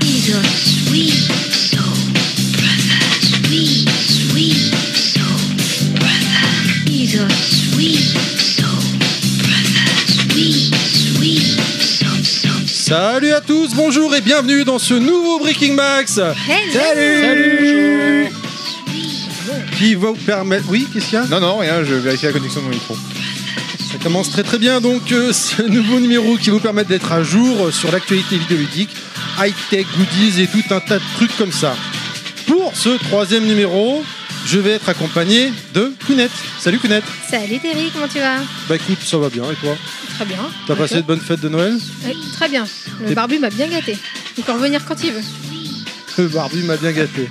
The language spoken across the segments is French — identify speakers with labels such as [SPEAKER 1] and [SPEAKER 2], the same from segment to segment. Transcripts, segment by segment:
[SPEAKER 1] He's a sweet soul brother. Sweet, sweet soul brother. He's a sweet soul brother. Sweet, sweet soul, soul,
[SPEAKER 2] Salut à tous, bonjour et bienvenue dans ce nouveau Breaking Max
[SPEAKER 3] Hello.
[SPEAKER 2] Salut Qui va vous permettre... Oui, qu'est-ce qu'il y a
[SPEAKER 4] Non, non, rien, je vérifie la connexion de mon micro.
[SPEAKER 2] Ça commence très très bien, donc euh, ce nouveau numéro qui vous permet d'être à jour euh, sur l'actualité vidéoludique, high-tech, goodies et tout un tas de trucs comme ça. Pour ce troisième numéro, je vais être accompagné de Kounet. Salut Kounet
[SPEAKER 3] Salut Terry, comment tu vas
[SPEAKER 2] Bah écoute, ça va bien, et toi
[SPEAKER 3] Très bien.
[SPEAKER 2] T'as passé de bonnes fêtes de Noël
[SPEAKER 3] Oui, Très bien.
[SPEAKER 2] T'es-
[SPEAKER 3] Le barbu m'a bien gâté. Il peut revenir quand il veut.
[SPEAKER 2] Le barbu m'a bien gâté.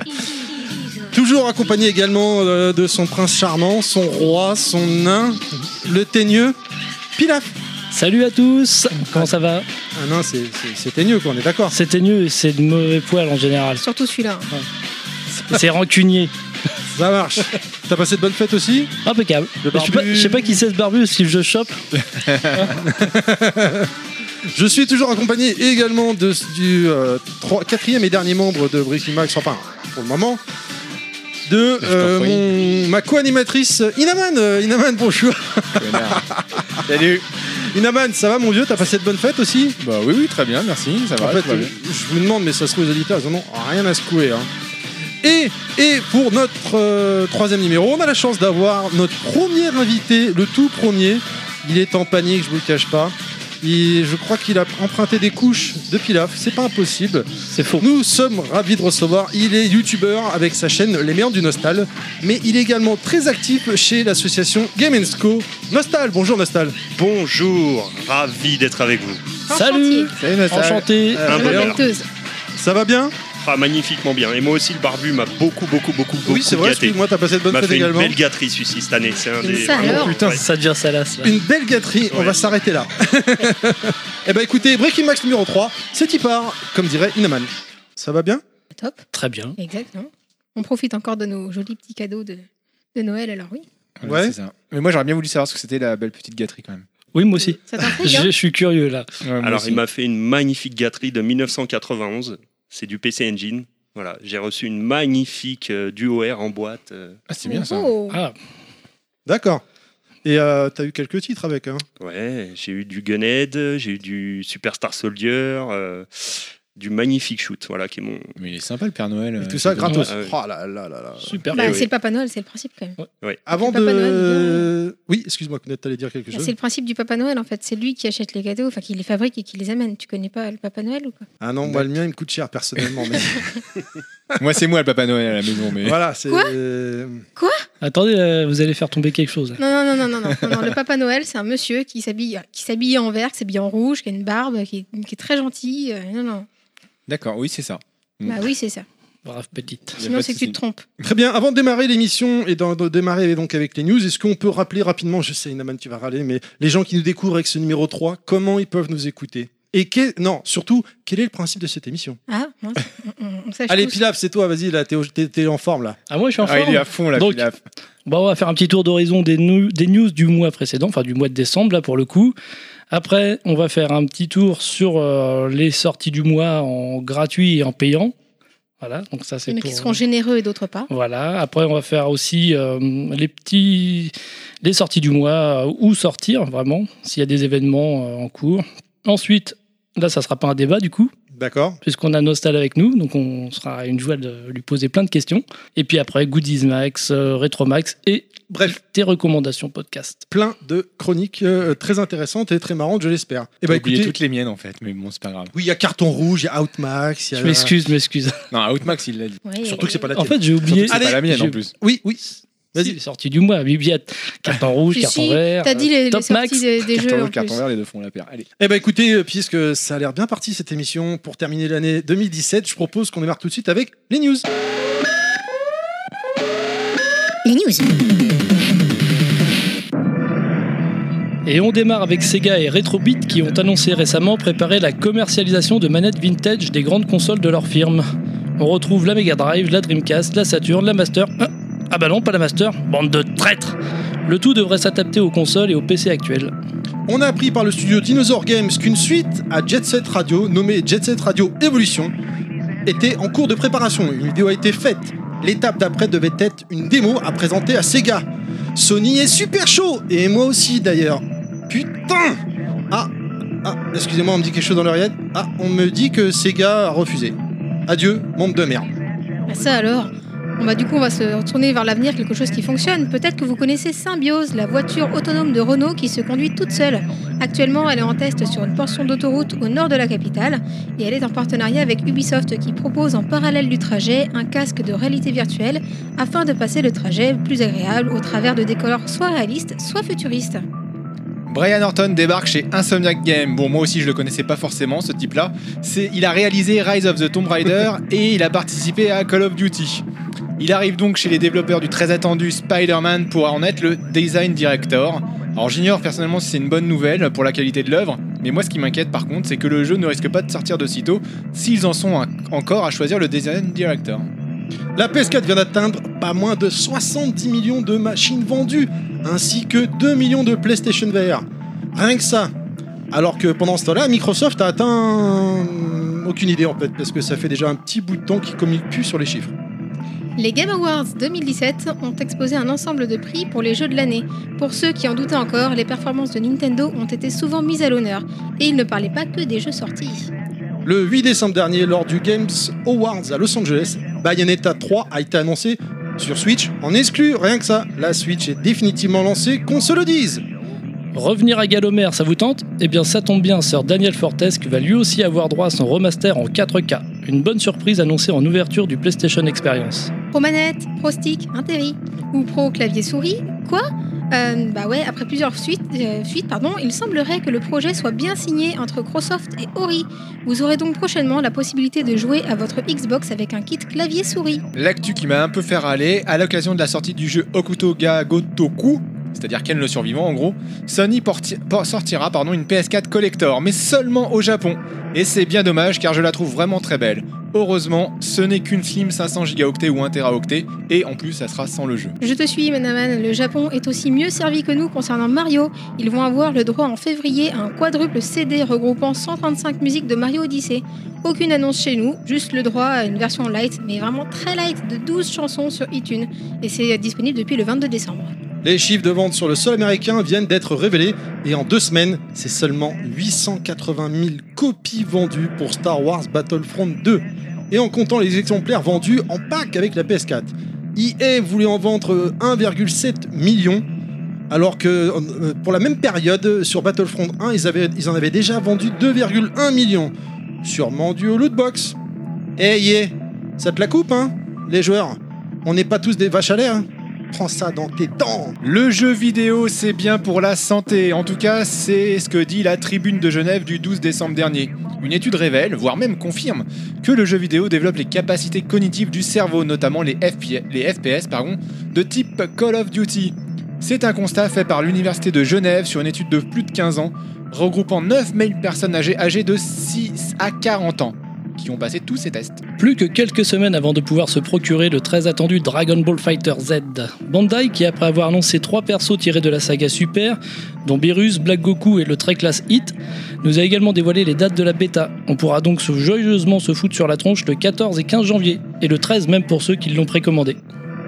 [SPEAKER 2] Toujours accompagné également euh, de son prince charmant, son roi, son nain, le teigneux, Pilaf.
[SPEAKER 5] Salut à tous Comment ça va
[SPEAKER 2] Un nain, c'est- c'est c'est teigneux, quoi, on est d'accord.
[SPEAKER 5] C'est teigneux et c'est de mauvais poil en général.
[SPEAKER 3] Surtout celui-là. hein.
[SPEAKER 5] C'est rancunier.
[SPEAKER 2] Ça marche. T'as passé de bonnes fêtes aussi
[SPEAKER 5] Impeccable.
[SPEAKER 2] Le
[SPEAKER 5] Je sais, pas,
[SPEAKER 2] barbu.
[SPEAKER 5] je sais pas qui c'est ce barbu, si je le chope.
[SPEAKER 2] Je suis toujours accompagné également de, du euh, trois- quatrième et dernier membre de Breaking Max, enfin, pour le moment, de
[SPEAKER 4] Je t'en
[SPEAKER 2] euh, mon- ma co-animatrice Inaman. Euh, Inaman, bonjour.
[SPEAKER 4] Connard. Salut
[SPEAKER 2] Inaman, ça va mon vieux T'as passé de bonnes fêtes aussi
[SPEAKER 4] Bah oui, oui, très bien, merci, ça va.
[SPEAKER 2] En fait,
[SPEAKER 4] tout va bien.
[SPEAKER 2] je vous demande, mais ça se trouve, les auditeurs, ils en ont rien à secouer. hein. Et, et pour notre euh, troisième numéro, on a la chance d'avoir notre premier invité, le tout premier. Il est en panique, je vous le cache pas. Il- je crois qu'il a emprunté des couches de Pilaf, c'est pas impossible.
[SPEAKER 5] C'est faux.
[SPEAKER 2] Nous sommes ravis de recevoir. Il est youtubeur avec sa chaîne Les Méandres du Nostal, mais il est également très actif chez l'association Game Co. Nostal, bonjour Nostal.
[SPEAKER 6] Bonjour, ravi d'être avec vous.
[SPEAKER 5] Salut
[SPEAKER 4] Salut Nasser.
[SPEAKER 5] Enchanté
[SPEAKER 2] Euh,
[SPEAKER 4] Ah,
[SPEAKER 6] Un
[SPEAKER 3] La
[SPEAKER 4] bah,
[SPEAKER 6] bonheur.
[SPEAKER 3] menteuse.
[SPEAKER 2] Ça va bien
[SPEAKER 6] Ah, magnifiquement bien. Et moi aussi, le barbu m'a beaucoup, beaucoup, beaucoup, beaucoup
[SPEAKER 2] Oui, c'est vrai,
[SPEAKER 6] gâté.
[SPEAKER 2] excuse-moi, t'as passé de bonnes
[SPEAKER 6] m'a
[SPEAKER 2] fêtes
[SPEAKER 6] fait une
[SPEAKER 2] également.
[SPEAKER 6] belle gâterie, celui-ci, cette année. C'est un
[SPEAKER 3] Une
[SPEAKER 6] des.
[SPEAKER 3] sale
[SPEAKER 6] vraiment-
[SPEAKER 4] Oh,
[SPEAKER 3] alors.
[SPEAKER 2] Putain,
[SPEAKER 6] ouais.
[SPEAKER 5] Ça devient salace. là.
[SPEAKER 2] Une belle gâterie, on
[SPEAKER 6] Ouais.
[SPEAKER 2] va s'arrêter là. Eh ben écoutez, Breaking Max numéro 3, c'est y part, comme dirait Inaman. Ça va bien
[SPEAKER 3] Top.
[SPEAKER 5] Très bien.
[SPEAKER 3] Exactement. On profite encore de nos jolis petits cadeaux de, de Noël, alors oui.
[SPEAKER 4] Voilà,
[SPEAKER 2] Ouais.
[SPEAKER 4] c'est ça. Mais moi, j'aurais bien voulu savoir ce que c'était la belle petite gâterie quand même.
[SPEAKER 5] Oui, moi aussi.
[SPEAKER 3] Ça t'intrigue
[SPEAKER 5] Je,
[SPEAKER 3] hein
[SPEAKER 5] je suis curieux là.
[SPEAKER 4] Ouais, moi
[SPEAKER 6] Alors,
[SPEAKER 4] aussi.
[SPEAKER 6] il m'a fait une magnifique gâterie de 1991. C'est du PC Engine. Voilà, j'ai reçu une magnifique euh, duo Air en boîte. euh,
[SPEAKER 4] Ah, c'est bien ça.
[SPEAKER 3] Oh.
[SPEAKER 5] Ah,
[SPEAKER 2] D'accord. Et euh, t'as eu quelques titres avec, hein
[SPEAKER 6] Ouais, j'ai eu du Gunhead, j'ai eu du Superstar Soldier, euh, du magnifique shoot. Voilà, qui est mon.
[SPEAKER 4] Mais il est sympa le Père Noël.
[SPEAKER 2] Et
[SPEAKER 4] euh,
[SPEAKER 2] tout ça
[SPEAKER 4] c'est
[SPEAKER 2] gratos.
[SPEAKER 6] Ah oui.
[SPEAKER 2] Oh là là là là.
[SPEAKER 5] super.
[SPEAKER 3] Bah,
[SPEAKER 6] Eh oui.
[SPEAKER 3] c'est le Papa Noël, c'est le principe quand même.
[SPEAKER 2] Avant
[SPEAKER 3] Papa Noël,
[SPEAKER 2] de... Oui, excuse-moi, Kounet, t'allais dire quelque
[SPEAKER 3] Bah,
[SPEAKER 2] chose
[SPEAKER 3] hein. c'est le principe du Papa Noël en fait. C'est lui qui achète les cadeaux, enfin qui les fabrique et qui les amène. Tu connais pas le Papa Noël ou quoi
[SPEAKER 2] Ah non, moi le mien, il me coûte cher personnellement. Mais
[SPEAKER 4] bon. Moi, c'est moi le Papa Noël à la maison, mais.
[SPEAKER 2] voilà, c'est...
[SPEAKER 3] Quoi
[SPEAKER 2] euh,
[SPEAKER 5] Attendez, là, vous allez faire tomber quelque chose. hein. là.
[SPEAKER 3] Non, non, non, non, non, non, non, Le Papa Noël, c'est un monsieur qui s'habille, qui s'habille en vert, qui s'habille en rouge, qui a une barbe, qui est, qui est très gentil. euh, non, non.
[SPEAKER 4] D'accord, oui, c'est ça. Mm.
[SPEAKER 3] Bah oui, c'est ça.
[SPEAKER 5] Brave petite.
[SPEAKER 4] Y a pas
[SPEAKER 3] Sinon,
[SPEAKER 4] de
[SPEAKER 3] c'est que tu
[SPEAKER 4] souci.
[SPEAKER 3] te trompes.
[SPEAKER 2] Très bien, avant de démarrer l'émission et d'en- de démarrer donc avec les news, est-ce qu'on peut rappeler rapidement, je sais Inaman tu vas râler, mais les gens qui nous découvrent avec ce numéro 3, comment ils peuvent nous écouter Et quel- non, surtout, quel est le principe de cette émission
[SPEAKER 3] Ah, mince. on, on- on sache
[SPEAKER 2] Allez
[SPEAKER 3] tous.
[SPEAKER 2] Pilaf, c'est toi, vas-y, là, t'es, au- t'es- t'es en forme là.
[SPEAKER 5] Ah, moi je suis en
[SPEAKER 4] Ah, il est
[SPEAKER 5] forme.
[SPEAKER 4] à fond là,
[SPEAKER 5] Donc-
[SPEAKER 4] Pilaf.
[SPEAKER 5] Bon, Bah, on va faire un petit tour d'horizon des, nu- des news du mois précédent, enfin du mois de décembre, là pour le coup. Après, on va faire un petit tour sur euh, les sorties du mois en gratuit et en payant. Voilà, donc ça
[SPEAKER 3] Il y
[SPEAKER 5] c'est
[SPEAKER 3] en a
[SPEAKER 5] pour.
[SPEAKER 3] qui seront généreux et d'autres pas.
[SPEAKER 5] Voilà, après on va faire aussi euh, les petits les sorties du mois euh, où sortir vraiment s'il y a des événements euh, en cours. Ensuite, là ça sera pas un débat du coup,
[SPEAKER 2] D'accord.
[SPEAKER 5] puisqu'on a Nostal avec nous, donc on sera à une joie de lui poser plein de questions. Et puis après, Goodies Max, euh, Retro Max et
[SPEAKER 2] Bref,
[SPEAKER 5] tes recommandations podcast.
[SPEAKER 2] plein de chroniques euh, très intéressantes et très marrantes, je l'espère. Et bah
[SPEAKER 4] J'ai oublié
[SPEAKER 2] écoutez,
[SPEAKER 4] toutes les miennes en fait, mais bon, c'est pas grave.
[SPEAKER 2] oui, il y a Carton Rouge, il y a Outmax, il y a.
[SPEAKER 5] Je m'excuse, je m'excuse.
[SPEAKER 4] Non, Outmax, il l'a dit.
[SPEAKER 3] Ouais,
[SPEAKER 2] Surtout que c'est pas la
[SPEAKER 5] En
[SPEAKER 2] tienne.
[SPEAKER 5] fait, j'ai oublié.
[SPEAKER 4] C'est pas
[SPEAKER 2] Allez,
[SPEAKER 4] la mienne
[SPEAKER 5] j'ai-
[SPEAKER 4] en plus.
[SPEAKER 2] Oui, oui. Vas-y.
[SPEAKER 5] C'est sorti du mois, Bibiate, carton rouge,
[SPEAKER 3] Si,
[SPEAKER 5] carton
[SPEAKER 3] si,
[SPEAKER 5] vert. euh,
[SPEAKER 3] T'as dit
[SPEAKER 2] euh,
[SPEAKER 3] les, les
[SPEAKER 5] Top
[SPEAKER 3] sorties
[SPEAKER 5] Max.
[SPEAKER 3] des, des
[SPEAKER 4] Carton
[SPEAKER 3] jeux en
[SPEAKER 4] rouge, carton
[SPEAKER 3] plus.
[SPEAKER 4] vert, les deux font la paire. Allez.
[SPEAKER 2] Eh ben écoutez, euh, puisque ça a l'air bien parti cette émission pour terminer l'année 2017, je propose qu'on démarre tout de suite avec les news.
[SPEAKER 7] Les news.
[SPEAKER 5] Et on démarre avec Sega et Retrobit qui ont annoncé récemment préparer la commercialisation de manettes vintage des grandes consoles de leur firme. On retrouve la Mega Drive, la Dreamcast, la Saturn, la Master. Ah, ah bah non, pas la Master, bande de traîtres Le tout devrait s'adapter aux consoles et aux PC actuels.
[SPEAKER 2] On a appris par le studio Dinosaur Games qu'une suite à Jet Set Radio, nommée Jet Set Radio Evolution, était en cours de préparation. Une vidéo a été faite. L'étape d'après devait être une démo à présenter à Sega. Sony est super chaud Et moi aussi d'ailleurs. Putain Ah Ah Excusez-moi, on me dit quelque chose dans l'oreillette. Ah, on me dit que Sega a refusé. Adieu, monde de merde.
[SPEAKER 3] Ah, Ça alors on va, du coup, on va se retourner vers l'avenir, quelque chose qui fonctionne. Peut-être que vous connaissez Symbiose, la voiture autonome de Renault qui se conduit toute seule. Actuellement, elle est en test sur une portion d'autoroute au nord de la capitale et elle est en partenariat avec Ubisoft qui propose en parallèle du trajet un casque de réalité virtuelle afin de passer le trajet plus agréable au travers de décors soit réalistes, soit futuristes.
[SPEAKER 4] Brian Orton débarque chez Insomniac Games. Bon, moi aussi, je le connaissais pas forcément, ce type-là. C'est, il a réalisé Rise of the Tomb Raider et il a participé à Call of Duty. Il arrive donc chez les développeurs du très attendu Spider-Man pour en être le design director. Alors, j'ignore personnellement si c'est une bonne nouvelle pour la qualité de l'œuvre, mais moi, ce qui m'inquiète par contre, c'est que le jeu ne risque pas de sortir de sitôt s'ils en sont un- encore à choisir le design director.
[SPEAKER 2] La PS4 vient d'atteindre pas moins de 70 millions de machines vendues, ainsi que 2 millions de PlayStation VR. Rien que ça. Alors que pendant ce temps-là, Microsoft a atteint. euh, Aucune idée en fait, parce que ça fait déjà un petit bout de temps qu'ils communiquent plus sur les chiffres.
[SPEAKER 3] Les Game Awards 2017 ont exposé un ensemble de prix pour les jeux de l'année. Pour ceux qui en doutaient encore, les performances de Nintendo ont été souvent mises à l'honneur, et ils ne parlaient pas que des jeux sortis.
[SPEAKER 2] Le 8 décembre dernier, lors du Games Awards à Los Angeles, Bayonetta 3 a été annoncé sur Switch en exclu. Rien que ça, la Switch est définitivement lancée, qu'on se le dise
[SPEAKER 5] Revenir à Galomère, ça vous tente Eh bien, ça tombe bien, Sir Daniel Fortesque va lui aussi avoir droit à son remaster en 4K. Une bonne surprise annoncée en ouverture du PlayStation Experience.
[SPEAKER 3] Pro manette, pro stick, intéri, ou pro clavier souris, quoi Euh, Bah ouais, après plusieurs suites, euh, fuites, pardon, il semblerait que le projet soit bien signé entre Microsoft et Ori. Vous aurez donc prochainement la possibilité de jouer à votre Xbox avec un kit clavier souris.
[SPEAKER 4] L'actu qui m'a un peu fait râler, à l'occasion de la sortie du jeu Okuto ga Gotoku, c'est-à-dire Ken le survivant en gros, Sony porti- por- sortira pardon, une PS4 Collector, mais seulement au Japon. Et c'est bien dommage car je la trouve vraiment très belle. Heureusement, ce n'est qu'une Slim 500 gigaoctets ou 1 teraoctet, et en plus ça sera sans le jeu.
[SPEAKER 3] Je te suis, Manaman. Le Japon est aussi mieux servi que nous concernant Mario. Ils vont avoir le droit en février à un quadruple CD regroupant 135 musiques de Mario Odyssey. Aucune annonce chez nous, juste le droit à une version light, mais vraiment très light, de 12 chansons sur iTunes. Et c'est disponible depuis le 22 décembre.
[SPEAKER 2] Les chiffres de vente sur le sol américain viennent d'être révélés et en deux semaines, c'est seulement 880 000 copies vendues pour Star Wars Battlefront 2. Et en comptant les exemplaires vendus en pack avec la PS4, EA E voulait en vendre 1,7 million, alors que euh, pour la même période, sur Battlefront 1, ils, avaient- ils en avaient déjà vendu 2,1 million, sûrement dû au lootbox. Eh yeah, ça te la coupe, hein, les joueurs On n'est pas tous des vaches à l'air, hein Prends ça dans tes dents
[SPEAKER 4] Le jeu vidéo, c'est bien pour la santé. En tout cas, c'est ce que dit la Tribune de Genève du 12 décembre dernier. Une étude révèle, voire même confirme, que le jeu vidéo développe les capacités cognitives du cerveau, notamment les, FP les FPS pardon, de type Call of Duty. C'est un constat fait par l'Université de Genève sur une étude de plus de 15 ans, regroupant 9000 personnes âgées, âgées de 6 à 40 ans, qui ont passé tous ces tests.
[SPEAKER 5] Plus que quelques semaines avant de pouvoir se procurer le très attendu Dragon Ball Fighter Z. Bandai, qui après avoir annoncé trois persos tirés de la saga Super, dont Beerus, Black Goku et le très classe Hit, nous a également dévoilé les dates de la bêta. On pourra donc se- joyeusement se foutre sur la tronche le 14 et 15 janvier, et le 13 même pour ceux qui l'ont précommandé.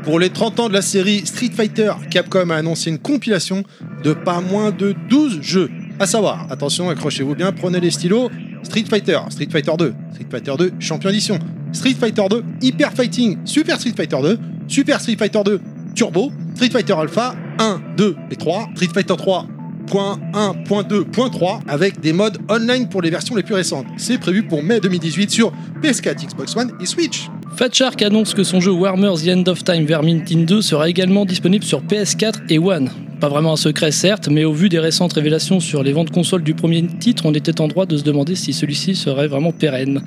[SPEAKER 2] Pour les 30 ans de la série Street Fighter, Capcom a annoncé une compilation de pas moins de 12 jeux. À savoir, attention, accrochez-vous bien, prenez les stylos, Street Fighter, Street Fighter 2, Street Fighter 2, Champion Edition, Street Fighter 2, Hyper Fighting, Super Street Fighter 2, Super Street Fighter 2, Turbo, Street Fighter Alpha 1, 2 et 3, Street Fighter 3, Point 1, point 2, point 3, avec des modes online pour les versions les plus récentes. C'est prévu pour mai 2018 sur PS4, Xbox One et Switch.
[SPEAKER 5] Fat Shark annonce que son jeu Warhammer The End of Time Vermintide 2 sera également disponible sur PS4 et One. Pas vraiment un secret certes, mais au vu des récentes révélations sur les ventes consoles du premier titre, on était en droit de se demander si celui-ci serait vraiment pérenne.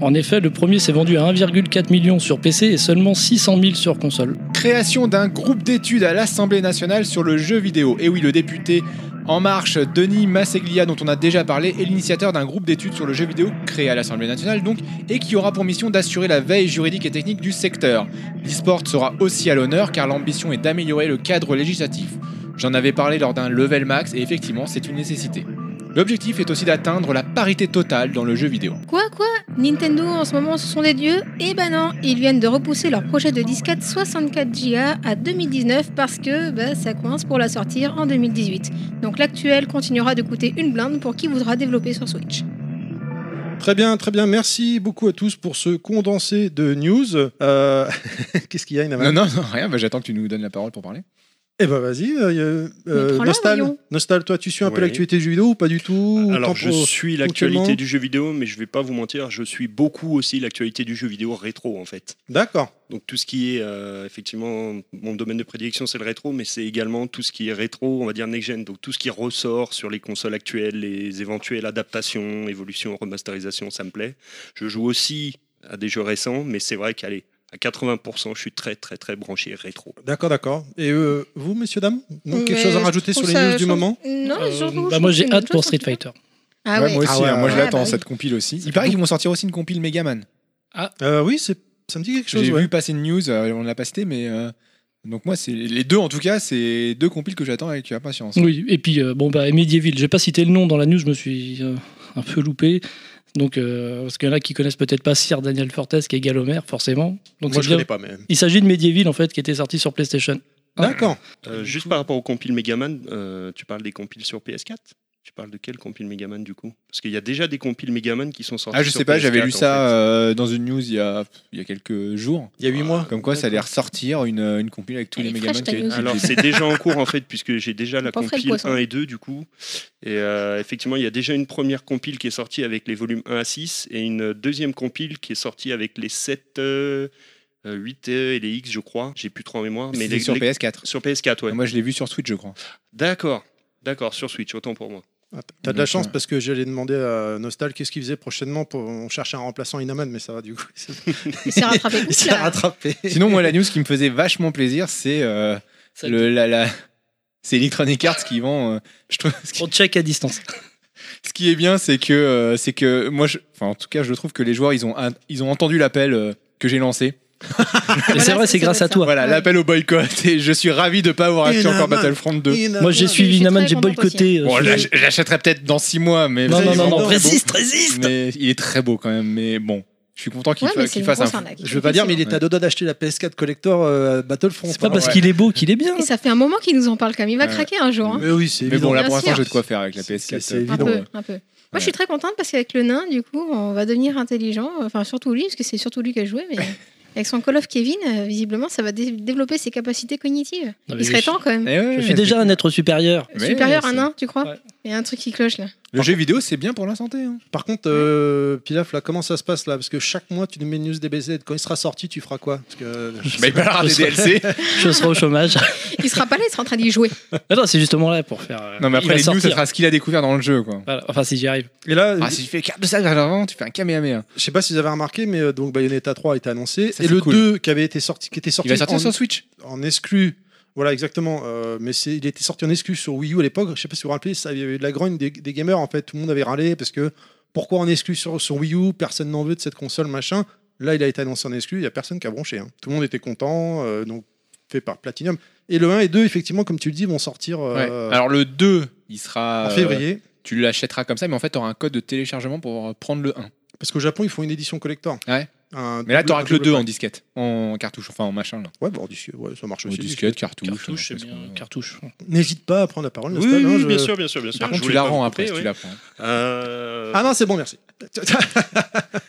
[SPEAKER 5] En effet, le premier s'est vendu à 1,4 million sur PC et seulement 600 000 sur console.
[SPEAKER 4] Création d'un groupe d'études à l'Assemblée nationale sur le jeu vidéo. Et oui, le député En Marche, Denis Masseglia, dont on a déjà parlé, est l'initiateur d'un groupe d'études sur le jeu vidéo créé à l'Assemblée nationale, donc, et qui aura pour mission d'assurer la veille juridique et technique du secteur. L'e-sport sera aussi à l'honneur car l'ambition est d'améliorer le cadre législatif. J'en avais parlé lors d'un level max et effectivement, c'est une nécessité. L'objectif est aussi d'atteindre la parité totale dans le jeu vidéo.
[SPEAKER 3] Quoi, quoi Nintendo en ce moment, ce sont des dieux Eh ben non, ils viennent de repousser leur projet de disquette 64Go à 2019 parce que bah, ça coince pour la sortir en 2018. Donc l'actuel continuera de coûter une blinde pour qui voudra développer sur Switch.
[SPEAKER 2] Très bien, très bien. Merci beaucoup à tous pour ce condensé de news. Euh, Qu'est-ce qu'il y a, Inaman
[SPEAKER 4] Non, non, non, rien, bah, j'attends que tu nous donnes la parole pour parler.
[SPEAKER 2] Eh ben vas-y, euh, euh,
[SPEAKER 3] prends-la,
[SPEAKER 2] Nostal,
[SPEAKER 3] voyons.
[SPEAKER 2] Nostal, toi tu suis un peu
[SPEAKER 6] Ouais.
[SPEAKER 2] l'actualité du jeu vidéo ou pas du tout ou
[SPEAKER 6] Alors,
[SPEAKER 2] t'en
[SPEAKER 6] je
[SPEAKER 2] pro-
[SPEAKER 6] suis
[SPEAKER 2] ponctuellement
[SPEAKER 6] l'actualité du jeu vidéo, mais je vais pas vous mentir, je suis beaucoup aussi l'actualité du jeu vidéo rétro, en fait.
[SPEAKER 2] D'accord.
[SPEAKER 6] Donc, tout ce qui est, euh, effectivement, mon domaine de prédilection, c'est le rétro, mais c'est également tout ce qui est rétro, on va dire next-gen. Donc, tout ce qui ressort sur les consoles actuelles, les éventuelles adaptations, évolutions, remasterisations, ça me plaît. Je joue aussi à des jeux récents, mais c'est vrai qu'allez, à 80%, je suis très, très, très branché rétro.
[SPEAKER 2] D'accord, d'accord. Et euh, vous, messieurs, dames Non, Quelque
[SPEAKER 3] Mais
[SPEAKER 2] chose à
[SPEAKER 3] je
[SPEAKER 2] rajouter sur les
[SPEAKER 3] trouve ça-
[SPEAKER 2] news du
[SPEAKER 3] je-
[SPEAKER 2] moment
[SPEAKER 3] Non,
[SPEAKER 5] Euh,
[SPEAKER 3] surtout,
[SPEAKER 5] bah
[SPEAKER 3] je
[SPEAKER 5] moi
[SPEAKER 3] trouve
[SPEAKER 5] j'ai
[SPEAKER 3] que
[SPEAKER 5] hâte
[SPEAKER 3] c'est
[SPEAKER 5] pour
[SPEAKER 3] une
[SPEAKER 5] Street
[SPEAKER 3] bonne chose.
[SPEAKER 5] Fighter.
[SPEAKER 3] Ah
[SPEAKER 4] Ouais,
[SPEAKER 3] ouais.
[SPEAKER 4] Moi aussi,
[SPEAKER 2] Ah ouais,
[SPEAKER 4] hein, moi
[SPEAKER 3] ouais.
[SPEAKER 4] je l'attends,
[SPEAKER 3] Ah bah
[SPEAKER 4] cette compile aussi. Il paraît qu'ils vont sortir aussi une compile Megaman.
[SPEAKER 2] Euh, Oui, c'est- ça me dit quelque chose.
[SPEAKER 4] J'ai
[SPEAKER 2] ouais.
[SPEAKER 4] vu passer une news, euh, on l'a pas cité, mais. euh, donc moi, c'est les deux en tout cas, c'est deux compiles que j'attends avec impatience.
[SPEAKER 5] Oui, et puis euh, bon bah et Medieval, j'ai pas cité le nom dans la news, je me suis euh, un peu loupé. Donc euh, parce qu'il y en a qui connaissent peut-être pas Sir Daniel Fortes qui est Galomère forcément. Donc
[SPEAKER 2] Moi
[SPEAKER 5] c'est
[SPEAKER 2] je
[SPEAKER 5] bien.
[SPEAKER 2] connais pas, mais.
[SPEAKER 5] Il s'agit de Medieval en fait qui était sorti sur PlayStation. Ah.
[SPEAKER 2] D'accord.
[SPEAKER 6] Euh, juste par rapport aux compiles Megaman, euh, tu parles des compiles sur PS4 Tu parles de quel compile Megaman du coup Parce qu'il y a déjà des compiles Megaman qui sont sortis.
[SPEAKER 4] Ah, je
[SPEAKER 6] sur
[SPEAKER 4] sais pas, j'avais
[SPEAKER 6] PS4,
[SPEAKER 4] lu
[SPEAKER 6] en
[SPEAKER 4] ça
[SPEAKER 6] fait.
[SPEAKER 4] euh, dans une news il y a, il y a quelques jours.
[SPEAKER 2] Il y a 8 mois.
[SPEAKER 4] Comme quoi, ça allait ressortir une, euh, une compile avec tous
[SPEAKER 3] Elle
[SPEAKER 4] les
[SPEAKER 3] est
[SPEAKER 4] Megaman
[SPEAKER 3] fraîche,
[SPEAKER 4] qui
[SPEAKER 3] ta
[SPEAKER 4] avaient été
[SPEAKER 3] news.
[SPEAKER 6] Alors c'est déjà en cours en fait, puisque j'ai déjà la
[SPEAKER 3] Pas frais, le
[SPEAKER 6] compile
[SPEAKER 3] poisson.
[SPEAKER 6] 1 et 2 du coup. Et euh, effectivement, il y a déjà une première compile qui est sortie avec les volumes 1 à 6 et une deuxième compile qui est sortie avec les 7, euh, euh, 8 euh, et les X, je crois. J'ai plus trop en mémoire. Mais
[SPEAKER 4] mais
[SPEAKER 6] les,
[SPEAKER 4] sur
[SPEAKER 6] les-
[SPEAKER 4] PS4.
[SPEAKER 6] sur PS4, ouais.
[SPEAKER 4] Ah, Moi, je l'ai vu sur Switch, je crois.
[SPEAKER 6] D'accord, d'accord, sur Switch, autant pour moi.
[SPEAKER 2] Ah, T'as de la
[SPEAKER 4] Donc,
[SPEAKER 2] chance
[SPEAKER 4] euh,
[SPEAKER 2] parce que j'allais demander à Nostal qu'est-ce qu'il faisait prochainement pour. On cherchait un remplaçant Inaman, mais ça va du coup.
[SPEAKER 3] Il s'est rattrapé.
[SPEAKER 2] Il s'est
[SPEAKER 3] Oula.
[SPEAKER 2] rattrapé.
[SPEAKER 4] Sinon, moi, la news qui me faisait vachement plaisir, c'est euh, le- la, la- c'est Electronic Arts qui vend. euh, je trouve, ce, qui,
[SPEAKER 5] On check à distance.
[SPEAKER 4] ce qui est bien, c'est que, euh, c'est que moi, je- enfin, en tout cas, je trouve que les joueurs, ils ont, un- ils ont entendu l'appel euh, que j'ai
[SPEAKER 5] Et
[SPEAKER 4] lancé.
[SPEAKER 5] c'est
[SPEAKER 3] Voilà,
[SPEAKER 5] vrai,
[SPEAKER 3] c'est-
[SPEAKER 5] c'est
[SPEAKER 3] ça
[SPEAKER 5] grâce
[SPEAKER 3] doit
[SPEAKER 5] à
[SPEAKER 3] être
[SPEAKER 5] toi.
[SPEAKER 4] Voilà,
[SPEAKER 3] Ouais.
[SPEAKER 4] l'appel au boycott. Et je suis ravi de ne pas avoir acheté
[SPEAKER 2] Énorme.
[SPEAKER 4] encore Battlefront 2.
[SPEAKER 5] Moi
[SPEAKER 3] je
[SPEAKER 5] j'ai
[SPEAKER 3] suis
[SPEAKER 5] suivi
[SPEAKER 3] très
[SPEAKER 5] Inaman, j'ai
[SPEAKER 3] contente hein.
[SPEAKER 5] boycotté. euh,
[SPEAKER 4] Bon,
[SPEAKER 5] ce
[SPEAKER 4] je
[SPEAKER 5] jeu.
[SPEAKER 4] l'ach- je l'achèterai peut-être dans 6 mois, mais
[SPEAKER 5] Non, non,
[SPEAKER 4] vous savez,
[SPEAKER 5] non,
[SPEAKER 4] vraiment,
[SPEAKER 5] non,
[SPEAKER 4] c'est beau.
[SPEAKER 5] résiste, résiste
[SPEAKER 4] Mais il est très beau quand même. Mais bon, je suis content qu'il
[SPEAKER 3] Ouais,
[SPEAKER 4] fa-
[SPEAKER 3] mais c'est
[SPEAKER 4] qu'il
[SPEAKER 3] une
[SPEAKER 4] fasse
[SPEAKER 3] grosse
[SPEAKER 4] un.
[SPEAKER 3] arnaque.
[SPEAKER 2] Je veux pas dire, mais il est à
[SPEAKER 4] Ouais.
[SPEAKER 2] deux doigts d'acheter la PS4 Collector euh, Battlefront.
[SPEAKER 5] C'est pas
[SPEAKER 2] hein.
[SPEAKER 5] parce
[SPEAKER 4] ouais.
[SPEAKER 5] qu'il est beau qu'il est bien.
[SPEAKER 3] Et ça fait un moment qu'il nous en parle quand même. Il va
[SPEAKER 4] Ouais.
[SPEAKER 3] craquer un jour. hein.
[SPEAKER 2] Mais oui, c'est
[SPEAKER 4] Mais bon,
[SPEAKER 2] évident.
[SPEAKER 4] là pour
[SPEAKER 3] Bien
[SPEAKER 4] l'instant,
[SPEAKER 3] sûr.
[SPEAKER 4] j'ai de quoi faire avec la
[SPEAKER 2] C'est-
[SPEAKER 4] PS4.
[SPEAKER 2] c'est
[SPEAKER 4] euh,
[SPEAKER 3] Un
[SPEAKER 2] évident,
[SPEAKER 4] pour,
[SPEAKER 3] peu,
[SPEAKER 4] euh,
[SPEAKER 3] un peu. Moi,
[SPEAKER 4] Ouais.
[SPEAKER 3] je suis très contente parce qu'avec le nain, du coup, on va devenir intelligent. Enfin, surtout lui, parce que c'est surtout lui qui a joué, mais avec son Call of Kevin, euh, visiblement, ça va dé- développer ses capacités cognitives.
[SPEAKER 5] Non, mais
[SPEAKER 3] Il serait
[SPEAKER 5] je-
[SPEAKER 3] temps quand même.
[SPEAKER 4] Eh ouais,
[SPEAKER 5] Je
[SPEAKER 4] c'est-
[SPEAKER 5] suis déjà un être supérieur.
[SPEAKER 4] Ouais,
[SPEAKER 3] Supérieur à
[SPEAKER 4] c'est-
[SPEAKER 3] nain, tu crois
[SPEAKER 5] Ouais.
[SPEAKER 3] Il y a un truc qui cloche là.
[SPEAKER 4] Le jeu vidéo, c'est bien pour la santé. hein.
[SPEAKER 2] Par contre, euh, Pilaf, là, comment ça se passe là Parce que chaque mois, tu nous mets une news DBZ. Quand il sera sorti, tu feras quoi Parce que euh,
[SPEAKER 4] Bah, il parlera des DLC.
[SPEAKER 5] Je serai au chômage.
[SPEAKER 3] Il sera pas là, il sera en train d'y jouer.
[SPEAKER 5] Ah non, c'est justement là pour faire. euh,
[SPEAKER 4] Non, mais
[SPEAKER 5] il va
[SPEAKER 4] après, les news,
[SPEAKER 5] sortir. Euh,
[SPEAKER 4] ça sera ce qu'il a découvert dans le jeu. quoi.
[SPEAKER 5] Voilà, Enfin, si j'y arrive.
[SPEAKER 2] Et là,
[SPEAKER 4] Ah, si tu fais carte de sac vers l'avant, tu fais un hein. Kamehameha.
[SPEAKER 2] je sais pas si vous avez remarqué, mais euh, donc Bayonetta 3 a été annoncé.
[SPEAKER 4] Ça,
[SPEAKER 2] et
[SPEAKER 4] c'est
[SPEAKER 2] le
[SPEAKER 4] cool.
[SPEAKER 2] 2 qui, avait été sorti, qui était
[SPEAKER 4] Il
[SPEAKER 2] sorti
[SPEAKER 4] va sortir
[SPEAKER 2] en,
[SPEAKER 4] sur Switch.
[SPEAKER 2] en exclu. Voilà, exactement. euh, mais c'est- il était sorti en exclu sur Wii U à l'époque. Je sais pas si vous vous rappelez, ça, il y avait eu de la grogne des, des gamers. En fait, tout le monde avait râlé parce que pourquoi en exclu sur, sur Wii U Personne n'en veut de cette console, machin. Là, il a été annoncé en exclu. Il y a personne qui a bronché. hein. Tout le monde était content. euh, donc, fait par Platinum. Et le 1 et 2, effectivement, comme tu le dis, vont sortir euh,
[SPEAKER 4] Ouais. Alors, le 2, il sera.
[SPEAKER 2] en
[SPEAKER 4] euh,
[SPEAKER 2] février.
[SPEAKER 4] tu l'achèteras comme ça, mais en fait, tu auras un code de téléchargement pour euh, prendre le 1.
[SPEAKER 2] Parce qu'au Japon, ils font une édition collector.
[SPEAKER 4] Ouais.
[SPEAKER 2] un
[SPEAKER 4] Mais là,
[SPEAKER 2] double-
[SPEAKER 4] t'auras que le
[SPEAKER 2] double
[SPEAKER 4] 2
[SPEAKER 2] pack.
[SPEAKER 4] en disquette, en cartouche, enfin en machin. Là.
[SPEAKER 2] Ouais, bon, en disquette, ouais, ça marche
[SPEAKER 4] En
[SPEAKER 2] aussi.
[SPEAKER 4] disquette, cartouche.
[SPEAKER 5] Cartouche,
[SPEAKER 4] euh,
[SPEAKER 5] c'est bien. Cartouche.
[SPEAKER 2] N'hésite pas à prendre la parole.
[SPEAKER 6] Oui,
[SPEAKER 2] Nostal, hein,
[SPEAKER 6] oui,
[SPEAKER 2] je-
[SPEAKER 6] bien sûr, bien sûr, bien sûr.
[SPEAKER 4] Par
[SPEAKER 6] Je
[SPEAKER 4] contre, tu
[SPEAKER 6] voulais
[SPEAKER 4] la
[SPEAKER 6] pas
[SPEAKER 4] rends
[SPEAKER 6] vous
[SPEAKER 4] après si
[SPEAKER 6] couper,
[SPEAKER 4] tu
[SPEAKER 6] ouais.
[SPEAKER 4] la prends.
[SPEAKER 6] Euh,
[SPEAKER 2] Ah non, c'est bon, merci.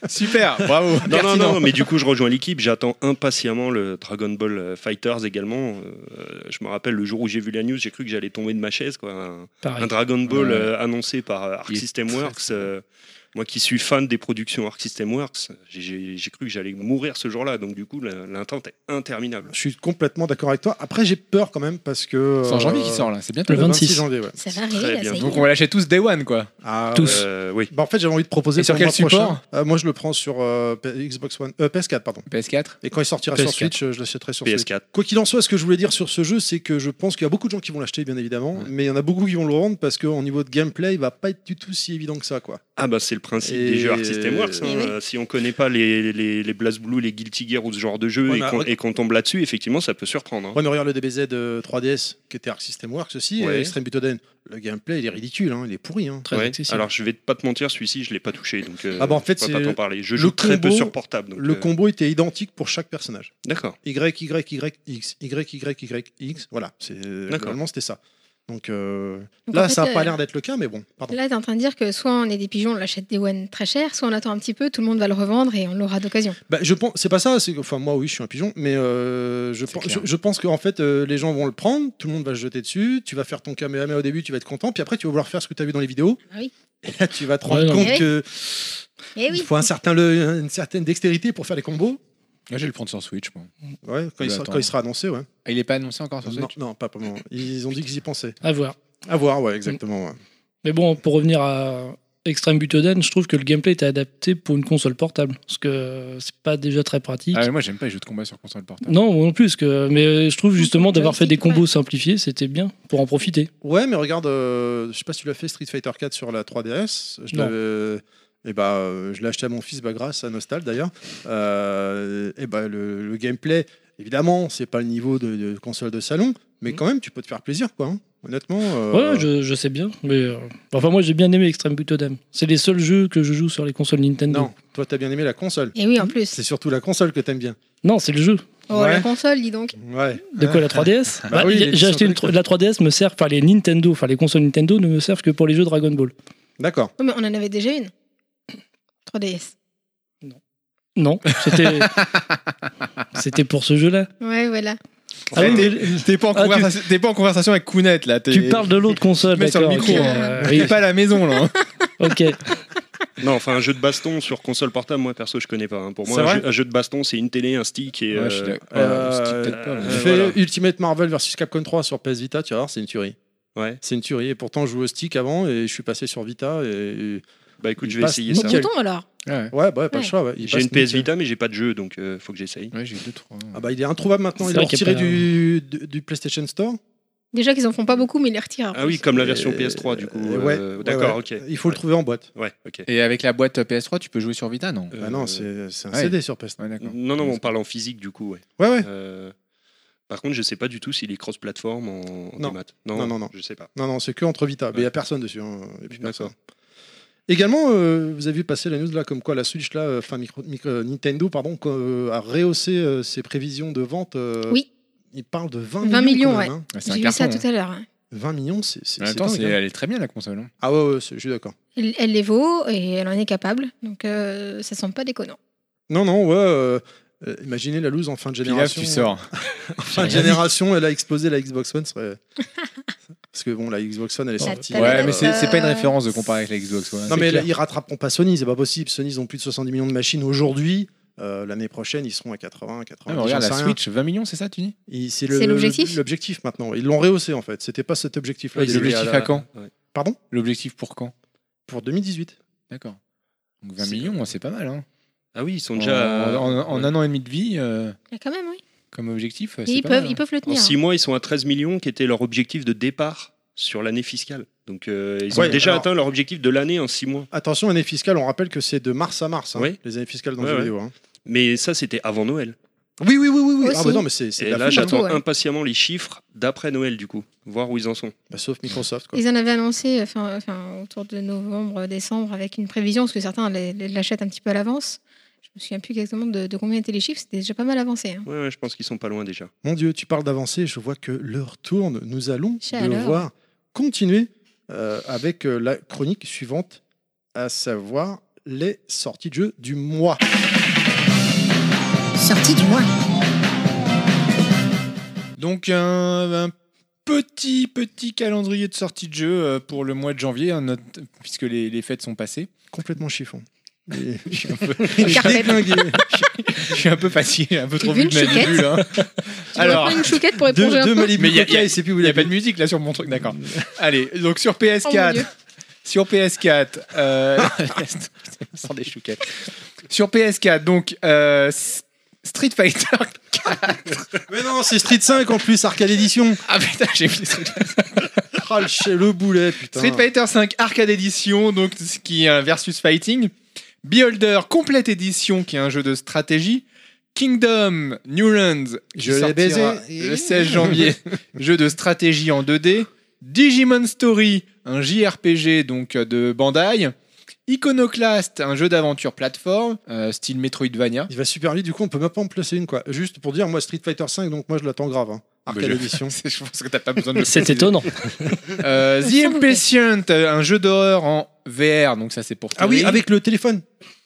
[SPEAKER 4] Super, bravo.
[SPEAKER 6] Non, non,
[SPEAKER 4] pertinent.
[SPEAKER 6] non, mais du coup, je rejoins l'équipe. J'attends impatiemment le Dragon Ball euh, Fighters également. Euh, je me rappelle le jour où j'ai vu la news, j'ai cru que j'allais tomber de ma chaise. Quoi. Un,
[SPEAKER 5] Pareil.
[SPEAKER 6] un Dragon Ball
[SPEAKER 4] Ouais.
[SPEAKER 6] euh, annoncé par euh, Arc
[SPEAKER 4] Il est
[SPEAKER 6] System
[SPEAKER 4] très,
[SPEAKER 6] Works.
[SPEAKER 4] très
[SPEAKER 6] euh, moi qui suis fan des productions Arc System Works, j'ai- j'ai j'ai cru que j'allais mourir ce jour-là. Donc, du coup, la- l'attente est interminable.
[SPEAKER 2] Je suis complètement d'accord avec toi. Après, j'ai peur quand même parce que. euh,
[SPEAKER 4] C'est en janvier qui sort là, c'est bientôt.
[SPEAKER 5] Le
[SPEAKER 2] Le
[SPEAKER 5] 26.
[SPEAKER 2] 26 janvier, ouais.
[SPEAKER 3] Ça va arriver,
[SPEAKER 6] Très
[SPEAKER 3] là,
[SPEAKER 6] bien.
[SPEAKER 3] ça y est.
[SPEAKER 4] Donc on va lâcher tous Day One quoi.
[SPEAKER 2] Ah,
[SPEAKER 5] Tous.
[SPEAKER 6] Euh, oui.
[SPEAKER 2] Bah, en fait, j'avais envie de proposer
[SPEAKER 4] Et sur
[SPEAKER 2] pour le
[SPEAKER 4] quel
[SPEAKER 2] mois prochain.
[SPEAKER 4] support
[SPEAKER 2] Euh, Moi, je le prends sur euh, P- Xbox One, euh, PS4, pardon.
[SPEAKER 4] PS4.
[SPEAKER 2] Et quand il sortira sur
[SPEAKER 5] PS4.
[SPEAKER 2] Switch, euh, je l'achèterai sur Switch.
[SPEAKER 6] PS4.
[SPEAKER 2] Quoi qu'il en soit, ce que je voulais dire sur ce jeu, c'est que je pense qu'il y a beaucoup de gens qui vont l'acheter, bien évidemment,
[SPEAKER 4] Ouais.
[SPEAKER 2] mais il y en a beaucoup qui vont le rendre parce qu'au niveau de gameplay, il va pas être du tout si évident que ça, quoi.
[SPEAKER 6] Ah bah c'est le principe
[SPEAKER 2] Et-
[SPEAKER 6] des jeux Arc System Works. hein.
[SPEAKER 3] Et oui.
[SPEAKER 6] Euh, Si on connaît pas les, les, les BlazBlue, les Guilty Gear ou ce genre de jeu
[SPEAKER 2] Ouais,
[SPEAKER 6] et
[SPEAKER 2] mais
[SPEAKER 6] qu'on-
[SPEAKER 2] re-
[SPEAKER 6] et qu'on tombe là-dessus, effectivement, ça peut surprendre. hein.
[SPEAKER 2] Ouais, mais regarde le DBZ euh, 3DS qui était Arc System Works aussi,
[SPEAKER 6] Ouais.
[SPEAKER 2] euh, Extreme Butoden. Le gameplay, il est ridicule, hein, il est pourri. hein.
[SPEAKER 5] Très
[SPEAKER 6] Ouais.
[SPEAKER 5] accessible.
[SPEAKER 6] Alors je vais pas te mentir, celui-ci je l'ai pas touché, donc euh,
[SPEAKER 2] Ah bah, en fait,
[SPEAKER 6] on va
[SPEAKER 2] c'est
[SPEAKER 6] pas t'en parler. Je
[SPEAKER 2] le
[SPEAKER 6] joue très peu
[SPEAKER 2] combo-
[SPEAKER 6] sur portable. donc,
[SPEAKER 2] Le
[SPEAKER 6] euh,
[SPEAKER 2] combo était identique pour chaque personnage.
[SPEAKER 6] D'accord.
[SPEAKER 2] Y, Y, Y, X, Y, Y, Y, X. Voilà, c'est globalement c'était ça. Donc euh,
[SPEAKER 3] Donc, en
[SPEAKER 2] là,
[SPEAKER 3] fait,
[SPEAKER 2] ça n'a pas
[SPEAKER 3] euh,
[SPEAKER 2] l'air d'être le cas, mais bon, pardon.
[SPEAKER 3] Là, t'es en train de dire que soit on est des pigeons, on l'achète des one très cher, soit on attend un petit peu, tout le monde va le revendre et on l'aura d'occasion.
[SPEAKER 2] Bah, je pense, c'est pas ça. C'est que- enfin moi oui, je suis un pigeon, mais euh, je,
[SPEAKER 4] C'est
[SPEAKER 2] pense, je,
[SPEAKER 4] clair.
[SPEAKER 2] je pense qu'en fait euh, les gens vont le prendre, tout le monde va se jeter dessus. Tu vas faire ton kamehameha au début, tu vas être content, puis après tu vas vouloir faire ce que tu as vu dans les vidéos.
[SPEAKER 3] Ah oui.
[SPEAKER 2] Et là tu vas te
[SPEAKER 5] Ouais,
[SPEAKER 2] rendre
[SPEAKER 5] non.
[SPEAKER 2] compte
[SPEAKER 3] Eh oui.
[SPEAKER 2] que
[SPEAKER 3] Eh
[SPEAKER 2] il
[SPEAKER 3] oui
[SPEAKER 2] faut un certain le- une certaine dextérité pour faire les combos.
[SPEAKER 4] Là, Ah, je vais le prendre sur Switch. Moi.
[SPEAKER 2] Ouais, quand,
[SPEAKER 4] Bah,
[SPEAKER 2] il sera,
[SPEAKER 4] attends.
[SPEAKER 2] quand il sera annoncé, ouais.
[SPEAKER 4] Ah, il est pas annoncé encore sur
[SPEAKER 2] Non,
[SPEAKER 4] Switch.
[SPEAKER 2] non, pas pour le moment. Ils ont dit qu'ils y pensaient.
[SPEAKER 5] À voir.
[SPEAKER 2] À voir, ouais, exactement. ouais.
[SPEAKER 5] Mais bon, pour revenir à Extreme Butoden, je trouve que le gameplay était adapté pour une console portable. Parce que c'est pas déjà très pratique.
[SPEAKER 4] Ah, mais moi j'aime pas les jeux de combat sur console portable.
[SPEAKER 5] Non, moi non plus. parce Que... Mais euh, je trouve justement d'avoir fait des
[SPEAKER 3] Joystick,
[SPEAKER 5] combos simplifiés, c'était bien pour en profiter.
[SPEAKER 2] Ouais, mais regarde, euh, je sais pas si tu l'as fait Street Fighter 4 sur la 3DS. Je
[SPEAKER 5] Non.
[SPEAKER 2] l'avais- eh ben, euh, je l'ai acheté à mon fils bah, grâce à Nostal d'ailleurs. Euh, eh ben, le, le gameplay, évidemment, c'est pas le niveau de, de console de salon, mais
[SPEAKER 5] Mhm.
[SPEAKER 2] quand même, tu peux te faire plaisir, quoi. hein. Honnêtement. euh,
[SPEAKER 5] Ouais, je, je sais bien. Mais euh, enfin, moi j'ai bien aimé Extreme Butoden. C'est les seuls jeux que je joue sur les consoles Nintendo.
[SPEAKER 2] Non, toi, t'as bien aimé la console.
[SPEAKER 3] Et Eh oui, en plus.
[SPEAKER 2] C'est surtout la console que t'aimes bien.
[SPEAKER 5] Non, c'est le jeu.
[SPEAKER 3] Oh,
[SPEAKER 2] Ouais.
[SPEAKER 3] la console, dis donc.
[SPEAKER 2] Ouais.
[SPEAKER 5] De quoi la 3DS
[SPEAKER 2] Bah
[SPEAKER 5] Bah,
[SPEAKER 2] oui,
[SPEAKER 5] j'ai-
[SPEAKER 2] l'édition
[SPEAKER 5] J'ai acheté une tro- la 3DS me sert, enfin les Nintendo, enfin les consoles Nintendo ne me servent que pour les jeux Dragon Ball.
[SPEAKER 2] D'accord.
[SPEAKER 3] Oh, mais on en avait déjà une. 3DS.
[SPEAKER 5] Non, c'était c'était pour ce jeu-là.
[SPEAKER 3] Ouais, voilà.
[SPEAKER 5] Ah oui,
[SPEAKER 4] t'es,
[SPEAKER 5] mais-
[SPEAKER 4] t'es pas en
[SPEAKER 5] Ah, tu-
[SPEAKER 4] conversa- t'es pas en conversation avec Kounet là. t'es-
[SPEAKER 5] Tu parles de l'autre console,
[SPEAKER 4] mets sur
[SPEAKER 5] d'accord.
[SPEAKER 4] le micro,
[SPEAKER 5] ok.
[SPEAKER 4] hein.
[SPEAKER 5] Euh,
[SPEAKER 4] T'es
[SPEAKER 5] oui,
[SPEAKER 4] pas à la maison là. hein.
[SPEAKER 5] ok.
[SPEAKER 6] Non, enfin un jeu de baston sur console portable, moi perso je connais pas. hein. Pour moi,
[SPEAKER 2] C'est
[SPEAKER 6] un
[SPEAKER 2] vrai
[SPEAKER 6] jeu, un jeu de baston c'est une télé, un stick et.
[SPEAKER 4] Ouais, je suis
[SPEAKER 6] euh,
[SPEAKER 4] d'accord.
[SPEAKER 2] Euh,
[SPEAKER 4] Ouais, c'est peut-être pas, mais-
[SPEAKER 2] Tu
[SPEAKER 6] euh,
[SPEAKER 2] fais
[SPEAKER 6] voilà.
[SPEAKER 2] Ultimate Marvel versus Capcom 3 sur PS Vita, tu vas voir, c'est une tuerie.
[SPEAKER 6] ouais.
[SPEAKER 2] C'est une tuerie. Et pourtant, je jouais au stick avant et je suis passé sur Vita. Et... et-
[SPEAKER 6] Bah écoute,
[SPEAKER 2] Il
[SPEAKER 6] je vais
[SPEAKER 2] passe
[SPEAKER 6] essayer
[SPEAKER 3] Bon
[SPEAKER 6] ça.
[SPEAKER 2] nickel.
[SPEAKER 3] bouton alors.
[SPEAKER 4] Ouais,
[SPEAKER 2] Ouais, bah, ouais, pas le
[SPEAKER 3] Ouais.
[SPEAKER 2] choix. ouais. Il
[SPEAKER 6] J'ai
[SPEAKER 2] passe
[SPEAKER 6] une PS
[SPEAKER 2] nickel.
[SPEAKER 6] Vita, mais j'ai pas de jeu, donc euh, faut que j'essaye.
[SPEAKER 4] ouais, j'ai deux trois.
[SPEAKER 2] Ah bah il est introuvable maintenant,
[SPEAKER 5] C'est
[SPEAKER 2] il est
[SPEAKER 5] vrai qu'il y a
[SPEAKER 2] retiré
[SPEAKER 5] pas-
[SPEAKER 2] du, du, du PlayStation Store.
[SPEAKER 3] Déjà qu'ils en font pas beaucoup, mais ils les retirent. en
[SPEAKER 6] Ah
[SPEAKER 3] plus.
[SPEAKER 6] oui, comme la version
[SPEAKER 2] Euh,
[SPEAKER 6] PS3 du coup.
[SPEAKER 2] euh,
[SPEAKER 6] euh,
[SPEAKER 2] ouais,
[SPEAKER 6] D'accord,
[SPEAKER 2] ouais,
[SPEAKER 6] ok.
[SPEAKER 2] Il faut le trouver en boîte.
[SPEAKER 6] Ouais, ok.
[SPEAKER 4] Et avec la boîte PS3, tu peux jouer sur Vita, non
[SPEAKER 2] Ah
[SPEAKER 6] Euh,
[SPEAKER 2] non, c'est c'est un
[SPEAKER 4] ouais.
[SPEAKER 2] CD sur PS3.
[SPEAKER 4] Ouais, d'accord.
[SPEAKER 6] Non, non, on parle en physique du coup, ouais.
[SPEAKER 2] Ouais, ouais.
[SPEAKER 6] Euh, Par contre, je sais pas du tout s'il est cross-platform en, en
[SPEAKER 2] Non.
[SPEAKER 6] démat.
[SPEAKER 2] Non, non, non.
[SPEAKER 6] Je sais pas.
[SPEAKER 2] Non, non, c'est que entre Vita. Mais il n'y a
[SPEAKER 6] Ouais.
[SPEAKER 2] personne dessus. hein. Et puis
[SPEAKER 6] D'accord.
[SPEAKER 2] personne. Également, euh, vous avez vu passer la news là, comme quoi la Switch, là, euh, enfin micro- micro- euh, Nintendo, pardon, co- euh, a rehaussé euh, ses prévisions de vente. euh,
[SPEAKER 3] Oui.
[SPEAKER 2] Il parle de 20, millions.
[SPEAKER 3] 20 millions,
[SPEAKER 2] quand même, hein.
[SPEAKER 4] Ouais, Ah, c'est
[SPEAKER 3] J'ai
[SPEAKER 4] un
[SPEAKER 3] vu ça
[SPEAKER 4] carton,
[SPEAKER 3] tout à l'heure. hein.
[SPEAKER 2] 20 millions, c'est. c'est-
[SPEAKER 4] En
[SPEAKER 2] c'est
[SPEAKER 4] même temps,
[SPEAKER 2] dingue,
[SPEAKER 4] c'est-
[SPEAKER 2] hein.
[SPEAKER 4] elle est très bien la console. hein.
[SPEAKER 2] Ah ouais, ouais, c'est- je suis d'accord.
[SPEAKER 3] Elle, elle les vaut et elle en est capable. Donc euh, ça semble pas déconnant.
[SPEAKER 2] Non, non, ouais. euh, euh, imaginez la loose en fin de
[SPEAKER 4] Puis là,
[SPEAKER 2] génération.
[SPEAKER 4] tu sors.
[SPEAKER 2] Fin de génération, elle a explosé la Xbox One. Serait... Parce que bon, la Xbox One, elle est
[SPEAKER 3] Ça
[SPEAKER 2] sortie.
[SPEAKER 3] t'a l'air
[SPEAKER 4] Ouais, mais c'est
[SPEAKER 3] d'être,
[SPEAKER 4] c'est pas une
[SPEAKER 3] euh,
[SPEAKER 4] référence de comparer avec la Xbox. ouais. Ah,
[SPEAKER 2] Non, mais
[SPEAKER 5] clair.
[SPEAKER 2] là, ils rattraperont pas Sony, c'est pas possible. Sony, ils ont plus de 70 millions de machines aujourd'hui. Euh, L'année prochaine, ils seront à 80,
[SPEAKER 4] Ah,
[SPEAKER 2] 80.
[SPEAKER 4] mais regarde la Switch, 20 millions, c'est ça, tu dis
[SPEAKER 2] C'est
[SPEAKER 3] C'est
[SPEAKER 2] le-
[SPEAKER 3] l'objectif
[SPEAKER 2] L'objectif maintenant. Ils l'ont rehaussé en fait. C'était pas cet objectif-là.
[SPEAKER 4] Ouais,
[SPEAKER 2] Ah, Ils
[SPEAKER 4] c'est
[SPEAKER 2] étaient
[SPEAKER 4] l'objectif
[SPEAKER 2] la-
[SPEAKER 4] à quand
[SPEAKER 6] Ouais.
[SPEAKER 2] Pardon
[SPEAKER 4] L'objectif pour quand
[SPEAKER 2] Pour 2018.
[SPEAKER 4] D'accord. Donc 20
[SPEAKER 6] C'est-
[SPEAKER 4] millions, c'est pas mal. Hein.
[SPEAKER 6] Ah oui, ils sont
[SPEAKER 4] En,
[SPEAKER 6] déjà.
[SPEAKER 4] en- en
[SPEAKER 6] ouais.
[SPEAKER 4] un an et demi de vie, euh,
[SPEAKER 3] Mais quand même, oui.
[SPEAKER 4] comme objectif, euh, c'est
[SPEAKER 3] Et ils
[SPEAKER 4] pas
[SPEAKER 3] peuvent,
[SPEAKER 4] mal, hein.
[SPEAKER 3] ils peuvent le
[SPEAKER 6] En
[SPEAKER 3] tenir. hein.
[SPEAKER 6] 6 mois, ils sont à 13 millions, qui était leur objectif de départ sur l'année fiscale. Donc, euh, ils ont
[SPEAKER 2] Ouais,
[SPEAKER 6] déjà
[SPEAKER 2] alors-
[SPEAKER 6] atteint leur objectif de l'année en 6 mois.
[SPEAKER 2] Attention, année fiscale, on rappelle que c'est de mars à mars, hein,
[SPEAKER 6] Oui.
[SPEAKER 2] les années fiscales dans
[SPEAKER 6] Ouais,
[SPEAKER 2] le jeu
[SPEAKER 6] ouais.
[SPEAKER 2] vidéo. hein.
[SPEAKER 6] Mais ça, c'était avant Noël.
[SPEAKER 2] Oui, oui, oui, oui. oui. Ah,
[SPEAKER 3] Aussi.
[SPEAKER 2] bah non, mais c'est c'est
[SPEAKER 6] Et
[SPEAKER 2] de la
[SPEAKER 6] là,
[SPEAKER 2] folie, hein.
[SPEAKER 6] j'attends
[SPEAKER 3] ouais.
[SPEAKER 6] impatiemment les chiffres d'après Noël, du coup, voir où ils en sont.
[SPEAKER 2] Bah, sauf Microsoft. Quoi.
[SPEAKER 3] Ils en avaient annoncé euh, fin- enfin, autour de novembre, euh, décembre, avec une prévision, parce que certains les- les- l'achètent un petit peu à l'avance. Je me souviens plus exactement de, de combien étaient les chiffres, c'était déjà pas mal avancé. hein.
[SPEAKER 6] Ouais, ouais, je pense qu'ils sont pas loin déjà.
[SPEAKER 2] Mon Dieu, tu parles d'avancer, je vois que l'heure tourne. Nous allons
[SPEAKER 3] Chaleur.
[SPEAKER 2] devoir continuer euh, avec euh, la chronique suivante, à savoir les sorties de jeux du mois.
[SPEAKER 7] Sortie du mois.
[SPEAKER 4] Donc un, un petit petit calendrier de sortie de jeu euh, pour le mois de janvier, hein, notre- puisque les, les fêtes sont passées.
[SPEAKER 2] Complètement chiffon. Et-
[SPEAKER 4] Je suis un peu,
[SPEAKER 7] Carpet.
[SPEAKER 2] Déglingué.
[SPEAKER 4] je suis un peu fatigué, un peu trop
[SPEAKER 3] Tu veux une
[SPEAKER 4] vu de mandibule. hein.
[SPEAKER 3] Tu pourrais
[SPEAKER 4] Alors,
[SPEAKER 3] prendre une chouquette pour éponger
[SPEAKER 2] Deux,
[SPEAKER 3] un
[SPEAKER 2] deux
[SPEAKER 3] peu
[SPEAKER 2] Malibu
[SPEAKER 4] Mais il y a-
[SPEAKER 2] Coca,
[SPEAKER 4] il y a-
[SPEAKER 2] et c'est plus où
[SPEAKER 4] il n'y
[SPEAKER 2] la
[SPEAKER 4] a pas de
[SPEAKER 2] vie.
[SPEAKER 4] musique là sur mon truc, d'accord. Allez, donc sur
[SPEAKER 3] Oh mon
[SPEAKER 4] PS4,
[SPEAKER 3] Dieu.
[SPEAKER 4] sur PS4, euh, sans des chouquettes. Sur PS4, donc euh, S- Street Fighter.
[SPEAKER 2] Mais non, c'est Street 5 en plus, arcade édition.
[SPEAKER 4] Ah putain, j'ai mis Street
[SPEAKER 2] Ah, le ch- le boulet, putain.
[SPEAKER 4] Street Fighter 5 Arcade Edition, donc ce qui est un versus fighting. Beholder Complète Edition, qui est un jeu de stratégie. Kingdom Newlands, qui
[SPEAKER 2] Je l'ai
[SPEAKER 4] sortira
[SPEAKER 2] baisé.
[SPEAKER 4] le 16 janvier, jeu de stratégie en 2D. Digimon Story, un JRPG donc euh, de Bandai. Iconoclast, un jeu d'aventure plateforme, euh, style Metroidvania.
[SPEAKER 2] Il va super vite, du coup, on peut même pas en placer une, quoi. Juste pour dire, moi, Street Fighter 5, donc moi, je l'attends grave. hein. Arcade
[SPEAKER 4] Bah, je-
[SPEAKER 2] édition.
[SPEAKER 4] Je pense que t'as pas besoin de le
[SPEAKER 5] C'est
[SPEAKER 4] préciser.
[SPEAKER 5] étonnant.
[SPEAKER 4] Euh, The
[SPEAKER 3] Ça vous plaît.
[SPEAKER 4] Impatient, euh, un jeu d'horreur en VR, donc ça c'est pour
[SPEAKER 2] Ah oui,
[SPEAKER 4] Terry.
[SPEAKER 2] avec le téléphone.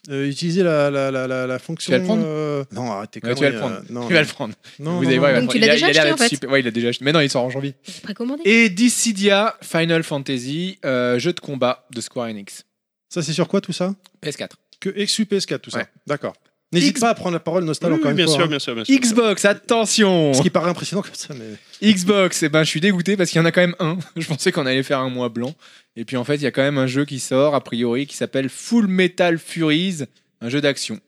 [SPEAKER 2] Euh, utiliser la, la, la, la, la fonction.
[SPEAKER 4] vas le prendre
[SPEAKER 2] euh, Non, arrêtez.
[SPEAKER 4] Ouais, tu vas le prendre.
[SPEAKER 2] non,
[SPEAKER 4] Tu vas le prendre.
[SPEAKER 2] non,
[SPEAKER 4] euh, Vous
[SPEAKER 2] non,
[SPEAKER 4] allez voir, il va
[SPEAKER 3] Donc
[SPEAKER 4] prendre-
[SPEAKER 3] tu l'as
[SPEAKER 4] il a-
[SPEAKER 3] déjà
[SPEAKER 4] il a
[SPEAKER 3] acheté,
[SPEAKER 4] l'air
[SPEAKER 3] en
[SPEAKER 4] d'être
[SPEAKER 3] fait.
[SPEAKER 4] super- Ouais, il l'a déjà acheté. Mais non, il sort en janvier.
[SPEAKER 3] Précommandé.
[SPEAKER 4] Et Dissidia, Final Fantasy, euh, jeu de combat de Square Enix.
[SPEAKER 2] Ça, c'est sur quoi tout ça
[SPEAKER 4] PS4.
[SPEAKER 2] Que XUPS4, tout ça.
[SPEAKER 4] Ouais.
[SPEAKER 2] D'accord. N'hésite
[SPEAKER 4] X-
[SPEAKER 2] pas à prendre la parole, Nostal,
[SPEAKER 6] Oui, oui,
[SPEAKER 2] encore une
[SPEAKER 6] bien,
[SPEAKER 2] fois.
[SPEAKER 6] sûr,
[SPEAKER 2] hein.
[SPEAKER 6] bien sûr, bien sûr, bien sûr.
[SPEAKER 4] Xbox, attention
[SPEAKER 2] Ce qui paraît impressionnant comme ça, mais.
[SPEAKER 4] Xbox, eh ben, je suis dégoûté parce qu'il y en a quand même un. Je pensais qu'on allait faire un mois blanc. Et puis en fait, il y a quand même un jeu qui sort, a priori, qui s'appelle Full Metal Furies, un jeu d'action.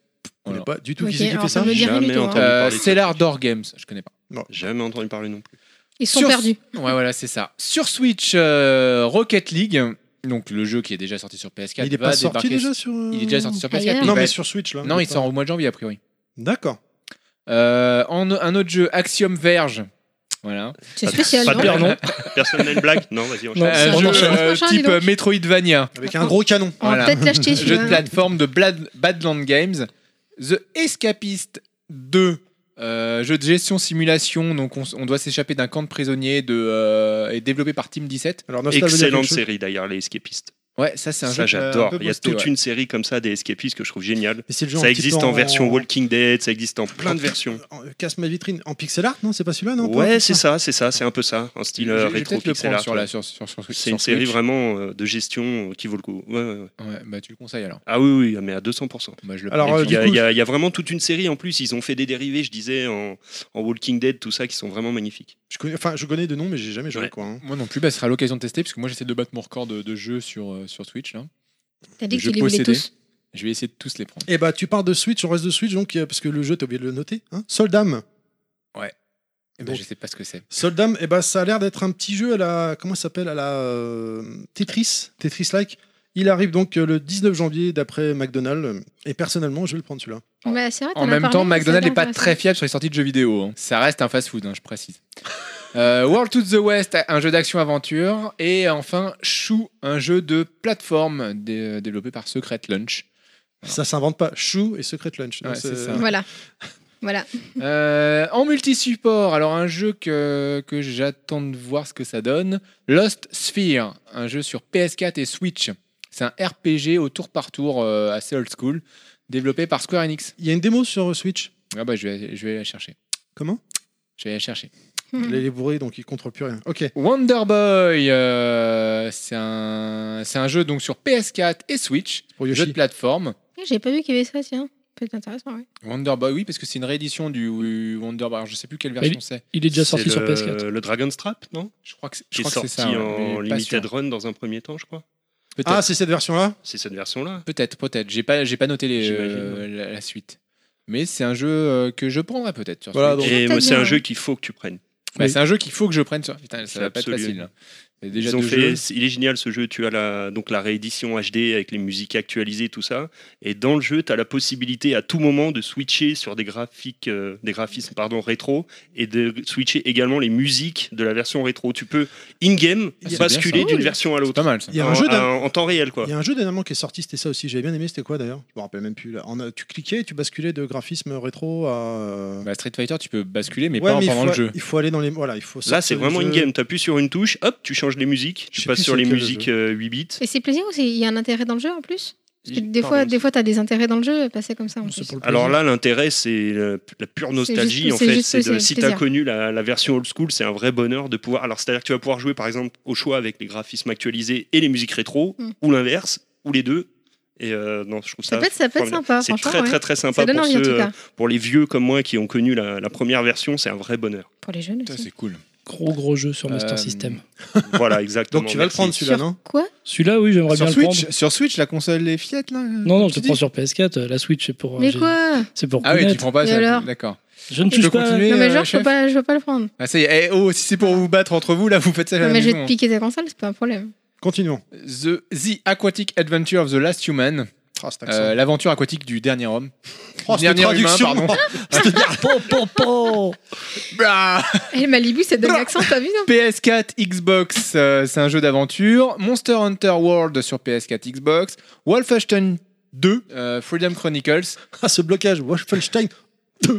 [SPEAKER 2] On n'est
[SPEAKER 4] Voilà.
[SPEAKER 2] pas du tout
[SPEAKER 3] Ok,
[SPEAKER 2] qui c'est qui
[SPEAKER 3] alors,
[SPEAKER 2] fait ça.
[SPEAKER 3] me dit rien
[SPEAKER 6] Jamais
[SPEAKER 3] du tout, hein.
[SPEAKER 6] entendu.
[SPEAKER 4] Euh,
[SPEAKER 6] parler de
[SPEAKER 4] Cellar Door Games, je connais pas.
[SPEAKER 6] Jamais entendu parler non plus.
[SPEAKER 3] Ils sont
[SPEAKER 4] Sur-
[SPEAKER 3] perdus.
[SPEAKER 4] Ouais, voilà, c'est ça. Sur Switch, euh, Rocket League, donc le jeu qui est déjà sorti sur PS4.
[SPEAKER 2] Il est
[SPEAKER 4] va
[SPEAKER 2] pas sorti
[SPEAKER 4] débarquer
[SPEAKER 2] déjà sur. euh,
[SPEAKER 4] Il est déjà sorti sur PS4.
[SPEAKER 3] Ailleurs.
[SPEAKER 4] il
[SPEAKER 2] Non,
[SPEAKER 4] va
[SPEAKER 2] mais
[SPEAKER 4] être-
[SPEAKER 2] sur Switch,
[SPEAKER 3] Hein,
[SPEAKER 2] là.
[SPEAKER 4] non, il sort au mois de janvier, a priori.
[SPEAKER 2] D'accord.
[SPEAKER 4] Euh, en- un autre jeu, Axiom Verge. Voilà.
[SPEAKER 3] C'est spécial.
[SPEAKER 6] Pas de
[SPEAKER 3] non
[SPEAKER 5] peur, non
[SPEAKER 6] Personne n'a une blague Non, vas-y, on
[SPEAKER 5] Non.
[SPEAKER 6] cherche.
[SPEAKER 4] Euh,
[SPEAKER 5] on
[SPEAKER 4] jeu,
[SPEAKER 5] en cherche.
[SPEAKER 4] euh,
[SPEAKER 3] Machin, dis
[SPEAKER 4] type
[SPEAKER 3] donc.
[SPEAKER 4] euh, Metroidvania.
[SPEAKER 2] Avec un gros canon.
[SPEAKER 3] On va
[SPEAKER 4] Voilà.
[SPEAKER 3] peut-être l'acheter
[SPEAKER 4] Jeu de
[SPEAKER 3] celui-là.
[SPEAKER 4] plateforme de Blad- Badland Games. The Escapist 2. euh, jeu de gestion simulation, donc on, s- on doit s'échapper d'un camp de prisonniers de, euh, et développé par Team 17.
[SPEAKER 2] Alors, Nostal, Ah, veut dire
[SPEAKER 6] Excellente
[SPEAKER 2] quelque chose
[SPEAKER 6] série d'ailleurs, les escapistes.
[SPEAKER 4] Ouais, ça c'est un
[SPEAKER 6] Ça,
[SPEAKER 4] jeu. euh, un
[SPEAKER 6] j'adore.
[SPEAKER 4] peu
[SPEAKER 6] Il y a
[SPEAKER 4] posté,
[SPEAKER 6] toute
[SPEAKER 4] ouais.
[SPEAKER 6] une série comme ça des escapistes que je trouve géniale.
[SPEAKER 2] Mais c'est le genre
[SPEAKER 6] Ça
[SPEAKER 2] un petit
[SPEAKER 6] existe
[SPEAKER 2] peu
[SPEAKER 6] en version Walking Dead, ça existe en plein de versions.
[SPEAKER 2] en- euh, Casse ma vitrine en pixel art, non C'est pas celui-là, non
[SPEAKER 6] Ouais,
[SPEAKER 2] pas- Ah,
[SPEAKER 6] c'est ça, c'est ça, c'est un peu ça, en
[SPEAKER 4] Je
[SPEAKER 6] style
[SPEAKER 4] vais-
[SPEAKER 6] euh,
[SPEAKER 4] je vais
[SPEAKER 6] rétro
[SPEAKER 4] peut-être le
[SPEAKER 6] pixel
[SPEAKER 4] prendre
[SPEAKER 6] art.
[SPEAKER 4] sur
[SPEAKER 6] ouais.
[SPEAKER 4] la sur, sur, sur,
[SPEAKER 6] C'est
[SPEAKER 4] sur
[SPEAKER 6] une série
[SPEAKER 4] Switch.
[SPEAKER 6] vraiment euh, de gestion euh, qui vaut le coup. Ouais, ouais, ouais.
[SPEAKER 4] Ouais, bah tu le conseilles alors.
[SPEAKER 6] Ah oui, oui, mais à 200%.
[SPEAKER 4] Bah, je le
[SPEAKER 2] Alors,
[SPEAKER 4] prends.
[SPEAKER 2] euh,
[SPEAKER 6] Il y, a,
[SPEAKER 2] Du coup,
[SPEAKER 6] il y a- il y a vraiment toute une série en plus. Ils ont fait des dérivés, je disais, en, en Walking Dead, tout ça, qui sont vraiment magnifiques.
[SPEAKER 2] Je connais, enfin, je connais de nom, mais j'ai jamais joué,
[SPEAKER 6] Ouais.
[SPEAKER 2] quoi. hein.
[SPEAKER 4] Moi non plus, bah, ce sera l'occasion de tester, parce que moi j'essaie de battre mon record de, de jeux sur, euh, sur Twitch. Là.
[SPEAKER 3] T'as dit que
[SPEAKER 4] Je
[SPEAKER 3] tu les voulais
[SPEAKER 4] possédais.
[SPEAKER 3] tous.
[SPEAKER 4] Je vais essayer de tous les prendre.
[SPEAKER 2] Eh bah, tu pars de Switch, on reste de Switch, donc, euh, parce que le jeu, t'as oublié de le noter. Hein Soldam.
[SPEAKER 4] Eh ben,
[SPEAKER 2] Donc-
[SPEAKER 4] je sais pas ce que c'est.
[SPEAKER 2] Soldam, eh bah, ça a l'air d'être un petit jeu à la. Comment ça s'appelle À la euh, Tetris. Tetris-like. Il arrive donc euh, le 19 janvier d'après McDonald's. euh, Et personnellement, je vais le prendre celui-là.
[SPEAKER 3] Bah, c'est vrai, t'en as
[SPEAKER 4] En même
[SPEAKER 3] parlé,
[SPEAKER 4] temps,
[SPEAKER 3] mais ça a
[SPEAKER 4] McDonald's
[SPEAKER 3] l'air
[SPEAKER 4] n'est pas
[SPEAKER 3] intéressant.
[SPEAKER 4] très fiable sur les sorties de jeux vidéo. hein. Ça reste un fast-food, hein, je précise. Euh, World to the West, un jeu d'action-aventure. Et enfin, Chou, un jeu de plateforme dé- développé par Secret Lunch.
[SPEAKER 2] Ça s'invente pas. Chou et Secret Lunch. Donc,
[SPEAKER 4] Ah. Ouais, c'est
[SPEAKER 2] c'est-
[SPEAKER 4] ça.
[SPEAKER 3] Voilà. Voilà.
[SPEAKER 4] Euh, en multi-support, alors un jeu que, que j'attends de voir ce que ça donne. Lost Sphere, un jeu sur PS4 et Switch. C'est un RPG au tour par tour euh, assez old school, développé par Square Enix.
[SPEAKER 2] Il y a une démo sur euh, Switch.
[SPEAKER 4] Ah bah je vais, je vais la chercher.
[SPEAKER 2] Comment
[SPEAKER 4] Je vais la chercher.
[SPEAKER 2] Il est bourré, donc il contrôle plus rien. Ok.
[SPEAKER 4] Wonder Boy, euh, c'est un, c'est un jeu donc sur PS4 et Switch,
[SPEAKER 2] Pour
[SPEAKER 4] jeu de
[SPEAKER 2] Yoshi.
[SPEAKER 4] plateforme.
[SPEAKER 3] J'ai pas vu qu'il y avait ça, tiens. Peut-être intéressant, ouais.
[SPEAKER 4] Wonder Boy, oui, parce que c'est une réédition du Wonder Boy. Alors, Je sais plus quelle version c'est.
[SPEAKER 5] Il est déjà
[SPEAKER 6] C'est
[SPEAKER 5] sorti
[SPEAKER 6] le,
[SPEAKER 5] sur PS4.
[SPEAKER 6] Le Dragon Strap, non
[SPEAKER 4] Je crois que c'est
[SPEAKER 6] Qui
[SPEAKER 4] je
[SPEAKER 6] est
[SPEAKER 4] crois que
[SPEAKER 6] sorti
[SPEAKER 4] c'est ça. ouais, mais
[SPEAKER 6] en
[SPEAKER 4] pas
[SPEAKER 6] Limited
[SPEAKER 4] sûr.
[SPEAKER 6] Run dans un premier temps, je crois.
[SPEAKER 4] Peut-être.
[SPEAKER 2] Ah, c'est cette version-là
[SPEAKER 6] C'est cette version-là.
[SPEAKER 4] Peut-être, peut-être. J'ai pas, j'ai pas noté les,
[SPEAKER 6] J'imagine,
[SPEAKER 4] euh, la, la suite. Mais c'est un jeu euh, que je prendrai peut-être. sur
[SPEAKER 2] Voilà,
[SPEAKER 4] Switch.
[SPEAKER 2] donc-
[SPEAKER 6] Et moi,
[SPEAKER 3] Peut-être
[SPEAKER 6] c'est
[SPEAKER 3] bien,
[SPEAKER 6] un
[SPEAKER 3] ouais.
[SPEAKER 6] jeu qu'il faut que tu prennes.
[SPEAKER 4] Bah,
[SPEAKER 2] Oui.
[SPEAKER 4] C'est un jeu qu'il faut que je prenne sur. Putain, ça va pas être
[SPEAKER 6] Absolument.
[SPEAKER 4] facile. là. Il y a déjà
[SPEAKER 6] Ils ont
[SPEAKER 4] deux
[SPEAKER 6] fait-
[SPEAKER 4] jeux.
[SPEAKER 6] c'est- il est génial ce jeu, tu as la, donc la réédition HD avec les musiques actualisées, tout ça. Et dans le jeu, tu as la possibilité à tout moment de switcher sur des graphiques, euh, des graphismes pardon, rétro et de switcher également les musiques de la version rétro. Tu peux in-game
[SPEAKER 2] Il y a-
[SPEAKER 4] C'est
[SPEAKER 6] basculer
[SPEAKER 4] bien ça.
[SPEAKER 6] d'une version à
[SPEAKER 4] C'est
[SPEAKER 6] l'autre.
[SPEAKER 4] pas mal ça.
[SPEAKER 2] Il y a
[SPEAKER 6] en,
[SPEAKER 2] un jeu d'un-
[SPEAKER 6] en- en temps réel, quoi.
[SPEAKER 2] Il y a un jeu dernièrement qui est sorti, c'était ça aussi. J'avais bien aimé, c'était quoi d'ailleurs Je me rappelle même plus. là. En, euh, tu cliquais, tu basculais de graphisme rétro à. euh,
[SPEAKER 4] Bah, Street Fighter, tu peux basculer, mais
[SPEAKER 2] ouais,
[SPEAKER 4] pas
[SPEAKER 2] mais il
[SPEAKER 4] pendant
[SPEAKER 2] faut,
[SPEAKER 4] le jeu.
[SPEAKER 2] Il faut aller dans les. Voilà, il faut.
[SPEAKER 6] Là,
[SPEAKER 2] sortir
[SPEAKER 6] c'est
[SPEAKER 2] du
[SPEAKER 6] vraiment
[SPEAKER 2] jeu.
[SPEAKER 6] in-game. Tu appuies sur une touche, hop, tu changes les musiques,
[SPEAKER 2] Je
[SPEAKER 6] tu
[SPEAKER 2] sais
[SPEAKER 6] passes
[SPEAKER 2] plus
[SPEAKER 6] sur
[SPEAKER 2] c'est
[SPEAKER 6] les
[SPEAKER 2] quel
[SPEAKER 6] musiques
[SPEAKER 2] jeu.
[SPEAKER 6] euh, 8 bits.
[SPEAKER 3] Et c'est plaisir aussi, il y a un intérêt dans le jeu en plus. Parce que des
[SPEAKER 6] Pardon,
[SPEAKER 3] fois, des fois, t'as des intérêts dans le jeu, passer comme ça en
[SPEAKER 2] C'est
[SPEAKER 3] plus.
[SPEAKER 2] pour le
[SPEAKER 6] Alors
[SPEAKER 2] plaisir.
[SPEAKER 6] là, l'intérêt, c'est la, la pure nostalgie,
[SPEAKER 3] juste-
[SPEAKER 6] en
[SPEAKER 3] c'est
[SPEAKER 6] fait.
[SPEAKER 3] juste
[SPEAKER 6] C'est
[SPEAKER 3] aussi
[SPEAKER 6] de-
[SPEAKER 3] le
[SPEAKER 6] si
[SPEAKER 3] plaisir.
[SPEAKER 6] t'as connu la, la version old school, c'est un vrai bonheur de pouvoir. Alors, c'est-à-dire que tu vas pouvoir jouer, par exemple, au choix avec les graphismes actualisés et les musiques rétro,
[SPEAKER 3] Mm.
[SPEAKER 6] ou l'inverse, ou les deux. Et euh, non, je trouve ça.
[SPEAKER 3] Ça, peut être, ça peut être
[SPEAKER 6] formidable.
[SPEAKER 3] sympa,
[SPEAKER 6] C'est
[SPEAKER 3] franchement.
[SPEAKER 6] très,
[SPEAKER 3] ouais.
[SPEAKER 6] très, très sympa
[SPEAKER 3] ça donne
[SPEAKER 6] pour,
[SPEAKER 3] envie en
[SPEAKER 6] ceux,
[SPEAKER 3] tout
[SPEAKER 6] euh,
[SPEAKER 3] cas.
[SPEAKER 6] pour les vieux comme moi qui ont connu la, la première version. C'est un vrai bonheur.
[SPEAKER 3] Pour les jeunes
[SPEAKER 4] Putain,
[SPEAKER 3] aussi.
[SPEAKER 4] C'est cool.
[SPEAKER 5] Gros gros jeu sur Master
[SPEAKER 4] Euh,
[SPEAKER 5] System.
[SPEAKER 6] voilà, exactement.
[SPEAKER 2] Donc tu vas le
[SPEAKER 6] merci.
[SPEAKER 2] prendre celui-là, non
[SPEAKER 3] Quoi
[SPEAKER 5] Celui-là, oui, j'aimerais bien
[SPEAKER 4] Sur
[SPEAKER 5] le
[SPEAKER 4] Switch,
[SPEAKER 5] prendre.
[SPEAKER 4] sur Switch, la console est fillette là
[SPEAKER 5] Non, non,
[SPEAKER 4] tu
[SPEAKER 5] je le
[SPEAKER 4] dis
[SPEAKER 5] prends sur PS4. euh, La Switch, c'est pour. euh,
[SPEAKER 3] Mais
[SPEAKER 5] j'ai-
[SPEAKER 3] quoi
[SPEAKER 5] C'est pour
[SPEAKER 4] Ah oui, tu
[SPEAKER 5] connaître.
[SPEAKER 4] prends pas
[SPEAKER 3] Et
[SPEAKER 4] ça.
[SPEAKER 3] alors
[SPEAKER 4] D'accord.
[SPEAKER 5] Je ne
[SPEAKER 4] Tu peux
[SPEAKER 5] touche pas.
[SPEAKER 4] continuer
[SPEAKER 3] Non, mais
[SPEAKER 4] euh,
[SPEAKER 3] genre, je
[SPEAKER 4] chef
[SPEAKER 3] peux pas, je peux pas le prendre.
[SPEAKER 4] Ah, ça y est. Eh, oh, si c'est pour vous battre entre vous, là, vous faites ça. à la
[SPEAKER 3] Non, mais je vais
[SPEAKER 4] maison.
[SPEAKER 3] te piquer ta console, c'est pas un problème.
[SPEAKER 2] Continuons.
[SPEAKER 4] The, the Aquatic Adventure of the Last Human,
[SPEAKER 2] Ah, cet accent.
[SPEAKER 4] euh, l'aventure aquatique du dernier homme.
[SPEAKER 2] Oh, cette
[SPEAKER 4] dernier humain,
[SPEAKER 2] traduction.
[SPEAKER 4] pardon.
[SPEAKER 5] Oh
[SPEAKER 4] Blah
[SPEAKER 3] Et le Eh, Malibu, ça donne l'accent, t'as vu non
[SPEAKER 4] PS4, Xbox, euh, c'est un jeu d'aventure. Monster Hunter World sur PS4, Xbox. Wolfenstein 2, euh, Freedom Chronicles.
[SPEAKER 2] Ah, ce blocage, Wolfenstein.
[SPEAKER 4] Je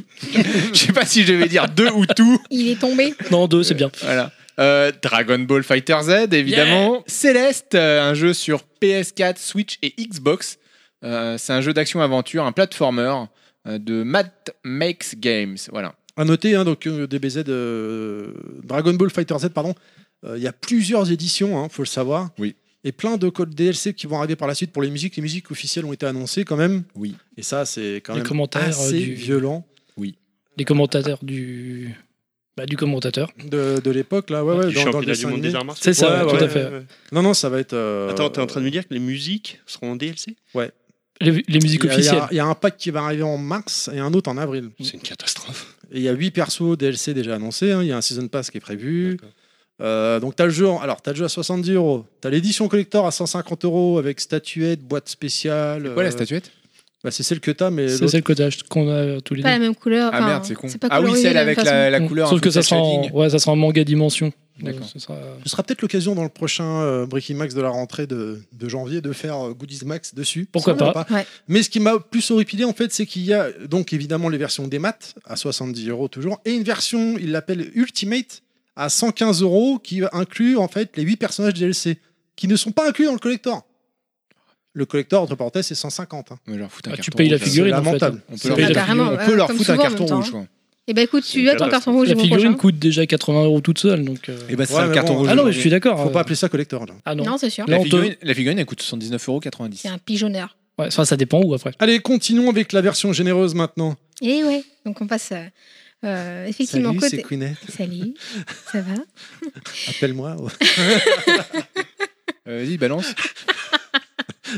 [SPEAKER 4] sais pas si je vais dire 2 ou tout.
[SPEAKER 3] Il est tombé.
[SPEAKER 5] Non, deux, c'est bien.
[SPEAKER 4] Voilà. Euh, Dragon Ball Fighter Z, évidemment. Céleste, euh, un jeu sur PS4, Switch et Xbox. Euh, c'est un jeu d'action-aventure, un platformer euh, de Matt Makes Games. Voilà.
[SPEAKER 2] À noter, hein, donc euh, DBZ, euh, Dragon Ball Fighter Z, pardon. euh, Il y a plusieurs éditions, hein, faut le savoir.
[SPEAKER 4] Oui.
[SPEAKER 2] Et plein de codes DLC qui vont arriver par la suite pour les musiques. Les musiques officielles ont été annoncées quand même.
[SPEAKER 4] Oui.
[SPEAKER 2] Et ça, c'est quand
[SPEAKER 5] Les
[SPEAKER 2] même
[SPEAKER 5] commentaires, euh,
[SPEAKER 2] assez
[SPEAKER 5] du-
[SPEAKER 2] violent
[SPEAKER 5] Les commentateurs du. Bah, du commentateur.
[SPEAKER 2] de, de l'époque là. Ouais, ouais,
[SPEAKER 6] Du
[SPEAKER 2] dans, dans le
[SPEAKER 6] championnat du
[SPEAKER 2] dessin
[SPEAKER 6] monde
[SPEAKER 2] animé.
[SPEAKER 6] des arts martiaux.
[SPEAKER 5] C'est
[SPEAKER 6] Euh,
[SPEAKER 5] ça,
[SPEAKER 2] Ouais,
[SPEAKER 5] tout
[SPEAKER 2] ouais,
[SPEAKER 5] à fait.
[SPEAKER 2] ouais, ouais. Non, non, ça va être. euh,
[SPEAKER 6] Attends, t'es en train de me dire que les musiques seront en DLC
[SPEAKER 5] Les, les musiques
[SPEAKER 2] il y a- il y a-
[SPEAKER 5] officielles.
[SPEAKER 2] Il y, a un pack qui va arriver en mars et un autre en avril.
[SPEAKER 6] C'est une catastrophe.
[SPEAKER 2] Et il y a 8 persos DLC déjà annoncés. hein. Il y a un season pass qui est prévu. Euh, donc t'as le jeu, en- alors t'as le jeu à 70 euros, t'as l'édition collector à 150 euros avec statuette, boîte spéciale.
[SPEAKER 4] Quoi la
[SPEAKER 2] euh,
[SPEAKER 4] statuette
[SPEAKER 2] bah, C'est celle que t'as, mais
[SPEAKER 5] C'est
[SPEAKER 2] l'autre-
[SPEAKER 5] celle que t'as acheté- qu'on a tous les
[SPEAKER 3] Pas la
[SPEAKER 5] deux.
[SPEAKER 3] même couleur.
[SPEAKER 4] Ah
[SPEAKER 3] enfin,
[SPEAKER 4] merde, c'est con.
[SPEAKER 3] pas
[SPEAKER 4] Ah oui,
[SPEAKER 3] colorisé de
[SPEAKER 4] celle
[SPEAKER 3] la
[SPEAKER 4] avec
[SPEAKER 3] même façon.
[SPEAKER 4] la, la couleur.
[SPEAKER 5] Sauf
[SPEAKER 4] un
[SPEAKER 5] que
[SPEAKER 4] peu
[SPEAKER 5] ça sera, en,
[SPEAKER 4] shading.
[SPEAKER 5] ouais, ça sera en manga dimension. Donc,
[SPEAKER 4] D'accord.
[SPEAKER 5] ça sera-
[SPEAKER 2] ce sera peut-être l'occasion dans le prochain euh, Breaking Max de la rentrée de, de janvier de faire euh, Goodies Max dessus.
[SPEAKER 5] Pourquoi
[SPEAKER 2] Ça va
[SPEAKER 5] pas.
[SPEAKER 3] Ouais.
[SPEAKER 2] Mais ce qui m'a plus horripilé en fait, c'est qu'il y a donc évidemment les versions des maths à 70 euros toujours et une version, il l'appelle Ultimate à 115 euros qui inclut en fait les 8 personnages DLC qui ne sont pas inclus dans le collector. Le collector entre parenthèses c'est 150. hein.
[SPEAKER 4] Mais genre, foutre un
[SPEAKER 5] Ah, tu
[SPEAKER 4] carton
[SPEAKER 5] payes la
[SPEAKER 4] rouge, là.
[SPEAKER 2] C'est
[SPEAKER 5] figurine en fait.
[SPEAKER 2] lamentable.
[SPEAKER 4] On peut
[SPEAKER 5] C'est
[SPEAKER 4] leur,
[SPEAKER 5] payé
[SPEAKER 4] foutre-
[SPEAKER 5] la
[SPEAKER 3] carrément,
[SPEAKER 4] on
[SPEAKER 3] ouais,
[SPEAKER 4] peut leur
[SPEAKER 3] comme
[SPEAKER 4] foutre un
[SPEAKER 3] souvent, en
[SPEAKER 4] carton
[SPEAKER 3] même temps,
[SPEAKER 4] rouge. quoi.
[SPEAKER 3] Et bah écoute,
[SPEAKER 6] une
[SPEAKER 3] tu as ton
[SPEAKER 6] catastrophe.
[SPEAKER 3] carton rouge
[SPEAKER 5] La
[SPEAKER 3] le mois prochain.
[SPEAKER 5] figurine coûte déjà 80 euros toute seule. Donc, euh,
[SPEAKER 4] Et bah,
[SPEAKER 2] c'est un carton rouge
[SPEAKER 5] Ah non, mais je suis d'accord.
[SPEAKER 2] Faut
[SPEAKER 5] euh,
[SPEAKER 2] pas appeler ça collector là.
[SPEAKER 5] Ah non.
[SPEAKER 3] Non, c'est sûr.
[SPEAKER 5] Là,
[SPEAKER 4] La
[SPEAKER 5] on te-
[SPEAKER 4] figurine, la figurine, elle coûte 79,90€.
[SPEAKER 3] C'est un pigeonneur.
[SPEAKER 5] Ouais, ça, ça dépend où après.
[SPEAKER 2] Allez, continuons avec la version généreuse maintenant.
[SPEAKER 3] Et Eh ouais, donc on passe euh, euh, effectivement
[SPEAKER 2] Salut, c'est
[SPEAKER 3] côté.
[SPEAKER 2] Queenette.
[SPEAKER 3] Salut, ça va
[SPEAKER 2] Appelle-moi au
[SPEAKER 4] Euh, Vas-y, balance.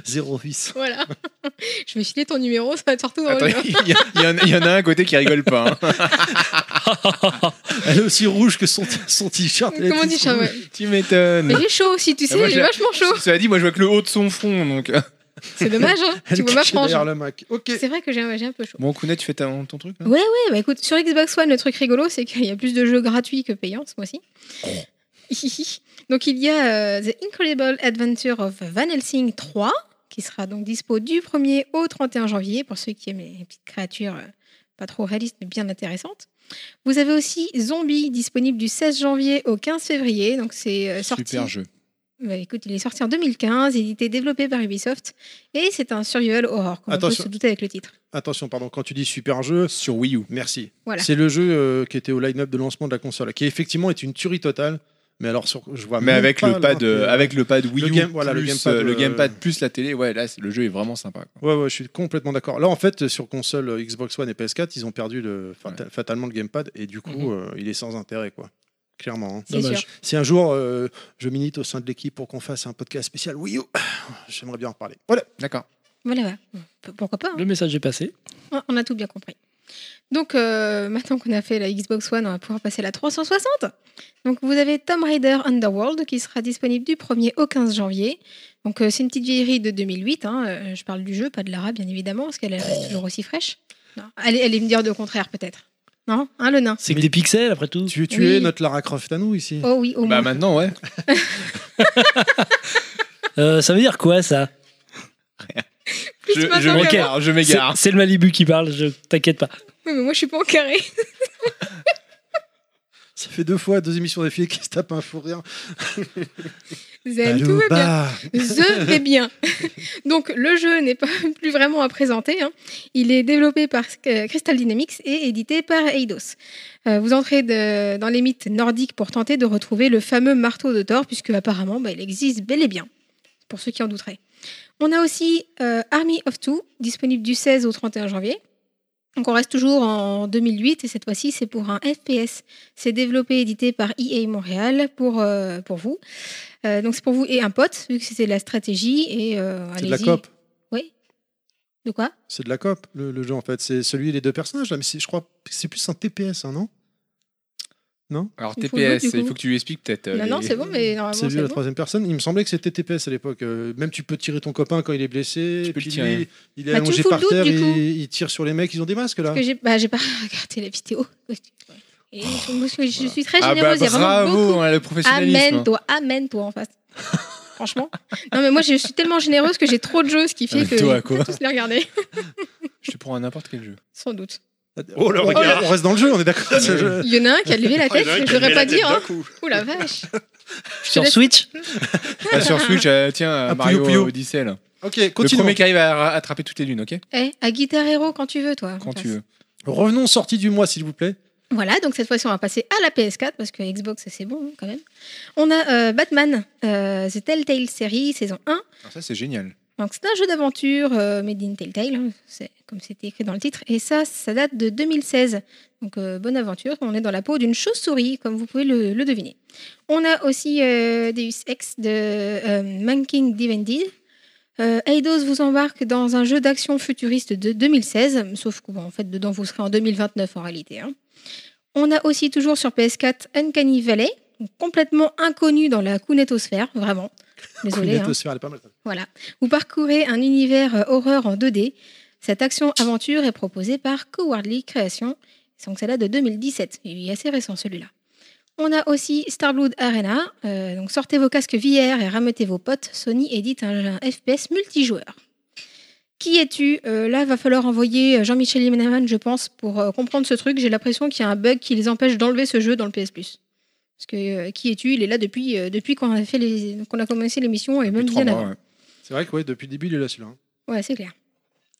[SPEAKER 2] 08.
[SPEAKER 3] Voilà. Je vais filer ton numéro, ça va te sortir dans
[SPEAKER 4] Attends,
[SPEAKER 3] le
[SPEAKER 4] il y, a- il y en a- il y en a un à côté qui rigole pas. hein.
[SPEAKER 2] Elle est aussi rouge que son, son t-shirt. Elle est
[SPEAKER 3] Comment on dit
[SPEAKER 2] toute
[SPEAKER 3] ça
[SPEAKER 2] rouge.
[SPEAKER 3] ouais.
[SPEAKER 4] tu
[SPEAKER 3] Mais
[SPEAKER 4] m'étonnes.
[SPEAKER 3] j'ai chaud aussi, tu sais,
[SPEAKER 4] moi,
[SPEAKER 3] j'ai
[SPEAKER 4] je-
[SPEAKER 3] vachement chaud.
[SPEAKER 4] Cela dit, moi je vois que le haut de son front. Donc... euh.
[SPEAKER 3] C'est dommage, hein
[SPEAKER 2] Elle
[SPEAKER 3] tu
[SPEAKER 2] est
[SPEAKER 3] vois ma
[SPEAKER 2] cachée
[SPEAKER 3] frange.
[SPEAKER 2] derrière le Mac. Ok.
[SPEAKER 3] C'est vrai que j'ai ouais, j'ai un peu chaud.
[SPEAKER 4] Bon, Kounet, tu fais ta- ton truc là
[SPEAKER 3] Ouais, bah écoute, sur Xbox One, le truc rigolo, c'est qu'il y a plus de jeux gratuits que payants ce mois-ci. donc il y a euh, The Incredible Adventure of Van Helsing 3, qui sera donc dispo du 1er au 31 janvier, pour ceux qui aiment les petites créatures euh, pas trop réalistes, mais bien intéressantes. Vous avez aussi Zombie, disponible du 16 janvier au 15 février, donc c'est euh, sorti...
[SPEAKER 4] Super jeu.
[SPEAKER 3] Bah, écoute, il est sorti en 2015, il était développé par Ubisoft, et c'est un survival horror, comme on peut
[SPEAKER 2] Attention.
[SPEAKER 3] se douter avec le titre.
[SPEAKER 2] Attention, pardon, quand tu dis super jeu,
[SPEAKER 4] Sur Wii U.
[SPEAKER 2] merci.
[SPEAKER 3] Voilà.
[SPEAKER 2] C'est le jeu euh, qui était au line-up de lancement de la console, qui effectivement est une tuerie totale. Mais alors, sur, je vois
[SPEAKER 4] Mais
[SPEAKER 2] même
[SPEAKER 4] avec
[SPEAKER 2] pas
[SPEAKER 4] le, pad,
[SPEAKER 2] marque,
[SPEAKER 4] euh,
[SPEAKER 2] euh,
[SPEAKER 4] avec le pad Wii
[SPEAKER 2] le
[SPEAKER 4] U,
[SPEAKER 2] game- voilà, le
[SPEAKER 4] plus,
[SPEAKER 2] gamepad,
[SPEAKER 4] euh, le
[SPEAKER 2] euh,
[SPEAKER 4] gamepad plus la télé, ouais, là c- le jeu est vraiment sympa. quoi.
[SPEAKER 2] Ouais, ouais, je suis complètement d'accord. Là, en fait, sur console euh, Xbox One et PS4, ils ont perdu le, fata- fatalement le gamepad et du coup,
[SPEAKER 5] Mhm.
[SPEAKER 2] euh, il est sans intérêt, quoi. Clairement. hein.
[SPEAKER 3] C'est
[SPEAKER 5] Dommage.
[SPEAKER 3] sûr.
[SPEAKER 2] Si un jour euh, je milite au sein de l'équipe pour qu'on fasse un podcast spécial Wii U, j'aimerais bien en parler. Voilà.
[SPEAKER 4] D'accord.
[SPEAKER 3] Voilà, voilà. bah, P- pourquoi pas hein.
[SPEAKER 5] Le message est passé.
[SPEAKER 3] On- On a tout bien compris. Donc euh, maintenant qu'on a fait la Xbox One, on va pouvoir passer à la 360. Donc vous avez Tomb Raider Underworld qui sera disponible du 1er au 15 janvier. Donc euh, c'est une petite vieillerie de 2008. hein. Euh, je parle du jeu, pas de Lara bien évidemment, parce qu'elle reste toujours aussi fraîche. Non. Allez, allez me dire le contraire peut-être. Non, hein, le nain.
[SPEAKER 5] C'est que des pixels après tout.
[SPEAKER 2] Tu, tu
[SPEAKER 3] Mm. Oui.
[SPEAKER 2] es notre Lara Croft à nous ici.
[SPEAKER 3] Oh oui, au moins.
[SPEAKER 4] Bah maintenant, ouais.
[SPEAKER 5] Euh, ça veut dire quoi ça
[SPEAKER 3] Plus
[SPEAKER 4] Je,
[SPEAKER 3] maintenant
[SPEAKER 4] je
[SPEAKER 3] qu'avant.
[SPEAKER 4] m'égare, je
[SPEAKER 5] C'est
[SPEAKER 4] m'égare.
[SPEAKER 5] c'est le Malibu qui parle, je t'inquiète pas.
[SPEAKER 3] Oui, mais moi je suis pas en carré.
[SPEAKER 2] Ça fait deux fois, deux émissions d'affilée qui se tapent un fou rire. Bah,
[SPEAKER 3] Zen, Eh, tout va bien. The est bien. Donc le jeu n'est pas plus vraiment à présenter. hein. Il est développé par euh, Crystal Dynamics et édité par Eidos. Euh, vous entrez de- dans les mythes nordiques pour tenter de retrouver le fameux marteau de Thor, puisque apparemment bah, il existe bel et bien, pour ceux qui en douteraient. On a aussi euh, Army of Two, disponible du 16 au 31 janvier. Donc on reste toujours en 2008 et cette fois-ci c'est pour un FPS. C'est développé et édité par EA Montréal pour, euh, pour vous. Euh, donc c'est pour vous et un pote, vu que c'était de la stratégie. et euh,
[SPEAKER 2] C'est de la
[SPEAKER 3] allez-y.
[SPEAKER 2] cop.
[SPEAKER 3] De quoi
[SPEAKER 2] C'est de la cop, le, le jeu en fait. C'est celui des deux personnages là, mais c'est- je crois que c'est plus un TPS, hein, non
[SPEAKER 4] Alors
[SPEAKER 3] Il faut le
[SPEAKER 4] TPS,
[SPEAKER 3] goût, du
[SPEAKER 4] il
[SPEAKER 3] coup.
[SPEAKER 4] faut que tu lui expliques peut-être. euh,
[SPEAKER 3] Non, Ah non,
[SPEAKER 4] les-
[SPEAKER 3] c'est bon, mais normalement
[SPEAKER 2] C'est
[SPEAKER 3] c'est
[SPEAKER 2] vu la
[SPEAKER 3] bon.
[SPEAKER 2] troisième personne. Il me semblait que c'était TPS à l'époque. Euh, même tu peux tirer ton copain quand il est blessé.
[SPEAKER 4] Tu
[SPEAKER 2] et
[SPEAKER 4] peux le
[SPEAKER 2] puis
[SPEAKER 4] tirer.
[SPEAKER 2] lui, il est
[SPEAKER 3] Bah, tu me
[SPEAKER 2] allongé
[SPEAKER 3] fous le
[SPEAKER 2] par
[SPEAKER 3] doute,
[SPEAKER 2] terre,
[SPEAKER 3] du coup.
[SPEAKER 2] il, il tire sur les mecs, ils ont des masques là.
[SPEAKER 3] Parce que j'ai bah, j'ai pas regardé la vidéo. Et je, me suis- je suis très
[SPEAKER 4] Ah bah
[SPEAKER 3] généreuse, il y a vraiment
[SPEAKER 4] bravo,
[SPEAKER 3] beaucoup.
[SPEAKER 4] on a le professionnalisme.
[SPEAKER 3] Amen, toi, amen, toi en face. Franchement. Non, mais moi je suis tellement généreuse que j'ai trop de jeux, ce qui fait
[SPEAKER 4] Amen,
[SPEAKER 3] que
[SPEAKER 4] toi,
[SPEAKER 3] je peux
[SPEAKER 4] quoi.
[SPEAKER 3] tous les regarder,
[SPEAKER 4] Je te prends à n'importe quel jeu.
[SPEAKER 3] sans doute.
[SPEAKER 6] Oh le
[SPEAKER 2] On-
[SPEAKER 6] regard
[SPEAKER 2] On reste dans le jeu, on est d'accord. c'est le jeu.
[SPEAKER 3] Il y en a un qui a levé la
[SPEAKER 6] Oh, il y
[SPEAKER 3] tête,
[SPEAKER 6] en a un qui
[SPEAKER 3] je
[SPEAKER 6] a
[SPEAKER 3] devrais
[SPEAKER 6] levé
[SPEAKER 3] pas
[SPEAKER 6] la tête
[SPEAKER 3] dire.
[SPEAKER 6] d'un
[SPEAKER 3] Hein.
[SPEAKER 6] coup.
[SPEAKER 3] Ouh la vache.
[SPEAKER 5] Sur
[SPEAKER 3] laisse-
[SPEAKER 5] Switch
[SPEAKER 4] Ah, sur Switch, euh, tiens, euh,
[SPEAKER 2] Ah,
[SPEAKER 4] Mario
[SPEAKER 2] Puyo Puyo.
[SPEAKER 4] Odyssey. Là.
[SPEAKER 2] Ok,
[SPEAKER 4] Le
[SPEAKER 2] continuons.
[SPEAKER 4] premier qui arrive à ra- attraper toutes les lunes, ok
[SPEAKER 3] Eh, à Guitar Hero quand tu veux, toi. en
[SPEAKER 4] Quand
[SPEAKER 3] face.
[SPEAKER 4] tu veux.
[SPEAKER 2] Revenons sortie du mois, s'il vous plaît.
[SPEAKER 3] Voilà, donc cette fois-ci, on va passer à la PS4 parce que Xbox, c'est bon hein, quand même. On a euh, Batman, euh, The Telltale Series, saison 1.
[SPEAKER 4] Alors ça, c'est génial.
[SPEAKER 3] Donc c'est un jeu d'aventure euh, made in Telltale, hein, c'est comme c'était écrit dans le titre. Et ça, ça date de 2016. Donc euh, bonne aventure, on est dans la peau d'une chauve-souris, comme vous pouvez le, le deviner. On a aussi euh, Deus Ex de euh, Manking Divendid. Euh, Eidos vous embarque dans un jeu d'action futuriste de 2016, sauf que bon, en fait dedans vous serez en 2029 en réalité. hein. On a aussi toujours sur PS4 Uncanny Valley, donc complètement inconnu dans la kunetosphère, vraiment. Désolé. hein.
[SPEAKER 2] Kinetosphère, elle est pas mal.
[SPEAKER 3] Voilà. Vous parcourez un univers euh, horreur en 2D. Cette action-aventure est proposée par Cowardly Creation. Donc celle-là de 2017. Il est assez récent celui-là. On a aussi Starblood Arena. Euh, donc sortez vos casques VR et rameutez vos potes. Sony édite un, un FPS multijoueur. Qui es-tu Euh, Là, va falloir envoyer euh, Jean-Michel Limaman, je pense, pour euh, comprendre ce truc. J'ai l'impression qu'il y a un bug qui les empêche d'enlever ce jeu dans le PS Plus. Parce que euh, qui es-tu Il est là depuis, euh, depuis qu'on a, fait les- qu'on a commencé l'émission et même
[SPEAKER 4] Depuis trois
[SPEAKER 3] bien avant.
[SPEAKER 4] mois, ouais.
[SPEAKER 2] C'est vrai que ouais, depuis le début, il est là celui-là. hein.
[SPEAKER 3] Ouais, c'est clair.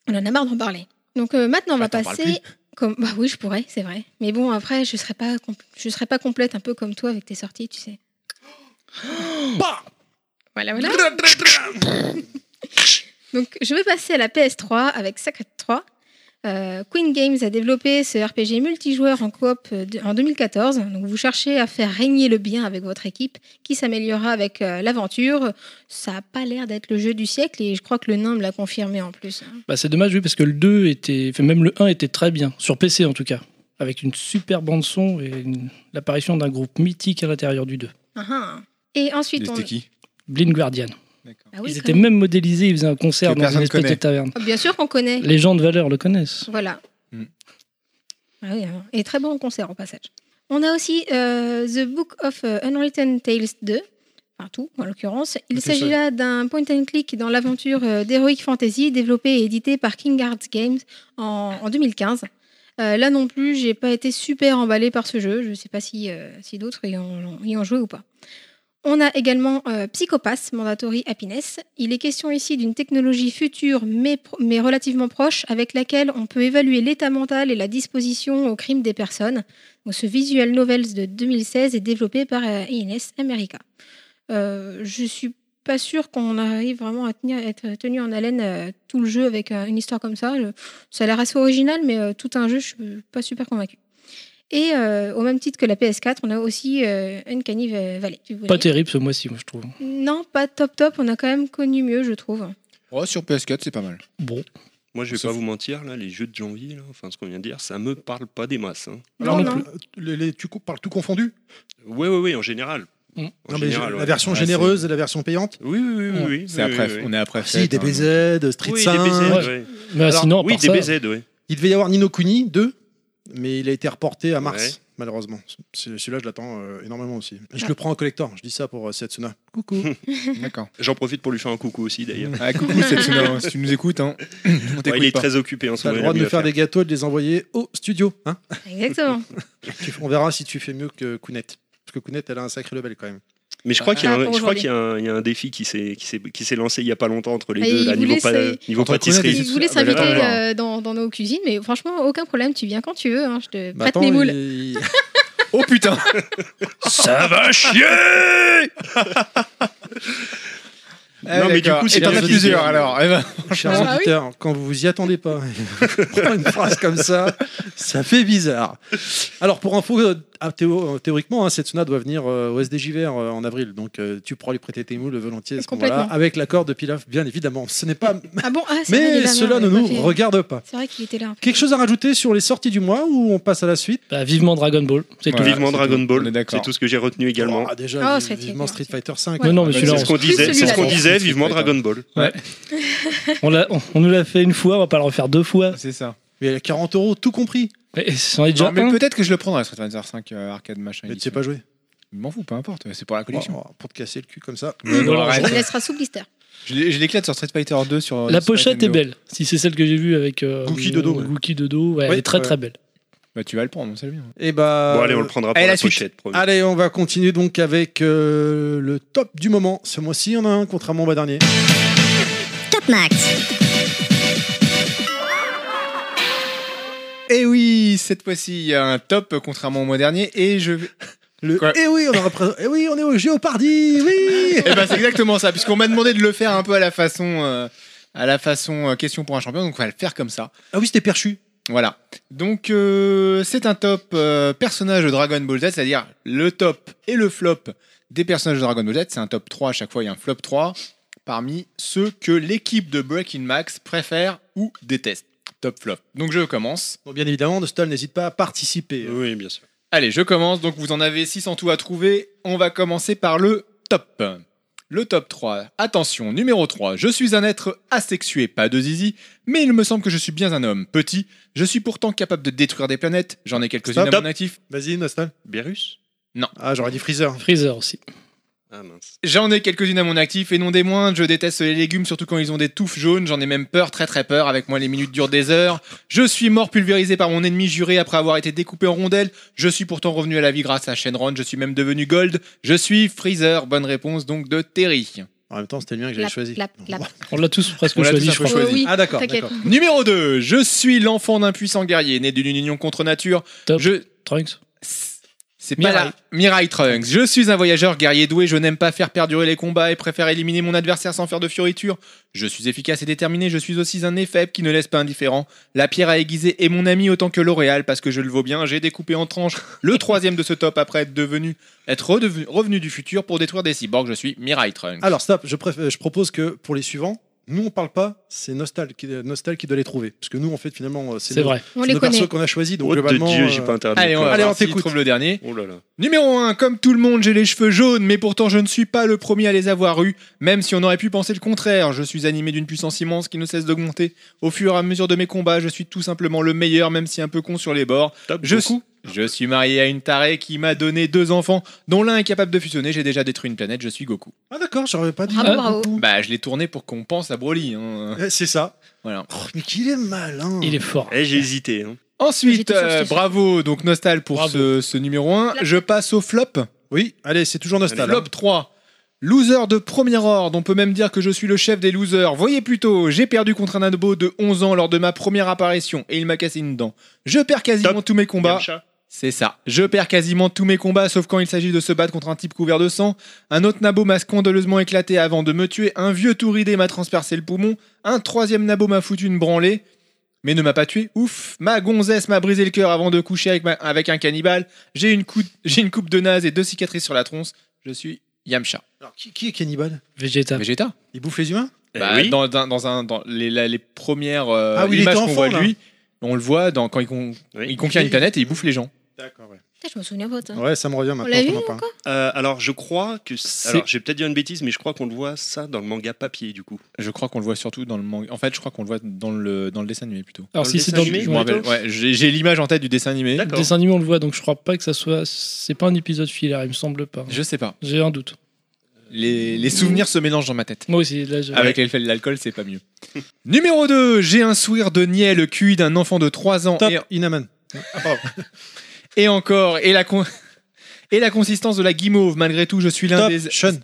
[SPEAKER 3] On en a marre d'en parler. Donc euh, maintenant, on
[SPEAKER 4] Bah,
[SPEAKER 3] va
[SPEAKER 4] t'en parles
[SPEAKER 3] passer. Comme... Bah oui, je pourrais, c'est vrai. Mais bon, après, je serais pas, compl- je serais pas complète, un peu comme toi avec tes sorties, tu sais.
[SPEAKER 4] Bah
[SPEAKER 3] voilà, voilà. Donc, je vais passer à la PS3 avec Sacred 3. Euh, Queen Games a développé ce RPG multijoueur en coop euh, de- en 2014. Donc, vous cherchez à faire régner le bien avec votre équipe, qui s'améliorera avec euh, l'aventure. Ça n'a pas l'air d'être le jeu du siècle, et je crois que le nain me l'a confirmé en plus. hein.
[SPEAKER 5] Bah, c'est dommage, oui, parce que le 2 était. enfin, même le 1 était très bien, sur PC en tout cas. Avec une super bande-son et une- l'apparition d'un groupe mythique à l'intérieur du 2.
[SPEAKER 3] Ah, ah. Et ensuite, on...
[SPEAKER 4] C'était qui
[SPEAKER 5] Blind Guardian.
[SPEAKER 4] D'accord.
[SPEAKER 3] Ah oui,
[SPEAKER 5] ils
[SPEAKER 3] quand
[SPEAKER 5] étaient
[SPEAKER 3] même.
[SPEAKER 5] même modélisés, ils faisaient un concert
[SPEAKER 4] Que
[SPEAKER 5] dans une
[SPEAKER 4] personne
[SPEAKER 5] espèce de
[SPEAKER 4] connaît.
[SPEAKER 5] taverne.
[SPEAKER 3] Ah, Bien sûr qu'on connaît.
[SPEAKER 5] Les Hmm. gens de valeur le connaissent.
[SPEAKER 3] Voilà.
[SPEAKER 4] Mm.
[SPEAKER 3] Ah oui, hein. et très bon en concert au passage. On a aussi euh, The Book of euh, Unwritten Tales 2, partout en l'occurrence. Il
[SPEAKER 2] C'est
[SPEAKER 3] s'agit
[SPEAKER 2] ça.
[SPEAKER 3] là d'un point and click dans l'aventure euh, d'Heroic Fantasy développé et édité par King Arts Games en, en 2015. Euh, là non plus, j'ai pas été super emballée par ce jeu. Je sais pas si, euh, si d'autres y ont, y ont joué ou pas. On a également euh, Psychopass, Mandatory Happiness. Il est question ici d'une technologie future mais, pro- mais relativement proche avec laquelle on peut évaluer l'état mental et la disposition au crime des personnes. Donc, ce visual novels de 2016 est développé par euh, INS America. Euh, je suis pas sûre qu'on arrive vraiment à, tenir- à être tenu en haleine euh, tout le jeu avec euh, une histoire comme ça. Je- ça a l'air assez original, mais euh, tout un jeu, je suis pas super convaincue. Et euh, au même titre que la PS4, on a aussi euh, Uncanny Valley. tu voulais-
[SPEAKER 5] Pas terrible ce mois-ci, moi je trouve.
[SPEAKER 3] non, pas top top, on a quand même connu mieux, je trouve.
[SPEAKER 4] Oh, sur PS4, c'est pas mal.
[SPEAKER 5] Bon.
[SPEAKER 6] Moi, je vais
[SPEAKER 4] Se
[SPEAKER 6] pas
[SPEAKER 4] fout.
[SPEAKER 6] vous mentir, là, les jeux de janvier, là, enfin, ce qu'on vient de dire, ça me parle pas des masses. hein.
[SPEAKER 3] Non,
[SPEAKER 5] non
[SPEAKER 3] non.
[SPEAKER 5] plus.
[SPEAKER 2] Les, les- tu co- parles tout confondu
[SPEAKER 6] Oui, oui, oui, en général.
[SPEAKER 5] Mm.
[SPEAKER 6] En
[SPEAKER 2] Non, mais
[SPEAKER 6] général,
[SPEAKER 2] je-
[SPEAKER 6] ouais.
[SPEAKER 2] La version
[SPEAKER 4] Ouais, c'est-
[SPEAKER 2] généreuse et la version payante
[SPEAKER 6] Oui, oui, oui, oui,
[SPEAKER 5] Ouais.
[SPEAKER 6] oui.
[SPEAKER 4] C'est
[SPEAKER 6] oui,
[SPEAKER 4] après,
[SPEAKER 6] oui, oui.
[SPEAKER 4] on est après
[SPEAKER 2] Ah, Si,
[SPEAKER 4] fête, hein.
[SPEAKER 2] DBZ, Street
[SPEAKER 6] Oui,
[SPEAKER 2] 5.
[SPEAKER 6] DBZ,
[SPEAKER 5] Ouais.
[SPEAKER 6] ouais.
[SPEAKER 5] Mais
[SPEAKER 2] Alors,
[SPEAKER 5] sinon, à
[SPEAKER 6] oui,
[SPEAKER 5] part ça,
[SPEAKER 6] DBZ, oui.
[SPEAKER 2] Il devait y avoir Nino Kuni 2, mais il a été reporté à mars,
[SPEAKER 6] Ouais.
[SPEAKER 2] malheureusement. C'est- Celui-là, je l'attends euh, énormément aussi. Et je le prends en collector, je dis ça pour euh, Setsuna. Coucou.
[SPEAKER 4] D'accord.
[SPEAKER 6] J'en profite pour lui faire un coucou aussi, d'ailleurs.
[SPEAKER 4] Ah, coucou, Setsuna, si tu nous écoutes, hein, on
[SPEAKER 6] Ouais,
[SPEAKER 4] t'écoute hein.
[SPEAKER 6] il est
[SPEAKER 4] pas.
[SPEAKER 6] très occupé en ce
[SPEAKER 2] T'as le
[SPEAKER 6] moment. il a
[SPEAKER 2] droit de
[SPEAKER 6] mieux
[SPEAKER 2] nous
[SPEAKER 6] à
[SPEAKER 2] faire des gâteaux et de les envoyer au studio. Hein
[SPEAKER 3] Exactement.
[SPEAKER 2] Tu- on verra si tu fais mieux que Kounet. Parce que Kounet, elle a un sacré level quand même.
[SPEAKER 6] Mais je crois qu'il y, a
[SPEAKER 3] Ah,
[SPEAKER 6] un-
[SPEAKER 3] pour
[SPEAKER 6] je crois
[SPEAKER 3] aujourd'hui.
[SPEAKER 6] qu'il y a un- il y a un défi qui s'est qui s'est- qui s'est lancé il n'y a pas longtemps entre les
[SPEAKER 3] Et
[SPEAKER 6] deux,
[SPEAKER 3] Bah, il
[SPEAKER 6] là, niveau,
[SPEAKER 3] voulait
[SPEAKER 6] pa-
[SPEAKER 3] se-
[SPEAKER 6] niveau
[SPEAKER 2] Entre Kounet et
[SPEAKER 6] pâtisserie.
[SPEAKER 2] Setsuna.
[SPEAKER 3] Ils voulaient
[SPEAKER 2] Ah, bah, j'attends de
[SPEAKER 3] s'inviter
[SPEAKER 2] voir.
[SPEAKER 3] euh, dans, dans nos cuisines, mais franchement, aucun problème, tu viens quand tu veux. hein, je te
[SPEAKER 2] Bah,
[SPEAKER 3] prête mes
[SPEAKER 2] attends,
[SPEAKER 3] moules.
[SPEAKER 2] il-
[SPEAKER 4] Oh putain
[SPEAKER 5] ça va chier
[SPEAKER 4] Ah,
[SPEAKER 6] Non, mais du
[SPEAKER 4] Eh, d'accord.
[SPEAKER 6] coup, c'est
[SPEAKER 4] Et t'en
[SPEAKER 6] bien
[SPEAKER 4] as
[SPEAKER 6] dit.
[SPEAKER 4] plusieurs alors. Eh ben,
[SPEAKER 2] Chers
[SPEAKER 3] Ah bah oui.
[SPEAKER 2] auditeurs, quand vous vous y attendez pas, prendre une phrase comme ça, ça fait bizarre. Alors pour info, euh, ah, théo- euh, théoriquement, hein, Setsuna doit venir euh, au SDJVR euh, en avril, donc euh, tu pourras lui prêter tes moules volontiers à ce moment-là,
[SPEAKER 3] Complètement.
[SPEAKER 2] avec l'accord de Pilaf, bien évidemment. Ce n'est pas,
[SPEAKER 3] Ah bon, ah, c'est vrai, il
[SPEAKER 2] mais
[SPEAKER 3] est pas
[SPEAKER 2] cela
[SPEAKER 3] là, on
[SPEAKER 2] ne
[SPEAKER 3] l'a
[SPEAKER 2] nous
[SPEAKER 3] pas fait.
[SPEAKER 2] regarde pas.
[SPEAKER 3] C'est vrai qu'il était là.
[SPEAKER 2] Quelque chose à rajouter sur les sorties du mois ou on passe à la suite
[SPEAKER 5] Bah, vivement Dragon Ball, c'est
[SPEAKER 4] Voilà,
[SPEAKER 6] Vivement
[SPEAKER 4] c'est
[SPEAKER 6] Dragon
[SPEAKER 4] tout. On est
[SPEAKER 6] Ball,
[SPEAKER 4] d'accord.
[SPEAKER 6] c'est tout ce que j'ai retenu également.
[SPEAKER 2] Ah, déjà,
[SPEAKER 3] Oh,
[SPEAKER 2] vive-
[SPEAKER 3] Street
[SPEAKER 2] vivement Street
[SPEAKER 3] Fighter.
[SPEAKER 2] Fighter 5.
[SPEAKER 5] tout. Non, non, mais
[SPEAKER 4] Ouais,
[SPEAKER 5] celui-là,
[SPEAKER 6] C'est ce qu'on
[SPEAKER 3] Plus
[SPEAKER 6] disait, c'est ce qu'on
[SPEAKER 3] celui-là.
[SPEAKER 6] disait, vivement Dragon Ball.
[SPEAKER 5] on, on l'a- on- on nous l'a fait une fois, on va pas le refaire deux fois.
[SPEAKER 4] c'est ça.
[SPEAKER 2] Mais elle a 40 euros, tout compris.
[SPEAKER 5] Et, et c'en est déjà
[SPEAKER 6] hein.
[SPEAKER 4] Non, mais
[SPEAKER 5] un.
[SPEAKER 4] peut-être que je le prendrai, Street Fighter 5 arcade machin.
[SPEAKER 2] Mais tu sais
[SPEAKER 4] édition.
[SPEAKER 2] pas jouer.
[SPEAKER 4] Je m'en fous, peu importe, c'est pour la collection.
[SPEAKER 2] Oh, pour te casser le cul comme ça.
[SPEAKER 5] Mais
[SPEAKER 4] Non,
[SPEAKER 5] voilà,
[SPEAKER 4] arrête.
[SPEAKER 3] On le laissera sous blister.
[SPEAKER 4] Je l'ai- je l'éclate sur Street Fighter 2 sur.
[SPEAKER 5] La
[SPEAKER 4] sur
[SPEAKER 5] pochette est
[SPEAKER 4] Nintendo.
[SPEAKER 5] belle, si c'est celle que j'ai vue avec euh,
[SPEAKER 2] Gookie Dodo, ouais.
[SPEAKER 5] Gookie Dodo, ouais,
[SPEAKER 2] Oui,
[SPEAKER 5] elle est très
[SPEAKER 2] ouais.
[SPEAKER 5] très belle.
[SPEAKER 4] Bah tu vas le prendre, c'est bien.
[SPEAKER 2] Et bah.
[SPEAKER 6] Bon, allez, on le prendra pour
[SPEAKER 4] allez,
[SPEAKER 6] Eh, la
[SPEAKER 4] la suite.
[SPEAKER 6] pochette. promis.
[SPEAKER 2] Allez, on va continuer donc avec euh, le top du moment. Ce mois-ci, on a un, contrairement au mois dernier.
[SPEAKER 7] Top Max.
[SPEAKER 4] Et Eh oui, cette fois-ci il y a un top contrairement au mois dernier et je.
[SPEAKER 2] Le...
[SPEAKER 4] Quoi
[SPEAKER 2] Eh oui, on a représent- Eh oui, on est au Géopardy, oui
[SPEAKER 4] Eh ben c'est exactement ça, puisqu'on m'a demandé de le faire un peu à la façon euh, à la façon euh, question pour un champion, donc on va le faire comme ça.
[SPEAKER 2] Ah oui, c'était perchu.
[SPEAKER 4] Voilà. Donc euh, c'est un top euh, personnage de Dragon Ball Z, c'est-à-dire le top et le flop des personnages de Dragon Ball Z. C'est un top 3 à chaque fois, il y a un flop 3 parmi ceux que l'équipe de Breaking Max préfère ou déteste. Top flop. Donc je commence.
[SPEAKER 2] Bon, bien évidemment, Nostal n'hésite pas à participer.
[SPEAKER 6] Euh, Oui, bien sûr.
[SPEAKER 4] Allez, je commence. Donc vous en avez 6 en tout à trouver. On va commencer par le top. Le top 3. Attention, numéro 3. Je suis un être asexué, pas de zizi, mais il me semble que je suis bien un homme. Petit, je suis pourtant capable de détruire des planètes. J'en ai quelques-unes
[SPEAKER 2] Stop.
[SPEAKER 4] à mon actif.
[SPEAKER 2] Vas-y, Nostal.
[SPEAKER 6] Berus
[SPEAKER 2] Ah, j'aurais dit Freezer.
[SPEAKER 5] Freezer aussi.
[SPEAKER 6] Ah mince.
[SPEAKER 4] J'en ai quelques-unes à mon actif et non des moindres. Je déteste les légumes, surtout quand ils ont des touffes jaunes. J'en ai même peur, très très peur. Avec moi, les minutes durent des heures. Je suis mort pulvérisé par mon ennemi juré après avoir été découpé en rondelles. Je suis pourtant revenu à la vie grâce à Shenron. Je suis même devenu Gold. Je suis Freezer. Bonne réponse donc de Terry.
[SPEAKER 2] En même temps, c'était le mien que j'avais
[SPEAKER 3] Clap,
[SPEAKER 2] choisi.
[SPEAKER 3] clap, clap.
[SPEAKER 5] On l'a tous presque
[SPEAKER 4] On l'a
[SPEAKER 5] choisi,
[SPEAKER 4] tous
[SPEAKER 5] je
[SPEAKER 4] un peu
[SPEAKER 5] crois.
[SPEAKER 4] choisi.
[SPEAKER 3] oui,
[SPEAKER 2] Ah, d'accord,
[SPEAKER 3] t'inquiète.
[SPEAKER 2] d'accord.
[SPEAKER 4] Numéro 2. Je suis l'enfant d'un puissant guerrier, né d'une union contre nature.
[SPEAKER 5] Top.
[SPEAKER 4] Je,
[SPEAKER 5] Trunks.
[SPEAKER 4] C'est pas
[SPEAKER 5] Mirai.
[SPEAKER 4] la- Mirai Trunks. Je suis un voyageur guerrier doué, je n'aime pas faire perdurer les combats et préfère éliminer mon adversaire sans faire de fioritures. Je suis efficace et déterminé, je suis aussi un nez faible qui ne laisse pas indifférent. La pierre à aiguiser est mon ami autant que L'Oréal parce que je le vaux bien, j'ai découpé en tranches le troisième de ce top après être devenu être redevenu- revenu du futur pour détruire des cyborgs. Je suis Mirai Trunks.
[SPEAKER 2] Alors, stop, je, préf- je propose que pour les suivants, nous, on parle pas, c'est Nostal qui, Nostal qui doit les trouver. Parce que nous, en fait, finalement, euh, c'est
[SPEAKER 5] C'est
[SPEAKER 2] nos,
[SPEAKER 5] vrai.
[SPEAKER 3] On
[SPEAKER 2] c'est
[SPEAKER 3] les
[SPEAKER 2] nos persos
[SPEAKER 3] connaît.
[SPEAKER 2] qu'on a choisis. Donc,
[SPEAKER 6] oh de
[SPEAKER 2] globalement.
[SPEAKER 6] Dieu, j'ai
[SPEAKER 2] euh,
[SPEAKER 6] pas internet.
[SPEAKER 4] Allez, on va
[SPEAKER 2] Allez, on
[SPEAKER 4] voir s'il
[SPEAKER 2] t'écoute.
[SPEAKER 4] trouve le dernier.
[SPEAKER 6] Oh là là.
[SPEAKER 4] Numéro 1, comme tout le monde, j'ai les cheveux jaunes, mais pourtant je ne suis pas le premier à les avoir eus, même si on aurait pu penser le contraire. Je suis animé d'une puissance immense qui ne cesse d'augmenter. Au fur et à mesure de mes combats, je suis tout simplement le meilleur, même si un peu con sur les bords.
[SPEAKER 6] Top
[SPEAKER 4] Je,
[SPEAKER 6] beaucoup.
[SPEAKER 4] suis- je suis marié à une tarée qui m'a donné deux enfants, dont l'un est capable de fusionner. J'ai déjà détruit une planète, je suis Goku.
[SPEAKER 2] Ah, d'accord, j'aurais pas dit.
[SPEAKER 3] Bravo, bravo.
[SPEAKER 4] Bah, je l'ai tourné pour qu'on pense à Broly. hein.
[SPEAKER 2] Eh, C'est ça.
[SPEAKER 4] Voilà.
[SPEAKER 2] Oh, mais qu'il est malin.
[SPEAKER 5] Il est fort.
[SPEAKER 6] Eh, j'ai hésité. hein.
[SPEAKER 4] Ensuite,
[SPEAKER 3] J'étais sûre que
[SPEAKER 4] euh,
[SPEAKER 3] c'était ça.
[SPEAKER 4] bravo, donc Nostal pour
[SPEAKER 5] Bravo.
[SPEAKER 4] ce, ce numéro 1. Je passe au flop.
[SPEAKER 2] Oui, allez, c'est toujours Nostal.
[SPEAKER 4] Flop 3. Loser de premier ordre, on peut même dire que je suis le chef des losers. Voyez plutôt, j'ai perdu contre un abo de 11 ans lors de ma première apparition et il m'a cassé une dent. Je perds quasiment
[SPEAKER 6] Top.
[SPEAKER 4] tous mes combats.
[SPEAKER 6] Yamcha.
[SPEAKER 4] C'est ça. Je perds quasiment tous mes combats, sauf quand il s'agit de se battre contre un type couvert de sang. Un autre nabo m'a scandaleusement éclaté avant de me tuer. Un vieux touridé m'a transpercé le poumon. Un troisième nabo m'a foutu une branlée, mais ne m'a pas tué. Ouf. Ma gonzesse m'a brisé le cœur avant de coucher avec, ma- avec un cannibale. J'ai une, coupe- j'ai une coupe de naze et deux cicatrices sur la tronce. Je suis Yamcha.
[SPEAKER 2] hein. Alors, qui, qui est cannibale
[SPEAKER 5] Vegeta.
[SPEAKER 4] Vegeta
[SPEAKER 2] Il bouffe les humains
[SPEAKER 4] Bah,
[SPEAKER 6] Eh oui.
[SPEAKER 4] dans, dans- dans un, dans les, la- les premières euh,
[SPEAKER 2] Ah oui, il
[SPEAKER 4] images
[SPEAKER 2] était
[SPEAKER 4] qu'on voit de
[SPEAKER 2] enfant, là.
[SPEAKER 4] lui, on le voit dans, quand il, con-
[SPEAKER 6] Oui.
[SPEAKER 4] il conquiert une planète et il bouffe les gens.
[SPEAKER 2] D'accord, ouais.
[SPEAKER 3] Putain, je me souviens pas. de ça.
[SPEAKER 2] Ouais, ça me revient maintenant.
[SPEAKER 3] Hein l'a
[SPEAKER 2] qu'on
[SPEAKER 3] vu
[SPEAKER 2] en parle.
[SPEAKER 6] Euh, alors, je crois que. c'est-
[SPEAKER 4] C'est-
[SPEAKER 6] Alors, j'ai peut-être dire une bêtise, mais je crois qu'on le voit ça dans le manga papier, du coup.
[SPEAKER 4] Je crois qu'on le voit surtout dans le manga. En fait, je crois qu'on le voit dans le, dans le dessin animé plutôt.
[SPEAKER 5] Alors
[SPEAKER 6] Dans
[SPEAKER 5] si
[SPEAKER 6] le
[SPEAKER 5] c'est
[SPEAKER 6] dessin
[SPEAKER 5] dans
[SPEAKER 6] animé,
[SPEAKER 5] le
[SPEAKER 4] Je me rappelle.
[SPEAKER 6] Mythos
[SPEAKER 4] Ouais, j'ai j'ai l'image en tête du dessin animé.
[SPEAKER 6] D'accord.
[SPEAKER 5] dessin animé, on le voit, donc je crois pas que ça soit. C'est pas un épisode filaire, il me semble pas.
[SPEAKER 4] Je sais pas.
[SPEAKER 5] J'ai un doute.
[SPEAKER 4] Les, les souvenirs se mélangent dans ma tête.
[SPEAKER 5] Moi aussi, là, je-
[SPEAKER 4] Avec l'effet de l'alcool, c'est pas mieux. Numéro 2, j'ai un sourire de niais, le QI d'un enfant de 3 ans
[SPEAKER 2] Top,
[SPEAKER 4] et,
[SPEAKER 2] Inaman.
[SPEAKER 4] et encore, et la, con- et la consistance de la guimauve. Malgré tout, je suis l'un
[SPEAKER 2] Top,
[SPEAKER 4] des.
[SPEAKER 2] Sean.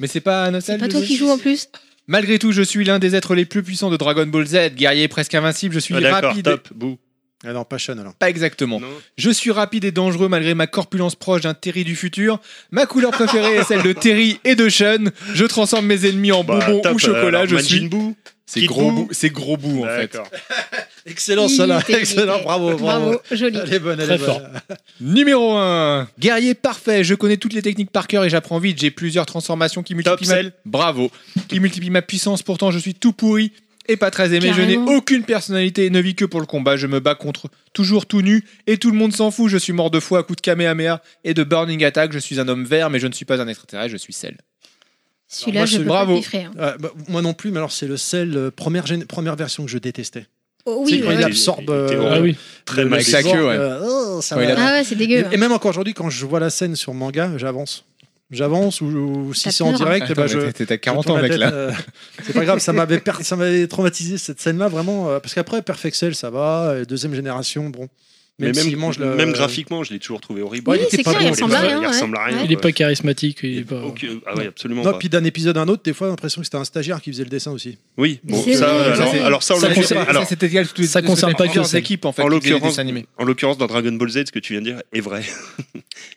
[SPEAKER 4] Mais c'est pas
[SPEAKER 3] C'est
[SPEAKER 4] Nostal
[SPEAKER 3] pas
[SPEAKER 4] le
[SPEAKER 3] toi
[SPEAKER 4] jeu
[SPEAKER 3] qui joues en plus.
[SPEAKER 4] Malgré tout, je suis l'un des êtres les plus puissants de Dragon Ball Z, guerrier presque invincible, je suis
[SPEAKER 6] Ah, D'accord,
[SPEAKER 4] rapide.
[SPEAKER 6] top, bouh.
[SPEAKER 2] Ah non, pas Sean alors.
[SPEAKER 4] Pas exactement.
[SPEAKER 6] Non.
[SPEAKER 4] Je suis rapide et dangereux malgré ma corpulence proche d'un Terry du futur. Ma couleur préférée est celle de Terry et de Sean. Je transforme mes ennemis en
[SPEAKER 6] Bah,
[SPEAKER 4] bonbons
[SPEAKER 6] top,
[SPEAKER 4] ou
[SPEAKER 6] euh,
[SPEAKER 4] chocolat.
[SPEAKER 6] alors,
[SPEAKER 4] Je
[SPEAKER 6] Majin
[SPEAKER 4] suis.
[SPEAKER 6] Buu.
[SPEAKER 4] C'est
[SPEAKER 6] Kid
[SPEAKER 4] gros
[SPEAKER 6] Buu.
[SPEAKER 4] bout. C'est gros bout en fait.
[SPEAKER 6] D'accord.
[SPEAKER 2] Excellent, ça là.
[SPEAKER 3] Il était-
[SPEAKER 2] Excellent, bravo, bravo.
[SPEAKER 3] Bravo, joli.
[SPEAKER 2] Elle est bonne, elle
[SPEAKER 5] Très
[SPEAKER 2] est bonne.
[SPEAKER 4] Numéro 1 Guerrier parfait. Je connais toutes les techniques par cœur et j'apprends vite. J'ai plusieurs transformations qui multiplient. ma-
[SPEAKER 6] Cell.
[SPEAKER 4] Bravo. Qui multiplient ma puissance. Pourtant, je suis tout pourri. Et pas très aimé, je n'ai
[SPEAKER 3] Carrément.
[SPEAKER 4] aucune personnalité et ne vis que pour le combat. Je me bats contre toujours tout nu et tout le monde s'en fout. Je suis mort de foi à coups de Kamehameha et de Burning Attack. Je suis un homme vert, mais je ne suis pas un extraterrestre, je suis celle.
[SPEAKER 3] Celui-là,
[SPEAKER 4] moi,
[SPEAKER 3] je
[SPEAKER 4] c'est-
[SPEAKER 3] peux pas
[SPEAKER 4] bravo.
[SPEAKER 3] le défrer, hein.
[SPEAKER 2] Ah, bah, moi non plus, mais alors c'est le sel euh, première, gén- première version que je détestais.
[SPEAKER 3] Oh,
[SPEAKER 2] C'est
[SPEAKER 3] oui,
[SPEAKER 2] quand
[SPEAKER 3] ouais,
[SPEAKER 2] il
[SPEAKER 3] ouais.
[SPEAKER 2] absorbe.
[SPEAKER 6] Il était
[SPEAKER 2] euh,
[SPEAKER 5] Ah oui.
[SPEAKER 6] Très
[SPEAKER 2] le-
[SPEAKER 6] mal
[SPEAKER 4] Avec sa
[SPEAKER 2] l'absorbe,
[SPEAKER 4] queue, ouais.
[SPEAKER 2] euh, oh, ça
[SPEAKER 4] Quand il
[SPEAKER 2] va.
[SPEAKER 4] a-
[SPEAKER 3] Ah ouais, c'est dégueu. hein.
[SPEAKER 2] Et, et même encore aujourd'hui, quand je vois la scène sur manga, j'avance. J'avance ou, ou si
[SPEAKER 3] T'as
[SPEAKER 2] c'est en
[SPEAKER 3] peur, hein.
[SPEAKER 2] direct, bah,
[SPEAKER 4] Attends,
[SPEAKER 2] je.
[SPEAKER 4] mais T'es t'es à
[SPEAKER 2] je
[SPEAKER 4] 40
[SPEAKER 2] tourne
[SPEAKER 4] ans,
[SPEAKER 2] la
[SPEAKER 4] mec,
[SPEAKER 2] tête,
[SPEAKER 4] là.
[SPEAKER 2] euh, c'est pas grave, ça m'avait per- ça m'avait traumatisé cette scène-là vraiment. euh, parce qu'après, Perfect Cell, ça va. euh, Deuxième génération, bon.
[SPEAKER 6] Mais
[SPEAKER 2] Même,
[SPEAKER 6] même,
[SPEAKER 2] s'il mange le-
[SPEAKER 6] même graphiquement, je l'ai toujours trouvé horrible.
[SPEAKER 2] Ouais,
[SPEAKER 3] Oui, c'est
[SPEAKER 2] était pas
[SPEAKER 3] clair, il
[SPEAKER 2] bon,
[SPEAKER 3] ressemble à
[SPEAKER 2] il
[SPEAKER 3] rien.
[SPEAKER 6] il
[SPEAKER 3] ouais.
[SPEAKER 6] ressemble à rien.
[SPEAKER 3] Ouais.
[SPEAKER 5] Il est pas charismatique. Il est
[SPEAKER 6] Et-
[SPEAKER 5] pas...
[SPEAKER 6] ok, Ah ouais, absolument
[SPEAKER 2] Non,
[SPEAKER 6] pas.
[SPEAKER 2] puis d'un épisode à un autre, des fois, j'ai l'impression que c'était un stagiaire qui faisait le dessin aussi.
[SPEAKER 6] Oui, bon,
[SPEAKER 3] C'est
[SPEAKER 6] ça,
[SPEAKER 3] vrai,
[SPEAKER 6] alors,
[SPEAKER 4] ça, c'est-
[SPEAKER 6] alors ça, on
[SPEAKER 5] ça,
[SPEAKER 6] le
[SPEAKER 5] concerne-
[SPEAKER 6] comprend. Alors,
[SPEAKER 4] c'est égal, tout-
[SPEAKER 5] ça
[SPEAKER 4] tout-
[SPEAKER 5] concerne
[SPEAKER 4] tout-
[SPEAKER 5] pas que
[SPEAKER 4] plusieurs
[SPEAKER 5] ça.
[SPEAKER 4] équipes, en fait.
[SPEAKER 6] en
[SPEAKER 4] qui faisaient des
[SPEAKER 6] l'occurrence,
[SPEAKER 4] dessins animés.
[SPEAKER 6] en l'occurrence, dans Dragon Ball Z, ce que tu viens de dire est vrai.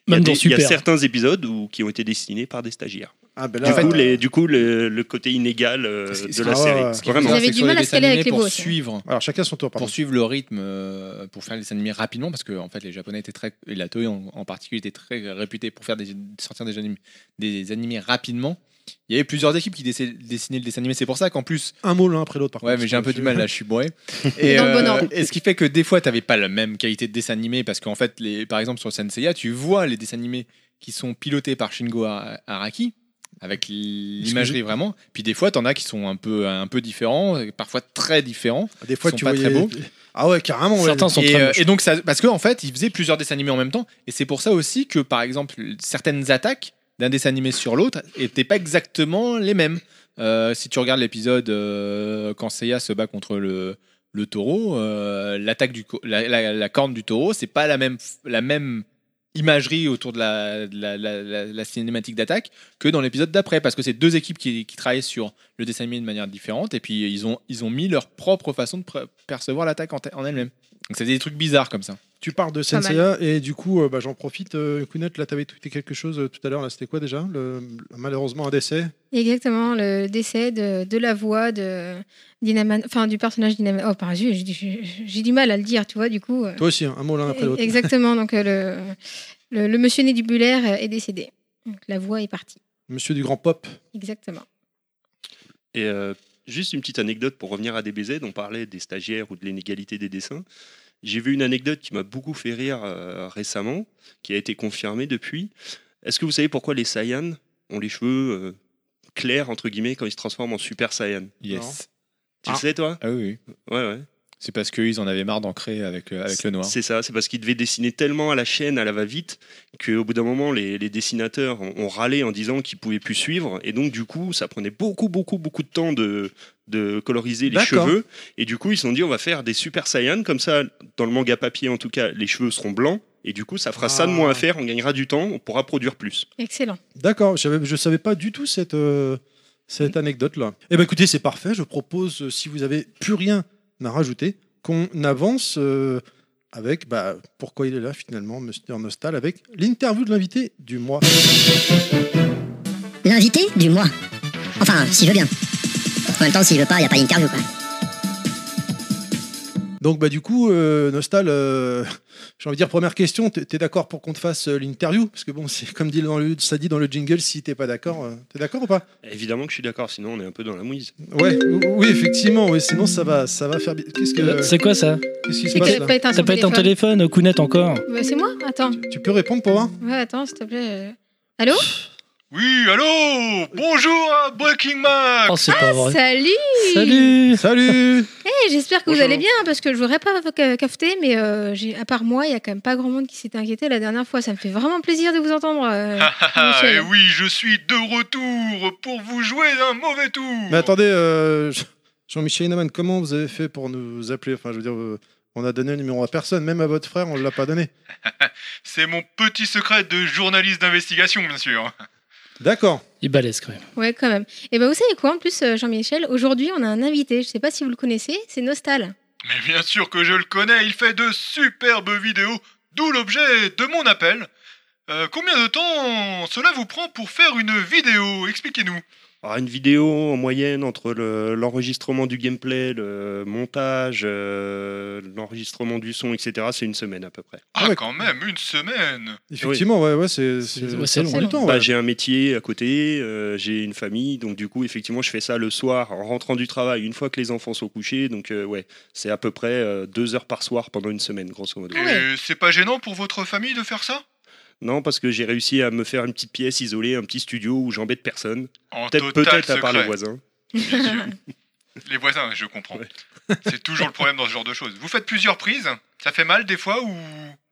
[SPEAKER 6] Il y a
[SPEAKER 5] Même dans
[SPEAKER 6] des- Il y a
[SPEAKER 5] Super.
[SPEAKER 6] certains épisodes où- qui ont été dessinés par des stagiaires.
[SPEAKER 2] Ah, ben
[SPEAKER 6] Du coup,
[SPEAKER 2] euh,
[SPEAKER 6] les- du coup, le, le côté inégal euh,
[SPEAKER 4] Ce qui- ce
[SPEAKER 6] de
[SPEAKER 4] qui-
[SPEAKER 6] la
[SPEAKER 2] ah
[SPEAKER 6] série.
[SPEAKER 2] ouais.
[SPEAKER 6] Ce qui est
[SPEAKER 4] Ils
[SPEAKER 6] vraiment-
[SPEAKER 3] avaient du mal à se caler avec les beaux
[SPEAKER 4] pour
[SPEAKER 3] aussi, hein.
[SPEAKER 4] suivre,
[SPEAKER 2] Alors chacun son tour, pardon.
[SPEAKER 4] pour suivre le rythme, euh, pour faire les animés rapidement, parce que en fait, les Japonais étaient très, et la Toei en, en particulier était très réputée pour faire des, sortir des animés, des animés rapidement. Il y avait plusieurs équipes qui dessinaient, dessinaient le dessin animé. C'est pour ça qu'en plus,
[SPEAKER 2] Un mot l'un après l'autre, par
[SPEAKER 4] Ouais,
[SPEAKER 2] contre.
[SPEAKER 4] mais j'ai un peu du mal là, je suis bourré. Et, euh,
[SPEAKER 3] Dans le bon ordre.
[SPEAKER 4] et ce qui fait que des fois, t'avais pas la même qualité de dessin animé parce qu'en fait, les, par exemple, sur Senseiya, tu vois les dessins animés qui sont pilotés par Shingo Ara- Araki avec l'imagerie vraiment. Puis des fois, t'en as qui sont un peu, un peu différents, et parfois très différents.
[SPEAKER 2] Des fois,
[SPEAKER 4] Ils sont
[SPEAKER 2] tu
[SPEAKER 4] pas
[SPEAKER 2] voyais.
[SPEAKER 4] très beaux.
[SPEAKER 2] Ah ouais, carrément. ouais.
[SPEAKER 5] Certains sont
[SPEAKER 4] Et,
[SPEAKER 5] très
[SPEAKER 4] euh,
[SPEAKER 5] moches.
[SPEAKER 4] et donc, ça, parce qu'en en fait, ils faisaient plusieurs dessins animés en même temps. Et c'est pour ça aussi que, par exemple, certaines attaques d'un dessin animé sur l'autre n'étaient pas exactement les mêmes. Euh, si tu regardes l'épisode euh, quand Seiya se bat contre le, le taureau, euh, l'attaque du co- la, la- la corne du taureau, c'est pas la même, f- la même imagerie autour de la, de la- la- la- la cinématique d'attaque que dans l'épisode d'après, parce que c'est deux équipes qui, qui travaillent sur le dessin animé de manière différente, et puis ils ont, ils ont mis leur propre façon de pre- percevoir l'attaque en, te- en elle-même. Donc c'était des trucs bizarres comme ça.
[SPEAKER 2] Tu parles de
[SPEAKER 3] Pas mal.
[SPEAKER 2] Senseiya et du coup, euh, bah, j'en profite. Euh, Kounet, là, t'avais tweeté quelque chose euh, tout à l'heure. Là, c'était quoi déjà Le- Malheureusement, un décès.
[SPEAKER 3] Exactement, le décès de, de la voix de Dynaman, enfin du personnage Dynaman. Oh, par j'ai j'ai- j'ai du mal à le dire, tu vois, du coup. euh,
[SPEAKER 2] Toi aussi, hein, un mot l'un après l'autre.
[SPEAKER 3] Exactement, donc euh, le, le, le monsieur Nédubulaire euh, est décédé. Donc la voix est partie.
[SPEAKER 2] Monsieur du grand pop.
[SPEAKER 3] Exactement.
[SPEAKER 6] Et euh, juste une petite anecdote pour revenir à DBZ, on parlait des stagiaires ou de l'inégalité des dessins. J'ai vu une anecdote qui m'a beaucoup fait rire euh, récemment, qui a été confirmée depuis. Est-ce que vous savez pourquoi les Saiyans ont les cheveux euh, clairs, entre guillemets, quand ils se transforment en Super Saiyan
[SPEAKER 4] Yes.
[SPEAKER 6] Tu
[SPEAKER 2] Ah.
[SPEAKER 6] le sais, toi
[SPEAKER 4] Ah oui, oui.
[SPEAKER 6] Ouais, ouais.
[SPEAKER 4] C'est parce qu'ils en avaient marre d'ancrer avec, euh, avec le noir.
[SPEAKER 6] C'est ça, c'est parce qu'ils devaient dessiner tellement à la chaîne, à la va-vite, qu'au bout d'un moment, les, les dessinateurs ont, ont râlé en disant qu'ils pouvaient plus suivre. Et donc, du coup, ça prenait beaucoup, beaucoup, beaucoup de temps de, de coloriser les
[SPEAKER 2] D'accord.
[SPEAKER 6] cheveux. Et du coup, ils se sont dit, on va faire des Super Saiyans. Comme ça, dans le manga papier, en tout cas, les cheveux seront blancs. Et du coup, ça fera ça de
[SPEAKER 2] Ah.
[SPEAKER 6] moins à faire, on gagnera du temps, on pourra produire plus.
[SPEAKER 3] Excellent.
[SPEAKER 2] D'accord, j'avais- je savais pas du tout cette, euh, cette
[SPEAKER 3] Mhm.
[SPEAKER 2] anecdote-là. Eh ben écoutez, c'est parfait. Je propose, euh, si vous avez plus rien à rajouter, qu'on avance euh, avec bah, pourquoi il est là finalement, Monsieur Nostal, avec l'interview de l'invité du mois.
[SPEAKER 7] L'invité du mois. Enfin, s'il veut bien. En même temps, s'il veut pas, y a pas d'interview, quoi.
[SPEAKER 2] Donc, bah, du coup, euh, Nostal, euh, j'ai envie de dire, première question, t'es t'es d'accord pour qu'on te fasse euh, l'interview Parce que, bon, c'est comme dit dans le, ça dit dans le jingle, si t'es pas d'accord, euh, t'es d'accord ou pas
[SPEAKER 6] Évidemment que je suis d'accord, sinon on est un peu dans la mouise.
[SPEAKER 2] Ouais, ou- oui, effectivement, ouais, sinon ça va, ça va faire. bi- Qu'est-ce que.
[SPEAKER 5] C'est quoi ça
[SPEAKER 2] Qu'est-ce qui se
[SPEAKER 3] Ah, C'est que
[SPEAKER 2] passe là
[SPEAKER 3] ça peut être un
[SPEAKER 5] Ça peut être un
[SPEAKER 3] téléphone.
[SPEAKER 5] téléphone, Kounet encore.
[SPEAKER 3] Bah, C'est moi Attends.
[SPEAKER 2] Tu peux répondre pour moi
[SPEAKER 3] Ouais, attends, s'il te plaît. euh. Allô
[SPEAKER 8] Oui, allô Bonjour à Breaking Mac
[SPEAKER 5] Oh, c'est pas vrai.
[SPEAKER 3] Ah, Salut
[SPEAKER 5] Salut
[SPEAKER 2] Salut
[SPEAKER 3] Eh, J'espère que vous
[SPEAKER 6] Bonjour.
[SPEAKER 3] allez bien, parce que je voudrais pas vous ca- cafeter, mais euh, j'ai- à part moi, il y a quand même pas grand monde qui s'est inquiété la dernière fois. Ça me fait vraiment plaisir de vous entendre. euh,
[SPEAKER 8] Ah,
[SPEAKER 3] Michel.
[SPEAKER 8] et oui, je suis de retour pour vous jouer d'un mauvais tour
[SPEAKER 2] Mais attendez, euh, je- Jean-Michel Hinaman, comment vous avez fait pour nous appeler Enfin, je veux dire, euh, on a donné le numéro à personne, même à votre frère, on ne l'a pas donné.
[SPEAKER 8] C'est mon petit secret de journaliste d'investigation, bien sûr.
[SPEAKER 2] D'accord.
[SPEAKER 5] Il balèze quand même.
[SPEAKER 3] Ouais, quand même. Et ben vous savez quoi, en plus, euh, Jean-Michel, aujourd'hui, on a un invité. Je sais pas si vous le connaissez, c'est Nostal.
[SPEAKER 8] Mais bien sûr que je le connais, il fait de superbes vidéos, d'où l'objet de mon appel. Euh, combien de temps cela vous prend pour faire une vidéo Expliquez-nous.
[SPEAKER 6] Alors, Ah, une vidéo en moyenne entre le- l'enregistrement du gameplay, le montage, euh, l'enregistrement du son, etc., c'est une semaine à peu près.
[SPEAKER 8] Ah,
[SPEAKER 2] ouais.
[SPEAKER 8] quand même, une semaine
[SPEAKER 2] Effectivement, ouais, ouais, c'est.
[SPEAKER 5] Ouais,
[SPEAKER 2] ça
[SPEAKER 5] c'est hein.
[SPEAKER 2] prend
[SPEAKER 3] long.
[SPEAKER 2] du
[SPEAKER 8] Oh,
[SPEAKER 2] temps,
[SPEAKER 6] Bah,
[SPEAKER 2] ouais.
[SPEAKER 6] j'ai un métier à côté, euh, j'ai une famille, donc du coup, effectivement, je fais ça le soir en rentrant du travail, une fois que les enfants sont couchés. Donc, euh, ouais, c'est à peu près euh, deux heures par soir pendant une semaine, grosso modo.
[SPEAKER 8] Et c'est pas gênant pour votre famille de faire ça
[SPEAKER 6] Non, parce que j'ai réussi à me faire une petite pièce isolée, un petit studio où j'embête personne.
[SPEAKER 8] En
[SPEAKER 6] Peut-être
[SPEAKER 8] total
[SPEAKER 6] peut-être à part
[SPEAKER 8] secret.
[SPEAKER 6] les voisins.
[SPEAKER 8] Bien sûr. Les voisins, je comprends.
[SPEAKER 6] Ouais.
[SPEAKER 8] C'est toujours le problème dans ce genre de choses. Vous faites plusieurs prises, ça fait mal des fois ou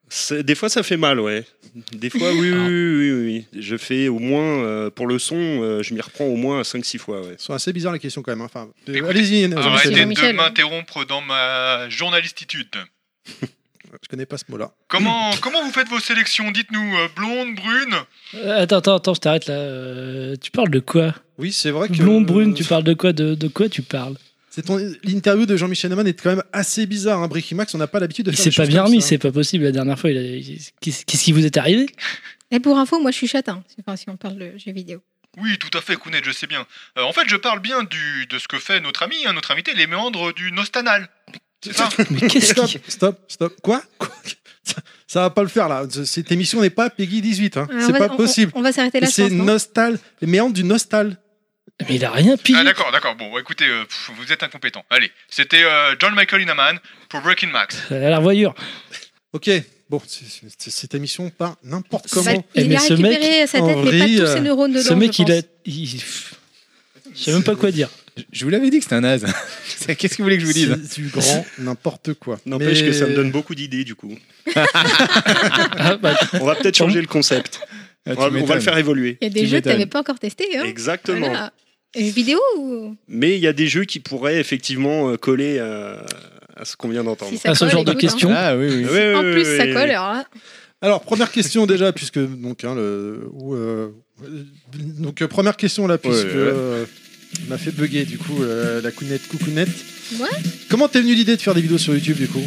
[SPEAKER 6] C'est- Des fois, ça fait mal, ouais. Des fois, oui, oui, oui, oui, oui. Je fais au moins, euh, pour le son, euh, je m'y reprends au moins 5-6 fois, ouais.
[SPEAKER 2] Ils sont assez bizarres les questions quand même. hein. Enfin, euh,
[SPEAKER 8] Écoutez,
[SPEAKER 2] allez-y, Jean-Michel.
[SPEAKER 8] arrêtez de
[SPEAKER 3] Jean-Michel.
[SPEAKER 8] m'interrompre dans ma journalistitude.
[SPEAKER 2] Je connais pas ce mot-là.
[SPEAKER 8] Comment, comment vous faites vos sélections Dites-nous, euh, blonde, brune
[SPEAKER 5] Euh, attends, attends, attends, je t'arrête là. Euh, tu parles de quoi
[SPEAKER 2] Oui, c'est vrai que. euh,
[SPEAKER 5] Blond, brune, tu parles de quoi de, de quoi tu parles
[SPEAKER 2] C'est ton... L'interview de Jean-Michel Hinaman est quand même assez bizarre. Hein. Bricky Max, on n'a pas l'habitude de
[SPEAKER 5] Il
[SPEAKER 2] faire.
[SPEAKER 5] s'est
[SPEAKER 2] des
[SPEAKER 5] pas
[SPEAKER 2] choses
[SPEAKER 5] bien
[SPEAKER 2] comme
[SPEAKER 5] remis,
[SPEAKER 2] ça. hein.
[SPEAKER 5] c'est pas possible. La dernière fois, il a- il- qu'est-ce qu'est-ce qui vous est arrivé
[SPEAKER 3] Et pour info, moi, je suis châtain, enfin, si on parle de jeux vidéo.
[SPEAKER 8] Oui, tout à fait, Kounet, je sais bien. Euh, en fait, je parle bien du, de ce que fait notre ami, hein, notre invité, les méandres du Nostanal. C'est ça
[SPEAKER 5] Mais qu'est-ce
[SPEAKER 2] Stop,
[SPEAKER 5] qui.
[SPEAKER 2] stop, stop. Quoi, Quoi ça, ça va pas le faire là. Ce- Cette émission n'est pas Peggy 18. Hein.
[SPEAKER 3] Alors,
[SPEAKER 2] C'est
[SPEAKER 3] Ah, on va-
[SPEAKER 2] pas
[SPEAKER 3] Euh, on-
[SPEAKER 2] possible.
[SPEAKER 3] On, on va s'arrêter là, je
[SPEAKER 2] C'est
[SPEAKER 3] pense, non
[SPEAKER 2] nostal, les méandres du nostal.
[SPEAKER 5] Mais il a rien pigé.
[SPEAKER 8] Ah d'accord, d'accord. Bon, écoutez, euh, pff, vous êtes incompétent. Allez, c'était euh, John Michael Inaman pour Breaking Max.
[SPEAKER 5] à la revoyure.
[SPEAKER 2] Ok, bon, c'est- c'est- c'est- cette émission part n'importe
[SPEAKER 5] Bah,
[SPEAKER 2] comment.
[SPEAKER 5] Eh,
[SPEAKER 3] Il
[SPEAKER 5] mais
[SPEAKER 3] a
[SPEAKER 5] ce
[SPEAKER 3] récupéré sa tête, mais pas
[SPEAKER 2] Henri,
[SPEAKER 3] tous
[SPEAKER 2] euh,
[SPEAKER 3] ses neurones dedans.
[SPEAKER 5] Ce mec,
[SPEAKER 3] je
[SPEAKER 5] il a.
[SPEAKER 3] pense.
[SPEAKER 5] il- pff. Je sais même pas quoi dire.
[SPEAKER 4] Je- Je vous l'avais dit que c'était un naze. C'est- Qu'est-ce que vous voulez que je vous dise
[SPEAKER 2] C'est du grand n'importe quoi.
[SPEAKER 6] N'empêche
[SPEAKER 2] Mais-
[SPEAKER 6] que ça me donne beaucoup d'idées, du coup.
[SPEAKER 5] Ah, bah,
[SPEAKER 6] On va peut-être changer le concept. On
[SPEAKER 4] Ah, tu
[SPEAKER 6] va, on va
[SPEAKER 4] m'étonnes.
[SPEAKER 6] le faire évoluer.
[SPEAKER 3] Il y a des
[SPEAKER 4] Tu
[SPEAKER 3] jeux que
[SPEAKER 4] m'étonnes.
[SPEAKER 3] t'avais pas encore testés. Hein
[SPEAKER 6] Exactement.
[SPEAKER 3] Voilà. Et vidéo ou...
[SPEAKER 6] Mais il y a des jeux qui pourraient effectivement euh, coller à, à ce qu'on vient d'entendre.
[SPEAKER 3] Si ça
[SPEAKER 5] à ce
[SPEAKER 3] colle,
[SPEAKER 5] genre de
[SPEAKER 3] écoute, hein.
[SPEAKER 5] questions.
[SPEAKER 4] Ah oui, oui.
[SPEAKER 6] Ouais, ouais,
[SPEAKER 3] En
[SPEAKER 6] ouais,
[SPEAKER 3] plus,
[SPEAKER 6] ouais,
[SPEAKER 3] ça
[SPEAKER 6] ouais.
[SPEAKER 3] colle. alors
[SPEAKER 5] hein.
[SPEAKER 3] là.
[SPEAKER 2] Alors, première question déjà, puisque. Donc, hein, le, ou, euh, donc euh, première question là, puisque.
[SPEAKER 6] ouais.
[SPEAKER 2] euh, on m'a fait bugger du coup euh, la counette coucounette.
[SPEAKER 3] Ouais.
[SPEAKER 2] Comment t'es venu l'idée de faire des vidéos sur YouTube du coup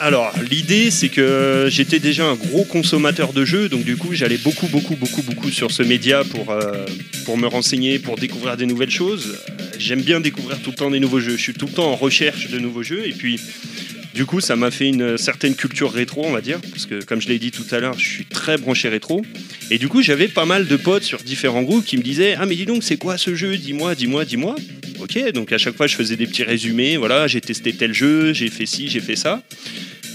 [SPEAKER 6] Alors, l'idée, c'est que j'étais déjà un gros consommateur de jeux, donc du coup, j'allais beaucoup, beaucoup, beaucoup, beaucoup sur ce média pour, euh, pour me renseigner, pour découvrir des nouvelles choses. Euh, J'aime bien découvrir tout le temps des nouveaux jeux. Je suis tout le temps en recherche de nouveaux jeux, et puis, du coup, ça m'a fait une certaine culture rétro, on va dire, parce que, comme je l'ai dit tout à l'heure, je suis très branché rétro. Et du coup, j'avais pas mal de potes sur différents groupes qui me disaient Ah, mais dis donc, c'est quoi ce jeu Dis-moi, dis-moi, dis-moi. Ok, donc à chaque fois, je faisais des petits résumés. Voilà, j'ai testé tel jeu, j'ai fait ci, j'ai fait ça.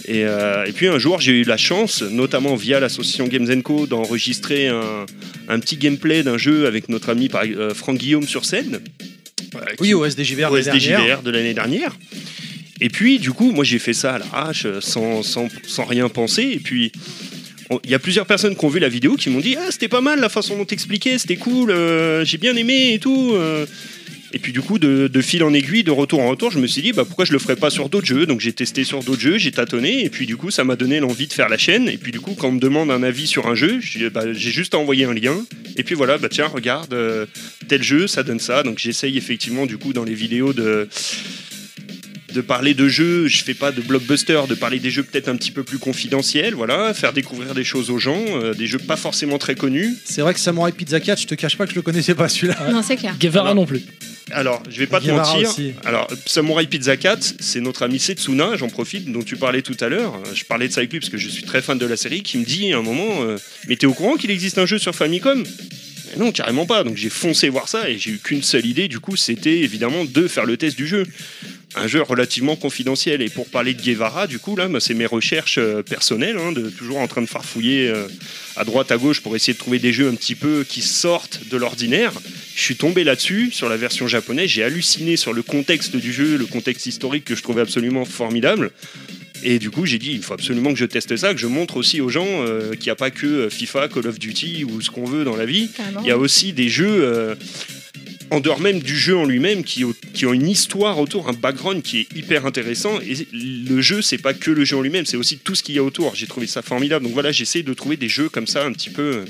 [SPEAKER 6] Et, euh, et puis un jour, j'ai eu la chance, notamment via l'association Games Co, d'enregistrer un, un petit gameplay d'un jeu avec notre ami par- euh, Franck Guillaume sur scène. Euh, qui-
[SPEAKER 2] OSDJVR.
[SPEAKER 6] au SDJVR de l'année dernière. Et puis, du coup, moi, j'ai fait ça à l'arrache, euh, sans, sans, sans rien penser. Et puis, on- il y a plusieurs personnes qui ont vu la vidéo qui m'ont dit Ah, c'était pas mal la façon dont t'expliquais, c'était cool, euh, j'ai bien aimé et tout. euh. Et puis, du coup, de, de fil en aiguille, de retour en retour, je me suis dit bah, Pourquoi je le ferais pas sur d'autres jeux Donc, j'ai testé sur d'autres jeux, j'ai tâtonné. Et puis, du coup, ça m'a donné l'envie de faire la chaîne. Et puis, du coup, quand on me demande un avis sur un jeu, je dis, bah, j'ai juste à envoyer un lien. Et puis, voilà, bah, tiens, regarde. euh, tel jeu, ça donne ça. Donc j'essaye effectivement du coup dans les vidéos de de parler de jeux, je fais pas de blockbuster, de parler des jeux peut-être un petit peu plus confidentiels, voilà, faire découvrir des choses aux gens, euh, des jeux pas forcément très connus.
[SPEAKER 2] C'est vrai que Samurai Pizza 4, je te cache pas que je le connaissais pas celui-là.
[SPEAKER 3] Ah. Non, c'est clair.
[SPEAKER 5] Guevara
[SPEAKER 6] Alors-
[SPEAKER 5] non plus.
[SPEAKER 6] Alors, je vais pas te
[SPEAKER 2] Guevara
[SPEAKER 6] mentir.
[SPEAKER 2] aussi.
[SPEAKER 6] Alors, Samurai Pizza 4, c'est notre ami Setsuna, j'en profite, dont tu parlais tout à l'heure. Je parlais de ça avec lui parce que je suis très fan de la série, qui me dit à un moment euh, Mais t'es au courant qu'il existe un jeu sur Famicom Mais non, carrément pas. Donc j'ai foncé voir ça et j'ai eu qu'une seule idée, du coup, c'était évidemment de faire le test du jeu. Un jeu relativement confidentiel. Et pour parler de Guevara, du coup, là, bah, c'est mes recherches euh, personnelles, hein, de, toujours en train de farfouiller euh, à droite, à gauche pour essayer de trouver des jeux un petit peu qui sortent de l'ordinaire. Je suis tombé là-dessus, sur la version japonaise, j'ai halluciné sur le contexte du jeu, le contexte historique que je trouvais absolument formidable. Et du coup, j'ai dit, il faut absolument que je teste ça, que je montre aussi aux gens euh, qu'il n'y a pas que euh, FIFA, Call of Duty ou ce qu'on veut dans la vie.
[SPEAKER 3] Carrément.
[SPEAKER 6] Il y a aussi des jeux, euh, en dehors même du jeu en lui-même, qui, au- qui ont une histoire autour, un background qui est hyper intéressant. Et le jeu, c'est pas que le jeu en lui-même, c'est aussi tout ce qu'il y a autour. J'ai trouvé ça formidable. Donc voilà, j'essaie de trouver des jeux comme ça, un petit peu, euh,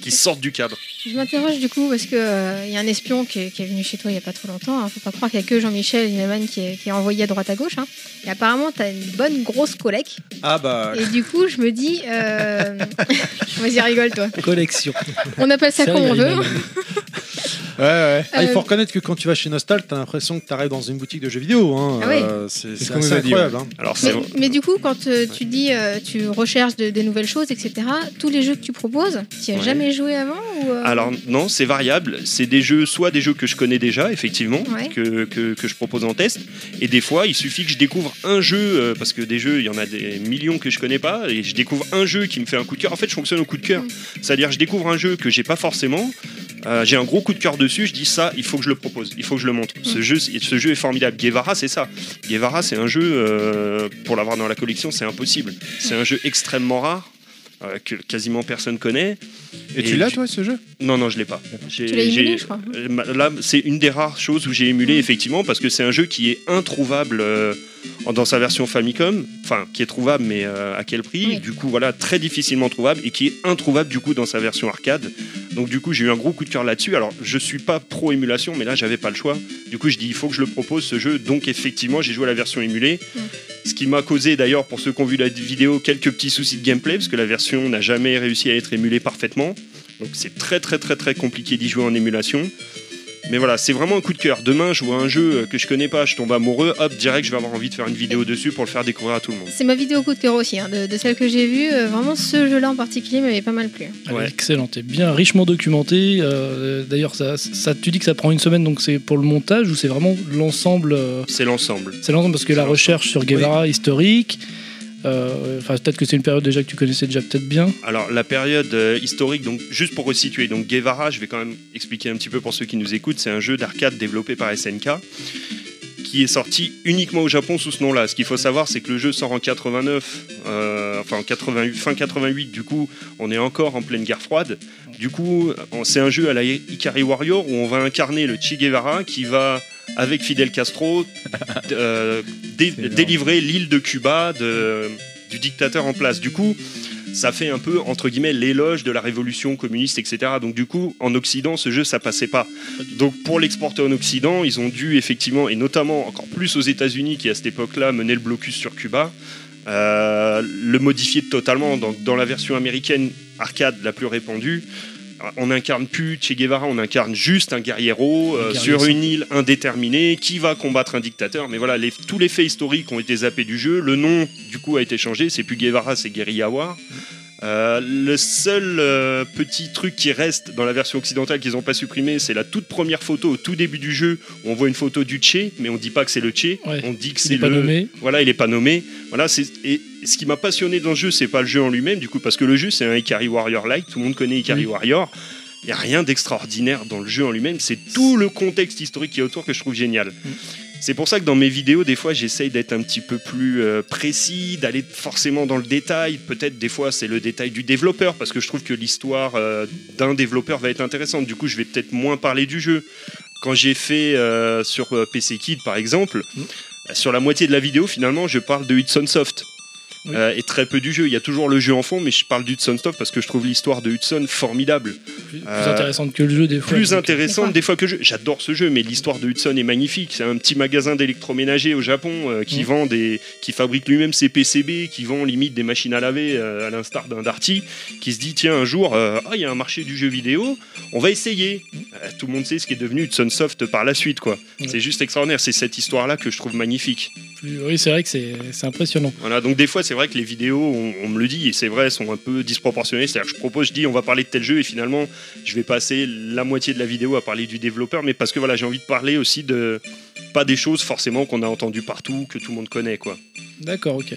[SPEAKER 6] qui sortent du cadre.
[SPEAKER 3] Je m'interroge du coup parce que euh, il y a un espion qui est, qui est venu chez toi il n'y a pas trop longtemps. hein. Faut pas croire qu'il n'y a que Jean-Michel Hinaman qui est, qui est envoyé à droite à gauche. hein. Et apparemment, tu as une bonne grosse collecte.
[SPEAKER 4] Ah bah.
[SPEAKER 3] Et du coup, je me dis. euh, Vas-y, rigole toi.
[SPEAKER 9] Collection.
[SPEAKER 3] On appelle ça
[SPEAKER 9] C'est
[SPEAKER 3] comme on
[SPEAKER 9] rigolo,
[SPEAKER 3] veut.
[SPEAKER 9] même.
[SPEAKER 2] Ouais, ouais. Ah, il
[SPEAKER 3] Euh,
[SPEAKER 2] faut reconnaître que quand tu vas chez Nostal, t'as l'impression que t'arrives dans une boutique de jeux vidéo. Hein.
[SPEAKER 3] Ah oui.
[SPEAKER 2] Euh, c'est
[SPEAKER 4] C'est ce
[SPEAKER 2] c'est
[SPEAKER 4] qu'on nous
[SPEAKER 2] assez
[SPEAKER 4] a dit, ouais.
[SPEAKER 2] incroyable. hein.
[SPEAKER 6] Alors c'est
[SPEAKER 3] Mais, mais du coup, quand euh, tu dis, euh, tu recherches de- des nouvelles choses, etc., tous les jeux que tu proposes, tu n'y as
[SPEAKER 6] Ouais.
[SPEAKER 3] jamais joué avant ou, euh,
[SPEAKER 6] Alors non, c'est variable. C'est des jeux, soit des jeux que je connais déjà, effectivement,
[SPEAKER 3] Ouais.
[SPEAKER 6] que, que, que je propose en test. Et des fois, il suffit que je découvre un jeu, euh, parce que des jeux, il y en a des millions que je connais pas, et je découvre un jeu qui me fait un coup de cœur. En fait, je fonctionne au coup de cœur.
[SPEAKER 3] Mm.
[SPEAKER 6] C'est-à-dire, je découvre un jeu que j'ai pas forcément. euh, j'ai un gros coup de cœur dessus, je dis ça, il faut que je le propose, il faut que je le montre.
[SPEAKER 3] Mm.
[SPEAKER 6] Ce, jeu, ce jeu est formidable. Guevara, c'est ça. Guevara, c'est un jeu, euh, pour l'avoir dans la collection, c'est impossible. C'est un jeu extrêmement rare, euh, que quasiment personne connaît.
[SPEAKER 4] Et tu
[SPEAKER 6] Et
[SPEAKER 4] l'as,
[SPEAKER 6] tu-
[SPEAKER 4] toi, ce jeu
[SPEAKER 6] Non, non, je l'ai pas. J'ai-
[SPEAKER 3] Tu l'as émulé,
[SPEAKER 6] j'ai-
[SPEAKER 3] je crois.
[SPEAKER 6] euh, ma- Là, c'est une des rares choses où j'ai émulé,
[SPEAKER 3] Mm.
[SPEAKER 6] effectivement, parce que c'est un jeu qui est introuvable euh, en- dans sa version Famicom, enfin, qui est trouvable, mais euh, à quel prix
[SPEAKER 3] Oui.
[SPEAKER 6] Du coup, voilà, très difficilement trouvable, et qui est introuvable, du coup, dans sa version arcade. Donc, du coup, j'ai eu un gros coup de cœur là-dessus. Alors, je suis pas pro émulation, mais là, j'avais pas le choix. Du coup, je dis, il faut que je le propose, ce jeu. Donc, effectivement, j'ai joué à la version émulée.
[SPEAKER 3] Mm.
[SPEAKER 6] Ce qui m'a causé d'ailleurs, pour ceux qui ont vu la vidéo, quelques petits soucis de gameplay, parce que la version n'a jamais réussi à être émulée parfaitement. Donc c'est très très très très compliqué d'y jouer en émulation. Mais voilà, c'est vraiment un coup de cœur. Demain, je vois un jeu que je connais pas, je tombe amoureux, hop, direct, je vais avoir envie de faire une vidéo dessus pour le faire découvrir à tout le monde.
[SPEAKER 3] C'est ma vidéo coup de cœur aussi, hein, de, de celle que j'ai vue. euh, vraiment, ce jeu-là en particulier m'avait pas mal plu.
[SPEAKER 5] Elle est
[SPEAKER 6] Ouais.
[SPEAKER 5] excellente et bien richement documentée. Euh, D'ailleurs, ça, ça, tu dis que ça prend une semaine, donc c'est pour le montage ou c'est vraiment l'ensemble euh,
[SPEAKER 6] C'est l'ensemble.
[SPEAKER 5] C'est l'ensemble parce que la
[SPEAKER 6] l'ensemble.
[SPEAKER 5] recherche sur Guevara historique. euh, Enfin, peut-être que c'est une période déjà que tu connaissais déjà peut-être bien.
[SPEAKER 6] Alors la période euh, historique, donc juste pour resituer, donc Guevara, je vais quand même expliquer un petit peu pour ceux qui nous écoutent, c'est un jeu d'arcade développé par SNK qui est sorti uniquement au Japon sous ce nom-là. Ce qu'il faut savoir, c'est que le jeu sort en 89, euh, enfin en 88, fin 88, du coup, on est encore en pleine guerre froide. Du coup, on- c'est un jeu à la Ikari Warrior où on va incarner le Che Guevara qui va, avec Fidel Castro, euh, dé-
[SPEAKER 4] énorme.
[SPEAKER 6] délivrer l'île de Cuba de- du dictateur en place. Du coup, ça fait un peu, entre guillemets, l'éloge de la révolution communiste, etc. Donc du coup, en Occident, ce jeu, ça passait pas. Donc pour l'exporter en Occident, ils ont dû effectivement, et notamment encore plus aux États-Unis qui à cette époque-là menaient le blocus sur Cuba, euh, le modifier totalement. Dans, dans la version américaine arcade la plus répandue, on n'incarne plus Che Guevara, on incarne juste un guerriero euh,
[SPEAKER 5] guerrier
[SPEAKER 6] sur
[SPEAKER 5] sans-
[SPEAKER 6] une île indéterminée qui va combattre un dictateur. Mais voilà, les- tous les faits historiques ont été zappés du jeu. Le nom, du coup, a été changé. C'est plus Guevara, c'est Guerilla War. Euh, le seul euh, petit truc qui reste dans la version occidentale qu'ils n'ont pas supprimé, c'est la toute première photo au tout début du jeu où on voit une photo du Che, mais on dit pas que c'est le Che,
[SPEAKER 5] Ouais.
[SPEAKER 6] on dit que
[SPEAKER 5] Il
[SPEAKER 6] c'est
[SPEAKER 5] n'est pas
[SPEAKER 6] le.
[SPEAKER 5] nommé.
[SPEAKER 6] Voilà, il est pas nommé. Voilà, c'est et ce qui m'a passionné dans le jeu, c'est pas le jeu en lui-même du coup, parce que le jeu c'est un Ikari Warrior like, tout le monde connaît Ikari
[SPEAKER 5] Oui.
[SPEAKER 6] Warrior. Il y a rien d'extraordinaire dans le jeu en lui-même, c'est tout le contexte historique qui est autour que je trouve génial. C'est pour ça que dans mes vidéos, des fois, j'essaye d'être un petit peu plus euh, précis, d'aller forcément dans le détail. Peut-être des fois, c'est le détail du développeur, parce que je trouve que l'histoire euh, d'un développeur va être intéressante. Du coup, je vais peut-être moins parler du jeu. Quand j'ai fait euh, Bah, sur euh, PC Kid, par exemple, sur la moitié de la vidéo, finalement, je parle de Hudson Soft.
[SPEAKER 5] Oui.
[SPEAKER 6] euh, et très peu du jeu. Il y a toujours le jeu en fond, mais je parle d'Hudson Stuff parce que je trouve l'histoire de Hudson formidable.
[SPEAKER 5] Plus, plus
[SPEAKER 6] Euh,
[SPEAKER 5] intéressante que le jeu, des fois.
[SPEAKER 6] Plus
[SPEAKER 5] donc, euh,
[SPEAKER 6] intéressante des fois que je. J'adore ce jeu, mais l'histoire de Hudson est magnifique. C'est un petit magasin d'électroménager au Japon euh, qui
[SPEAKER 5] Mhm.
[SPEAKER 6] vend des, qui fabrique lui-même ses PCB, qui vend limite des machines à laver euh, à l'instar d'un Darty, qui se dit tiens un jour euh, ah il y a un marché du jeu vidéo, on va essayer. Euh, tout le monde sait ce qui est devenu Hudson Soft par la suite quoi.
[SPEAKER 5] Ouais.
[SPEAKER 6] C'est juste extraordinaire. C'est cette histoire là que je trouve magnifique.
[SPEAKER 5] plus- Oui, c'est vrai que c'est c'est impressionnant.
[SPEAKER 6] Voilà, donc des fois c'est vrai que les vidéos, on, on me le dit, et c'est vrai, sont un peu disproportionnées. C'est-à-dire que je propose, je dis on va parler de tel jeu, et finalement je vais passer la moitié de la vidéo à parler du développeur, mais parce que voilà, j'ai envie de parler aussi de pas des choses forcément qu'on a entendues partout, que tout le monde connaît, quoi.
[SPEAKER 5] D'accord, ok.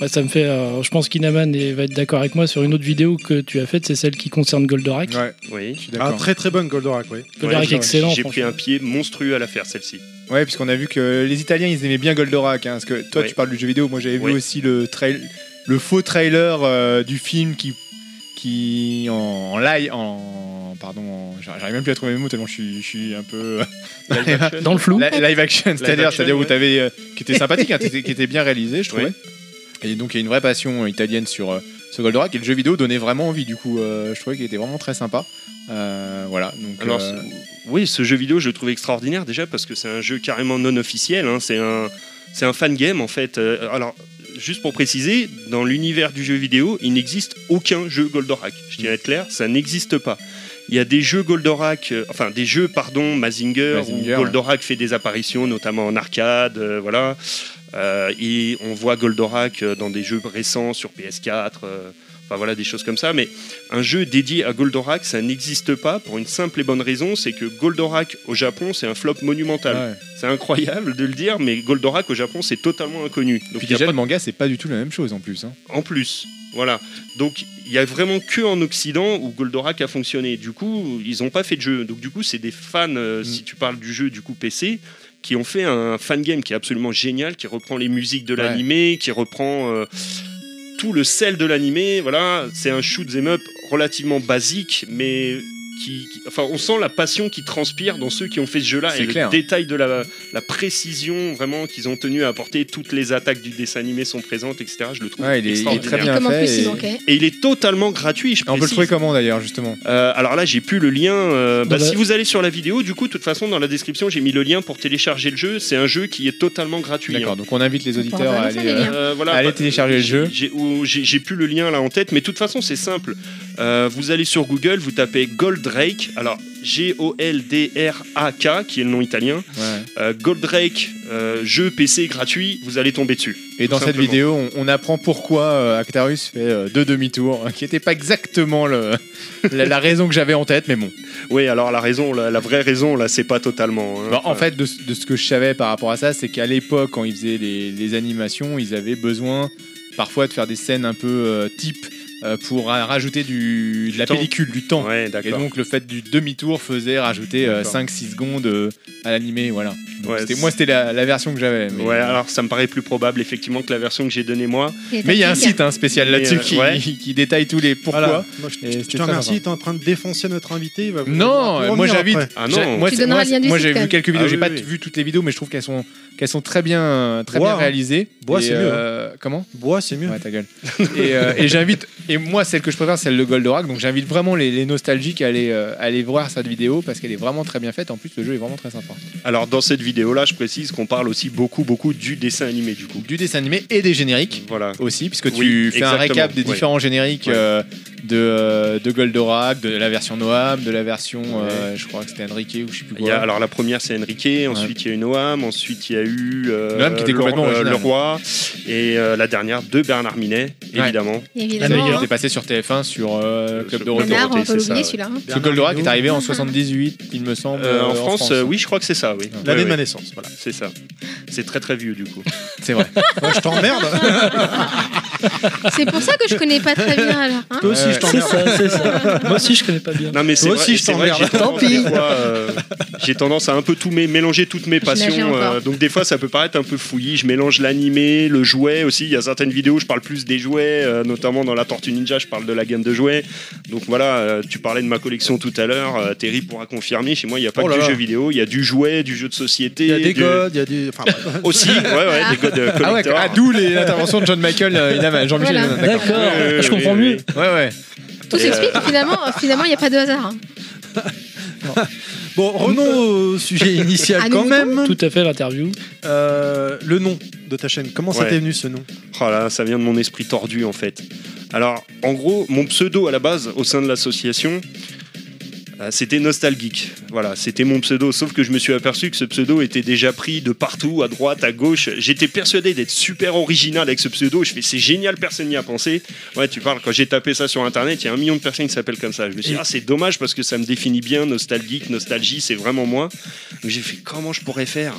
[SPEAKER 5] Ouais, ça me fait. euh, je pense qu'Inaman est- va être d'accord avec moi sur une autre vidéo que tu as faite, c'est celle qui concerne Goldorak.
[SPEAKER 4] hein. Ouais,
[SPEAKER 6] Oui.
[SPEAKER 4] je suis
[SPEAKER 2] Ah,
[SPEAKER 4] d'accord.
[SPEAKER 2] très très bonne Goldorak, oui.
[SPEAKER 5] Goldorak
[SPEAKER 6] Ouais,
[SPEAKER 5] excellent.
[SPEAKER 6] J'ai pris
[SPEAKER 5] franchement.
[SPEAKER 6] un pied monstrueux à la faire celle-ci.
[SPEAKER 4] Ouais, puisqu'on a vu que les Italiens, ils aimaient bien Goldorak. hein, parce que toi,
[SPEAKER 6] Ouais.
[SPEAKER 4] tu parles du jeu vidéo. Moi, j'avais
[SPEAKER 6] Ouais.
[SPEAKER 4] vu aussi le, trail- le faux trailer euh, du film qui, qui en, en live, en pardon, en- j'arrive même plus à trouver mes mots tellement je suis, je suis un peu euh,
[SPEAKER 6] Live action.
[SPEAKER 5] Dans le flou.
[SPEAKER 4] Li- live action, c'est-à-dire,
[SPEAKER 6] action,
[SPEAKER 4] c'est-à-dire où
[SPEAKER 6] ouais.
[SPEAKER 4] t'avais, euh, qui était sympathique, hein, qui, était, qui était bien réalisé, je trouvais. Et donc, il y a une vraie passion euh, italienne sur euh, ce Goldorak et le jeu vidéo donnait vraiment envie. Du coup, euh, je trouvais qu'il était vraiment très sympa. Euh, voilà. Donc,
[SPEAKER 6] Alors,
[SPEAKER 4] euh,
[SPEAKER 6] ce- oui, ce jeu vidéo, je le trouve extraordinaire déjà parce que c'est un jeu carrément non officiel. hein. c'est un, c'est un fan game en fait. Euh, alors, juste pour préciser, dans l'univers du jeu vidéo, il n'existe aucun jeu Goldorak. Je tiens à être clair, ça n'existe pas. Il y a des jeux Goldorak, euh, enfin des jeux, pardon, Mazinger,
[SPEAKER 4] Mazinger,
[SPEAKER 6] où Goldorak fait des apparitions, notamment en arcade, euh, voilà. Euh, et on voit Goldorak euh, dans des jeux récents sur PS4, euh, enfin voilà, des choses comme ça. Mais un jeu dédié à Goldorak, ça n'existe pas pour une simple et bonne raison, c'est que Goldorak au Japon, c'est un flop monumental.
[SPEAKER 4] ouais.
[SPEAKER 6] C'est incroyable de le dire, mais Goldorak au Japon, c'est totalement inconnu. Donc,
[SPEAKER 4] Puis
[SPEAKER 6] il y a
[SPEAKER 4] déjà,
[SPEAKER 6] pas
[SPEAKER 4] le manga, c'est pas du tout la même chose en plus. hein.
[SPEAKER 6] en plus. Voilà. Donc il y a vraiment que en Occident où Goldorak a fonctionné. Du coup, ils n'ont pas fait de jeu. Donc du coup, c'est des fans,
[SPEAKER 4] Mm.
[SPEAKER 6] euh, si tu parles du jeu du coup PC, qui ont fait un fan game qui est absolument génial, qui reprend les musiques de
[SPEAKER 4] Ouais.
[SPEAKER 6] l'animé, qui reprend euh, tout le sel de l'animé. Voilà, c'est un shoot 'em up relativement basique, mais qui, qui- enfin, on sent la passion qui transpire dans ceux qui ont fait ce jeu-là
[SPEAKER 4] C'est
[SPEAKER 6] et le
[SPEAKER 4] clair.
[SPEAKER 6] détail de la, la précision vraiment qu'ils ont tenu à apporter. Toutes les attaques du dessin animé sont présentes, etc. Je le trouve
[SPEAKER 4] Ouais, il est- il est
[SPEAKER 6] extraordinaire.
[SPEAKER 4] très bien
[SPEAKER 3] Comme en
[SPEAKER 4] fait
[SPEAKER 3] plus, il
[SPEAKER 4] et-
[SPEAKER 3] manquait.
[SPEAKER 6] Et il est totalement gratuit, je
[SPEAKER 4] On peut le
[SPEAKER 6] précise.
[SPEAKER 4] trouver comment d'ailleurs, justement
[SPEAKER 6] Euh, alors là, j'ai plus le lien. euh, bah,
[SPEAKER 5] Dans la-
[SPEAKER 6] Si vous allez sur la vidéo, du coup, de toute façon, dans la description, j'ai mis le lien pour télécharger le jeu. C'est un jeu qui est totalement gratuit.
[SPEAKER 4] D'accord,
[SPEAKER 6] hein.
[SPEAKER 4] donc on invite les
[SPEAKER 3] On
[SPEAKER 4] auditeurs à
[SPEAKER 3] pourra balancer
[SPEAKER 4] aller.
[SPEAKER 3] les
[SPEAKER 4] euh,
[SPEAKER 3] liens.
[SPEAKER 6] Euh, voilà,
[SPEAKER 4] Allez
[SPEAKER 6] bah,
[SPEAKER 4] télécharger le
[SPEAKER 6] j'ai-
[SPEAKER 4] jeu.
[SPEAKER 6] J'ai oh, j'ai- j'ai plus le lien là en tête, mais de toute façon, c'est simple. Euh, vous allez sur Google, vous tapez Goldrake. Alors, G-O-L-D-R-A-K, qui est le nom italien.
[SPEAKER 4] ouais.
[SPEAKER 6] Euh, Goldrake, euh, jeu PC gratuit, vous allez tomber dessus.
[SPEAKER 4] Et
[SPEAKER 6] Tout
[SPEAKER 4] dans cette
[SPEAKER 6] simplement.
[SPEAKER 4] vidéo, on, on apprend pourquoi euh, Actarus fait euh, deux demi-tours, euh, qui n'était pas exactement le- la, la raison que j'avais en tête, mais bon.
[SPEAKER 6] Oui, alors la raison, la, la vraie raison, là, c'est pas totalement. hein.
[SPEAKER 4] Bah, en fait, de, ce- de ce que je savais par rapport à ça, c'est qu'à l'époque, quand ils faisaient les, les animations, ils avaient besoin parfois de faire des scènes un peu euh, type euh, pour euh, rajouter du, de la
[SPEAKER 6] temps.
[SPEAKER 4] pellicule, du temps.
[SPEAKER 6] Ouais,
[SPEAKER 4] Et
[SPEAKER 6] d'accord.
[SPEAKER 4] donc le fait du demi-tour faisait rajouter
[SPEAKER 6] D'accord.
[SPEAKER 4] 5-6 secondes euh, à l'animé, voilà. Donc,
[SPEAKER 6] Ouais,
[SPEAKER 4] c'était-
[SPEAKER 6] c'est-
[SPEAKER 4] moi c'était la, la version que j'avais. mais-
[SPEAKER 6] Ouais, alors ça me paraît plus probable effectivement que la version que j'ai donnée moi.
[SPEAKER 4] Mais il y a un site hein, spécial
[SPEAKER 6] Mais,
[SPEAKER 4] là-dessus
[SPEAKER 6] euh,
[SPEAKER 4] qui,
[SPEAKER 6] ouais.
[SPEAKER 4] qui détaille tous les pourquoi.
[SPEAKER 2] Voilà. Moi, je,
[SPEAKER 4] Et
[SPEAKER 2] je
[SPEAKER 4] c'était
[SPEAKER 2] te
[SPEAKER 4] très
[SPEAKER 2] remercie,
[SPEAKER 4] sympa.
[SPEAKER 2] t'es en train de défoncer notre invité. il va vous-
[SPEAKER 4] Non,
[SPEAKER 2] il
[SPEAKER 4] euh,
[SPEAKER 2] va
[SPEAKER 4] moi
[SPEAKER 2] revenir
[SPEAKER 4] j'invite.
[SPEAKER 2] après.
[SPEAKER 6] Ah
[SPEAKER 4] J'ai-
[SPEAKER 6] non.
[SPEAKER 4] moi,
[SPEAKER 3] Tu
[SPEAKER 4] c'est-
[SPEAKER 3] donneras
[SPEAKER 4] moi,
[SPEAKER 3] le lien du
[SPEAKER 4] moi,
[SPEAKER 3] site,
[SPEAKER 4] j'ai
[SPEAKER 3] quand
[SPEAKER 4] vu
[SPEAKER 3] même.
[SPEAKER 4] quelques
[SPEAKER 6] Ah
[SPEAKER 4] vidéos, j'ai
[SPEAKER 6] oui,
[SPEAKER 4] pas
[SPEAKER 6] oui.
[SPEAKER 4] vu toutes les vidéos, mais je trouve qu'elles sont qu'elles sont très bien euh, très
[SPEAKER 2] Bois,
[SPEAKER 4] bien
[SPEAKER 2] hein.
[SPEAKER 4] réalisées.
[SPEAKER 2] Bois,
[SPEAKER 4] Et,
[SPEAKER 2] c'est mieux,
[SPEAKER 4] euh, Comment
[SPEAKER 2] Bois, c'est mieux.
[SPEAKER 4] Ouais, ta gueule. et euh, et j'invite. Et moi, celle que je préfère, c'est le Goldorak. Donc j'invite vraiment les, les nostalgiques à aller euh, à aller voir cette vidéo parce qu'elle est vraiment très bien faite. En plus, le jeu est vraiment très sympa.
[SPEAKER 6] Alors dans cette vidéo là, je précise qu'on parle aussi beaucoup beaucoup du dessin animé du coup.
[SPEAKER 4] Du dessin animé et des génériques.
[SPEAKER 6] Voilà.
[SPEAKER 4] aussi, puisque tu
[SPEAKER 6] Oui,
[SPEAKER 4] fais un
[SPEAKER 6] exactement,
[SPEAKER 4] récap des
[SPEAKER 6] ouais.
[SPEAKER 4] différents génériques
[SPEAKER 6] Ouais.
[SPEAKER 4] euh, de, euh, de Goldorak, de la version Noam, de la version, euh, je crois que c'était Enrique ou je sais plus
[SPEAKER 6] Il y a,
[SPEAKER 4] quoi.
[SPEAKER 6] alors la première c'est Enrique, ensuite il y a eu Noam, ensuite il y a eu euh,
[SPEAKER 4] Noam qui était
[SPEAKER 6] le-
[SPEAKER 4] complètement
[SPEAKER 6] euh,
[SPEAKER 4] original.
[SPEAKER 6] le roi et euh, la dernière de Bernard Minet
[SPEAKER 4] Ouais.
[SPEAKER 6] évidemment.
[SPEAKER 4] D'ailleurs,
[SPEAKER 3] Évidemment.
[SPEAKER 4] il
[SPEAKER 3] hein.
[SPEAKER 4] était passé sur TF1 sur euh, Club
[SPEAKER 6] Sur-
[SPEAKER 4] de
[SPEAKER 6] Bernard,
[SPEAKER 3] Renard,
[SPEAKER 6] Dorothée,
[SPEAKER 3] on
[SPEAKER 6] c'est
[SPEAKER 3] peut l'oublier
[SPEAKER 6] ça,
[SPEAKER 3] celui-là. hein.
[SPEAKER 4] Parce que Goldorak est
[SPEAKER 2] Bernard
[SPEAKER 4] arrivé en 78, il me semble.
[SPEAKER 6] Euh,
[SPEAKER 4] euh,
[SPEAKER 6] en France, euh, oui, je crois que c'est ça, oui.
[SPEAKER 2] L'année
[SPEAKER 6] Ouais,
[SPEAKER 2] de
[SPEAKER 6] ouais,
[SPEAKER 2] ma naissance, voilà.
[SPEAKER 6] C'est ça. C'est très très vieux du coup.
[SPEAKER 4] C'est vrai.
[SPEAKER 2] Moi, je t'emmerde.
[SPEAKER 3] hein. C'est pour ça que je connais pas très bien alors. hein.
[SPEAKER 2] Toi aussi, je
[SPEAKER 4] Ouais.
[SPEAKER 5] C'est
[SPEAKER 2] t'emmerde.
[SPEAKER 5] ça, c'est ça. moi aussi, je connais pas bien.
[SPEAKER 6] Non mais c'est
[SPEAKER 2] Moi
[SPEAKER 6] vrai-
[SPEAKER 2] aussi, je
[SPEAKER 6] c'est vrai que
[SPEAKER 2] t'emmerde.
[SPEAKER 6] j'ai tendance,
[SPEAKER 2] Tant pis.
[SPEAKER 6] des fois, euh, J'ai tendance à un peu tout mé- mélanger toutes mes
[SPEAKER 3] nageais
[SPEAKER 6] passions.
[SPEAKER 3] encore.
[SPEAKER 6] euh, donc des fois, ça peut paraître un peu fouillis. Je mélange l'animé, le jouet aussi. Il y a certaines vidéos, où je parle plus des jouets, euh, notamment dans la Tortue Ninja, je parle de la gamme de jouets. Donc voilà, euh, tu parlais de ma collection tout à l'heure. euh, Terry pourra confirmer. Chez moi, il n'y a pas
[SPEAKER 2] Oh
[SPEAKER 6] que
[SPEAKER 2] là
[SPEAKER 6] du
[SPEAKER 2] là.
[SPEAKER 6] jeu vidéo. Il y a du jouet, du jeu de société.
[SPEAKER 2] Il y a des
[SPEAKER 6] du-
[SPEAKER 2] godes, il y a des. Enfin, bref.
[SPEAKER 6] Aussi, ouais, ouais, des godes euh,
[SPEAKER 4] Ah ouais,
[SPEAKER 6] collector.
[SPEAKER 4] ah, d'où les- l'intervention de John Michael euh, Nava, Jean-Michel
[SPEAKER 3] Voilà.
[SPEAKER 4] Nava, d'accord.
[SPEAKER 5] D'accord,
[SPEAKER 6] Oui,
[SPEAKER 5] je
[SPEAKER 6] oui,
[SPEAKER 5] comprends
[SPEAKER 6] oui,
[SPEAKER 5] mieux.
[SPEAKER 6] oui.
[SPEAKER 4] Ouais, ouais.
[SPEAKER 3] Tout
[SPEAKER 6] Et,
[SPEAKER 3] s'explique finalement. euh, Finalement, il n'y a pas de hasard. hein.
[SPEAKER 2] Bon, revenons au sujet initial
[SPEAKER 3] À
[SPEAKER 2] quand
[SPEAKER 3] nous,
[SPEAKER 2] même.
[SPEAKER 5] Tout à fait l'interview.
[SPEAKER 2] Euh, le nom de ta chaîne, comment ça
[SPEAKER 6] Ouais.
[SPEAKER 2] t'est venu ce nom
[SPEAKER 6] Oh là, ça vient de mon esprit tordu en fait. Alors, en gros, mon pseudo à la base au sein de l'association, euh, c'était nostalgique. Voilà, c'était mon pseudo. Sauf que je me suis aperçu que ce pseudo était déjà pris de partout, à droite, à gauche. J'étais persuadé d'être super original avec ce pseudo. Je fais, c'est génial, personne n'y a pensé. Ouais, tu parles. Quand j'ai tapé ça sur internet, il y a un million de personnes qui s'appellent comme ça. Je me suis dit, ah, c'est dommage parce que ça me définit bien, nostalgique, nostalgie, c'est vraiment moi. Donc j'ai fait, comment je pourrais faire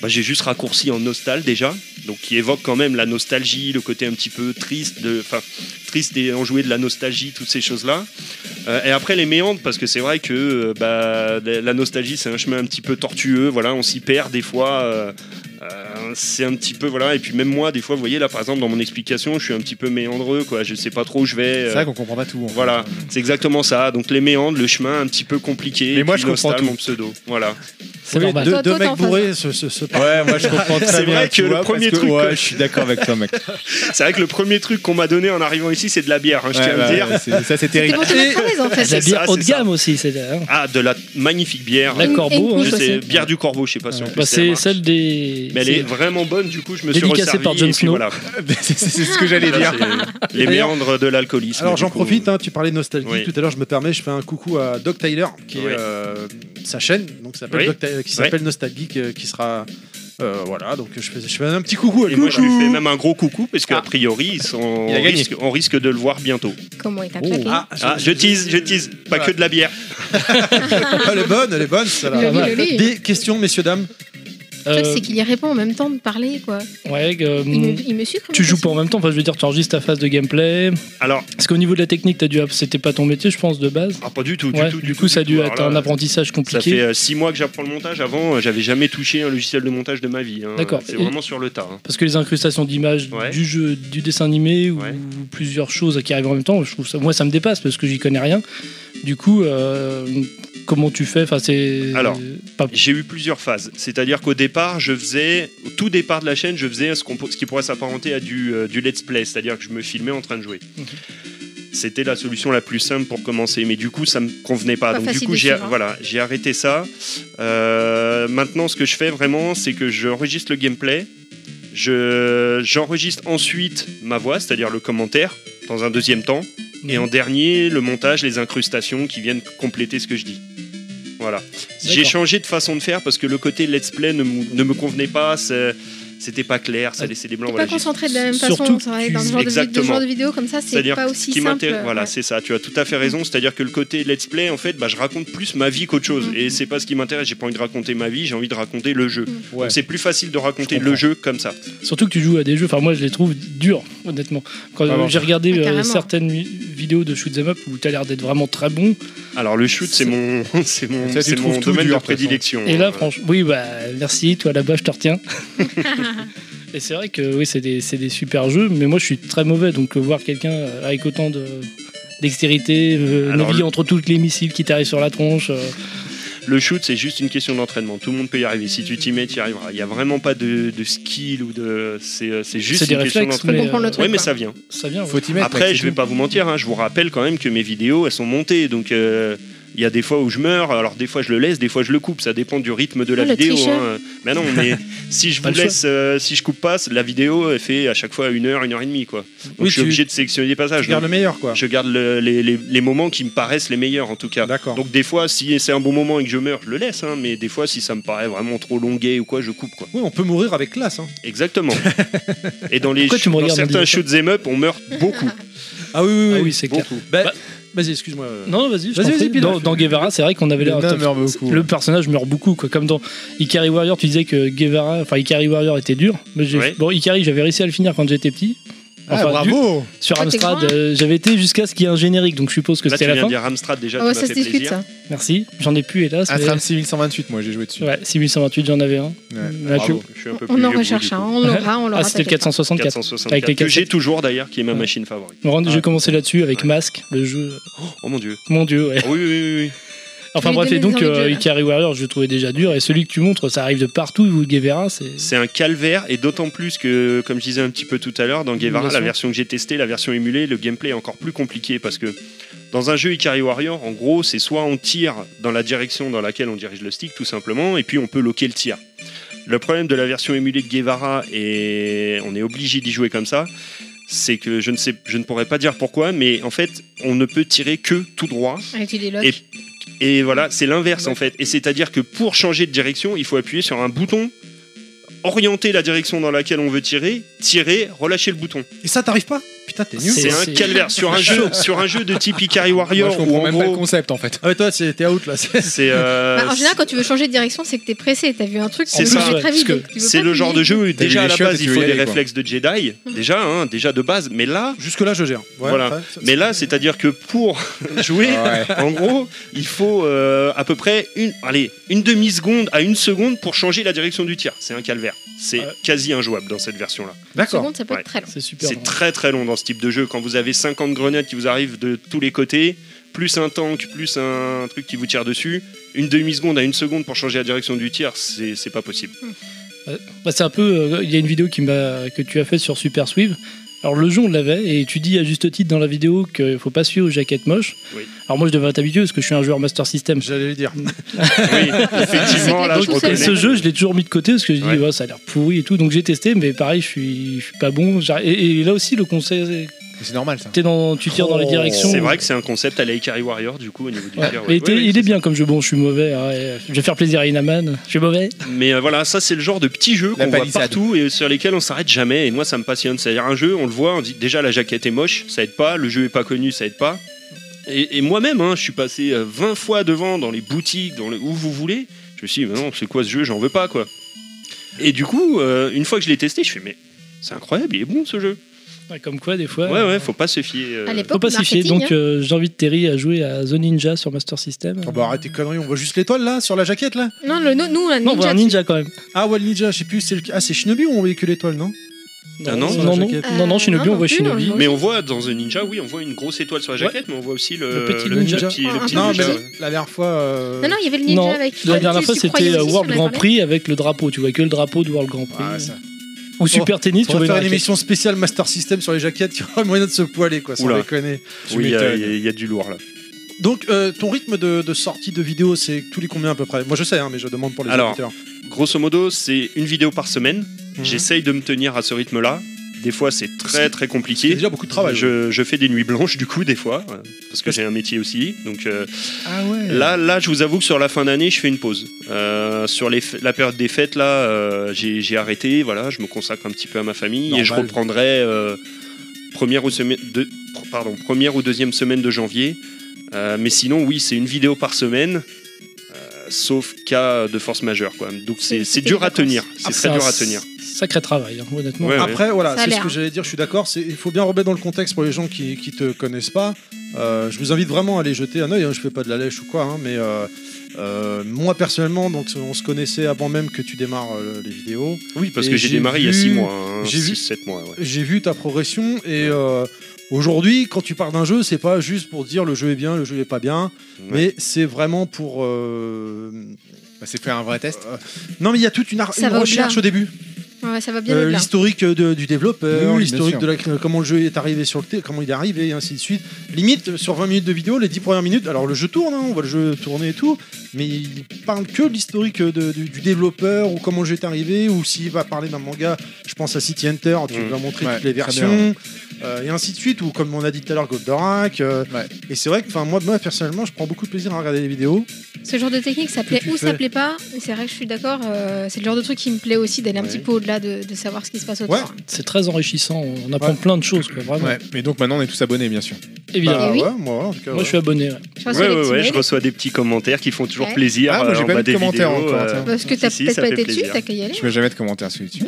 [SPEAKER 6] bah, j'ai juste raccourci en nostal déjà, donc qui évoque quand même la nostalgie, le côté un petit peu triste, de, enfin triste et enjoué de la nostalgie, toutes ces choses-là. Euh, et après les méandres, parce que c'est vrai que euh, bah, la la nostalgie c'est un chemin un petit peu tortueux, voilà, on s'y perd des fois. euh, euh, c'est un petit peu voilà et puis même moi des fois vous voyez là par exemple dans mon explication je suis un petit peu méandreux quoi je sais pas trop où je vais
[SPEAKER 4] C'est
[SPEAKER 6] euh,
[SPEAKER 4] vrai qu'on comprend pas tout. en fait.
[SPEAKER 6] voilà c'est exactement ça donc les méandres le chemin un petit peu compliqué
[SPEAKER 4] Mais
[SPEAKER 6] et
[SPEAKER 4] moi,
[SPEAKER 6] puis
[SPEAKER 4] je comprends
[SPEAKER 6] nostal,
[SPEAKER 4] tout.
[SPEAKER 6] mon pseudo voilà
[SPEAKER 5] C'est
[SPEAKER 2] Oui,
[SPEAKER 5] normal.
[SPEAKER 6] Ah,
[SPEAKER 2] Deux,
[SPEAKER 3] Toi-
[SPEAKER 2] deux
[SPEAKER 3] toi, t'es
[SPEAKER 2] mecs
[SPEAKER 3] en face.
[SPEAKER 2] bourrés, ce, ce, ce-
[SPEAKER 4] Ouais, moi je comprends très
[SPEAKER 6] C'est
[SPEAKER 4] bien.
[SPEAKER 6] vrai
[SPEAKER 4] tu
[SPEAKER 6] que le
[SPEAKER 4] vois, parce
[SPEAKER 6] premier
[SPEAKER 4] que-
[SPEAKER 6] truc
[SPEAKER 4] Ouais,
[SPEAKER 6] que-
[SPEAKER 4] je suis d'accord avec toi, mec.
[SPEAKER 6] c'est vrai que le premier truc qu'on m'a donné en arrivant ici c'est de la bière hein, je
[SPEAKER 4] Ouais,
[SPEAKER 6] tiens à
[SPEAKER 4] bah,
[SPEAKER 6] le dire
[SPEAKER 4] ouais, c'est- ça, c'est
[SPEAKER 3] C'est
[SPEAKER 4] terrible.
[SPEAKER 3] pour te mettre à l'aise en fait.
[SPEAKER 5] La
[SPEAKER 6] c'est
[SPEAKER 5] bière
[SPEAKER 6] ça,
[SPEAKER 5] haut de
[SPEAKER 6] c'est ça.
[SPEAKER 5] gamme aussi, c'est hein.
[SPEAKER 6] Ah, de la magnifique bière.
[SPEAKER 5] La
[SPEAKER 3] Et une-
[SPEAKER 5] Corbeau,
[SPEAKER 3] et une
[SPEAKER 5] hein,
[SPEAKER 3] couche
[SPEAKER 6] Je sais,
[SPEAKER 3] aussi.
[SPEAKER 6] bière du corbeau, je sais pas si on peut hein.
[SPEAKER 5] Bah, c'est celle des.
[SPEAKER 6] Mais elle est
[SPEAKER 5] c'est-
[SPEAKER 6] vraiment bonne, du coup, je me suis
[SPEAKER 5] Dédicacée
[SPEAKER 6] resservi.
[SPEAKER 5] par Jon
[SPEAKER 6] et puis
[SPEAKER 5] Snow.
[SPEAKER 6] voilà.
[SPEAKER 4] c'est c'est ce que j'allais
[SPEAKER 6] Là,
[SPEAKER 4] dire.
[SPEAKER 6] c'est les méandres de l'alcoolisme.
[SPEAKER 2] Alors
[SPEAKER 6] du
[SPEAKER 2] j'en
[SPEAKER 6] coup.
[SPEAKER 2] profite, hein, tu parlais de nostalgie
[SPEAKER 6] Oui.
[SPEAKER 2] tout à l'heure, je me permets, je fais un coucou à Doc Tyler, qui est
[SPEAKER 6] Oui.
[SPEAKER 2] euh, sa chaîne, donc, qui s'appelle
[SPEAKER 6] Oui.
[SPEAKER 2] Doc Ty- qui s'appelle Nostalgie, qui, qui sera... euh, voilà, donc je fais, je fais un petit coucou à
[SPEAKER 6] Et
[SPEAKER 2] lui.
[SPEAKER 6] moi, je lui fais même un gros coucou, parce qu'a
[SPEAKER 2] Ah.
[SPEAKER 6] priori, ils sont-
[SPEAKER 4] Il a
[SPEAKER 6] on,
[SPEAKER 4] gagné.
[SPEAKER 6] risque, on risque de le voir bientôt.
[SPEAKER 3] Comment il
[SPEAKER 4] Oh,
[SPEAKER 3] t'a claqué
[SPEAKER 2] Ah,
[SPEAKER 6] Ah, je tease, je tease. Pas
[SPEAKER 2] Voilà.
[SPEAKER 6] que de la bière.
[SPEAKER 2] Elle est bonne, elle est bonne, celle-là.
[SPEAKER 3] Loli,
[SPEAKER 2] Voilà.
[SPEAKER 3] loli.
[SPEAKER 2] Des questions, messieurs, dames
[SPEAKER 3] Le truc,
[SPEAKER 5] euh,
[SPEAKER 3] c'est qu'il y répond en même temps de parler, quoi.
[SPEAKER 5] ouais, euh,
[SPEAKER 3] Il
[SPEAKER 4] Mm.
[SPEAKER 3] me, il me sucre.
[SPEAKER 5] Tu
[SPEAKER 3] mais
[SPEAKER 5] joues
[SPEAKER 3] ça
[SPEAKER 5] pas en même temps, enfin je veux dire, tu enregistres ta phase de gameplay.
[SPEAKER 6] Alors,
[SPEAKER 5] Parce qu'au niveau de la technique, t'as dû, app- c'était pas ton métier, je pense, de base.
[SPEAKER 6] ah, pas du tout.
[SPEAKER 5] Ouais,
[SPEAKER 6] du, tout,
[SPEAKER 5] du coup, ça a
[SPEAKER 6] du
[SPEAKER 5] dû
[SPEAKER 6] Alors
[SPEAKER 5] être
[SPEAKER 6] là,
[SPEAKER 5] un apprentissage
[SPEAKER 6] Ça
[SPEAKER 5] compliqué.
[SPEAKER 6] fait euh, six mois que j'apprends le montage. Avant, euh, j'avais jamais touché un logiciel de montage de ma vie. hein.
[SPEAKER 5] D'accord.
[SPEAKER 6] C'est
[SPEAKER 5] Et-
[SPEAKER 6] vraiment sur le tas. hein.
[SPEAKER 5] Parce que les incrustations d'images
[SPEAKER 6] Ouais.
[SPEAKER 5] du jeu, du dessin animé ou
[SPEAKER 6] Ouais.
[SPEAKER 5] plusieurs choses qui arrivent en même temps, je trouve ça, moi ça me dépasse parce que j'y connais rien. Du coup, euh, comment tu fais Enfin, c'est
[SPEAKER 6] Alors,
[SPEAKER 5] pas-
[SPEAKER 6] J'ai eu plusieurs phases. C'est-à-dire qu'au départ, je faisais, au tout départ de la chaîne, je faisais ce, qu'on pour- ce qui pourrait s'apparenter à du, euh, du let's play, c'est-à-dire que je me filmais en train de jouer. C'était la solution la plus simple pour commencer, mais du coup, ça me convenait pas.
[SPEAKER 3] Pas
[SPEAKER 6] Donc, du
[SPEAKER 3] facile
[SPEAKER 6] coup,
[SPEAKER 3] de
[SPEAKER 6] j'ai
[SPEAKER 3] suivre, hein.
[SPEAKER 6] voilà, j'ai arrêté ça. Euh, maintenant, ce que je fais vraiment, c'est que j'enregistre le gameplay. Je- J'enregistre ensuite ma voix, c'est-à-dire le commentaire, dans un deuxième temps. Et en dernier, le montage, les incrustations qui viennent compléter ce que je dis. Voilà. J'ai
[SPEAKER 5] D'accord.
[SPEAKER 6] changé de façon de faire parce que le côté let's play ne, mou- ne me convenait pas. c'est- C'était pas clair, ça
[SPEAKER 5] Ah,
[SPEAKER 6] laissait des blancs.
[SPEAKER 3] Euh, T'es
[SPEAKER 6] voilà,
[SPEAKER 3] pas
[SPEAKER 6] j'ai-
[SPEAKER 3] concentré de la même
[SPEAKER 5] Surtout
[SPEAKER 3] façon,
[SPEAKER 5] que
[SPEAKER 3] c'est vrai,
[SPEAKER 5] tu-
[SPEAKER 3] dans ce genre de, vid- de
[SPEAKER 6] Exactement.
[SPEAKER 3] genre de vidéo comme ça, c'est
[SPEAKER 6] C'est-à-dire
[SPEAKER 3] pas
[SPEAKER 6] que
[SPEAKER 3] aussi
[SPEAKER 6] ce qui
[SPEAKER 3] simple.
[SPEAKER 6] m'intéresse- Voilà,
[SPEAKER 3] ouais. Mm.
[SPEAKER 6] c'est ça. Tu as tout à fait raison. C'est-à-dire que le côté let's play, en fait, bah, je raconte plus ma vie qu'autre chose.
[SPEAKER 3] Mm.
[SPEAKER 6] Et c'est pas ce qui m'intéresse. J'ai pas envie de raconter ma vie. J'ai envie de raconter le jeu.
[SPEAKER 3] Mm.
[SPEAKER 4] Ouais.
[SPEAKER 6] Donc, C'est plus facile de raconter
[SPEAKER 4] Je comprends.
[SPEAKER 6] le jeu comme ça.
[SPEAKER 5] Surtout que tu joues à des jeux, enfin moi je les trouve durs, honnêtement. Quand
[SPEAKER 4] Ah
[SPEAKER 5] euh,
[SPEAKER 4] bon.
[SPEAKER 5] j'ai regardé
[SPEAKER 3] Ah,
[SPEAKER 5] euh,
[SPEAKER 3] carrément.
[SPEAKER 5] certaines mi- vidéos de shoot'em up où t'as l'air d'être vraiment très bon,
[SPEAKER 6] Alors le shoot, c'est mon, c'est mon,
[SPEAKER 4] Ça, tu
[SPEAKER 6] c'est mon
[SPEAKER 4] trouves tout
[SPEAKER 6] domaine
[SPEAKER 4] dur,
[SPEAKER 6] de
[SPEAKER 4] de toute façon.
[SPEAKER 6] prédilection.
[SPEAKER 5] et là
[SPEAKER 6] Voilà.
[SPEAKER 5] franchement, oui bah merci, toi là-bas je te retiens. et c'est vrai que oui, c'est des, c'est des super jeux, mais moi je suis très mauvais, donc euh, voir quelqu'un euh, avec autant de dextérité, euh,
[SPEAKER 6] Alors,
[SPEAKER 5] naviguer
[SPEAKER 6] le-
[SPEAKER 5] entre toutes les missiles qui t'arrivent sur la tronche, euh,
[SPEAKER 6] Le shoot, c'est juste une question d'entraînement. Tout le monde peut y arriver. Si tu t'y mets, tu y arriveras. Il n'y a vraiment pas de, de skill ou de. C'est euh, c'est juste
[SPEAKER 5] C'est des
[SPEAKER 6] une question
[SPEAKER 5] réflexes,
[SPEAKER 6] d'entraînement.
[SPEAKER 5] mais, euh, Comprendre le
[SPEAKER 3] truc,
[SPEAKER 6] oui, mais
[SPEAKER 3] quoi.
[SPEAKER 6] ça vient.
[SPEAKER 5] ça vient. ouais.
[SPEAKER 4] Faut y mettre.
[SPEAKER 6] Après, je vais pas vous mentir, hein, je vous rappelle quand même que mes vidéos, elles sont montées. Donc, euh, il y a des fois où je meurs. Alors, des fois, je le laisse, des fois, je le coupe. Ça dépend du rythme de la
[SPEAKER 3] Oh, le
[SPEAKER 6] vidéo.
[SPEAKER 3] tricheur.
[SPEAKER 6] hein. Ben non, mais si je
[SPEAKER 5] Pas le
[SPEAKER 6] vous
[SPEAKER 5] choix.
[SPEAKER 6] laisse, euh, si je coupe pas, la vidéo, elle fait à chaque fois une heure, une heure et demie. Quoi. Donc,
[SPEAKER 2] Oui,
[SPEAKER 6] je suis
[SPEAKER 2] tu-
[SPEAKER 6] obligé de sélectionner des passages.
[SPEAKER 2] Je garde
[SPEAKER 6] Donc,
[SPEAKER 2] le meilleur, quoi.
[SPEAKER 6] je garde le- les, les- les moments qui me paraissent les meilleurs, en tout cas.
[SPEAKER 2] D'accord.
[SPEAKER 6] Donc des fois, si c'est un bon moment et que je meurs, je le laisse. hein, mais des fois, si ça me paraît vraiment trop longué ou quoi, je coupe quoi.
[SPEAKER 2] Oui, on peut mourir avec classe. hein.
[SPEAKER 6] Exactement. et dans les
[SPEAKER 5] Pourquoi tu me
[SPEAKER 6] dans
[SPEAKER 5] regardes en
[SPEAKER 6] certains
[SPEAKER 5] disant ça
[SPEAKER 6] shoot'em up, on meurt beaucoup.
[SPEAKER 2] Ah oui, oui,
[SPEAKER 5] Ah
[SPEAKER 2] oui.
[SPEAKER 5] oui, c'est clair.
[SPEAKER 6] beaucoup.
[SPEAKER 2] Bah,
[SPEAKER 5] Bah-
[SPEAKER 2] Vas-y, excuse-moi. euh.
[SPEAKER 5] Non, vas-y, je
[SPEAKER 2] Vas-y,
[SPEAKER 5] t'en
[SPEAKER 2] vas-y,
[SPEAKER 5] prie.
[SPEAKER 2] puis là,
[SPEAKER 5] Dans, dans Guevara, c'est vrai qu'on avait l'air.
[SPEAKER 4] Le meurt beaucoup.
[SPEAKER 5] Le personnage meurt beaucoup, quoi. Comme dans Ikari Warrior, tu disais que Guevara, enfin Ikari Warrior était dur. Mais j'ai-
[SPEAKER 6] Ouais.
[SPEAKER 5] Bon, Ikari, j'avais réussi à le finir quand j'étais petit.
[SPEAKER 4] Ah,
[SPEAKER 5] Enfin, du-
[SPEAKER 2] Oh.
[SPEAKER 4] bravo
[SPEAKER 5] sur
[SPEAKER 3] Ah, t'es
[SPEAKER 5] Amstrad,
[SPEAKER 3] grand.
[SPEAKER 5] euh, j'avais été jusqu'à ce qu'il y ait un générique, donc je suppose que
[SPEAKER 6] Là, tu
[SPEAKER 5] c'était la
[SPEAKER 6] viens
[SPEAKER 5] fin.
[SPEAKER 6] de dire Amstrad déjà.
[SPEAKER 3] Ah
[SPEAKER 6] tu
[SPEAKER 3] ouais,
[SPEAKER 6] m'as
[SPEAKER 3] ça se
[SPEAKER 6] fait
[SPEAKER 3] discute,
[SPEAKER 6] plaisir.
[SPEAKER 3] ça.
[SPEAKER 5] Merci. J'en ai plus, hélas. mais-
[SPEAKER 4] Astram 6128, moi j'ai joué dessus.
[SPEAKER 5] Ouais, 6828, j'en avais un.
[SPEAKER 4] Ouais.
[SPEAKER 5] La queue.
[SPEAKER 6] Bravo, je suis un peu
[SPEAKER 3] On
[SPEAKER 6] plus
[SPEAKER 3] en
[SPEAKER 6] vieux que vous,
[SPEAKER 3] recherche
[SPEAKER 6] du
[SPEAKER 3] un,
[SPEAKER 6] coup.
[SPEAKER 3] on l'aura, on l'aura.
[SPEAKER 5] Ah, c'était le
[SPEAKER 3] t'inquiète pas.
[SPEAKER 5] 464.
[SPEAKER 6] 464,
[SPEAKER 5] Avec les
[SPEAKER 6] que j'ai
[SPEAKER 5] cassettes.
[SPEAKER 6] toujours d'ailleurs, qui est ma
[SPEAKER 5] Ouais.
[SPEAKER 6] machine favorite.
[SPEAKER 5] Bon,
[SPEAKER 4] Ah.
[SPEAKER 5] J'ai commencé là-dessus avec
[SPEAKER 6] Ouais.
[SPEAKER 5] Masque, le jeu.
[SPEAKER 6] Oh mon dieu.
[SPEAKER 5] Mon dieu, ouais.
[SPEAKER 6] Ah oui, oui, oui, oui.
[SPEAKER 5] Enfin
[SPEAKER 3] lui
[SPEAKER 5] bref,
[SPEAKER 3] donner
[SPEAKER 5] et
[SPEAKER 3] des
[SPEAKER 5] donc
[SPEAKER 3] envies de
[SPEAKER 5] euh,
[SPEAKER 3] jeu.
[SPEAKER 5] Ikari Warrior, je le trouvais déjà dur, et celui que tu montres, ça arrive de partout, vous Guevara, c'est...
[SPEAKER 6] C'est un calvaire et d'autant plus que, comme je disais un petit peu tout à l'heure, dans Guevara,
[SPEAKER 5] Bien sûr.
[SPEAKER 6] la version que j'ai testée, la version émulée, le gameplay est encore plus compliqué parce que dans un jeu Ikari Warrior, en gros, c'est soit on tire dans la direction dans laquelle on dirige le stick, tout simplement, et puis on peut loquer le tir. Le problème de la version émulée de Guevara, et on est obligé d'y jouer comme ça, c'est que je ne, sais, je ne pourrais pas dire pourquoi, mais en fait, on ne peut tirer que tout droit.
[SPEAKER 3] Avec des locks.
[SPEAKER 6] Et, et voilà, c'est l'inverse en fait. Et c'est-à-dire que pour changer de direction, il faut appuyer sur un bouton, orienter la direction dans laquelle on veut tirer, tirer, relâcher le bouton.
[SPEAKER 2] Et ça, t'arrives pas Putain, t'es nul.
[SPEAKER 5] C'est-
[SPEAKER 6] C'est un
[SPEAKER 5] c'est-
[SPEAKER 6] calvaire. Sur un, jeu, sur un jeu de type Ikari
[SPEAKER 4] Moi,
[SPEAKER 6] Warrior,
[SPEAKER 4] je comprends
[SPEAKER 6] où en
[SPEAKER 4] même pas le
[SPEAKER 6] gros,
[SPEAKER 4] concept en fait.
[SPEAKER 2] Ah, mais toi, c'est- t'es out là. c'est-
[SPEAKER 6] c'est. euh,
[SPEAKER 3] Bah, en général, quand tu veux changer de direction, c'est que t'es pressé, t'as vu un truc,
[SPEAKER 6] C'est
[SPEAKER 3] tu
[SPEAKER 6] ça,
[SPEAKER 3] bouges très
[SPEAKER 5] parce
[SPEAKER 3] vite.
[SPEAKER 5] que
[SPEAKER 3] donc tu veux
[SPEAKER 6] c'est
[SPEAKER 3] pas
[SPEAKER 6] le
[SPEAKER 3] te
[SPEAKER 6] genre de
[SPEAKER 3] limiter.
[SPEAKER 6] jeu où
[SPEAKER 4] T'as vu
[SPEAKER 6] déjà à
[SPEAKER 4] les
[SPEAKER 6] la
[SPEAKER 4] chiottes et
[SPEAKER 6] base
[SPEAKER 4] tu
[SPEAKER 6] il
[SPEAKER 4] veux
[SPEAKER 6] faut
[SPEAKER 4] y
[SPEAKER 6] des
[SPEAKER 4] aller, quoi.
[SPEAKER 6] réflexes de Jedi, déjà, hein, déjà de base, mais là,
[SPEAKER 2] Jusque-là, je gère. Ouais,
[SPEAKER 6] Voilà.
[SPEAKER 2] enfin, ça-
[SPEAKER 6] mais là, c'est-à-dire que pour jouer, en gros, il faut euh, à peu près une, allez, une demi seconde à une seconde pour changer la direction du tir. C'est un calvaire. C'est
[SPEAKER 5] Ouais.
[SPEAKER 6] quasi injouable dans cette version-là.
[SPEAKER 3] Une
[SPEAKER 4] D'accord.
[SPEAKER 3] seconde, ça peut
[SPEAKER 6] Ouais.
[SPEAKER 3] être très long.
[SPEAKER 5] C'est super. hein.
[SPEAKER 6] C'est très très long dans ce type de jeu. Quand vous avez 50 grenades qui vous arrivent de tous les côtés, plus un tank, plus un truc qui vous tire dessus, une demi seconde à une seconde pour changer la direction du tir, c'est c'est pas possible.
[SPEAKER 5] Bah, c'est un peu. euh, Il y a une vidéo qui m'a- que tu as faite sur Super Swive. Alors le jeu on l'avait et tu dis à juste titre dans la vidéo qu'il faut pas se fier aux jaquettes moches.
[SPEAKER 6] Oui.
[SPEAKER 5] Alors moi je devrais t'habituer parce que je suis un joueur Master System.
[SPEAKER 2] J'allais le dire.
[SPEAKER 6] Oui, effectivement, là Ah, je
[SPEAKER 3] Tout seul.
[SPEAKER 5] Et
[SPEAKER 6] reconnais.
[SPEAKER 5] ce jeu je l'ai toujours mis de côté parce que je dis
[SPEAKER 6] Ouais.
[SPEAKER 5] ouais, ça a l'air pourri et tout donc j'ai testé mais pareil je suis, je suis pas bon. J'arri- Et, et là aussi le conseil
[SPEAKER 4] C'est normal ça.
[SPEAKER 5] t'es dans tu tires dans les
[SPEAKER 6] Oh,
[SPEAKER 5] directions.
[SPEAKER 6] C'est vrai que c'est un concept à la Ikari Warrior du coup au niveau du
[SPEAKER 5] Ouais.
[SPEAKER 6] tir.
[SPEAKER 5] Et
[SPEAKER 6] ouais.
[SPEAKER 5] t'es-
[SPEAKER 6] Oui, oui,
[SPEAKER 5] il
[SPEAKER 6] c'est
[SPEAKER 5] est bien comme jeu. Bon, je suis mauvais. hein, et je vais faire plaisir à Inaman. Je suis mauvais.
[SPEAKER 6] Mais euh, voilà, ça c'est le genre de petits jeux
[SPEAKER 4] La
[SPEAKER 6] qu'on voit
[SPEAKER 4] palissade.
[SPEAKER 6] partout et sur lesquels on s'arrête jamais. Et moi ça me passionne. C'est-à-dire un jeu, on le voit, on dit déjà la jaquette est moche, ça aide pas, le jeu est pas connu, ça aide pas. Et, et moi-même, hein, je suis passé euh, 20 fois devant dans les boutiques, dans le, où vous voulez. Je me suis dit, mais non, c'est quoi ce jeu, j'en veux pas quoi. Et du coup, euh, une fois que je l'ai testé, je fais, mais c'est incroyable, il est bon ce jeu.
[SPEAKER 5] Ouais, Comme quoi, des fois.
[SPEAKER 6] Ouais, ouais,
[SPEAKER 5] euh,
[SPEAKER 6] faut pas se fier. euh,
[SPEAKER 3] À l'époque,
[SPEAKER 5] faut pas s'y fier.
[SPEAKER 3] marketing, hein.
[SPEAKER 5] Donc, euh, j'invite Terry à jouer à The Ninja sur Master System.
[SPEAKER 2] Oh, bah, arrête tes conneries, on voit juste l'étoile là, sur la jaquette là.
[SPEAKER 3] Non, le, nous, on a
[SPEAKER 5] Non, on voit
[SPEAKER 3] Ninja.
[SPEAKER 5] un ninja quand même.
[SPEAKER 2] Ah, ouais, le ninja, je sais plus, c'est le... Ah, c'est Shinobi ou on voyait que l'étoile, non
[SPEAKER 6] Ah non,
[SPEAKER 2] sur
[SPEAKER 5] non,
[SPEAKER 2] la
[SPEAKER 5] non,
[SPEAKER 2] jaquette.
[SPEAKER 5] non, non,
[SPEAKER 3] Euh,
[SPEAKER 5] Shinobi,
[SPEAKER 3] non,
[SPEAKER 5] on voit
[SPEAKER 3] non plus,
[SPEAKER 5] Shinobi.
[SPEAKER 3] non,
[SPEAKER 6] Mais on voit dans The Ninja, oui, on voit une grosse étoile sur la
[SPEAKER 5] Ouais.
[SPEAKER 6] jaquette, mais on voit aussi le,
[SPEAKER 5] Le petit
[SPEAKER 6] le
[SPEAKER 5] ninja.
[SPEAKER 6] petit- le
[SPEAKER 3] Ah, un
[SPEAKER 6] petit
[SPEAKER 3] peu
[SPEAKER 2] Non,
[SPEAKER 6] ninja,
[SPEAKER 2] mais
[SPEAKER 3] plus
[SPEAKER 6] ouais.
[SPEAKER 2] la dernière fois. euh,
[SPEAKER 3] Non, non, il y avait le ninja
[SPEAKER 5] Non,
[SPEAKER 3] avec.
[SPEAKER 5] la
[SPEAKER 3] Ouais,
[SPEAKER 5] dernière
[SPEAKER 3] tu-
[SPEAKER 5] fois
[SPEAKER 3] tu
[SPEAKER 5] c'était
[SPEAKER 3] croyais
[SPEAKER 5] euh,
[SPEAKER 3] aussi, on en
[SPEAKER 5] World
[SPEAKER 3] avait
[SPEAKER 5] Grand
[SPEAKER 3] parlé.
[SPEAKER 5] Prix avec le drapeau, tu vois que le drapeau de World Grand Prix.
[SPEAKER 4] Ah, ça.
[SPEAKER 5] Ou Super Tennis, tu
[SPEAKER 2] On va
[SPEAKER 5] vois
[SPEAKER 2] faire une
[SPEAKER 5] la raquette.
[SPEAKER 2] émission spéciale Master System sur les jaquettes, il y aura moyen de se poiler quoi, sans
[SPEAKER 6] Oula.
[SPEAKER 2] déconner.
[SPEAKER 4] Tu
[SPEAKER 6] Oui, il y a- il
[SPEAKER 4] m'étonnes.
[SPEAKER 6] y a- il y a du lourd là.
[SPEAKER 2] Donc euh, ton rythme de, de sortie de vidéo, c'est tous les combien à peu près Moi je sais, hein, mais je demande pour les
[SPEAKER 6] Alors,
[SPEAKER 2] auditeurs.
[SPEAKER 6] Grosso modo, c'est une vidéo par semaine.
[SPEAKER 2] Mhm.
[SPEAKER 6] J'essaye de me tenir à ce rythme-là. Des fois, c'est très très
[SPEAKER 2] Il y a
[SPEAKER 6] compliqué.
[SPEAKER 2] déjà beaucoup de travail. ouais.
[SPEAKER 6] Je, je fais des nuits blanches du coup des fois euh, parce que j'ai un métier aussi donc euh,
[SPEAKER 4] Ah ouais.
[SPEAKER 6] là là je vous avoue que sur la fin d'année je fais une pause Euh, sur les f- la période des fêtes là euh, j'ai j'ai arrêté voilà je me consacre un petit peu à ma famille et je
[SPEAKER 2] Normal.
[SPEAKER 6] reprendrai euh, première ou semaine de, pardon première ou deuxième semaine de janvier Euh, mais sinon oui c'est une vidéo par semaine euh, sauf cas de force majeure quoi donc c'est
[SPEAKER 3] Oui,
[SPEAKER 6] c'est
[SPEAKER 3] c'était
[SPEAKER 6] dur
[SPEAKER 3] les
[SPEAKER 6] à tenir
[SPEAKER 3] vacances.
[SPEAKER 6] c'est très
[SPEAKER 5] un
[SPEAKER 6] dur à tenir
[SPEAKER 5] Sacré travail, hein, honnêtement.
[SPEAKER 6] Ouais, ouais.
[SPEAKER 2] Après, voilà,
[SPEAKER 3] Ça a
[SPEAKER 2] c'est ce
[SPEAKER 3] l'air.
[SPEAKER 2] que j'allais dire, je suis d'accord. c'est- Il faut bien remettre dans le contexte pour les gens qui, qui te connaissent pas. Euh, je vous invite vraiment à aller jeter un œil. hein, je fais pas de la lèche ou quoi, hein, mais euh, euh, moi personnellement, donc on se connaissait avant même que tu démarres euh, les vidéos.
[SPEAKER 6] oui parce
[SPEAKER 2] Et
[SPEAKER 6] que j'ai
[SPEAKER 2] j'ai
[SPEAKER 6] démarré il y a
[SPEAKER 2] vu-
[SPEAKER 6] 6 mois
[SPEAKER 2] j'ai vu-
[SPEAKER 6] 6-7 mois ouais.
[SPEAKER 2] J'ai vu ta progression et euh, aujourd'hui, quand tu parles d'un jeu, c'est pas juste pour dire le jeu est bien, le jeu est pas bien, mais c'est vraiment pour. euh,
[SPEAKER 4] Bah, c'est fait un vrai test.
[SPEAKER 2] Non, mais il y a toute une, ar-
[SPEAKER 3] Ça
[SPEAKER 2] une
[SPEAKER 3] va
[SPEAKER 2] recherche
[SPEAKER 3] au-delà.
[SPEAKER 2] au début.
[SPEAKER 3] Ouais, ça va bien
[SPEAKER 2] Euh,
[SPEAKER 3] au-delà.
[SPEAKER 2] l'historique de- du développeur,
[SPEAKER 4] Oui, oui,
[SPEAKER 2] l'historique
[SPEAKER 4] bien
[SPEAKER 2] de la, comment le jeu est arrivé sur le thé- comment il est arrivé et ainsi de suite. Limite sur 20 minutes de vidéo, les 10 premières minutes, alors le jeu tourne, hein, on voit le jeu tourner et tout, mais il parle que de l'historique de- du, du développeur ou comment le jeu est arrivé ou s'il va parler d'un manga, je pense à City Hunter, tu
[SPEAKER 6] Mm.
[SPEAKER 2] vas montrer
[SPEAKER 4] Mmh. Ouais,
[SPEAKER 2] toutes les
[SPEAKER 4] très
[SPEAKER 2] versions.
[SPEAKER 4] bien.
[SPEAKER 2] euh, et ainsi de suite, ou comme on a dit tout à l'heure, Goldorak. euh,
[SPEAKER 4] Ouais.
[SPEAKER 2] Et c'est vrai que enfin, moi, moi, personnellement, je prends beaucoup de plaisir à regarder les vidéos.
[SPEAKER 3] Ce genre de technique, ça
[SPEAKER 2] que
[SPEAKER 3] plaît
[SPEAKER 2] tu
[SPEAKER 3] ou ça
[SPEAKER 2] fais.
[SPEAKER 3] plaît pas. Mais C'est vrai que je suis d'accord. euh, c'est le genre de truc qui me plaît aussi d'aller un
[SPEAKER 2] Ouais.
[SPEAKER 3] petit peu au-delà de, de savoir ce qui se passe autour.
[SPEAKER 2] Ouais.
[SPEAKER 5] C'est très enrichissant, on apprend
[SPEAKER 2] Ouais.
[SPEAKER 5] plein de choses, quoi, vraiment.
[SPEAKER 4] Ouais. Mais donc maintenant on est tous abonnés bien sûr.
[SPEAKER 5] Évidemment.
[SPEAKER 2] Bah,
[SPEAKER 3] Et oui.
[SPEAKER 2] ouais, moi, en tout cas,
[SPEAKER 5] Eh Moi,
[SPEAKER 2] ouais.
[SPEAKER 5] je suis abonné. ouais.
[SPEAKER 3] Tu vois,
[SPEAKER 6] Ouais,
[SPEAKER 3] sur les
[SPEAKER 6] ouais,
[SPEAKER 3] petits
[SPEAKER 6] ouais, je
[SPEAKER 3] mails,
[SPEAKER 6] reçois des petits commentaires qui font toujours
[SPEAKER 3] Ouais.
[SPEAKER 6] plaisir.
[SPEAKER 4] Ah, moi, j'ai
[SPEAKER 6] euh, en
[SPEAKER 4] pas
[SPEAKER 6] bas
[SPEAKER 4] eu de
[SPEAKER 6] des
[SPEAKER 4] commentaires
[SPEAKER 6] vidéos,
[SPEAKER 4] encore,
[SPEAKER 6] euh,
[SPEAKER 4] tiens.
[SPEAKER 3] Parce que
[SPEAKER 6] Si,
[SPEAKER 3] t'as
[SPEAKER 6] si,
[SPEAKER 3] peut-être
[SPEAKER 6] ça
[SPEAKER 3] pas
[SPEAKER 6] fait
[SPEAKER 3] été dessus,
[SPEAKER 6] plaisir.
[SPEAKER 3] t'as qu'à y aller.
[SPEAKER 4] Je mets jamais de commentaires sur YouTube.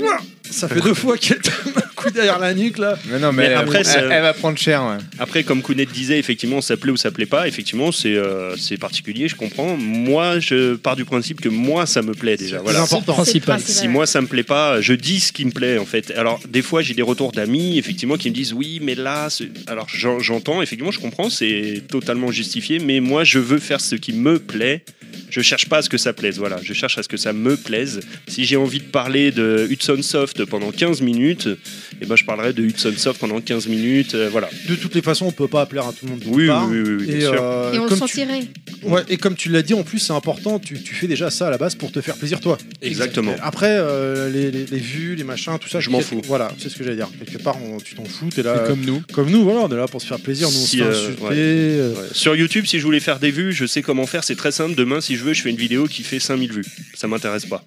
[SPEAKER 2] Ça fait deux fois qu'elle. coup derrière la nuque là.
[SPEAKER 4] Mais non, mais,
[SPEAKER 6] Mais
[SPEAKER 4] elle-
[SPEAKER 6] après,
[SPEAKER 4] elle,
[SPEAKER 6] c'est-
[SPEAKER 4] elle va prendre cher. ouais.
[SPEAKER 6] Après, comme Kounet disait, effectivement, ça plaît ou ça plaît pas. Effectivement, c'est euh, c'est particulier, je comprends. Moi, je pars du principe que moi, ça me plaît déjà. Voilà.
[SPEAKER 2] important.
[SPEAKER 5] Principal.
[SPEAKER 3] principal.
[SPEAKER 6] Si moi ça me plaît pas, je dis ce qui me plaît en fait. Alors des fois j'ai des retours d'amis effectivement qui me disent oui mais là c'est- alors j'en- j'entends effectivement je comprends c'est totalement justifié mais moi je veux faire ce qui me plaît. Je cherche pas à ce que ça plaise voilà je cherche à ce que ça me plaise. Si j'ai envie de parler de Hudson Soft pendant 15 minutes et ben je parlerai de Hudson Soft pendant 15 minutes euh, voilà.
[SPEAKER 2] De toutes les façons, on peut pas plaire à tout le monde.
[SPEAKER 6] Oui oui oui, oui, oui, bien
[SPEAKER 2] Et,
[SPEAKER 6] sûr.
[SPEAKER 2] euh,
[SPEAKER 3] Et on le
[SPEAKER 2] comme tu-
[SPEAKER 3] sentirait.
[SPEAKER 2] ouais, et comme tu l'as dit, en plus, c'est important. Tu, tu fais déjà ça à la base pour te faire plaisir toi.
[SPEAKER 6] Exactement.
[SPEAKER 2] Après, euh, les, les- les vues, les machins, tout ça,
[SPEAKER 6] Je m'en
[SPEAKER 2] quelque-
[SPEAKER 6] fous.
[SPEAKER 2] Voilà, c'est ce que j'allais dire. Quelque part, on- tu t'en fous, t'es là.
[SPEAKER 4] C'est
[SPEAKER 2] euh, Comme...
[SPEAKER 4] comme nous.
[SPEAKER 2] nous, voilà, on est là pour se faire plaisir. Nous, on
[SPEAKER 6] Si,
[SPEAKER 2] se fait
[SPEAKER 6] euh,
[SPEAKER 2] insulter,
[SPEAKER 6] ouais.
[SPEAKER 2] euh,
[SPEAKER 6] Ouais. Sur YouTube, si je voulais faire des vues, je sais comment faire, c'est très simple. Demain, si je veux, je fais une vidéo qui fait 5000 vues. Ça m'intéresse pas.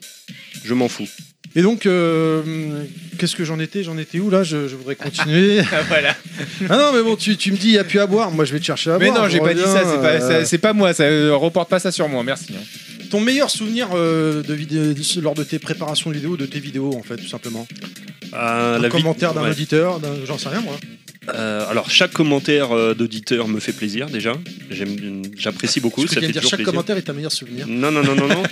[SPEAKER 6] Je m'en fous.
[SPEAKER 2] Et donc, euh, qu'est-ce que j'en étais J'en étais où là je, je voudrais continuer.
[SPEAKER 4] Ah, voilà.
[SPEAKER 2] ah non, mais bon, tu, tu me dis, il n'y a plus à boire. Moi, je vais te chercher à
[SPEAKER 4] Mais
[SPEAKER 2] boire.
[SPEAKER 4] non,
[SPEAKER 2] je
[SPEAKER 4] j'ai pas dit ça.
[SPEAKER 2] reviens,
[SPEAKER 4] C'est pas,
[SPEAKER 2] euh,
[SPEAKER 4] ça- c'est pas moi. Ça euh, reporte pas ça sur moi. Merci. hein.
[SPEAKER 2] Ton meilleur souvenir euh, de vidéo, lors de tes préparations vidéo, de tes vidéos, en fait, tout simplement.
[SPEAKER 6] Ah,
[SPEAKER 2] Un
[SPEAKER 6] la vie-
[SPEAKER 2] commentaire d'un
[SPEAKER 6] ouais.
[SPEAKER 2] auditeur, d'un- j'en sais rien, moi.
[SPEAKER 6] Euh, alors, chaque commentaire euh, d'auditeur me fait plaisir déjà. J'aime- J'apprécie beaucoup.
[SPEAKER 2] Parce que
[SPEAKER 6] Ça
[SPEAKER 2] tu viens
[SPEAKER 6] fait
[SPEAKER 2] de dire
[SPEAKER 6] toujours
[SPEAKER 2] chaque
[SPEAKER 6] plaisir.
[SPEAKER 2] commentaire est ta meilleur souvenir.
[SPEAKER 6] Non, non, non, non, non.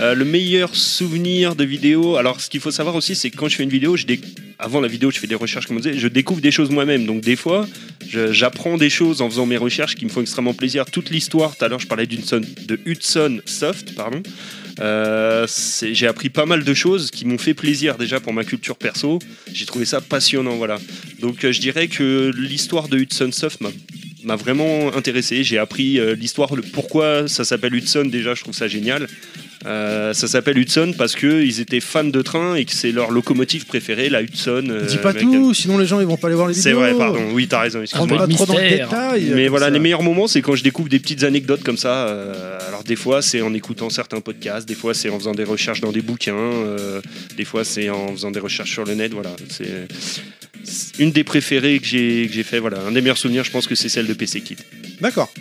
[SPEAKER 6] Euh, le meilleur souvenir de vidéo. Alors, ce qu'il faut savoir aussi, c'est que quand je fais une vidéo, je déc- avant la vidéo, je fais des recherches, comme on disait, je découvre des choses moi-même. Donc, des fois, je- j'apprends des choses en faisant mes recherches qui me font extrêmement plaisir. Toute l'histoire, tout à l'heure, je parlais d'une son- de Hudson Soft, pardon. Euh, c'est- j'ai appris pas mal de choses qui m'ont fait plaisir déjà pour ma culture perso. J'ai trouvé ça passionnant, voilà. Donc, euh, je dirais que l'histoire de Hudson Soft m'a m'a vraiment intéressé. J'ai appris euh, l'histoire, le pourquoi ça s'appelle Hudson. Déjà, je trouve ça génial. Euh, ça s'appelle Hudson parce que ils étaient fans de train et que c'est leur locomotive préférée, la Hudson. euh,
[SPEAKER 2] Dis pas
[SPEAKER 6] américaine.
[SPEAKER 2] tout, sinon les gens ils vont pas aller voir les vidéos.
[SPEAKER 6] C'est vrai, pardon. Oui, t'as raison.
[SPEAKER 2] On
[SPEAKER 6] Excuse-moi.
[SPEAKER 2] va
[SPEAKER 5] Mystère.
[SPEAKER 2] trop dans le détail.
[SPEAKER 6] Mais
[SPEAKER 2] comme
[SPEAKER 6] voilà,
[SPEAKER 2] ça.
[SPEAKER 6] les meilleurs moments, c'est quand je découvre des petites anecdotes comme ça. euh, alors des fois, c'est en écoutant certains podcasts, des fois, c'est en faisant des recherches dans des bouquins, euh, des fois, c'est en faisant des recherches sur le net. Voilà, c'est c'est une des préférées que j'ai que j'ai fait. Voilà, un des meilleurs souvenirs, je pense que c'est celle de PC Kit.
[SPEAKER 2] D'accord.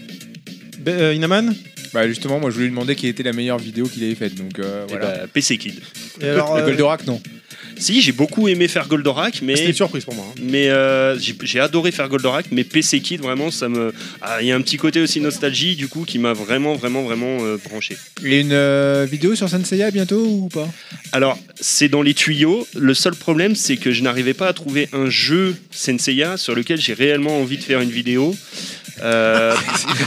[SPEAKER 2] Ben, euh, Inaman
[SPEAKER 4] Bah justement, moi je voulais lui demander quelle était la meilleure vidéo qu'il avait faite. Donc euh,
[SPEAKER 6] Eh
[SPEAKER 4] voilà.
[SPEAKER 6] ben, PC Kid.
[SPEAKER 2] Et alors,
[SPEAKER 4] Le
[SPEAKER 2] euh,
[SPEAKER 4] Goldorak, non.
[SPEAKER 6] Si, j'ai beaucoup aimé faire Goldorak,
[SPEAKER 2] C'était
[SPEAKER 6] mais
[SPEAKER 2] une surprise pour moi. hein.
[SPEAKER 6] mais euh, j'ai j'ai adoré faire Goldorak, mais PC Kid vraiment ça me Ah, il y a un petit côté aussi nostalgie du coup qui m'a vraiment vraiment vraiment euh, branché.
[SPEAKER 4] Il y a une euh, vidéo sur Senseiya bientôt ou pas
[SPEAKER 6] Alors, c'est dans les tuyaux. Le seul problème, c'est que je n'arrivais pas à trouver un jeu Senseiya sur lequel j'ai réellement envie de faire une vidéo. Euh,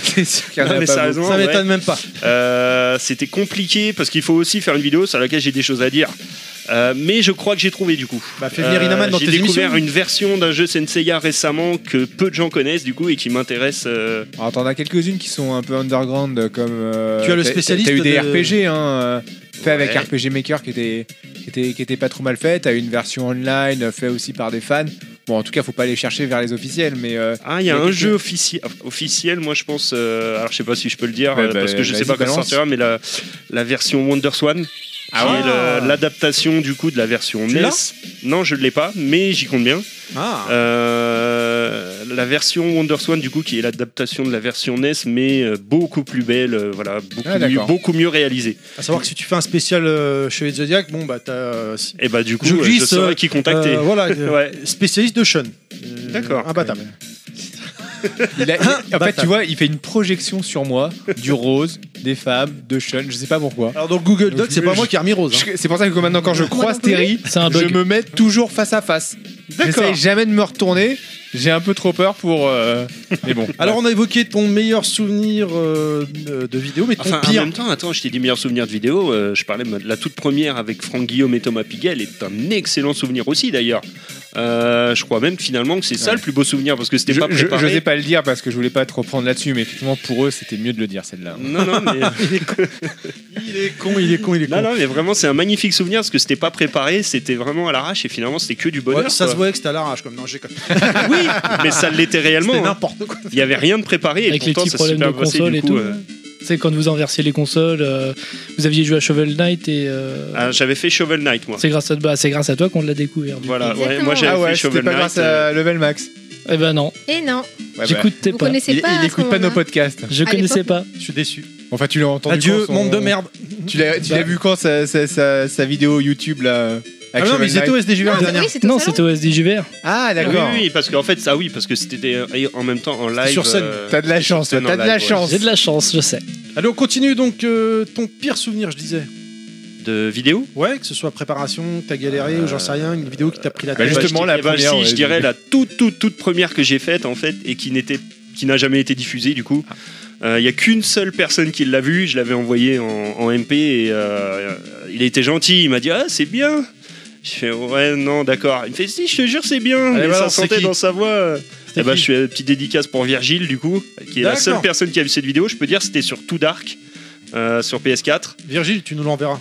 [SPEAKER 4] C'est Ah, sûr qu'il y en a
[SPEAKER 6] Non, mais
[SPEAKER 4] pas
[SPEAKER 6] sérieusement,
[SPEAKER 2] ça
[SPEAKER 6] ouais.
[SPEAKER 2] m'étonne même pas.
[SPEAKER 6] Euh, c'était compliqué parce qu'il faut aussi faire une vidéo sur laquelle j'ai des choses à dire. Euh, mais je crois que j'ai trouvé du coup.
[SPEAKER 2] Bah, fais venir
[SPEAKER 6] Euh,
[SPEAKER 2] Inaman dans
[SPEAKER 6] j'ai
[SPEAKER 2] tes
[SPEAKER 6] découvert
[SPEAKER 2] émissions.
[SPEAKER 6] une version d'un jeu Senseiya récemment que peu de gens connaissent du coup et qui m'intéresse. euh,
[SPEAKER 4] beaucoup. Alors t'en as quelques-unes qui sont un peu underground euh, comme. euh,
[SPEAKER 2] Tu as le
[SPEAKER 4] t'as-
[SPEAKER 2] spécialiste
[SPEAKER 4] T'as eu des
[SPEAKER 2] de-
[SPEAKER 4] RPG, hein, euh, fait avec
[SPEAKER 6] Ouais.
[SPEAKER 4] RPG Maker qui était, qui était, qui était pas trop mal fait. T'as eu une version online euh, fait aussi par des fans. Bon, en tout cas, faut pas aller chercher vers les officiels, mais. euh,
[SPEAKER 6] Ah, il y a
[SPEAKER 4] Mais
[SPEAKER 6] un
[SPEAKER 4] qu'est-ce
[SPEAKER 6] jeu
[SPEAKER 4] que-
[SPEAKER 6] offici- officiel, moi je pense. euh, Alors je sais pas si je peux le dire
[SPEAKER 4] Ouais,
[SPEAKER 6] euh,
[SPEAKER 4] bah,
[SPEAKER 6] parce que je sais
[SPEAKER 4] vas-y,
[SPEAKER 6] pas quand ça
[SPEAKER 4] balance.
[SPEAKER 6] sortira, mais la, la version WonderSwan.
[SPEAKER 4] Ah
[SPEAKER 6] qui
[SPEAKER 4] ouais
[SPEAKER 6] est le- l'adaptation du coup de la version NES. Non, je ne l'ai pas, mais j'y compte bien.
[SPEAKER 2] Ah,
[SPEAKER 6] Euh, la version WonderSwan du coup qui est l'adaptation de la version NES, mais euh, beaucoup plus belle, euh, voilà, beaucoup,
[SPEAKER 4] Ah,
[SPEAKER 6] mieux,
[SPEAKER 4] d'accord.
[SPEAKER 6] beaucoup mieux réalisée.
[SPEAKER 2] à savoir que si tu fais un spécial euh, Chevalier de Zodiac, bon bah t'as. euh, si-
[SPEAKER 6] Et bah du coup,
[SPEAKER 2] Je
[SPEAKER 6] euh, je,
[SPEAKER 2] glisse, euh,
[SPEAKER 6] saurais qui contacter.
[SPEAKER 2] euh, voilà, euh,
[SPEAKER 6] Ouais.
[SPEAKER 2] spécialiste de Sean.
[SPEAKER 6] D'accord.
[SPEAKER 2] Imbattable.
[SPEAKER 4] Il a- en fait,
[SPEAKER 2] Bâtard.
[SPEAKER 4] tu vois, il fait une projection sur moi du rose, des femmes, de Sean, je sais pas
[SPEAKER 6] Ah,
[SPEAKER 4] pourquoi.
[SPEAKER 2] Alors donc Google
[SPEAKER 4] Donc,
[SPEAKER 2] Doc, c'est
[SPEAKER 4] je-
[SPEAKER 2] pas moi qui ai remis Rose. hein.
[SPEAKER 4] Je- C'est pour ça que maintenant, quand je croise Terry,
[SPEAKER 5] C'est un
[SPEAKER 4] je
[SPEAKER 5] bug.
[SPEAKER 4] me mets toujours face à face. J'essaye jamais de me retourner. J'ai un peu trop peur pour. euh, Mais bon.
[SPEAKER 2] Alors on a évoqué ton meilleur souvenir euh, de de vidéo, mais ton
[SPEAKER 6] Enfin, en
[SPEAKER 2] pire.
[SPEAKER 6] même temps, attends, je t'ai dit meilleurs souvenirs de vidéo. euh, je parlais de la toute première avec Franck Guillaume et Thomas Piguel est un excellent souvenir aussi d'ailleurs. Euh, je crois même finalement que c'est ça
[SPEAKER 4] Ouais.
[SPEAKER 6] le plus beau souvenir parce que c'était
[SPEAKER 4] je
[SPEAKER 6] pas
[SPEAKER 4] je-
[SPEAKER 6] préparé.
[SPEAKER 4] j'osais pas le dire parce que je voulais pas te reprendre là-dessus, mais effectivement, pour eux, c'était mieux de le dire celle-là.
[SPEAKER 6] Non, non, mais.
[SPEAKER 2] Il est con, il est con, il est
[SPEAKER 6] Non, non, mais vraiment, c'est un magnifique souvenir parce que c'était pas préparé, c'était vraiment à l'arrache et finalement, c'était que du
[SPEAKER 2] Ouais,
[SPEAKER 6] bonheur.
[SPEAKER 2] ça
[SPEAKER 6] quoi.
[SPEAKER 2] se voyait que c'était à l'arrache comme non j'ai
[SPEAKER 6] Oui, mais ça l'était
[SPEAKER 2] c'était
[SPEAKER 6] réellement. hein.
[SPEAKER 2] n'importe quoi
[SPEAKER 6] Il y avait rien de préparé
[SPEAKER 5] Avec
[SPEAKER 6] et
[SPEAKER 5] les
[SPEAKER 6] pourtant,
[SPEAKER 5] petits
[SPEAKER 6] ça s'est
[SPEAKER 5] problèmes de
[SPEAKER 6] super passé,
[SPEAKER 5] console
[SPEAKER 6] du
[SPEAKER 5] et
[SPEAKER 6] coup,
[SPEAKER 5] tout.
[SPEAKER 6] euh.
[SPEAKER 5] C'est quand vous inversiez les consoles, euh, vous aviez joué à Shovel Knight et euh,
[SPEAKER 6] Ah, J'avais fait Shovel Knight, moi.
[SPEAKER 5] c'est grâce à bah, c'est grâce à toi qu'on l'a découvert. du
[SPEAKER 6] Voilà,
[SPEAKER 5] coup.
[SPEAKER 6] ouais, moi
[SPEAKER 3] Exactement.
[SPEAKER 6] j'avais
[SPEAKER 4] ah ouais,
[SPEAKER 6] fait
[SPEAKER 4] c'était
[SPEAKER 6] Shovel
[SPEAKER 4] pas
[SPEAKER 6] Knight.
[SPEAKER 4] grâce
[SPEAKER 6] euh,
[SPEAKER 4] à Level Max.
[SPEAKER 5] Eh ben non,
[SPEAKER 3] Et non,
[SPEAKER 4] Ouais, bah,
[SPEAKER 5] j'écoutais
[SPEAKER 3] vous
[SPEAKER 5] pas.
[SPEAKER 3] connaissez Ah,
[SPEAKER 4] il
[SPEAKER 3] pas. à
[SPEAKER 4] il
[SPEAKER 3] ce
[SPEAKER 4] écoute pas nos
[SPEAKER 3] moment-là.
[SPEAKER 4] podcasts.
[SPEAKER 5] Je
[SPEAKER 3] À
[SPEAKER 5] connaissais pas.
[SPEAKER 2] je suis déçu
[SPEAKER 4] Enfin, tu l'as entendu.
[SPEAKER 2] adieu
[SPEAKER 4] quand son- Bah.
[SPEAKER 2] monde de merde
[SPEAKER 4] Tu l'as tu l'as vu quand sa, sa- sa- sa vidéo YouTube là euh,
[SPEAKER 2] Ah non, mais ils étaient au SDJVR
[SPEAKER 3] Non,
[SPEAKER 2] la
[SPEAKER 3] mais
[SPEAKER 2] dernière.
[SPEAKER 3] oui, c'était au
[SPEAKER 5] Non,
[SPEAKER 3] salon.
[SPEAKER 5] c'était au SDJVR.
[SPEAKER 4] Ah,
[SPEAKER 6] Oui,
[SPEAKER 4] d'accord.
[SPEAKER 6] oui, oui, parce qu'en fait, ça, ah oui, parce que c'était euh, et en même temps en live.
[SPEAKER 2] Sur scène.
[SPEAKER 6] euh,
[SPEAKER 4] T'as de la chance, toi,
[SPEAKER 6] Non,
[SPEAKER 4] Bah, t'as
[SPEAKER 6] là,
[SPEAKER 4] de la
[SPEAKER 6] ouais.
[SPEAKER 4] chance.
[SPEAKER 5] J'ai de la chance, je sais.
[SPEAKER 2] Allez, on continue donc euh, ton pire souvenir, je disais.
[SPEAKER 6] de vidéo.
[SPEAKER 2] Ouais, que ce soit préparation, que t'as galéré ou j'en sais rien, une vidéo qui t'a pris la
[SPEAKER 4] Bah,
[SPEAKER 2] tête.
[SPEAKER 4] justement,
[SPEAKER 6] Eh
[SPEAKER 4] la
[SPEAKER 6] ben,
[SPEAKER 4] première,
[SPEAKER 6] si,
[SPEAKER 4] ouais,
[SPEAKER 6] je dirais
[SPEAKER 4] j'ai-
[SPEAKER 6] la toute, toute, toute première que j'ai faite, en fait, et qui n'était qui n'a jamais été diffusée, du coup. Euh, Il n'y a qu'une seule personne qui l'a vue. Je l'avais envoyé en, en MP et euh, il était gentil. Il m'a dit Ah, c'est bien. Je fais Ouais, non, d'accord. Il me fait Si, je te jure, c'est bien.
[SPEAKER 2] Allez,
[SPEAKER 6] et
[SPEAKER 2] voilà,
[SPEAKER 6] ça
[SPEAKER 2] c'est
[SPEAKER 6] sentait
[SPEAKER 2] qui
[SPEAKER 6] dans sa voix.
[SPEAKER 2] C'était
[SPEAKER 6] Eh ben,
[SPEAKER 2] qui
[SPEAKER 6] je fais une petite dédicace pour Virgile, du coup, qui est la
[SPEAKER 2] D'accord.
[SPEAKER 6] seule personne qui a vu cette vidéo. Je peux dire c'était sur Tout Dark, euh, sur PS4.
[SPEAKER 2] Virgile, tu nous l'enverras.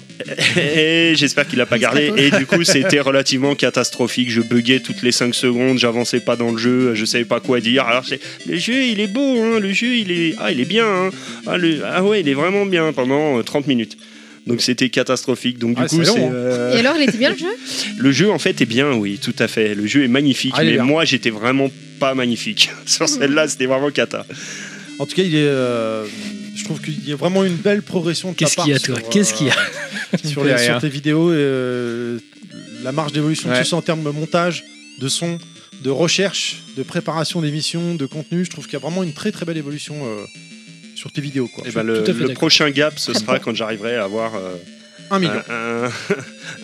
[SPEAKER 6] Et Eh, j'espère qu'il l'a pas gardé. Et du coup, c'était relativement catastrophique. Je buguais toutes les 5 secondes, j'avançais pas dans le jeu, je savais pas quoi dire. Alors, c'est- le jeu, il est beau, hein, le jeu, il est, ah, il est bien. hein. Ah, le- ah ouais, il est vraiment bien pendant euh, 30 minutes. Donc c'était catastrophique. Donc du
[SPEAKER 2] Ah,
[SPEAKER 6] coup,
[SPEAKER 2] c'est long,
[SPEAKER 6] c'est,
[SPEAKER 2] hein.
[SPEAKER 6] euh,
[SPEAKER 3] Et alors, il était bien le jeu
[SPEAKER 6] le jeu en fait est bien, oui, tout à fait. Le jeu est magnifique,
[SPEAKER 2] Ah, il est
[SPEAKER 6] mais
[SPEAKER 2] bien.
[SPEAKER 6] moi j'étais vraiment pas magnifique. Sur celle-là, c'était vraiment cata.
[SPEAKER 2] En tout cas, il est. euh, je trouve qu'il y a vraiment une belle progression de ta
[SPEAKER 5] Qu'est-ce
[SPEAKER 2] part
[SPEAKER 5] qu'il y a,
[SPEAKER 2] sur,
[SPEAKER 5] toi
[SPEAKER 2] euh,
[SPEAKER 5] Qu'est-ce qu'il y a
[SPEAKER 2] sur, les-
[SPEAKER 4] Rien.
[SPEAKER 2] sur tes vidéos et, euh, la marge d'évolution, que
[SPEAKER 4] Ouais.
[SPEAKER 2] ce soit en termes de montage, de son, de recherche, de préparation d'émissions, de contenu. Je trouve qu'il y a vraiment une très très belle évolution euh, sur tes vidéos. Quoi.
[SPEAKER 6] Et
[SPEAKER 5] suis
[SPEAKER 6] Eh ben, le,
[SPEAKER 5] tout à fait
[SPEAKER 6] le
[SPEAKER 5] d'accord.
[SPEAKER 6] prochain gap, ce sera quand j'arriverai à avoir. euh,
[SPEAKER 2] Un million.
[SPEAKER 6] un- un-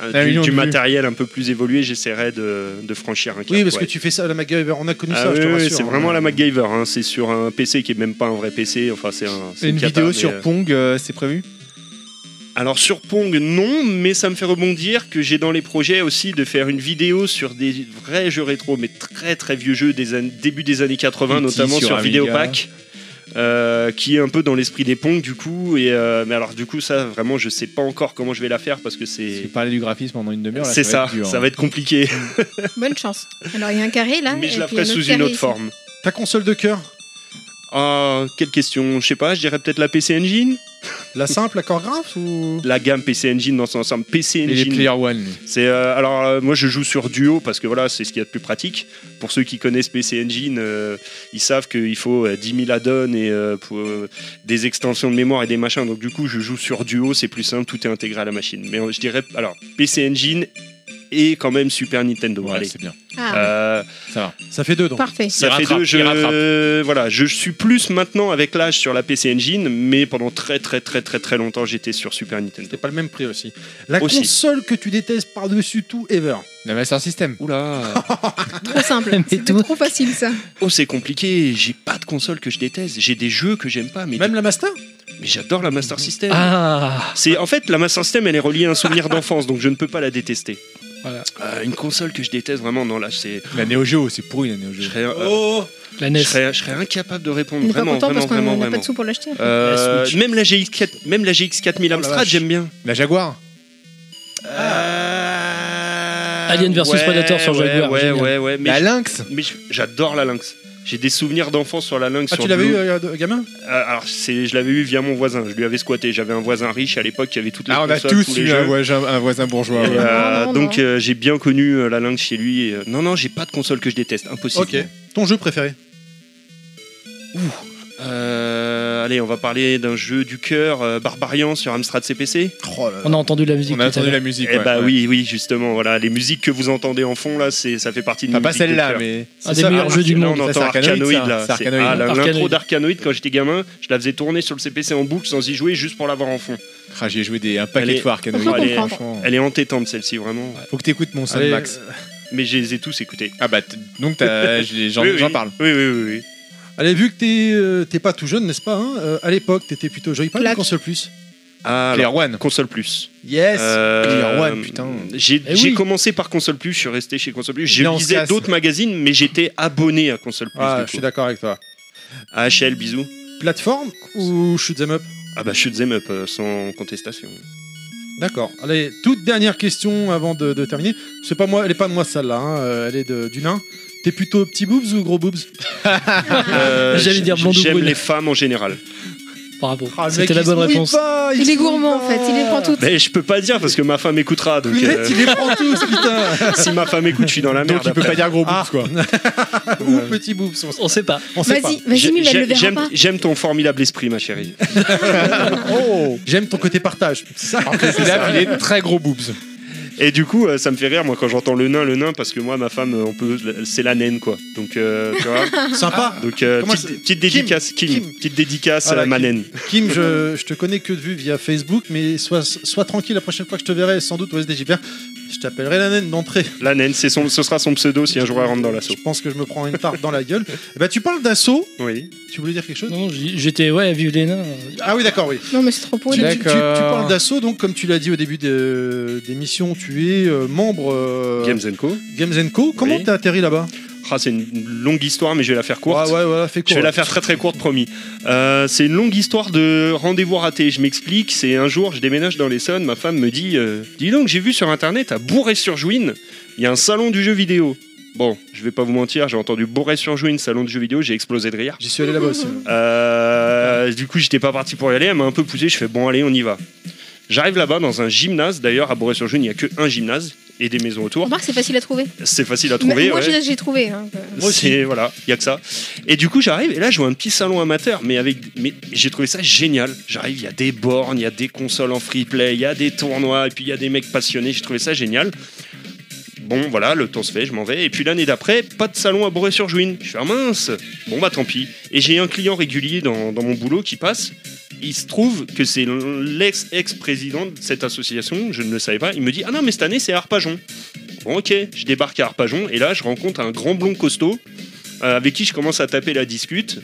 [SPEAKER 4] Un
[SPEAKER 6] Euh, du,
[SPEAKER 4] million
[SPEAKER 6] du
[SPEAKER 4] de vues.
[SPEAKER 6] matériel un peu plus évolué, j'essaierai de, de franchir un cap.
[SPEAKER 2] oui, parce
[SPEAKER 6] ouais.
[SPEAKER 2] que tu fais ça à la MacGyver. On a connu
[SPEAKER 6] Ah
[SPEAKER 2] ça, je te
[SPEAKER 6] oui, oui,
[SPEAKER 2] rassure.
[SPEAKER 6] c'est
[SPEAKER 2] hein.
[SPEAKER 6] vraiment la MacGyver. hein. C'est sur un PC qui est même pas un vrai PC. Enfin, c'est un. c'est
[SPEAKER 4] Une
[SPEAKER 6] cata,
[SPEAKER 4] vidéo
[SPEAKER 6] mais,
[SPEAKER 4] sur
[SPEAKER 6] euh,
[SPEAKER 4] Pong, euh, c'est prévu
[SPEAKER 6] Alors sur Pong, non, mais ça me fait rebondir que j'ai dans les projets aussi de faire une vidéo sur des vrais jeux rétro, mais très très vieux jeux des an- début des années 80,
[SPEAKER 4] E.T.
[SPEAKER 6] notamment
[SPEAKER 4] sur
[SPEAKER 6] sur,
[SPEAKER 4] Amiga.
[SPEAKER 6] Videopack. euh, qui est un peu dans l'esprit des Pong du coup et euh, mais alors du coup ça vraiment je sais pas encore comment je vais la faire parce que
[SPEAKER 4] Si vous
[SPEAKER 6] c'est
[SPEAKER 4] parlez du graphisme pendant une demi-heure, là,
[SPEAKER 6] c'est
[SPEAKER 4] ça.
[SPEAKER 6] ça
[SPEAKER 4] va être dur,
[SPEAKER 6] ça
[SPEAKER 4] hein.
[SPEAKER 6] va être compliqué
[SPEAKER 3] Bonne chance. Alors, il y a un carré là. Ah,
[SPEAKER 6] mais
[SPEAKER 3] et
[SPEAKER 6] je la
[SPEAKER 3] puis il y a
[SPEAKER 6] ferai
[SPEAKER 3] un
[SPEAKER 6] sous une
[SPEAKER 3] carré
[SPEAKER 6] autre
[SPEAKER 3] ici.
[SPEAKER 6] forme.
[SPEAKER 2] Ta console de cœur,
[SPEAKER 6] Ah, quelle question Je sais pas, je dirais peut-être la PC Engine
[SPEAKER 2] la simple, la graphe ou
[SPEAKER 6] La gamme PC Engine dans son ensemble. PC
[SPEAKER 4] Et les
[SPEAKER 6] Engine.
[SPEAKER 4] Player One. lui.
[SPEAKER 6] C'est euh, alors euh, moi je joue sur duo parce que voilà c'est ce qu'il y a de plus pratique. Pour ceux qui connaissent PC Engine, euh, ils savent qu'il faut euh, 10 000 add-ons et euh, pour, euh, des extensions de mémoire et des machins. Donc du coup je joue sur duo, c'est plus simple, tout est intégré à la machine. Mais euh, je dirais alors PC Engine et quand même Super Nintendo.
[SPEAKER 4] Ouais,
[SPEAKER 6] Allez.
[SPEAKER 4] c'est bien.
[SPEAKER 3] Ah,
[SPEAKER 6] Euh,
[SPEAKER 2] Ça fait deux donc.
[SPEAKER 3] parfait.
[SPEAKER 6] ça
[SPEAKER 4] Il
[SPEAKER 6] fait
[SPEAKER 4] rattrape,
[SPEAKER 6] deux. Je,
[SPEAKER 4] il rattrape.
[SPEAKER 6] euh, voilà, je suis plus maintenant avec l'âge sur la PC Engine, mais pendant très très très très très longtemps j'étais sur Super Nintendo.
[SPEAKER 2] C'était pas le même prix aussi. La
[SPEAKER 6] Aussi.
[SPEAKER 2] console que tu détestes par-dessus tout ever.
[SPEAKER 4] La Master System.
[SPEAKER 6] Oula
[SPEAKER 3] Trop simple.
[SPEAKER 5] Mais
[SPEAKER 3] C'était
[SPEAKER 5] tout-
[SPEAKER 3] trop facile ça.
[SPEAKER 6] Oh c'est compliqué. J'ai pas de console que je déteste. J'ai des jeux que j'aime pas, mais,
[SPEAKER 2] Même la Master
[SPEAKER 6] mais j'adore la Master System.
[SPEAKER 5] Ah
[SPEAKER 6] C'est en fait la Master System, elle est reliée à un souvenir d'enfance, donc je ne peux pas la détester.
[SPEAKER 5] Voilà.
[SPEAKER 6] Euh, une console que je déteste vraiment, non là c'est.
[SPEAKER 4] La Neo Geo, c'est pourri la Neo
[SPEAKER 6] Je
[SPEAKER 4] Geo.
[SPEAKER 6] serais, euh,
[SPEAKER 2] Oh
[SPEAKER 5] La
[SPEAKER 6] je
[SPEAKER 5] NES.
[SPEAKER 6] serais- je serais incapable de
[SPEAKER 3] On
[SPEAKER 6] répondre.
[SPEAKER 3] n'est pas
[SPEAKER 6] Vraiment,
[SPEAKER 3] content parce
[SPEAKER 6] vraiment,
[SPEAKER 3] qu'on n'a
[SPEAKER 6] vraiment,
[SPEAKER 3] pas
[SPEAKER 6] vraiment.
[SPEAKER 3] de sous pour l'acheter.
[SPEAKER 6] Euh,
[SPEAKER 5] La Switch.
[SPEAKER 6] même la GX 4, même la GX 4000 Amstrad,
[SPEAKER 2] vache.
[SPEAKER 6] j'aime bien.
[SPEAKER 4] La Jaguar.
[SPEAKER 2] Ah,
[SPEAKER 5] Alien versus
[SPEAKER 6] Euh, Ouais,
[SPEAKER 5] Predator sur
[SPEAKER 6] ouais,
[SPEAKER 5] Jaguar,
[SPEAKER 6] Ouais,
[SPEAKER 5] génial.
[SPEAKER 6] ouais, ouais. Mais
[SPEAKER 4] La
[SPEAKER 6] je-
[SPEAKER 4] Lynx.
[SPEAKER 6] mais je- j'adore la lynx. J'ai des souvenirs d'enfance sur la lynx.
[SPEAKER 2] Ah,
[SPEAKER 6] sur
[SPEAKER 2] tu l'avais
[SPEAKER 6] Blue.
[SPEAKER 2] eu, euh, de- gamin
[SPEAKER 6] Euh, Alors, c'est, je l'avais eu via mon voisin. Je lui avais squatté. J'avais un voisin riche à l'époque qui avait toutes les
[SPEAKER 4] Ah, on a
[SPEAKER 6] consoles,
[SPEAKER 4] tous
[SPEAKER 6] tous les
[SPEAKER 4] eu
[SPEAKER 6] jeux.
[SPEAKER 4] un voisin, un voisin bourgeois.
[SPEAKER 6] Et,
[SPEAKER 4] ouais.
[SPEAKER 3] Non,
[SPEAKER 6] euh,
[SPEAKER 3] non,
[SPEAKER 6] donc euh, j'ai bien connu euh, la lynx chez lui. et, euh, non, non, j'ai pas de console que je déteste, impossible.
[SPEAKER 2] Ok. Ton jeu préféré
[SPEAKER 6] Euh, allez, on va parler d'un jeu du cœur, euh, Barbarian sur Amstrad CPC.
[SPEAKER 5] On a entendu la musique.
[SPEAKER 4] On a
[SPEAKER 5] tout à
[SPEAKER 4] entendu
[SPEAKER 5] l'heure.
[SPEAKER 4] la musique.
[SPEAKER 6] Eh
[SPEAKER 4] ouais.
[SPEAKER 6] bah
[SPEAKER 4] Ouais.
[SPEAKER 6] oui, oui, justement. Voilà, les musiques que vous entendez en fond là, c'est, ça fait partie de. mes
[SPEAKER 4] Enfin, Ah, pas
[SPEAKER 6] musiques de
[SPEAKER 4] celle-là,
[SPEAKER 6] cœur.
[SPEAKER 4] mais.
[SPEAKER 5] Un des
[SPEAKER 4] ça,
[SPEAKER 5] meilleurs
[SPEAKER 4] ah,
[SPEAKER 5] jeux du
[SPEAKER 6] Là,
[SPEAKER 5] monde.
[SPEAKER 6] on
[SPEAKER 4] Ça, c'est
[SPEAKER 6] entend
[SPEAKER 4] Arcanoid,
[SPEAKER 6] Arcanoid,
[SPEAKER 4] ça.
[SPEAKER 6] là.
[SPEAKER 4] C'est
[SPEAKER 6] C'est-
[SPEAKER 4] Arcanoid.
[SPEAKER 6] Ah, là, l'intro
[SPEAKER 5] Arcanoid.
[SPEAKER 6] d'Arcanoid, quand j'étais gamin, je la faisais tourner sur le CPC en boucle sans y jouer, juste pour l'avoir en fond.
[SPEAKER 4] Ah, J'ai joué des, un
[SPEAKER 6] Elle
[SPEAKER 4] paquet
[SPEAKER 6] est-
[SPEAKER 4] de fois Arcanoid.
[SPEAKER 3] Faut
[SPEAKER 4] ouais,
[SPEAKER 3] comprendre.
[SPEAKER 4] Franchement.
[SPEAKER 6] Elle est entêtante celle-ci, vraiment.
[SPEAKER 4] Faut que t'écoutes mon son,
[SPEAKER 2] Allez,
[SPEAKER 4] Max.
[SPEAKER 2] euh,
[SPEAKER 6] Mais je les ai tous écoutés.
[SPEAKER 4] Ah bah, t- donc t'as- j'ai- j'en
[SPEAKER 6] Oui, oui.
[SPEAKER 4] j'en parle.
[SPEAKER 6] Oui, oui, oui. oui.
[SPEAKER 2] Allez, vu que t'es euh, t'es pas tout jeune, n'est-ce pas hein Euh, À l'époque, t'étais plutôt joypad ou
[SPEAKER 3] Claque.
[SPEAKER 2] console plus
[SPEAKER 6] Ah,
[SPEAKER 4] Player One.
[SPEAKER 6] Console Plus.
[SPEAKER 4] Yes.
[SPEAKER 6] Euh,
[SPEAKER 4] Player One, putain.
[SPEAKER 6] J'ai
[SPEAKER 5] Eh
[SPEAKER 6] j'ai
[SPEAKER 5] oui.
[SPEAKER 6] commencé par Console Plus, je suis resté chez Console Plus. Je
[SPEAKER 4] Là, on se
[SPEAKER 6] lisais
[SPEAKER 4] casse.
[SPEAKER 6] d'autres magazines, mais j'étais abonné à Console Plus.
[SPEAKER 2] Ah,
[SPEAKER 6] du
[SPEAKER 2] je
[SPEAKER 6] coup.
[SPEAKER 2] suis d'accord avec toi.
[SPEAKER 6] AHL, bisous.
[SPEAKER 2] Plateforme ou shoot'em up
[SPEAKER 6] Ah bah shoot them up euh, sans contestation.
[SPEAKER 2] D'accord. Allez, toute dernière question avant de, de terminer. C'est pas moi, elle est pas de moi celle-là. hein, euh, Elle est de, du nain. T'es plutôt petit boobs ou gros boobs
[SPEAKER 6] Euh,
[SPEAKER 5] J'allais
[SPEAKER 6] j'ai-
[SPEAKER 5] dire Bandou
[SPEAKER 6] J'aime
[SPEAKER 5] Brune.
[SPEAKER 6] les femmes en général.
[SPEAKER 5] Bravo.
[SPEAKER 2] Ah, le mec,
[SPEAKER 5] C'était la
[SPEAKER 2] il se
[SPEAKER 5] bonne
[SPEAKER 2] mouille
[SPEAKER 5] réponse.
[SPEAKER 2] pas, il
[SPEAKER 3] Il
[SPEAKER 2] se
[SPEAKER 3] est
[SPEAKER 2] mouille
[SPEAKER 3] gourmand
[SPEAKER 2] pas.
[SPEAKER 3] en fait. Il les prend toutes.
[SPEAKER 6] Mais je peux pas dire parce que ma femme écoutera. Donc euh,
[SPEAKER 2] Cunette, il les prend tous, putain.
[SPEAKER 6] si ma femme écoute, je suis dans la
[SPEAKER 4] Donc
[SPEAKER 6] merde.
[SPEAKER 4] il peut
[SPEAKER 6] après.
[SPEAKER 4] pas dire gros
[SPEAKER 2] Ah.
[SPEAKER 4] bouffe quoi.
[SPEAKER 2] Ou petit boobs, on,
[SPEAKER 5] On sait pas.
[SPEAKER 2] on sait pas.
[SPEAKER 3] Vas-y, vas-y, Mime, elle le
[SPEAKER 6] J'ai-
[SPEAKER 3] verra
[SPEAKER 6] J'aime
[SPEAKER 3] pas.
[SPEAKER 6] j'aime ton formidable esprit, ma chérie.
[SPEAKER 2] Oh. J'aime ton côté partage. C'est ça.
[SPEAKER 4] Par contre, c'est là, il est très gros boobs.
[SPEAKER 6] Et du coup, euh, ça me fait rire, moi, quand j'entends le nain, le nain, parce que moi, ma femme, euh, on peut, c'est la naine, quoi. Donc, euh, tu vois.
[SPEAKER 2] Sympa.
[SPEAKER 6] Donc, euh,
[SPEAKER 2] Comment
[SPEAKER 6] petite,
[SPEAKER 2] elle-
[SPEAKER 6] petite dédicace, Kim,
[SPEAKER 2] Kim.
[SPEAKER 6] Petite dédicace
[SPEAKER 2] Voilà,
[SPEAKER 6] à ma
[SPEAKER 2] Kim.
[SPEAKER 6] naine.
[SPEAKER 2] Kim, je, je te connais que de vue via Facebook, mais sois, sois tranquille, la prochaine fois que je te verrai, sans doute au SDJPR, je t'appellerai la naine d'entrée.
[SPEAKER 6] La naine, c'est son, ce sera son pseudo si un jour elle rentre dans l'assaut.
[SPEAKER 2] Je pense que je me prends une tarte dans la gueule. Eh ben, tu parles d'assaut,
[SPEAKER 6] Oui.
[SPEAKER 2] tu voulais dire quelque chose
[SPEAKER 5] Non, j'- j'étais, ouais, à Vive les nains. euh,
[SPEAKER 2] Ah oui, d'accord, oui.
[SPEAKER 3] Non, mais c'est trop pour
[SPEAKER 2] Tu,
[SPEAKER 4] Jack.
[SPEAKER 2] tu- tu- tu
[SPEAKER 4] D'accord.
[SPEAKER 2] parles d'assaut, donc comme tu l'as dit au début de, des missions, tu es euh, membre euh,
[SPEAKER 6] Games Co.
[SPEAKER 2] Games Co. Comment
[SPEAKER 6] Oui.
[SPEAKER 2] t'as atterri là-bas
[SPEAKER 6] Ah, c'est une longue histoire, mais je vais la faire courte.
[SPEAKER 2] Ouais, ouais, ouais, fais court.
[SPEAKER 6] Je vais la faire très très courte, promis. Euh, c'est une longue histoire de rendez-vous raté. Je m'explique. C'est un jour, je déménage dans l'Essonne. Ma femme me dit euh, Dis donc, j'ai vu sur internet à Bourré-sur-Jouine, il y a un salon du jeu vidéo. Bon, je vais pas vous mentir, j'ai entendu Bourré-sur-Jouine, salon du jeu vidéo, j'ai explosé de rire.
[SPEAKER 2] J'y suis allé là-bas aussi.
[SPEAKER 6] Euh, du coup, j'étais pas parti pour y aller. Elle m'a un peu poussé. Je fais bon, allez, on y va. J'arrive là-bas dans un gymnase. D'ailleurs, à Bourré-sur-Juine, il n'y a que un gymnase et des maisons autour.
[SPEAKER 3] Remarque, c'est facile à trouver.
[SPEAKER 6] C'est facile à trouver.
[SPEAKER 3] Moi,
[SPEAKER 6] ouais.
[SPEAKER 3] j'ai- j'ai trouvé. hein.
[SPEAKER 2] Moi aussi.
[SPEAKER 6] C'est- Voilà, il y a que ça. Et du coup, j'arrive et là, je vois un petit salon amateur, mais avec, mais j'ai trouvé ça génial. J'arrive, il y a des bornes, il y a des consoles en free play, il y a des tournois, et puis il y a des mecs passionnés. J'ai trouvé ça génial. Bon, voilà, le temps se fait, je m'en vais. Et puis l'année d'après, pas de salon à Boré-sur-Juine. Je fais ah, mince. Bon bah tant pis. Et j'ai un client régulier dans, dans mon boulot qui passe. Il se trouve que c'est l'ex-ex-président de cette association, je ne le savais pas. Il me dit Ah non, mais cette année c'est Arpajon. Bon, ok, je débarque à Arpajon et là je rencontre un grand blond costaud euh, avec qui je commence à taper la discute.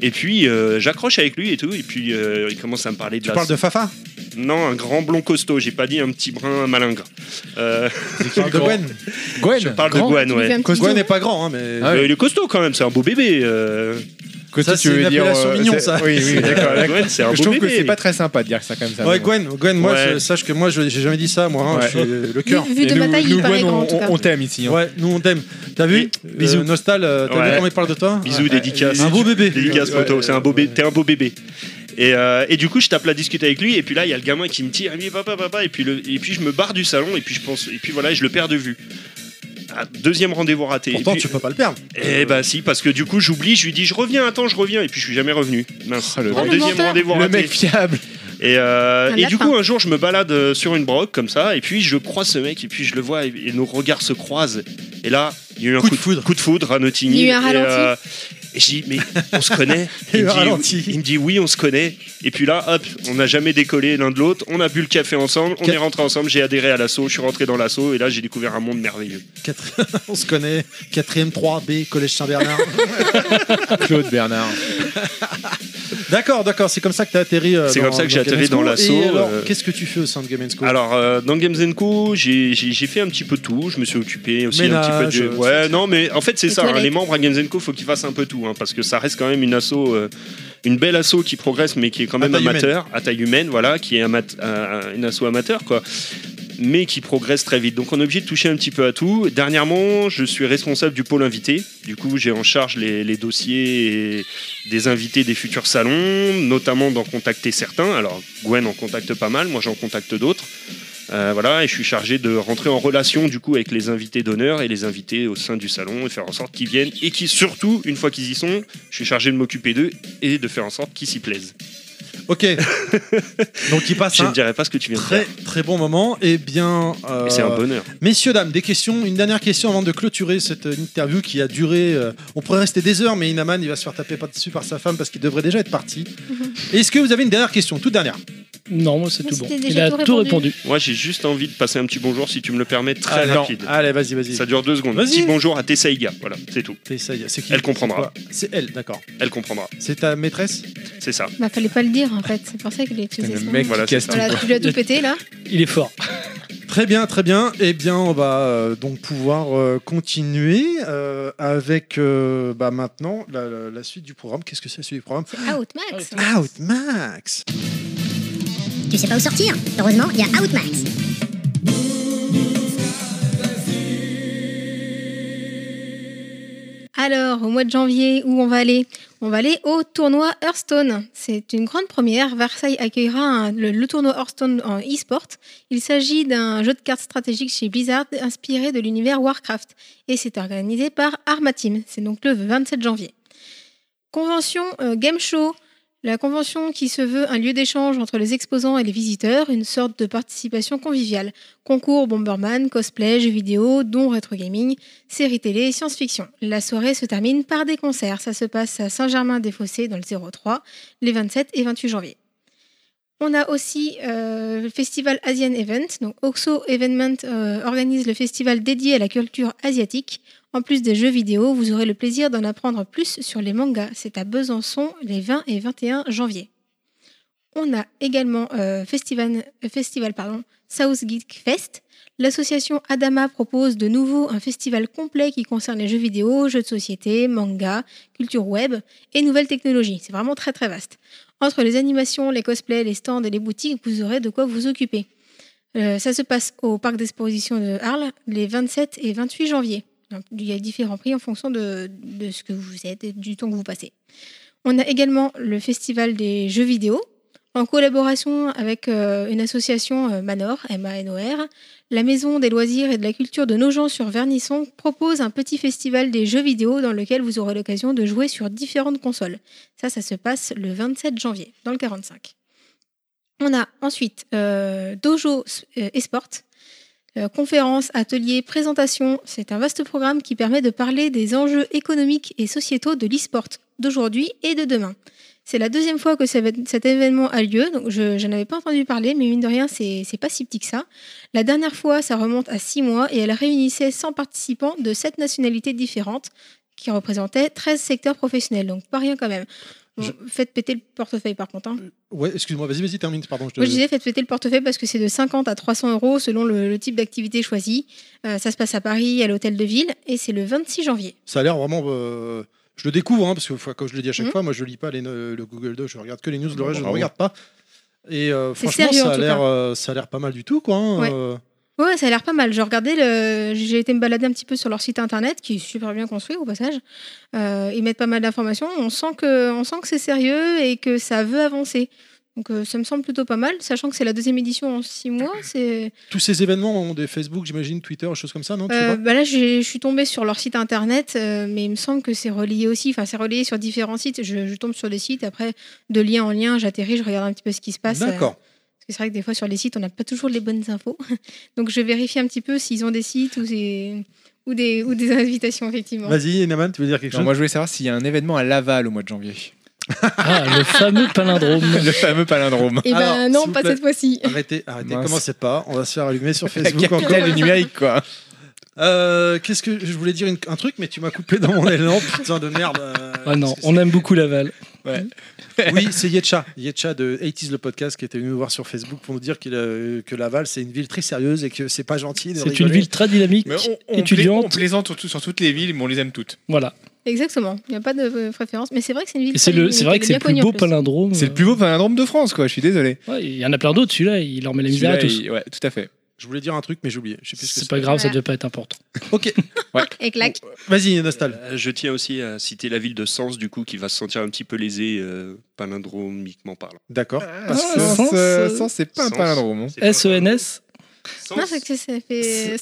[SPEAKER 6] Et puis euh, j'accroche avec lui et tout. Et puis euh, il commence à me parler de
[SPEAKER 2] Tu
[SPEAKER 6] la.
[SPEAKER 2] parles de Fafa
[SPEAKER 6] Non, un grand blond costaud, j'ai pas dit un petit brun malingre. Euh,
[SPEAKER 2] Tu parles de Gwen
[SPEAKER 4] Gwen,
[SPEAKER 6] je parle
[SPEAKER 4] grand.
[SPEAKER 6] de Gwen,
[SPEAKER 3] Tu lui fais
[SPEAKER 6] ouais.
[SPEAKER 3] un petit
[SPEAKER 2] Gwen
[SPEAKER 3] doigt.
[SPEAKER 2] n'est pas grand, hein, mais.
[SPEAKER 4] Ah ouais.
[SPEAKER 6] Euh, il est costaud quand même, c'est un beau bébé. euh.
[SPEAKER 4] Côté,
[SPEAKER 2] Ça, c'est une appellation mignonne,
[SPEAKER 4] c'est-
[SPEAKER 2] ça.
[SPEAKER 4] Oui, oui, d'accord. d'accord.
[SPEAKER 6] Gwen, c'est un
[SPEAKER 4] Je
[SPEAKER 6] beau
[SPEAKER 4] trouve
[SPEAKER 6] bébé.
[SPEAKER 4] que c'est pas très sympa de dire ça comme ça.
[SPEAKER 2] Ouais,
[SPEAKER 4] mais bon.
[SPEAKER 2] Gwen, Gwen, moi,
[SPEAKER 6] Ouais.
[SPEAKER 2] je- sache que moi, je- j'ai jamais dit ça, moi, hein,
[SPEAKER 4] Ouais.
[SPEAKER 2] je suis euh, le cœur.
[SPEAKER 3] Vu, vu de
[SPEAKER 4] Et
[SPEAKER 3] ma
[SPEAKER 4] nous-
[SPEAKER 3] taille,
[SPEAKER 4] nous,
[SPEAKER 3] il paraît
[SPEAKER 4] Gwen,
[SPEAKER 3] grand en
[SPEAKER 4] on,
[SPEAKER 3] tout cas.
[SPEAKER 4] on t'aime ici. hein.
[SPEAKER 2] Ouais, nous on t'aime. T'as vu
[SPEAKER 6] Oui. Bisous.
[SPEAKER 2] Nostal, euh, t'as vu
[SPEAKER 6] Ouais.
[SPEAKER 2] comment il parle de toi
[SPEAKER 6] Bisous, dédicace.
[SPEAKER 2] Un beau bébé.
[SPEAKER 6] Dédicace,
[SPEAKER 4] Ouais,
[SPEAKER 6] photo,
[SPEAKER 4] ouais,
[SPEAKER 6] c'est un beau bébé. T'es un beau bébé. Et, euh, et du coup, je tape la discute avec lui, et puis là, il y a le gamin qui me tire, il me dit, ah papa, papa, et puis, le, et puis je me barre du salon, et puis je pense, et puis voilà, je le perds de vue. Ah, deuxième rendez-vous raté.
[SPEAKER 2] Pourtant,
[SPEAKER 6] et puis-
[SPEAKER 2] tu peux pas le perdre.
[SPEAKER 6] Eh bah si, parce que du coup, j'oublie, je lui dis, je reviens, attends, je reviens, et puis je suis jamais revenu. Mince.
[SPEAKER 4] Oh, le
[SPEAKER 6] Grand
[SPEAKER 3] mec. Ah, le
[SPEAKER 6] deuxième
[SPEAKER 3] menteur.
[SPEAKER 6] rendez-vous
[SPEAKER 4] Le
[SPEAKER 6] raté.
[SPEAKER 4] mec fiable.
[SPEAKER 6] Et, euh,
[SPEAKER 3] Un
[SPEAKER 6] et du
[SPEAKER 3] lapin.
[SPEAKER 6] coup, un jour, je me balade euh, sur une broque comme ça, et puis je croise ce mec, et puis je le vois, et, et nos regards se croisent. Et là, il y a eu un
[SPEAKER 2] Coup
[SPEAKER 6] coup,
[SPEAKER 2] de foudre.
[SPEAKER 6] Coup de foudre à Nottingham.
[SPEAKER 3] Il y a eu un
[SPEAKER 6] et, euh,
[SPEAKER 3] ralenti.
[SPEAKER 6] et je dis, mais on se connaît.
[SPEAKER 2] Il y a eu
[SPEAKER 6] il,
[SPEAKER 2] un
[SPEAKER 6] me
[SPEAKER 2] ralenti.
[SPEAKER 6] dit, il me dit, oui, on se connaît. Et puis là, hop, on n'a jamais décollé l'un de l'autre. On a bu le café ensemble, on
[SPEAKER 2] Quat-
[SPEAKER 6] est rentré ensemble. J'ai adhéré à l'assaut, je suis rentré dans l'assaut, et là, j'ai découvert un monde merveilleux.
[SPEAKER 2] Quatre- On se connaît. 4ème 3B, Collège Saint-Bernard.
[SPEAKER 4] Claude Bernard.
[SPEAKER 2] d'accord, d'accord. C'est comme ça que t'as atterri. euh,
[SPEAKER 6] C'est
[SPEAKER 2] dans-
[SPEAKER 6] comme ça que j'ai
[SPEAKER 2] Game
[SPEAKER 6] atterri
[SPEAKER 2] and Co.
[SPEAKER 6] dans l'assaut,
[SPEAKER 2] Et alors,
[SPEAKER 6] euh,
[SPEAKER 2] Qu'est-ce que tu fais au sein de Game and Co
[SPEAKER 6] Alors, euh, dans Games Co, j'ai j'ai- j'ai fait un petit peu tout. Je me suis occupé aussi un
[SPEAKER 2] Ménage,
[SPEAKER 6] petit peu
[SPEAKER 2] euh,
[SPEAKER 6] de. Ouais, non, mais en fait, c'est
[SPEAKER 3] Les
[SPEAKER 6] ça. hein,
[SPEAKER 3] toilettes.
[SPEAKER 6] les membres à Games Co, faut qu'ils fassent un peu tout. hein, parce que ça reste quand même une asso, euh, une belle asso qui progresse, mais qui est quand
[SPEAKER 2] À
[SPEAKER 6] même
[SPEAKER 2] taille
[SPEAKER 6] amateur, à taille humaine, voilà, qui est amat- euh, une asso amateur, quoi. Mais qui progresse très vite. Donc, on est obligé de toucher un petit peu à tout. Dernièrement, je suis responsable du pôle invité. Du coup, j'ai en charge les, les dossiers et des invités des futurs salons, notamment d'en contacter certains. Alors, Gwen en contacte pas mal, moi j'en contacte d'autres. Euh, voilà, et je suis chargé de rentrer en relation du coup avec les invités d'honneur et les invités au sein du salon et faire en sorte qu'ils viennent et qui surtout, une fois qu'ils y sont, je suis chargé de m'occuper d'eux et de faire en sorte qu'ils s'y plaisent.
[SPEAKER 2] Ok. Donc, il passe
[SPEAKER 6] Je ne
[SPEAKER 2] un
[SPEAKER 6] dirai pas ce que tu viens de
[SPEAKER 2] très
[SPEAKER 6] dire.
[SPEAKER 2] très bon moment. Et bien, euh,
[SPEAKER 6] mais C'est un bonheur.
[SPEAKER 2] messieurs dames, des questions. Une dernière question avant de clôturer cette euh, interview qui a duré. euh, on pourrait rester des heures, mais Inaman, il va se faire taper par dessus par sa femme parce qu'il devrait déjà être parti. Est-ce que vous avez une dernière question, toute dernière
[SPEAKER 5] Non, moi, c'est
[SPEAKER 3] Moi,
[SPEAKER 5] tout bon.
[SPEAKER 3] c'était
[SPEAKER 5] Il
[SPEAKER 3] déjà
[SPEAKER 5] a
[SPEAKER 3] tout
[SPEAKER 5] tout
[SPEAKER 3] répondu.
[SPEAKER 5] répondu.
[SPEAKER 6] Moi j'ai juste envie de passer un petit bonjour si tu me le permets très
[SPEAKER 2] Allez,
[SPEAKER 6] rapide.
[SPEAKER 2] Ah, non. Allez, vas-y, vas-y.
[SPEAKER 6] Ça dure deux secondes.
[SPEAKER 2] Vas-y.
[SPEAKER 6] Petit bonjour à Tessaïga, voilà, c'est tout.
[SPEAKER 2] T'es- ça y est, c'est qui
[SPEAKER 6] Elle comprendra.
[SPEAKER 2] Quoi C'est elle, d'accord.
[SPEAKER 6] Elle comprendra.
[SPEAKER 2] C'est ta maîtresse
[SPEAKER 6] C'est ça.
[SPEAKER 3] Bah, fallait pas le dire en fait. C'est pour ça qu'il est utilisé
[SPEAKER 4] Le
[SPEAKER 3] ça.
[SPEAKER 4] mec
[SPEAKER 6] Voilà,
[SPEAKER 4] qui casse
[SPEAKER 6] c'est
[SPEAKER 4] tout.
[SPEAKER 3] Voilà, tu l'as tout pété là.
[SPEAKER 5] Il est fort.
[SPEAKER 2] Très bien, très bien. Eh bien, on va euh, donc pouvoir euh, continuer euh, avec euh, bah, maintenant la, la- la suite du programme. Qu'est-ce que c'est la suite du programme
[SPEAKER 3] Out Max.
[SPEAKER 2] Outmax
[SPEAKER 7] Tu sais pas où sortir Heureusement, il y a Outmax.
[SPEAKER 3] Alors, au mois de janvier, où on va aller On va aller au tournoi Hearthstone. C'est une grande première. Versailles accueillera un- le, le tournoi Hearthstone en e-sport. Il s'agit d'un jeu de cartes stratégique chez Blizzard inspiré de l'univers Warcraft. Et c'est organisé par Arma Team. C'est donc le 27 janvier. Convention euh, Game Show. La convention qui se veut un lieu d'échange entre les exposants et les visiteurs, une sorte de participation conviviale. Concours Bomberman, cosplay, jeux vidéo, dons rétro gaming, séries télé, science-fiction. La soirée se termine par des concerts. Ça se passe à Saint-Germain-des-Fossés dans le 03 les 27 et 28 janvier. On a aussi euh, le festival Asian Event. Donc Oxo Event euh, organise le festival dédié à la culture asiatique. En plus des jeux vidéo, vous aurez le plaisir d'en apprendre plus sur les mangas. C'est à Besançon les 20 et 21 janvier. On a également euh, festival, euh, festival pardon, South Geek Fest. L'association Adama propose de nouveau un festival complet qui concerne les jeux vidéo, jeux de société, mangas, culture web et nouvelles technologies. C'est vraiment très très vaste. Entre les animations, les cosplays, les stands et les boutiques, vous aurez de quoi vous occuper. Euh, ça se passe au parc d'exposition de Arles les 27 et 28 janvier. Donc, il y a différents prix en fonction de, de ce que vous êtes et du temps que vous passez. On a également le festival des jeux vidéo en collaboration avec euh, une association euh, Manor, M-A-N-O-R. La Maison des loisirs et de la culture de Nogent sur Vernisson propose un petit festival des jeux vidéo dans lequel vous aurez l'occasion de jouer sur différentes consoles. Ça, ça se passe le 27 janvier, dans le 45. On a ensuite euh, Dojo euh, Esport, euh, conférences, ateliers, présentations. C'est un vaste programme qui permet de parler des enjeux économiques et sociétaux de l'e-sport d'aujourd'hui et de demain. C'est la deuxième fois que ça va- cet événement a lieu, donc je, je n'avais pas entendu parler, mais mine de rien, c'est c'est pas si petit que ça. La dernière fois, ça remonte à six mois et elle réunissait 100 participants de sept nationalités différentes qui représentaient 13 secteurs professionnels, donc pas rien quand même. Bon,
[SPEAKER 2] Je-
[SPEAKER 3] Faites péter le portefeuille par contre. hein.
[SPEAKER 2] Ouais, excuse-moi, vas-y, vas-y, termine, pardon. Je te...
[SPEAKER 3] Moi, je disais, faites fêter le portefeuille parce que c'est de 50 à 300 euros selon le, le type d'activité choisi. Euh, ça se passe à Paris, à l'hôtel de ville, et c'est le 26 janvier.
[SPEAKER 2] Ça a l'air vraiment. euh, Je le découvre, hein, parce que fois- comme je le dis à chaque
[SPEAKER 3] Mhm.
[SPEAKER 2] fois, moi je lis pas les no- le Google Doc, je regarde que les news, le reste je ne
[SPEAKER 4] Bravo.
[SPEAKER 2] regarde pas. Et euh,
[SPEAKER 3] C'est
[SPEAKER 2] franchement,
[SPEAKER 3] sérieux, en
[SPEAKER 2] ça a
[SPEAKER 3] tout
[SPEAKER 2] l'air,
[SPEAKER 3] cas.
[SPEAKER 2] euh, ça a l'air pas mal du tout, quoi. hein,
[SPEAKER 3] Ouais.
[SPEAKER 2] euh,
[SPEAKER 3] Ouais, ça a l'air pas mal. Je regardais, le... j'ai été me balader un petit peu sur leur site internet qui est super bien construit au passage. Euh, ils mettent pas mal d'informations. On sent que, on sent que c'est sérieux et que ça veut avancer. Donc euh, ça me semble plutôt pas mal, sachant que c'est la deuxième édition en six mois. C'est
[SPEAKER 2] tous ces événements ont des Facebook, j'imagine, Twitter, choses comme ça, non tu sais
[SPEAKER 3] Euh,
[SPEAKER 2] pas
[SPEAKER 3] bah là, j'ai- je suis tombée sur leur site internet, euh, mais il me semble que c'est relié aussi. Enfin, c'est relié sur différents sites. Je, je tombe sur des sites, après, de lien en lien, j'atterris, je regarde un petit peu ce qui se passe. euh,
[SPEAKER 2] D'accord.
[SPEAKER 3] parce que c'est vrai que des fois, sur les sites, on n'a pas toujours les bonnes infos. Donc, je vérifie un petit peu s'ils ont des sites ou des, ou des, ou des invitations, effectivement.
[SPEAKER 2] Vas-y, Naman, tu veux dire quelque
[SPEAKER 4] Non,
[SPEAKER 2] chose
[SPEAKER 4] moi, je voulais savoir s'il y a un événement à Laval au mois de janvier.
[SPEAKER 5] Ah, le fameux palindrome.
[SPEAKER 4] le fameux palindrome.
[SPEAKER 3] Et ben
[SPEAKER 2] Alors, s'il
[SPEAKER 3] non,
[SPEAKER 2] vous
[SPEAKER 3] pas
[SPEAKER 2] plaît.
[SPEAKER 3] cette fois-ci.
[SPEAKER 2] Arrêtez, arrêtez,
[SPEAKER 4] Mince.
[SPEAKER 2] commencez pas, on va se faire allumer sur
[SPEAKER 4] La
[SPEAKER 2] Facebook encore.
[SPEAKER 4] capitale du numérique, quoi.
[SPEAKER 2] Euh, Qu'est-ce que je voulais dire une- un truc, mais tu m'as coupé dans mon élan, putain de merde. euh,
[SPEAKER 5] Ah non,
[SPEAKER 2] qu'est-ce que
[SPEAKER 5] on aime beaucoup Laval.
[SPEAKER 2] Oui, c'est Yetcha. Yetcha de 80s le podcast qui était venu nous voir sur Facebook pour nous dire qu'il, euh, que Laval c'est une ville très sérieuse et que c'est pas gentil. de
[SPEAKER 5] C'est une
[SPEAKER 2] rigoler.
[SPEAKER 5] ville très dynamique,
[SPEAKER 4] Mais on, on pla- on
[SPEAKER 5] étudiante.
[SPEAKER 4] plaisante sur, tout- sur toutes les villes, mais on les aime toutes.
[SPEAKER 5] Voilà.
[SPEAKER 3] Exactement. Il n'y a pas de euh, préférence. Mais c'est vrai que c'est une ville.
[SPEAKER 5] Et c'est
[SPEAKER 3] très
[SPEAKER 5] le, c'est vrai
[SPEAKER 3] limitée,
[SPEAKER 5] que
[SPEAKER 3] elle est
[SPEAKER 5] c'est le
[SPEAKER 3] bien connue,
[SPEAKER 5] plus
[SPEAKER 3] en
[SPEAKER 5] beau palindrome.
[SPEAKER 4] C'est le plus beau palindrome de France, quoi. Je suis désolé.
[SPEAKER 5] Ouais, Il y en a plein d'autres, celui-là, il leur met la misère à
[SPEAKER 4] Celui-là,
[SPEAKER 5] tous.
[SPEAKER 4] il- Ouais, tout à fait.
[SPEAKER 2] Je voulais dire un truc, mais j'ai oublié. Je sais plus ce que
[SPEAKER 5] C'est
[SPEAKER 2] c'est.
[SPEAKER 5] pas grave, ça
[SPEAKER 3] Voilà.
[SPEAKER 5] devait pas être important.
[SPEAKER 2] Ok,
[SPEAKER 3] Et clac.
[SPEAKER 5] Oh,
[SPEAKER 2] vas-y, Nostal.
[SPEAKER 6] Euh, Je tiens aussi à citer la ville de Sens, du coup, qui va se sentir un petit peu lésée, euh, palindromiquement parlant.
[SPEAKER 2] D'accord.
[SPEAKER 5] Parce que-
[SPEAKER 4] Sens,
[SPEAKER 5] Sens,
[SPEAKER 4] euh,
[SPEAKER 5] euh,
[SPEAKER 4] Sens, c'est pas un
[SPEAKER 6] Sens.
[SPEAKER 4] palindrome. hein.
[SPEAKER 6] C'est pas-
[SPEAKER 5] E S-E-N-S
[SPEAKER 6] Sens,
[SPEAKER 5] oh.
[SPEAKER 3] Non, c'est que ça fait.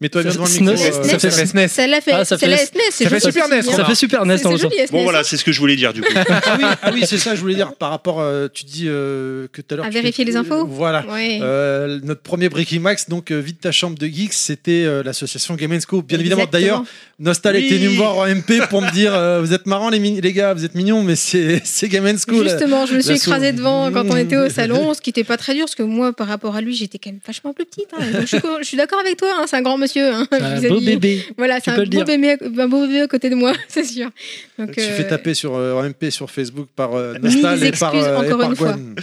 [SPEAKER 2] Mets-toi bien devant le
[SPEAKER 5] Ça-
[SPEAKER 2] micro.
[SPEAKER 3] ça-
[SPEAKER 2] euh,
[SPEAKER 4] Ça fait SNES.
[SPEAKER 3] Celle-là fait.
[SPEAKER 5] Ah, ça fait-
[SPEAKER 3] celle-là est SNES, c'est
[SPEAKER 4] ça fait
[SPEAKER 3] juste
[SPEAKER 4] Super
[SPEAKER 3] aussi
[SPEAKER 4] NES,
[SPEAKER 3] bien.
[SPEAKER 4] on
[SPEAKER 5] Ça fait super
[SPEAKER 3] C'est-
[SPEAKER 5] NES dans
[SPEAKER 3] c'est
[SPEAKER 5] le sens.
[SPEAKER 3] joli, SNES.
[SPEAKER 6] Bon, voilà, c'est ce que je voulais dire, du coup.
[SPEAKER 2] ah oui, ah oui, c'est ça. Je voulais dire par rapport. euh, tu dis euh, que tout à l'heure.
[SPEAKER 3] À
[SPEAKER 2] tu-
[SPEAKER 3] vérifier les infos
[SPEAKER 2] Voilà.
[SPEAKER 3] Ouais.
[SPEAKER 2] Euh, notre premier Breaking Max, donc euh, vide ta chambre de geeks, c'était euh, l'association Game Scope. Bien évidemment,
[SPEAKER 3] Exactement.
[SPEAKER 2] d'ailleurs, Nostal
[SPEAKER 6] Oui.
[SPEAKER 2] était venu me voir en MP pour me dire euh, Vous êtes marrants, les, mi- les gars, vous êtes mignons, mais c'est c'est Game School.
[SPEAKER 3] Justement, je me suis
[SPEAKER 2] la souris.
[SPEAKER 3] écrasée devant quand on était au salon, ce qui n'était pas très dur, parce que moi, par rapport à lui, j'étais quand même vachement plus petite. hein. Donc, je suis, co- je suis d'accord avec toi, hein, c'est un grand monsieur. hein,
[SPEAKER 5] Un
[SPEAKER 3] vis-à-vis-
[SPEAKER 5] Ah, beau bébé.
[SPEAKER 3] Voilà, c'est
[SPEAKER 5] peux
[SPEAKER 3] un, beau
[SPEAKER 5] le dire.
[SPEAKER 3] bébé à- un beau bébé à côté de moi, c'est sûr. Donc,
[SPEAKER 2] Tu
[SPEAKER 3] euh,
[SPEAKER 2] fais taper sur euh, en MP sur Facebook par euh,
[SPEAKER 3] Mille
[SPEAKER 2] Nostal et par,
[SPEAKER 3] excuses,
[SPEAKER 2] euh, et
[SPEAKER 3] encore
[SPEAKER 2] par
[SPEAKER 3] une fois.
[SPEAKER 2] Gwen.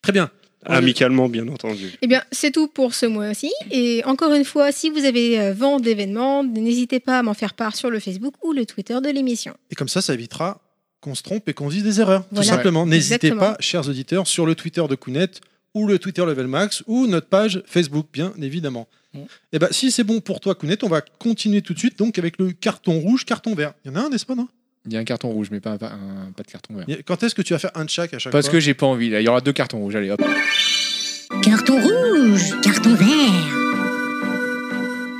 [SPEAKER 2] Très bien.
[SPEAKER 6] Amicalement, bien entendu.
[SPEAKER 3] Eh bien, c'est tout pour ce mois-ci. Et encore une fois, si vous avez euh, vent d'événements, n'hésitez pas à m'en faire part sur le Facebook ou le Twitter de l'émission.
[SPEAKER 2] Et comme ça, ça évitera qu'on se trompe et qu'on se dise des erreurs.
[SPEAKER 3] Voilà.
[SPEAKER 2] Tout simplement. N'hésitez
[SPEAKER 3] Exactement.
[SPEAKER 2] pas, chers auditeurs, sur le Twitter de Kounet ou le Twitter Level Max ou notre page Facebook, bien évidemment.
[SPEAKER 5] Mm.
[SPEAKER 2] Et bien, si c'est bon pour toi, Kounet, on va continuer tout de suite donc avec le carton rouge, carton vert. Il y en a un, n'est-ce pas, non
[SPEAKER 4] Il y a un carton rouge, mais pas, un- un- pas de carton vert.
[SPEAKER 2] Il y a- Quand est-ce que tu vas faire un de chaque à chaque
[SPEAKER 4] Parce
[SPEAKER 2] fois
[SPEAKER 4] que j'ai pas envie, là. Il y aura deux cartons rouges, allez hop.
[SPEAKER 1] Carton rouge, carton vert.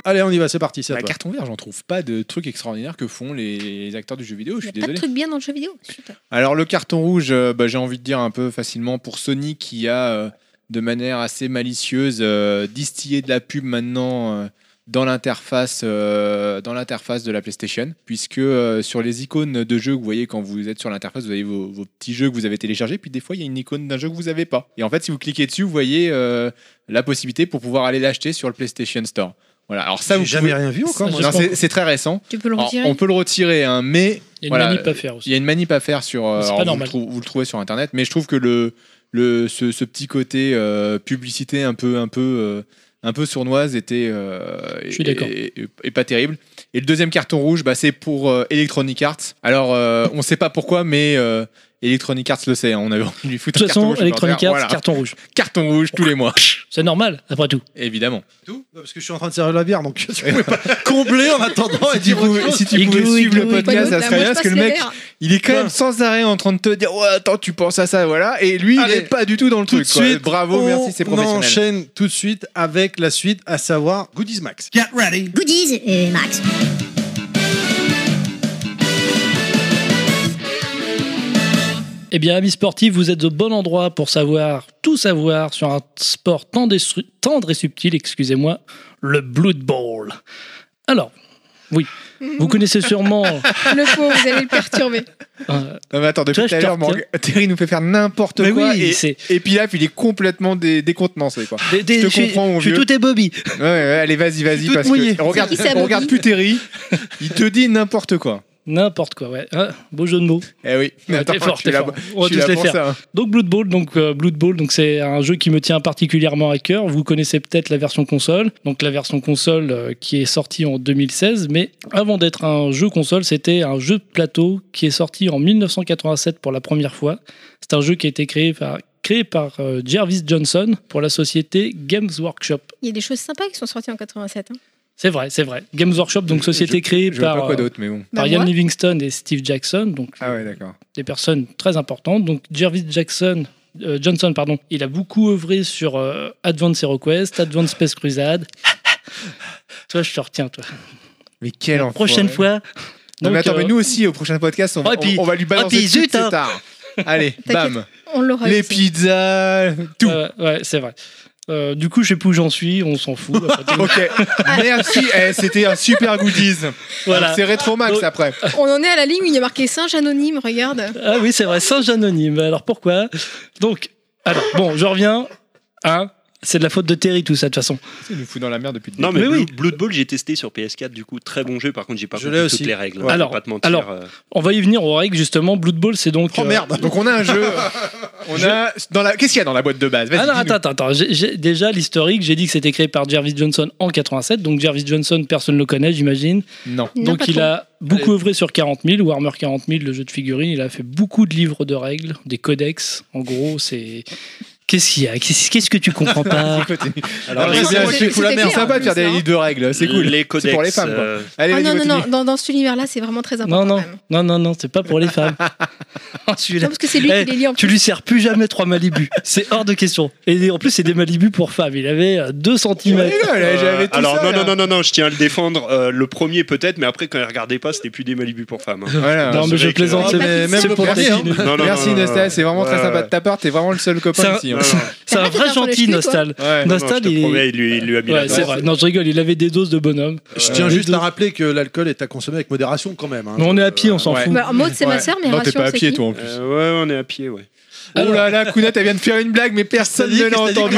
[SPEAKER 2] Allez, on y va, c'est parti, c'est à
[SPEAKER 4] Bah,
[SPEAKER 2] toi.
[SPEAKER 4] carton vert, j'en trouve pas de trucs extraordinaires que font les, les acteurs du jeu vidéo, je
[SPEAKER 3] Il
[SPEAKER 4] suis
[SPEAKER 3] n'y a pas de
[SPEAKER 4] désolé.
[SPEAKER 3] truc bien dans le jeu vidéo. Super.
[SPEAKER 4] Alors le carton rouge, euh, bah, j'ai envie de dire un peu facilement pour Sony qui a euh, de manière assez malicieuse euh, distillé de la pub maintenant euh, dans l'interface euh, dans l'interface de la PlayStation, puisque euh, sur les icônes de jeux que vous voyez quand vous êtes sur l'interface, vous avez vos, vos petits jeux que vous avez téléchargés, puis des fois il y a une icône d'un jeu que vous n'avez pas. Et en fait, si vous cliquez dessus, vous voyez euh, la possibilité pour pouvoir aller l'acheter sur le PlayStation Store. Voilà. Alors ça,
[SPEAKER 2] J'ai
[SPEAKER 4] vous
[SPEAKER 2] jamais
[SPEAKER 4] pouvez-
[SPEAKER 2] rien vu encore.
[SPEAKER 5] Ça,
[SPEAKER 2] moi.
[SPEAKER 4] Non, c'est c'est très récent.
[SPEAKER 3] Tu peux le
[SPEAKER 4] Alors,
[SPEAKER 3] retirer.
[SPEAKER 4] Ah, on peut le retirer, hein, mais
[SPEAKER 5] Il y a une
[SPEAKER 4] Voilà,
[SPEAKER 5] manip à faire aussi.
[SPEAKER 4] il y a une manip à faire sur. euh,
[SPEAKER 5] C'est pas
[SPEAKER 4] alors, vous le
[SPEAKER 5] normal.
[SPEAKER 4] trou- Vous, le trouvez sur internet, mais je trouve que le, le ce, ce petit côté euh, publicité un peu un peu euh, un peu sournoise était. euh,
[SPEAKER 5] Je suis
[SPEAKER 4] et-
[SPEAKER 5] d'accord.
[SPEAKER 4] Et, et pas terrible. Et le deuxième carton rouge, bah, c'est pour euh, Electronic Arts. Alors euh, on sait pas pourquoi, mais euh, Electronic Arts le sait. hein, on avait envie de lui
[SPEAKER 5] De
[SPEAKER 4] foutre
[SPEAKER 5] toute
[SPEAKER 4] un carton
[SPEAKER 5] façon,
[SPEAKER 4] rouge.
[SPEAKER 5] Electronic Arts,
[SPEAKER 4] Voilà,
[SPEAKER 5] carton rouge.
[SPEAKER 4] carton rouge tous les mois,
[SPEAKER 5] C'est normal, après tout.
[SPEAKER 4] évidemment.
[SPEAKER 2] Tout Ouais, Parce que je suis en train de servir la bière, donc tu pouvais pas combler en attendant et
[SPEAKER 4] Si tu
[SPEAKER 2] dire autre
[SPEAKER 4] pouvais,
[SPEAKER 2] chose.
[SPEAKER 4] si tu pouvais
[SPEAKER 5] Igloo, igloo,
[SPEAKER 4] suivre le
[SPEAKER 3] Ah Pas de
[SPEAKER 4] podcast, ça
[SPEAKER 3] doute, là,
[SPEAKER 4] serait
[SPEAKER 3] moi,
[SPEAKER 4] bien
[SPEAKER 3] je
[SPEAKER 4] parce que
[SPEAKER 3] passe
[SPEAKER 4] le
[SPEAKER 3] les
[SPEAKER 4] mec,
[SPEAKER 3] verres.
[SPEAKER 4] Il est quand
[SPEAKER 2] Ouais.
[SPEAKER 4] même sans arrêt en train de te dire ouais attends tu penses à ça voilà et lui
[SPEAKER 2] Allez,
[SPEAKER 4] il est pas du tout dans le
[SPEAKER 2] Tout de
[SPEAKER 4] truc quoi.
[SPEAKER 2] suite,
[SPEAKER 4] bravo merci c'est
[SPEAKER 2] On
[SPEAKER 4] professionnel
[SPEAKER 2] enchaîne tout de suite avec la suite, à savoir Goodies Max.
[SPEAKER 7] Goodies et Max.
[SPEAKER 5] Eh bien, amis sportifs, vous êtes au bon endroit pour savoir, tout savoir sur un sport tendre et, su- tendre et subtil, excusez-moi, le Blood Bowl. Alors, oui, vous connaissez sûrement.
[SPEAKER 3] Le pauvre, vous allez le perturber.
[SPEAKER 5] euh,
[SPEAKER 4] non mais attends
[SPEAKER 5] Tu
[SPEAKER 4] depuis
[SPEAKER 5] vois,
[SPEAKER 4] tout
[SPEAKER 5] je
[SPEAKER 4] à
[SPEAKER 5] te
[SPEAKER 4] l'heure
[SPEAKER 5] retiens.
[SPEAKER 4] Morgan- Terry nous fait faire n'importe
[SPEAKER 5] Mais
[SPEAKER 4] quoi
[SPEAKER 5] oui,
[SPEAKER 4] et,
[SPEAKER 5] c'est-
[SPEAKER 4] et Pilaf il est complètement dé- décontenancé quoi
[SPEAKER 5] des- des-
[SPEAKER 4] je te comprends, mon
[SPEAKER 5] je suis
[SPEAKER 4] vieux.
[SPEAKER 5] tout est Bobby.
[SPEAKER 4] ouais, ouais, allez vas-y vas-y
[SPEAKER 2] toute
[SPEAKER 4] parce
[SPEAKER 2] mouillée.
[SPEAKER 4] que regarde
[SPEAKER 3] C'est qui, ça,
[SPEAKER 4] on regarde
[SPEAKER 3] Bobby
[SPEAKER 4] plus Terry il te dit n'importe quoi
[SPEAKER 5] N'importe quoi, ouais. Hein, beau jeu de mots.
[SPEAKER 4] eh oui
[SPEAKER 5] Ouais, t'es fort,
[SPEAKER 4] je
[SPEAKER 5] t'es
[SPEAKER 4] suis là,
[SPEAKER 5] fort.
[SPEAKER 4] je
[SPEAKER 5] On va
[SPEAKER 4] suis
[SPEAKER 5] tous
[SPEAKER 4] là
[SPEAKER 5] les
[SPEAKER 4] pour
[SPEAKER 5] faire.
[SPEAKER 4] ça hein.
[SPEAKER 5] Donc Blood Bowl, donc euh, Blood Bowl, donc c'est un jeu qui me tient particulièrement à cœur. Vous connaissez peut-être la version console, donc la version console euh, qui est sortie en 2016, mais avant d'être un jeu console, c'était un jeu de plateau qui est sorti en 1987 pour la première fois. C'est un jeu qui a été créé par créé par euh, Jervis Johnson pour la société Games Workshop.
[SPEAKER 3] Il y a des choses sympas qui sont sorties en 87. hein.
[SPEAKER 5] C'est vrai, c'est vrai. Games Workshop, donc société créée
[SPEAKER 4] je vois pas
[SPEAKER 5] par,
[SPEAKER 4] quoi
[SPEAKER 5] euh,
[SPEAKER 4] d'autre mais bon
[SPEAKER 5] par
[SPEAKER 3] Bah,
[SPEAKER 5] Ian
[SPEAKER 3] moi,
[SPEAKER 5] Livingston et Steve Jackson, donc
[SPEAKER 4] ah ouais d'accord
[SPEAKER 5] des personnes très importantes. Donc Jervis Jackson, euh, Johnson, pardon, il a beaucoup œuvré sur euh, Advance Hero Quest, Advance Space Crusade. toi, je te retiens, toi.
[SPEAKER 4] mais quel
[SPEAKER 5] La prochaine fois.
[SPEAKER 4] non mais
[SPEAKER 5] Donc,
[SPEAKER 4] attends
[SPEAKER 5] euh,
[SPEAKER 4] mais nous aussi au prochain podcast on va,
[SPEAKER 5] oh, et puis-
[SPEAKER 4] on- on va lui balancer
[SPEAKER 5] puis
[SPEAKER 4] dessus,
[SPEAKER 5] zut,
[SPEAKER 4] c'est
[SPEAKER 5] hein.
[SPEAKER 4] tard allez bam
[SPEAKER 3] on l'aura
[SPEAKER 4] les
[SPEAKER 3] aussi.
[SPEAKER 4] pizzas tout
[SPEAKER 5] euh, ouais, c'est vrai. Euh, du coup, je sais plus où j'en suis, on s'en fout. Après
[SPEAKER 3] Euh.
[SPEAKER 5] tout.
[SPEAKER 4] Ok, merci. Eh, C'était un super goodies.
[SPEAKER 5] voilà.
[SPEAKER 4] C'est Retromax
[SPEAKER 5] Oh.
[SPEAKER 4] après.
[SPEAKER 3] On en est à la ligne où il y a marqué singe anonyme, regarde.
[SPEAKER 5] Ah oui, c'est vrai, singe anonyme. Alors pourquoi Donc, alors, bon, je reviens. Hein c'est de la faute de Terry, tout ça, de toute façon.
[SPEAKER 4] Il nous fout dans la merde depuis le
[SPEAKER 6] Non, mais,
[SPEAKER 5] Mais
[SPEAKER 6] Blue-
[SPEAKER 5] oui.
[SPEAKER 6] Blood Bowl, j'ai testé sur PS4, du coup, très bon jeu. Par contre, j'ai pas
[SPEAKER 2] Je l'ai
[SPEAKER 6] compris
[SPEAKER 2] aussi.
[SPEAKER 6] toutes les règles.
[SPEAKER 5] Ouais. Alors-
[SPEAKER 6] je vais pas te mentir.
[SPEAKER 5] alors-
[SPEAKER 6] euh,
[SPEAKER 5] On va y venir aux règles, justement. Blood Bowl, c'est donc.
[SPEAKER 2] Oh
[SPEAKER 5] euh,
[SPEAKER 2] merde
[SPEAKER 4] Donc on a un jeu. On a dans la. Qu'est-ce qu'il y a dans la boîte de base Vas-y.
[SPEAKER 5] Ah non,
[SPEAKER 4] dis-nous.
[SPEAKER 5] attends, attends, attends. J'ai- j'ai- déjà l'historique, j'ai dit que c'était créé par Jervis Johnson en 87, donc Jervis Johnson, personne ne le connaît, j'imagine.
[SPEAKER 4] Non.
[SPEAKER 3] Non,
[SPEAKER 5] Donc
[SPEAKER 3] pas
[SPEAKER 5] il
[SPEAKER 3] trop.
[SPEAKER 5] a beaucoup œuvré sur 40 000, Warhammer 40 000, le jeu de figurines, il a fait beaucoup de livres de règles, des codex, en gros, c'est... Qu'est-ce qu'il y a Qu'est-ce qu'est-ce que tu comprends pas
[SPEAKER 4] Continue.
[SPEAKER 6] alors,
[SPEAKER 4] Alors,
[SPEAKER 6] les,
[SPEAKER 4] c'est bien,
[SPEAKER 3] c'était-
[SPEAKER 4] c'est cool.
[SPEAKER 3] c'était
[SPEAKER 4] C'est
[SPEAKER 3] clair, en
[SPEAKER 4] sympa de
[SPEAKER 3] plus,
[SPEAKER 4] faire des
[SPEAKER 3] hein.
[SPEAKER 4] livres de règles. C'est cool.
[SPEAKER 6] les codex,
[SPEAKER 4] C'est pour les femmes. Quoi.
[SPEAKER 6] euh,
[SPEAKER 4] Allez,
[SPEAKER 3] Ah
[SPEAKER 4] vas-y,
[SPEAKER 3] non, non,
[SPEAKER 4] continue.
[SPEAKER 3] non, dans, dans cet univers-là, c'est vraiment très important
[SPEAKER 5] Non, non,
[SPEAKER 3] quand même.
[SPEAKER 5] non, non, non, c'est pas pour les femmes. Oh,
[SPEAKER 3] Non,
[SPEAKER 5] celui-là.
[SPEAKER 3] parce que c'est lui
[SPEAKER 5] Eh,
[SPEAKER 3] qui les lit en
[SPEAKER 5] Tu
[SPEAKER 3] plus.
[SPEAKER 5] lui sers plus jamais trois Malibu, c'est hors de question. Et en plus, c'est des Malibu pour femmes, il avait euh, 2
[SPEAKER 4] Tu
[SPEAKER 5] cm.
[SPEAKER 4] rigoles,
[SPEAKER 6] euh,
[SPEAKER 4] j'avais tout
[SPEAKER 6] alors
[SPEAKER 4] ça,
[SPEAKER 6] non,
[SPEAKER 4] là.
[SPEAKER 6] non, non, non, non, je tiens à le défendre. Euh, le premier peut-être, mais après, quand il regardait pas, c'était plus des Malibu pour femmes. hein.
[SPEAKER 4] Voilà.
[SPEAKER 5] Non, mais je
[SPEAKER 6] vrai que-
[SPEAKER 5] plaisante,
[SPEAKER 2] Ah, mais
[SPEAKER 5] c'est
[SPEAKER 2] même
[SPEAKER 5] c'est
[SPEAKER 2] le
[SPEAKER 5] pour
[SPEAKER 2] premier,
[SPEAKER 5] tes
[SPEAKER 2] hein.
[SPEAKER 5] kinés.
[SPEAKER 6] Non, non,
[SPEAKER 4] Merci
[SPEAKER 6] non, non,
[SPEAKER 4] Nostal,
[SPEAKER 6] non.
[SPEAKER 4] c'est vraiment très
[SPEAKER 6] Ouais,
[SPEAKER 4] sympa
[SPEAKER 6] ouais.
[SPEAKER 4] de ta part. T'es vraiment le seul
[SPEAKER 5] C'est un-
[SPEAKER 4] copain ici. hein.
[SPEAKER 6] Non, non.
[SPEAKER 5] C'est un
[SPEAKER 3] Arrête de
[SPEAKER 5] vrai
[SPEAKER 3] faire tourner le
[SPEAKER 5] gentil,
[SPEAKER 3] cul, toi.
[SPEAKER 5] Nostal.
[SPEAKER 4] Ouais.
[SPEAKER 6] Non,
[SPEAKER 5] Nostal,
[SPEAKER 6] je te
[SPEAKER 5] il-
[SPEAKER 6] promets, il lui, il lui a mis
[SPEAKER 5] Ouais,
[SPEAKER 6] la
[SPEAKER 5] c'est vrai. Non, je rigole, il avait des doses de bonhomme.
[SPEAKER 2] Je tiens
[SPEAKER 5] Euh,
[SPEAKER 2] juste
[SPEAKER 5] les
[SPEAKER 2] à
[SPEAKER 5] deux.
[SPEAKER 2] rappeler que l'alcool est à consommer avec modération quand même. hein.
[SPEAKER 5] Mais on est à pied, on s'en
[SPEAKER 4] Ouais.
[SPEAKER 5] fout.
[SPEAKER 3] Bah, Maud, c'est ma
[SPEAKER 4] Ouais.
[SPEAKER 3] sœur, mais
[SPEAKER 4] Non, t'es
[SPEAKER 3] Ration,
[SPEAKER 4] pas à
[SPEAKER 3] c'est
[SPEAKER 4] pied,
[SPEAKER 3] qui
[SPEAKER 4] toi en plus.
[SPEAKER 6] Euh, ouais, on est à pied, ouais.
[SPEAKER 4] Oh là là, Kuna, elle vient de faire une blague, mais personne ne l'a entendu.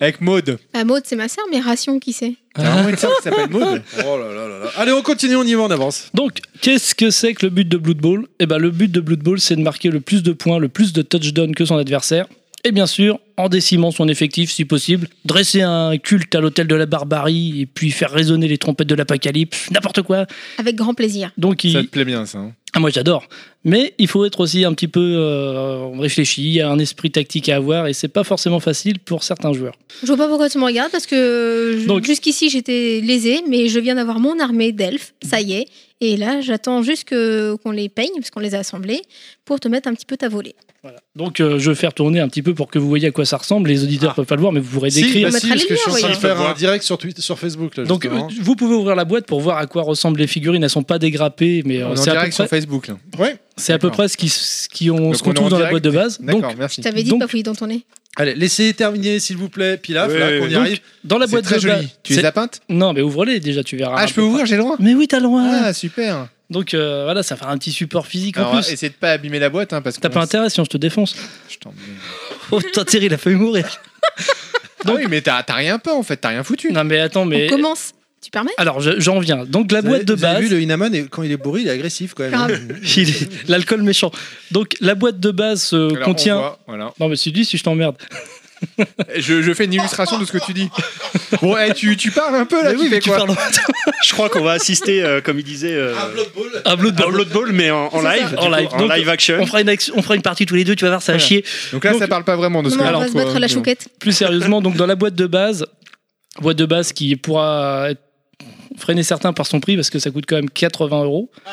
[SPEAKER 4] Avec Maud.
[SPEAKER 3] Bah, Maud, c'est ma sœur, mais Ration, qui c'est
[SPEAKER 4] T'as vraiment une sœur qui s'appelle Maud
[SPEAKER 2] Oh là là là là. Allez, on continue, on y va, on avance.
[SPEAKER 5] Donc, qu'est-ce que c'est que le but de Blood Bowl Eh ben, le but de Blood Bowl, c'est de marquer le plus de points, le plus de touchdowns que son adversaire. Et bien sûr, en décimant son effectif si possible, dresser un culte à l'hôtel de la barbarie et puis faire résonner les trompettes de l'apocalypse, n'importe quoi.
[SPEAKER 3] Avec grand plaisir.
[SPEAKER 5] Donc, il...
[SPEAKER 4] Ça te plaît bien, ça. hein
[SPEAKER 5] Ah, moi j'adore. Mais il faut être aussi un petit peu euh, réfléchi, il y a un esprit tactique à avoir et c'est pas forcément facile pour certains joueurs.
[SPEAKER 3] Je vois pas pourquoi tu me regardes parce que je-
[SPEAKER 5] Donc-
[SPEAKER 3] jusqu'ici j'étais lésée, mais je viens d'avoir mon armée d'elfes, ça y est. Et là, j'attends juste que- qu'on les peigne, parce qu'on les a assemblés, pour te mettre un petit peu ta volée.
[SPEAKER 5] Donc euh, je vais faire tourner un petit peu pour que vous voyez à quoi ça ressemble. Les auditeurs
[SPEAKER 2] Ah.
[SPEAKER 5] peuvent pas le voir, mais vous pourrez
[SPEAKER 2] Si, bah
[SPEAKER 5] décrire.
[SPEAKER 2] si,
[SPEAKER 3] mettra
[SPEAKER 2] parce
[SPEAKER 3] les
[SPEAKER 2] que je suis
[SPEAKER 3] liens,
[SPEAKER 2] en train de
[SPEAKER 3] voyons.
[SPEAKER 2] faire un direct sur, Twitter, sur Facebook. Là,
[SPEAKER 5] Donc
[SPEAKER 2] justement.
[SPEAKER 5] euh, vous pouvez ouvrir la boîte pour voir à quoi ressemblent les figurines. Elles sont pas dégrappées, mais euh,
[SPEAKER 4] On est en
[SPEAKER 5] c'est à, peu
[SPEAKER 4] direct sur
[SPEAKER 5] près,
[SPEAKER 4] Facebook. là.
[SPEAKER 2] Ouais.
[SPEAKER 5] c'est à peu
[SPEAKER 4] D'accord.
[SPEAKER 5] près ce qui, ce qui on,
[SPEAKER 4] Donc
[SPEAKER 5] ce qu'on
[SPEAKER 4] on est en
[SPEAKER 5] trouve dans la
[SPEAKER 4] direct.
[SPEAKER 5] boîte de base. Donc
[SPEAKER 4] D'accord, merci.
[SPEAKER 3] Je t'avais dit
[SPEAKER 5] Donc-
[SPEAKER 3] de pas fouiller dans ton nez.
[SPEAKER 2] Allez, laissez terminer, s'il vous plaît. Pilaf,
[SPEAKER 6] Ouais,
[SPEAKER 2] là, qu'on
[SPEAKER 6] ouais.
[SPEAKER 2] y
[SPEAKER 6] Donc,
[SPEAKER 2] arrive.
[SPEAKER 5] dans la
[SPEAKER 4] C'est
[SPEAKER 5] boîte
[SPEAKER 4] très
[SPEAKER 5] de
[SPEAKER 4] joli.
[SPEAKER 5] base,
[SPEAKER 4] Tu
[SPEAKER 5] c'est-
[SPEAKER 4] les as peintes
[SPEAKER 5] non mais ouvre-les déjà, tu verras.
[SPEAKER 4] Ah,
[SPEAKER 5] un
[SPEAKER 4] je
[SPEAKER 5] peu
[SPEAKER 4] peux ouvrir, j'ai le droit
[SPEAKER 5] Mais oui, t'as le droit.
[SPEAKER 4] Ah, super
[SPEAKER 5] Donc euh, voilà, ça fera un petit support physique en
[SPEAKER 4] Alors,
[SPEAKER 5] plus.
[SPEAKER 4] essayez de pas abîmer la boîte, hein, parce que...
[SPEAKER 5] T'as pas intérêt sinon je te défonce.
[SPEAKER 4] Je t'en-
[SPEAKER 5] Oh, toi, Thierry, il a failli mourir.
[SPEAKER 4] Ah oui, mais t'as t'as rien peint, en fait, t'as rien foutu.
[SPEAKER 5] Non, mais attends, mais.
[SPEAKER 3] On commence. Tu permets
[SPEAKER 5] Alors, je- j'en viens. Donc, la
[SPEAKER 2] Vous
[SPEAKER 5] boîte
[SPEAKER 2] avez-
[SPEAKER 5] de
[SPEAKER 2] vous avez
[SPEAKER 5] base.
[SPEAKER 2] vu, le Inaman, et quand il est bourré, il est agressif quand même. hein.
[SPEAKER 5] il est- L'alcool méchant. Donc, la boîte de base euh,
[SPEAKER 4] Alors, on
[SPEAKER 5] contient.
[SPEAKER 4] voit, voilà.
[SPEAKER 5] Non, mais tu dis si je t'emmerde.
[SPEAKER 4] Je, je fais une illustration de ce que tu dis. Bon, eh, tu, tu parles un peu là,
[SPEAKER 5] Mais
[SPEAKER 4] tu
[SPEAKER 5] oui, mais
[SPEAKER 4] fais
[SPEAKER 5] tu
[SPEAKER 4] quoi
[SPEAKER 5] parles
[SPEAKER 6] Je crois qu'on va assister, euh, comme il disait, euh,
[SPEAKER 5] à Blood
[SPEAKER 6] à
[SPEAKER 5] Bowl.
[SPEAKER 6] Blood Bowl, mais en, en
[SPEAKER 3] C'est ça.
[SPEAKER 6] live, du
[SPEAKER 5] En
[SPEAKER 6] coup,
[SPEAKER 5] live.
[SPEAKER 6] en
[SPEAKER 5] Donc,
[SPEAKER 6] live action.
[SPEAKER 5] On fera, une action- on fera une partie tous les deux, tu vas voir, ça va
[SPEAKER 4] Voilà.
[SPEAKER 5] chier.
[SPEAKER 4] Donc là,
[SPEAKER 5] Donc-
[SPEAKER 4] ça parle pas vraiment de ce
[SPEAKER 3] Non,
[SPEAKER 4] que
[SPEAKER 3] mais on
[SPEAKER 4] alors,
[SPEAKER 3] va se battre à la chouquette.
[SPEAKER 5] Plus sérieusement, donc dans la boîte de base, boîte de base qui pourra être- freiner certains par son prix parce que ça coûte quand même 80 euros.
[SPEAKER 6] Ah,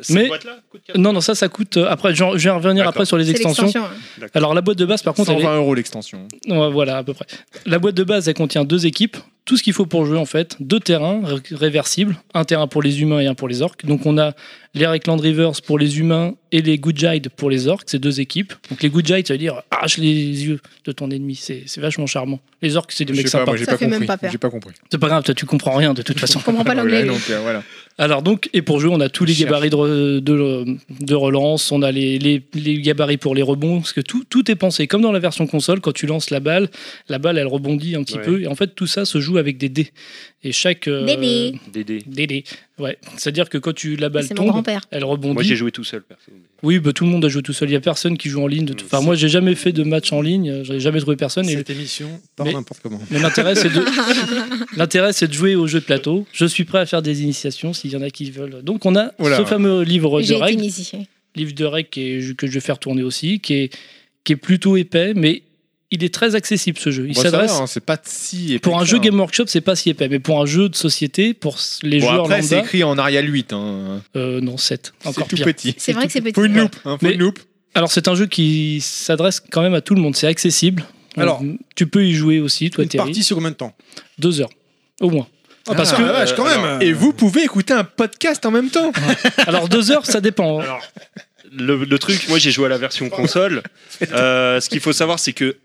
[SPEAKER 6] Cette
[SPEAKER 5] mais-
[SPEAKER 6] boîte-là coûte quatre-
[SPEAKER 5] Non, non, ça, ça coûte. euh, Après, j'en- je vais revenir
[SPEAKER 6] D'accord.
[SPEAKER 5] après sur les
[SPEAKER 3] C'est
[SPEAKER 5] extensions.
[SPEAKER 3] l'extension. hein.
[SPEAKER 5] Alors, la boîte de base, par contre, elle est-
[SPEAKER 4] 120 euros l'extension.
[SPEAKER 5] Ouais, voilà, à peu près. La boîte de base, elle contient deux équipes, tout ce qu'il faut pour jouer en fait, deux terrains ré- réversibles, un terrain pour les humains et un pour les orques. Donc on a les Reckland Rivers pour les humains et les Goodjide pour les orques, c'est deux équipes. Donc les Goodjide, ça veut dire arrache les yeux de ton ennemi, c'est c'est vachement charmant. Les orques, c'est des
[SPEAKER 4] Je
[SPEAKER 5] mecs
[SPEAKER 4] sais pas,
[SPEAKER 5] sympas.
[SPEAKER 4] moi j'ai
[SPEAKER 3] Ça
[SPEAKER 4] pas
[SPEAKER 3] fait même
[SPEAKER 4] compris.
[SPEAKER 3] pas peur.
[SPEAKER 4] J'ai pas compris.
[SPEAKER 5] C'est pas grave, toi tu comprends rien de toute façon.
[SPEAKER 3] Je comprends pas l'anglais.
[SPEAKER 4] Ouais,
[SPEAKER 3] lui.
[SPEAKER 4] donc, euh, voilà.
[SPEAKER 5] Alors donc, et pour jouer, on a tous les
[SPEAKER 4] Cherche.
[SPEAKER 5] gabarits de, re- de, re- de relance, on a les, les- les gabarits pour les rebonds, parce que tout, tout est pensé. Comme dans la version console, quand tu lances la balle, la balle, elle rebondit un petit
[SPEAKER 6] Ouais.
[SPEAKER 5] peu. Et en fait, tout ça se joue avec des dés. Et chaque... euh,
[SPEAKER 3] Des dés.
[SPEAKER 6] Dédé.
[SPEAKER 5] Des dés. Ouais. C'est-à-dire que quand tu la balle
[SPEAKER 3] C'est mon
[SPEAKER 5] tombe,
[SPEAKER 3] grand-père.
[SPEAKER 5] elle
[SPEAKER 6] Moi, j'ai
[SPEAKER 5] rebondit.
[SPEAKER 6] joué tout seul, perso. mais-
[SPEAKER 5] oui, bah, tout le monde a joué tout seul. Il n'y a personne qui joue en ligne. De tout.
[SPEAKER 6] Mm,
[SPEAKER 5] Enfin,
[SPEAKER 6] c'est-
[SPEAKER 5] moi, j'ai jamais fait de match en ligne. J'avais jamais trouvé personne. Et
[SPEAKER 2] Cette émission, par
[SPEAKER 5] Mais-
[SPEAKER 2] n'importe comment.
[SPEAKER 5] mais l'intérêt, c'est de... l'intérêt, c'est de jouer au jeu de plateau. Je suis prêt à faire des initiations s'il y en a qui veulent. Donc, on a
[SPEAKER 4] Oula.
[SPEAKER 5] ce fameux livre de
[SPEAKER 3] J'ai été
[SPEAKER 5] règles
[SPEAKER 3] initiée.
[SPEAKER 5] livre de règles qui est- que je vais faire tourner aussi, qui est, qui est plutôt épais, mais il est très accessible ce jeu. Il
[SPEAKER 4] Bon, ça
[SPEAKER 5] s'adresse.
[SPEAKER 4] va, hein, C'est pas si.
[SPEAKER 5] pour un
[SPEAKER 4] épique,
[SPEAKER 5] jeu
[SPEAKER 4] hein.
[SPEAKER 5] Game Workshop, c'est pas si épais, mais pour un jeu de société, pour s- les
[SPEAKER 4] Bon,
[SPEAKER 5] joueurs
[SPEAKER 4] après, c'est
[SPEAKER 5] lambda,
[SPEAKER 4] écrit en Arial 8. hein.
[SPEAKER 5] euh, non, 7.
[SPEAKER 4] C'est
[SPEAKER 5] Encore
[SPEAKER 4] tout
[SPEAKER 5] pire.
[SPEAKER 4] petit.
[SPEAKER 3] C'est vrai que c'est petit.
[SPEAKER 4] Faut une
[SPEAKER 3] Ouais.
[SPEAKER 4] loupe. hein, Faut
[SPEAKER 5] Mais-
[SPEAKER 4] une loupe.
[SPEAKER 5] Alors, c'est un jeu qui s'adresse quand même à tout le monde. C'est accessible.
[SPEAKER 2] Alors,
[SPEAKER 5] Donc, tu peux y jouer aussi, toi,
[SPEAKER 2] Une
[SPEAKER 5] Terry.
[SPEAKER 2] partie sur combien de temps
[SPEAKER 5] Deux heures, au moins.
[SPEAKER 2] Ah,
[SPEAKER 5] parce
[SPEAKER 2] la
[SPEAKER 4] bah,
[SPEAKER 5] que-
[SPEAKER 2] vache, quand même
[SPEAKER 4] Et vous pouvez écouter un podcast en même temps.
[SPEAKER 5] Alors, deux heures, ça dépend. hein.
[SPEAKER 6] Alors, le, le truc, moi j'ai joué à la version console. Euh, ce qu'il faut savoir, c'est que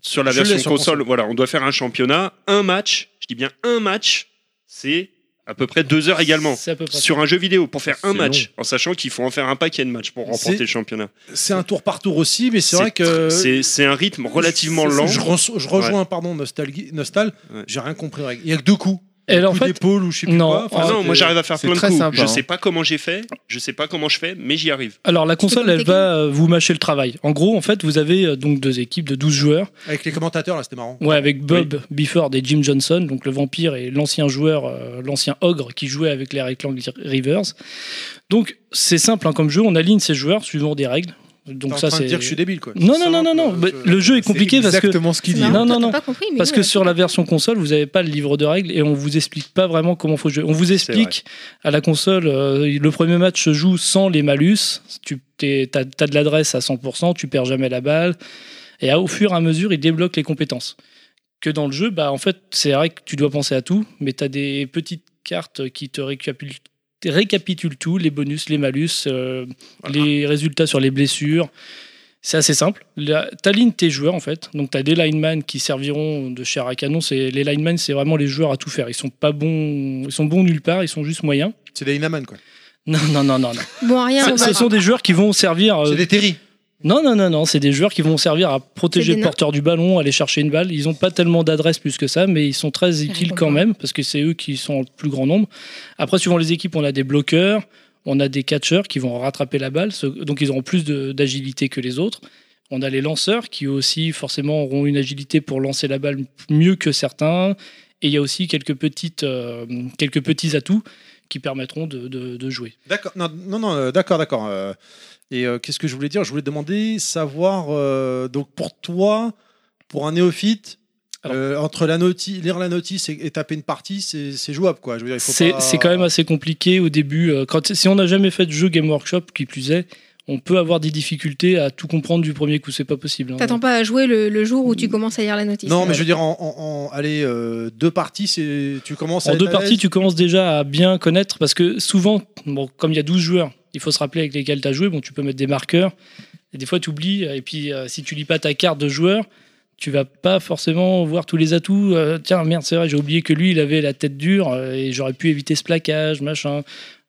[SPEAKER 6] sur la
[SPEAKER 2] Je l'ai
[SPEAKER 6] version
[SPEAKER 2] sur
[SPEAKER 6] console,
[SPEAKER 2] console.
[SPEAKER 6] voilà, on doit faire un championnat, un match, je dis bien un match, c'est à peu près deux heures également.
[SPEAKER 5] C'est à peu près.
[SPEAKER 6] Sur un jeu vidéo, pour faire un
[SPEAKER 4] C'est
[SPEAKER 6] match, en sachant qu'il faut en faire un paquet de matchs pour remporter
[SPEAKER 2] C'est-
[SPEAKER 6] le championnat.
[SPEAKER 2] C'est un tour par tour aussi, mais c'est
[SPEAKER 6] C'est
[SPEAKER 2] vrai que.
[SPEAKER 6] C'est c'est un rythme relativement lent.
[SPEAKER 2] Euh, Je, re- je rejoins, pardon, Nostal, Nostal
[SPEAKER 6] Ouais.
[SPEAKER 2] j'ai rien compris. aux règles. Il y a que deux coups.
[SPEAKER 5] Et alors, en
[SPEAKER 2] coup
[SPEAKER 5] fait,
[SPEAKER 2] d'épaule ou je sais plus
[SPEAKER 5] non.
[SPEAKER 2] quoi.
[SPEAKER 6] Ah non,
[SPEAKER 2] c'est-
[SPEAKER 6] moi j'arrive à faire
[SPEAKER 4] c'est
[SPEAKER 6] plein de
[SPEAKER 4] très
[SPEAKER 6] coups.
[SPEAKER 4] sympa,
[SPEAKER 6] je
[SPEAKER 4] hein.
[SPEAKER 6] sais pas comment j'ai fait, je sais pas comment je fais, mais j'y arrive.
[SPEAKER 5] alors, la console,
[SPEAKER 3] comme
[SPEAKER 5] elle
[SPEAKER 3] Tekken.
[SPEAKER 5] va euh, vous mâcher le travail. En gros, en fait, vous avez euh, donc deux équipes de 12 joueurs.
[SPEAKER 2] Avec les commentateurs, là, c'était marrant.
[SPEAKER 5] Ouais, avec Bob Bifford et Jim Johnson, donc le vampire et l'ancien joueur, euh, l'ancien ogre qui jouait avec les Reckland Rivers. Donc c'est simple hein, comme jeu, on aligne ses joueurs suivant des règles.
[SPEAKER 2] T'es
[SPEAKER 5] Donc
[SPEAKER 2] en
[SPEAKER 5] ça
[SPEAKER 2] train de
[SPEAKER 5] c'est.
[SPEAKER 2] dire que je suis débile, quoi.
[SPEAKER 5] Non
[SPEAKER 2] C'est
[SPEAKER 5] non non non
[SPEAKER 2] simple,
[SPEAKER 5] non,
[SPEAKER 2] euh,
[SPEAKER 5] bah,
[SPEAKER 2] je-
[SPEAKER 5] le jeu est compliqué
[SPEAKER 4] C'est
[SPEAKER 5] parce que
[SPEAKER 4] exactement ce qu'il
[SPEAKER 3] C'est
[SPEAKER 4] dit.
[SPEAKER 5] Non,
[SPEAKER 3] marrant,
[SPEAKER 5] non,
[SPEAKER 3] toi,
[SPEAKER 5] non.
[SPEAKER 3] t'as pas compris, mais
[SPEAKER 5] parce
[SPEAKER 3] nous,
[SPEAKER 5] que
[SPEAKER 3] on a
[SPEAKER 5] sur la version console, vous n'avez pas le livre de règles et on vous explique pas vraiment comment faut jouer. On vous explique à la console, euh, le premier match se joue sans les malus. Tu as, de l'adresse à 100%, tu perds jamais la balle. Et à- au fur et à mesure, il débloque les compétences. Que dans le jeu, bah, en fait, c'est vrai que tu dois penser à tout, mais tu as des petites cartes qui te récapitulent récapitulent tout, les bonus, les malus, euh,
[SPEAKER 6] Voilà.
[SPEAKER 5] les résultats sur les blessures. C'est assez simple. Là, T'alignes tes joueurs en fait. Donc t'as des linemen qui serviront de chair à canon. C'est les linemen, c'est vraiment les joueurs à tout faire. Ils sont pas bons, ils sont bons nulle part. Ils sont juste moyens.
[SPEAKER 2] C'est des Inaman, quoi.
[SPEAKER 5] Non non non non. non.
[SPEAKER 3] Bon, rien, on
[SPEAKER 5] Ce
[SPEAKER 3] va.
[SPEAKER 5] ce sont des joueurs qui vont servir. euh,
[SPEAKER 2] C'est des Terry.
[SPEAKER 5] Non non non non. C'est des joueurs qui vont servir à protéger
[SPEAKER 3] C'est des
[SPEAKER 5] le
[SPEAKER 3] nains.
[SPEAKER 5] porteur du ballon, aller chercher une balle. Ils ont pas tellement d'adresse plus que ça, mais ils sont très utiles
[SPEAKER 3] réponds
[SPEAKER 5] quand
[SPEAKER 3] pas.
[SPEAKER 5] même parce que c'est eux qui sont le plus grand nombre. Après suivant les équipes, on a des bloqueurs, on a des catcheurs qui vont rattraper la balle. ce- Donc ils auront plus de- d'agilité que les autres. On a les lanceurs qui aussi forcément auront une agilité pour lancer la balle mieux que certains. Et il y a aussi quelques, petites, euh, quelques petits atouts qui permettront de, de- de jouer.
[SPEAKER 2] D'accord, non, non, non, euh, d'accord, d'accord. euh, et euh, qu'est-ce que je voulais dire Je voulais demander, savoir, euh, donc pour toi, pour un néophyte,
[SPEAKER 5] Alors.
[SPEAKER 2] euh, entre la noti- lire la notice et, et taper une partie, c'est c'est jouable, quoi. Je veux dire, il faut
[SPEAKER 5] C'est
[SPEAKER 2] pas-
[SPEAKER 5] c'est quand même assez compliqué au début. euh, Quand, si on n'a jamais fait de jeu Game Workshop, qui plus est, on peut avoir des difficultés à tout comprendre du premier coup. C'est pas possible. hein.
[SPEAKER 3] T'attends pas à jouer le, le jour où tu commences à lire la notice.
[SPEAKER 2] Non, mais je veux dire, en, en- en- allez, euh, deux parties, c'est tu commences. à
[SPEAKER 5] En
[SPEAKER 2] être
[SPEAKER 5] deux
[SPEAKER 2] à l'aise.
[SPEAKER 5] parties, tu commences déjà à bien connaître parce que souvent, bon, comme il y a 12 joueurs, il faut se rappeler avec lesquels tu as joué. Bon, tu peux mettre des marqueurs et des fois tu oublies. Et puis, euh, si tu lis pas ta carte de joueur, tu vas pas forcément voir tous les atouts. Euh, tiens, merde, c'est vrai, j'ai oublié que lui, il avait la tête dure euh, et j'aurais pu éviter ce plaquage, machin.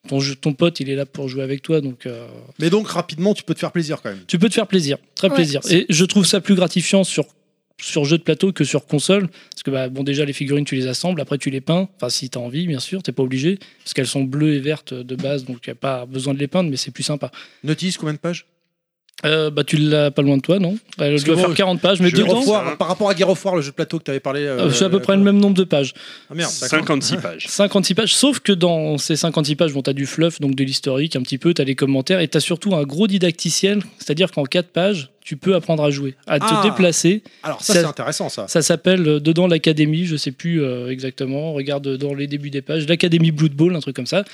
[SPEAKER 5] Ton, jeu- ton pote, il est là pour jouer avec toi, donc euh,
[SPEAKER 2] Mais donc rapidement, tu peux te faire plaisir quand même.
[SPEAKER 5] tu peux te faire plaisir, très
[SPEAKER 3] Ouais.
[SPEAKER 5] plaisir. Et je trouve ça plus gratifiant sur sur jeu de plateau que sur console parce que bah, bon déjà les figurines tu les assembles après tu les peins enfin si t'as envie bien sûr t'es pas obligé parce qu'elles sont bleues et vertes de base donc y a pas besoin de les peindre mais c'est plus sympa
[SPEAKER 2] Notice combien de pages
[SPEAKER 5] Euh, bah tu l'as pas loin de toi non elle
[SPEAKER 2] Parce
[SPEAKER 5] doit
[SPEAKER 2] que
[SPEAKER 5] faire
[SPEAKER 2] moi,
[SPEAKER 5] 40 pages mais
[SPEAKER 2] Je vais
[SPEAKER 5] dedans
[SPEAKER 2] revoir,
[SPEAKER 6] ça.
[SPEAKER 2] Par rapport à Guerre of War, le jeu de plateau que tu avais parlé.
[SPEAKER 5] euh,
[SPEAKER 2] euh,
[SPEAKER 5] c'est à peu près le même nombre de pages
[SPEAKER 2] Ah merde, d'accord.
[SPEAKER 6] 56 pages.
[SPEAKER 5] 56 pages, sauf que dans ces 56 pages, bon, t'as du fluff, donc de l'historique un petit peu, t'as les commentaires, et t'as surtout un gros didacticiel, c'est-à-dire qu'en 4 pages, tu peux apprendre à jouer, à
[SPEAKER 2] Ah.
[SPEAKER 5] te déplacer.
[SPEAKER 2] Alors ça,
[SPEAKER 5] Ça-
[SPEAKER 2] c'est intéressant ça.
[SPEAKER 5] Ça s'appelle euh, Dedans l'Académie, je sais plus euh, exactement, regarde euh, dans les débuts des pages, l'Académie Blood Bowl, un truc comme ça.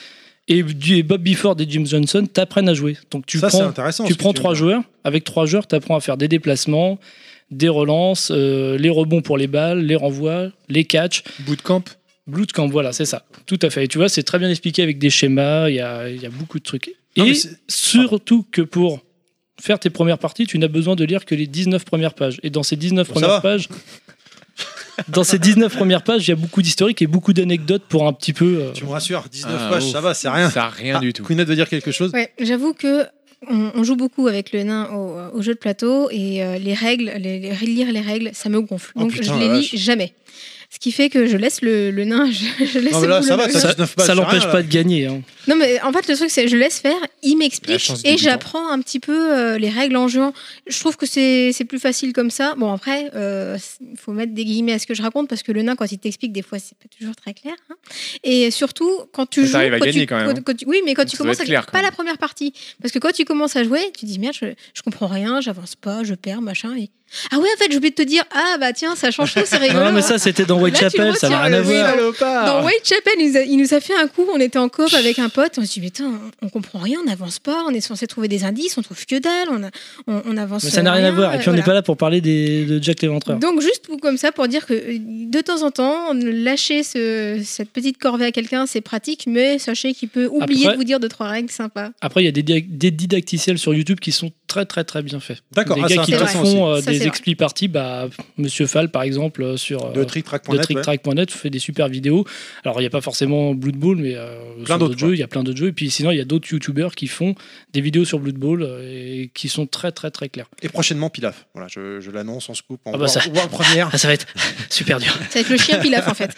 [SPEAKER 5] Et, du- et Bob Bifford et Jim Johnson t'apprennent à jouer. Donc tu
[SPEAKER 2] ça, c'est
[SPEAKER 5] prends,
[SPEAKER 2] intéressant.
[SPEAKER 5] tu
[SPEAKER 2] ce que
[SPEAKER 5] prends
[SPEAKER 2] me
[SPEAKER 5] trois
[SPEAKER 2] dis.
[SPEAKER 5] joueurs, avec trois joueurs, t'apprends à faire des déplacements, des relances, euh, les rebonds pour les balles, les renvois, les catchs.
[SPEAKER 4] Bootcamp.
[SPEAKER 5] Bloodcamp, voilà, c'est ça. Tout à fait. Et tu vois, c'est très bien expliqué avec des schémas, il y a, il y a beaucoup de trucs.
[SPEAKER 2] Non, mais
[SPEAKER 5] et
[SPEAKER 2] c'est-
[SPEAKER 5] surtout que pour faire tes premières parties, tu n'as besoin de lire que les 19 premières pages. Et dans ces 19
[SPEAKER 2] Bon, ça va.
[SPEAKER 5] premières pages... Dans ces 19 premières pages, il y a beaucoup d'historique et beaucoup d'anecdotes pour un petit peu... euh,
[SPEAKER 2] Tu me rassures, 19
[SPEAKER 4] Ah,
[SPEAKER 2] pages,
[SPEAKER 4] ouf.
[SPEAKER 2] ça va, c'est rien.
[SPEAKER 4] Ça a rien
[SPEAKER 2] Ah,
[SPEAKER 5] Bah,
[SPEAKER 4] du tout.
[SPEAKER 2] Queenette veut dire quelque chose
[SPEAKER 3] Ouais, j'avoue que on, on joue beaucoup avec le nain au, au jeu de plateau et euh, les règles, les, les- lire les règles, ça me gonfle.
[SPEAKER 2] Oh,
[SPEAKER 3] Donc
[SPEAKER 2] putain,
[SPEAKER 3] je les
[SPEAKER 2] la
[SPEAKER 3] lis
[SPEAKER 2] vache.
[SPEAKER 3] jamais. Ce qui fait que je laisse le, le nain, je, je laisse
[SPEAKER 2] Non, mais là,
[SPEAKER 3] le
[SPEAKER 2] ça
[SPEAKER 3] boulot.
[SPEAKER 2] va,
[SPEAKER 5] ça
[SPEAKER 2] 19 pages,
[SPEAKER 5] ça
[SPEAKER 2] c'est
[SPEAKER 5] l'empêche
[SPEAKER 2] rien,
[SPEAKER 5] pas
[SPEAKER 2] là.
[SPEAKER 5] de gagner. hein.
[SPEAKER 3] Non mais en fait le truc c'est je laisse faire, il
[SPEAKER 4] La
[SPEAKER 3] m'explique
[SPEAKER 4] chance du
[SPEAKER 3] et
[SPEAKER 4] débutant.
[SPEAKER 3] j'apprends un petit peu euh, les règles en jouant. Je trouve que c'est c'est plus facile comme ça. Bon après euh, il faut mettre des guillemets à ce que je raconte parce que le nain quand il t'explique des fois c'est pas toujours très clair. hein. Et surtout quand tu
[SPEAKER 4] Mais
[SPEAKER 3] joues,
[SPEAKER 4] t'arrives à
[SPEAKER 3] quand
[SPEAKER 4] gagner
[SPEAKER 3] tu-
[SPEAKER 4] quand même, hein.
[SPEAKER 3] quand- quand tu- oui mais quand
[SPEAKER 4] Ça
[SPEAKER 3] tu
[SPEAKER 4] doit
[SPEAKER 3] commences
[SPEAKER 4] être
[SPEAKER 3] à-
[SPEAKER 4] clair, quand
[SPEAKER 3] pas
[SPEAKER 4] même.
[SPEAKER 3] la première partie parce que quand tu commences à jouer tu dis merde je, je comprends rien, j'avance pas, je perds machin et ah ouais en fait j'ai oublié de te dire ah bah tiens ça change tout c'est rigolo.
[SPEAKER 5] Non, mais
[SPEAKER 3] hein.
[SPEAKER 5] ça, c'était dans Whitechapel, ça n'a
[SPEAKER 3] retiens
[SPEAKER 5] rien à
[SPEAKER 3] le- oui,
[SPEAKER 5] voir.
[SPEAKER 3] Dans Whitechapel, il, nous a- il nous a fait un coup, on était en coop avec un pote, on s'est dit, mais putain, on comprend rien, on n'avance pas, on est censé trouver des indices, on trouve que dalle, on, a- on, on avance. euh,
[SPEAKER 5] Mais ça n'a rien à voir. Et puis, on n'est pas là pour parler des- de Jack l'Éventreur.
[SPEAKER 3] Donc juste pour- comme ça pour dire que euh, de temps en temps lâcher ce- cette petite corvée à quelqu'un c'est pratique mais sachez qu'il peut oublier
[SPEAKER 5] Après-
[SPEAKER 3] de vous dire deux trois règles sympas.
[SPEAKER 5] Après, il y a des, di- des didacticiels sur YouTube qui sont très, très, très bien faits.
[SPEAKER 2] D'accord,
[SPEAKER 5] des
[SPEAKER 2] ah,
[SPEAKER 5] gars
[SPEAKER 2] c'est
[SPEAKER 5] qui te
[SPEAKER 2] intéressant
[SPEAKER 5] font
[SPEAKER 3] aussi.
[SPEAKER 5] euh,
[SPEAKER 3] Ça,
[SPEAKER 5] des
[SPEAKER 3] c'est
[SPEAKER 5] expli parties, bah, Monsieur Fall par exemple euh, sur euh,
[SPEAKER 2] De tricktrack.net.
[SPEAKER 5] de TrickTrack.net fait des super vidéos. Alors il n'y a pas forcément Blood Bowl, mais euh, sur
[SPEAKER 2] d'autres,
[SPEAKER 5] d'autres
[SPEAKER 2] quoi.
[SPEAKER 5] jeux, il y a plein d'autres jeux. Et puis sinon, il y a d'autres YouTubers qui font des vidéos sur Blood Bowl euh, et qui sont très très très claires.
[SPEAKER 2] Et prochainement Pilaf. Voilà, je, je l'annonce en scoop en
[SPEAKER 5] Ah bah ça-
[SPEAKER 2] world première.
[SPEAKER 5] Ah, ça va être super dur.
[SPEAKER 3] C'est avec le chien pilaf en fait.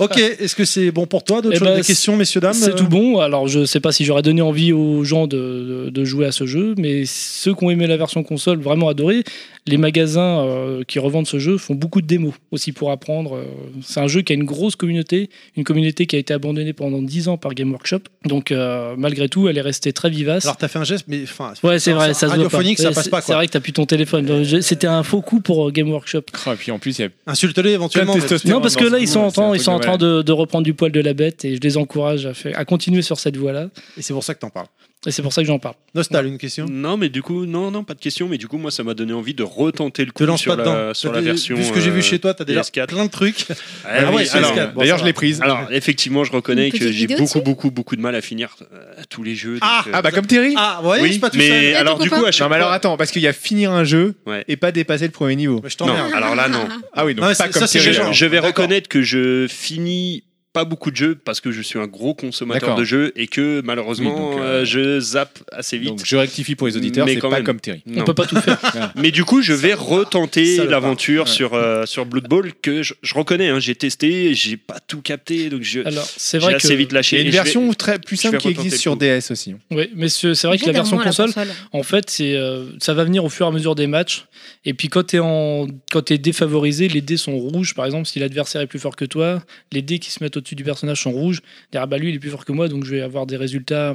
[SPEAKER 2] ok, est-ce que c'est bon pour toi D'autres
[SPEAKER 5] Eh
[SPEAKER 2] choses,
[SPEAKER 5] ben,
[SPEAKER 2] des questions, messieurs, dames
[SPEAKER 5] C'est
[SPEAKER 2] euh
[SPEAKER 5] tout bon. Alors, je sais pas si j'aurais donné envie aux gens de, de- de jouer à ce jeu, mais ceux qui ont aimé la version console, vraiment adoré. Les magasins euh, qui revendent ce jeu font beaucoup de démos aussi pour apprendre. euh, C'est un jeu qui a une grosse communauté, une communauté qui a été abandonnée pendant 10 ans par Game Workshop. Donc, euh, malgré tout, elle est restée très vivace.
[SPEAKER 2] Alors, t'as fait un geste, mais enfin.
[SPEAKER 5] Ouais, c'est vrai, ça se voit pas.
[SPEAKER 2] Radiophonique, ça
[SPEAKER 5] Ouais,
[SPEAKER 2] passe
[SPEAKER 5] c'est-
[SPEAKER 2] pas,
[SPEAKER 5] C'est
[SPEAKER 2] quoi.
[SPEAKER 5] vrai que t'as pu ton téléphone. Euh, je- C'était un faux coup pour euh, Game Workshop.
[SPEAKER 4] Oh, Et puis en plus, il y a
[SPEAKER 2] Insulte-les
[SPEAKER 4] plein de
[SPEAKER 2] éventuellement. mais-
[SPEAKER 4] testostérone
[SPEAKER 5] Non, parce
[SPEAKER 4] dans
[SPEAKER 5] que
[SPEAKER 4] ce
[SPEAKER 5] là, ils
[SPEAKER 4] coup,
[SPEAKER 5] sont en,
[SPEAKER 4] c'est un
[SPEAKER 5] train, ils
[SPEAKER 4] truc
[SPEAKER 5] sont en train
[SPEAKER 4] malade.
[SPEAKER 5] de, de reprendre du poil de la bête et je les encourage à, faire- à continuer sur cette voie-là.
[SPEAKER 2] Et c'est pour ça que t'en parles.
[SPEAKER 5] Et c'est pour ça que j'en parle.
[SPEAKER 2] Nostal, une question
[SPEAKER 6] Non, mais du coup, non, non, pas de question. Mais du coup, moi, ça m'a donné envie de retenter le
[SPEAKER 2] Te
[SPEAKER 6] coup
[SPEAKER 2] lance
[SPEAKER 6] sur
[SPEAKER 2] pas dedans.
[SPEAKER 6] la, sur la
[SPEAKER 2] T'as des-
[SPEAKER 6] version.
[SPEAKER 2] Vu ce que j'ai vu
[SPEAKER 6] euh,
[SPEAKER 2] chez toi, t'as déjà
[SPEAKER 6] PS4.
[SPEAKER 2] plein de trucs.
[SPEAKER 6] Ah
[SPEAKER 2] Ah
[SPEAKER 6] oui,
[SPEAKER 2] ouais,
[SPEAKER 6] alors, euh,
[SPEAKER 2] PS4, bon,
[SPEAKER 4] D'ailleurs,
[SPEAKER 2] ça
[SPEAKER 4] je l'ai
[SPEAKER 2] va.
[SPEAKER 4] prise.
[SPEAKER 6] alors, effectivement, je reconnais
[SPEAKER 3] Une
[SPEAKER 6] que
[SPEAKER 3] petite
[SPEAKER 6] j'ai
[SPEAKER 3] vidéo
[SPEAKER 6] beaucoup,
[SPEAKER 3] dessus
[SPEAKER 6] beaucoup, beaucoup de mal à finir euh, tous les jeux. donc,
[SPEAKER 2] Ah,
[SPEAKER 6] euh,
[SPEAKER 4] Ah bah comme Terry
[SPEAKER 2] Ah, vous voyez, je
[SPEAKER 6] oui,
[SPEAKER 2] suis pas tout
[SPEAKER 6] mais
[SPEAKER 2] seul.
[SPEAKER 3] Et
[SPEAKER 6] alors
[SPEAKER 3] ton
[SPEAKER 6] du coup,
[SPEAKER 3] copain
[SPEAKER 6] à chaque
[SPEAKER 4] Non mais alors attends, parce qu'il y a finir un jeu
[SPEAKER 6] fois- ouais.
[SPEAKER 4] et pas dépasser le premier niveau.
[SPEAKER 2] Mais Bah, je
[SPEAKER 6] Non,
[SPEAKER 2] t'emmerde.
[SPEAKER 6] alors là, non.
[SPEAKER 4] Ah oui, donc
[SPEAKER 2] Non, mais c'est-
[SPEAKER 4] pas comme
[SPEAKER 2] ça, c'est
[SPEAKER 6] Je,
[SPEAKER 4] Terry.
[SPEAKER 2] les gens.
[SPEAKER 4] alors.
[SPEAKER 6] je vais
[SPEAKER 2] D'accord.
[SPEAKER 6] reconnaître que je finis pas beaucoup de jeux parce que je suis un gros consommateur
[SPEAKER 4] D'accord.
[SPEAKER 6] de jeux et que malheureusement,
[SPEAKER 4] Oui, donc, euh,
[SPEAKER 6] euh, je zappe assez vite.
[SPEAKER 4] Donc je rectifie pour les auditeurs,
[SPEAKER 6] Mais
[SPEAKER 4] c'est
[SPEAKER 6] quand
[SPEAKER 4] pas
[SPEAKER 6] même.
[SPEAKER 4] comme Terry.
[SPEAKER 6] Non.
[SPEAKER 5] On peut pas tout faire.
[SPEAKER 6] Mais du coup, je vais retenter
[SPEAKER 2] Salopard.
[SPEAKER 6] l'aventure
[SPEAKER 4] Ouais.
[SPEAKER 6] sur, euh, sur Blood Bowl que je, je reconnais. hein, j'ai testé, j'ai pas tout capté, donc je-
[SPEAKER 5] Alors, c'est
[SPEAKER 6] j'ai
[SPEAKER 5] vrai
[SPEAKER 6] assez
[SPEAKER 5] que
[SPEAKER 6] vite
[SPEAKER 4] Il
[SPEAKER 6] lâché.
[SPEAKER 4] y a une
[SPEAKER 6] Et je vais-
[SPEAKER 4] version très plus
[SPEAKER 6] je
[SPEAKER 4] simple
[SPEAKER 6] vais
[SPEAKER 4] qui
[SPEAKER 6] retenter
[SPEAKER 4] existe
[SPEAKER 6] le
[SPEAKER 4] sur
[SPEAKER 6] coup.
[SPEAKER 4] DS aussi.
[SPEAKER 5] Oui, mais c'est c'est vrai que la version
[SPEAKER 3] J'adore moins
[SPEAKER 5] console, en fait, c'est euh, ça va venir au fur et à mesure des matchs. Et puis quand t'es en quand t'es défavorisé, les dés sont rouges, par exemple, si l'adversaire est plus fort que toi, les dés qui se mettent au au-dessus du personnage sont rouges, dire ah bah lui il est plus fort que moi donc je vais avoir des résultats.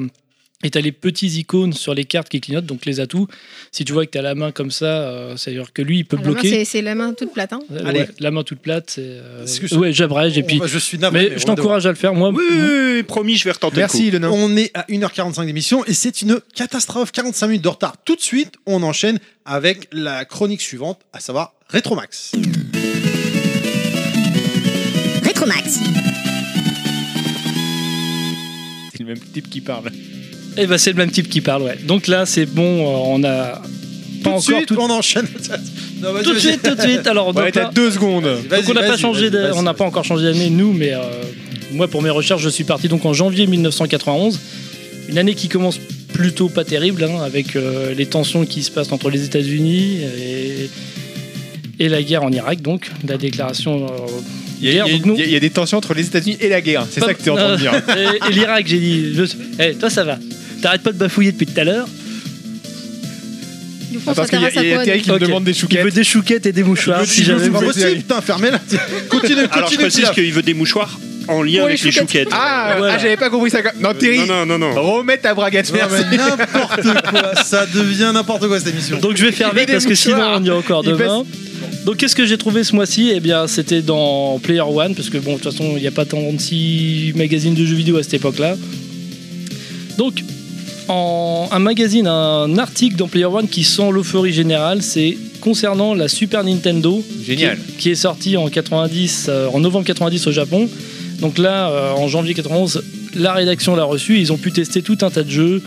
[SPEAKER 5] Et t'as les petits icônes sur les cartes qui clignotent, donc les atouts. Si tu vois que t'as la main comme ça, euh, c'est-à-dire que lui il peut
[SPEAKER 3] Ah, la main,
[SPEAKER 5] bloquer. Euh,
[SPEAKER 3] c'est- C'est la main toute plate. hein.
[SPEAKER 5] Ouais,
[SPEAKER 2] Allez.
[SPEAKER 5] la main toute plate, c'est. euh,
[SPEAKER 2] Est-ce que ce-
[SPEAKER 5] Ouais, j'abrège et puis.
[SPEAKER 2] Oh, bah, je suis navré,
[SPEAKER 5] mais
[SPEAKER 2] mais
[SPEAKER 5] je
[SPEAKER 2] on
[SPEAKER 5] t'encourage à le faire. Moi,
[SPEAKER 6] Oui, oui, oui, oui, promis, je vais retenter. le
[SPEAKER 4] Merci, le nain.
[SPEAKER 2] On est à 1h45 d'émission et c'est une catastrophe. 45 minutes de retard. Tout de suite, on enchaîne avec la chronique suivante, à savoir Rétromax.
[SPEAKER 7] Rétromax.
[SPEAKER 4] C'est le même type qui parle.
[SPEAKER 5] eh ben, c'est le même type qui parle. Ouais. Donc là, c'est bon. euh, on a
[SPEAKER 2] Tout de
[SPEAKER 5] pas encore
[SPEAKER 2] suite,
[SPEAKER 5] tout.
[SPEAKER 2] on enchaîne. Non, vas-y,
[SPEAKER 5] Tout de
[SPEAKER 2] vas-y.
[SPEAKER 5] suite, tout de suite. Alors, donc
[SPEAKER 4] Ouais, t'as
[SPEAKER 5] là-
[SPEAKER 4] deux secondes.
[SPEAKER 2] Vas-y,
[SPEAKER 5] Donc on n'a pas
[SPEAKER 2] vas-y,
[SPEAKER 5] changé,
[SPEAKER 2] vas-y,
[SPEAKER 5] d'a-
[SPEAKER 2] vas-y,
[SPEAKER 5] on n'a pas
[SPEAKER 2] vas-y.
[SPEAKER 5] encore changé d'année nous, mais euh, moi pour mes recherches je suis parti donc en janvier 1991, une année qui commence plutôt pas terrible hein, avec euh, les tensions qui se passent entre les États-Unis et, et la guerre en Irak donc la déclaration euh,
[SPEAKER 4] Il y, a-
[SPEAKER 5] guerre,
[SPEAKER 4] il y a-
[SPEAKER 5] donc nous-
[SPEAKER 4] il y a- il y a des tensions entre les États-Unis et la guerre. C'est
[SPEAKER 5] Pas-
[SPEAKER 4] ça que t'es en train de dire.
[SPEAKER 5] et, et l'Irak j'ai dit. Je- Eh, toi ça va, t'arrêtes pas de bafouiller depuis tout à l'heure.
[SPEAKER 3] Du coup, on
[SPEAKER 4] Ah, Parce qu'il y a,
[SPEAKER 3] s'intéresse à
[SPEAKER 4] il y a
[SPEAKER 3] quoi
[SPEAKER 4] Thierry
[SPEAKER 3] nous
[SPEAKER 4] qui me
[SPEAKER 5] Ok.
[SPEAKER 4] demande des
[SPEAKER 5] Il veut
[SPEAKER 4] chouquettes.
[SPEAKER 5] des chouquettes et des mouchoirs si
[SPEAKER 4] je veux-
[SPEAKER 5] jamais.
[SPEAKER 2] C'est pas
[SPEAKER 4] Vas-y, vas-y.
[SPEAKER 2] possible, putain, fermez-la. Continue,
[SPEAKER 6] coup. Alors je
[SPEAKER 2] continue.
[SPEAKER 6] précise
[SPEAKER 2] Pilaf.
[SPEAKER 6] qu'il veut des mouchoirs en lien
[SPEAKER 3] Pour
[SPEAKER 6] avec
[SPEAKER 3] les
[SPEAKER 6] les chouquettes.
[SPEAKER 4] Ah,
[SPEAKER 5] Voilà.
[SPEAKER 4] ah, j'avais pas compris ça. Non,
[SPEAKER 6] Euh,
[SPEAKER 4] Thierry, Ah
[SPEAKER 6] non, non, non, non.
[SPEAKER 4] remets ta braguette.
[SPEAKER 2] Non,
[SPEAKER 4] Merci.
[SPEAKER 2] mais n'importe quoi. Ça devient n'importe quoi cette émission.
[SPEAKER 5] Donc je vais faire
[SPEAKER 4] Il met
[SPEAKER 5] vite
[SPEAKER 4] des
[SPEAKER 5] parce que sinon
[SPEAKER 4] mouchoirs.
[SPEAKER 5] on y est encore
[SPEAKER 4] Il
[SPEAKER 5] demain. Donc qu'est-ce que j'ai trouvé ce mois-ci Eh bien c'était dans Player One parce que bon de toute façon il n'y a pas tant de si magazines de jeux vidéo à cette époque-là. Donc en un magazine, un article dans Player One qui sent l'euphorie générale, c'est concernant la Super Nintendo
[SPEAKER 4] Génial.
[SPEAKER 5] qui, qui est sortie en 90, euh, en novembre 90 au Japon. Donc là, euh, en janvier 91, la rédaction l'a reçu. Ils ont pu tester tout un tas de jeux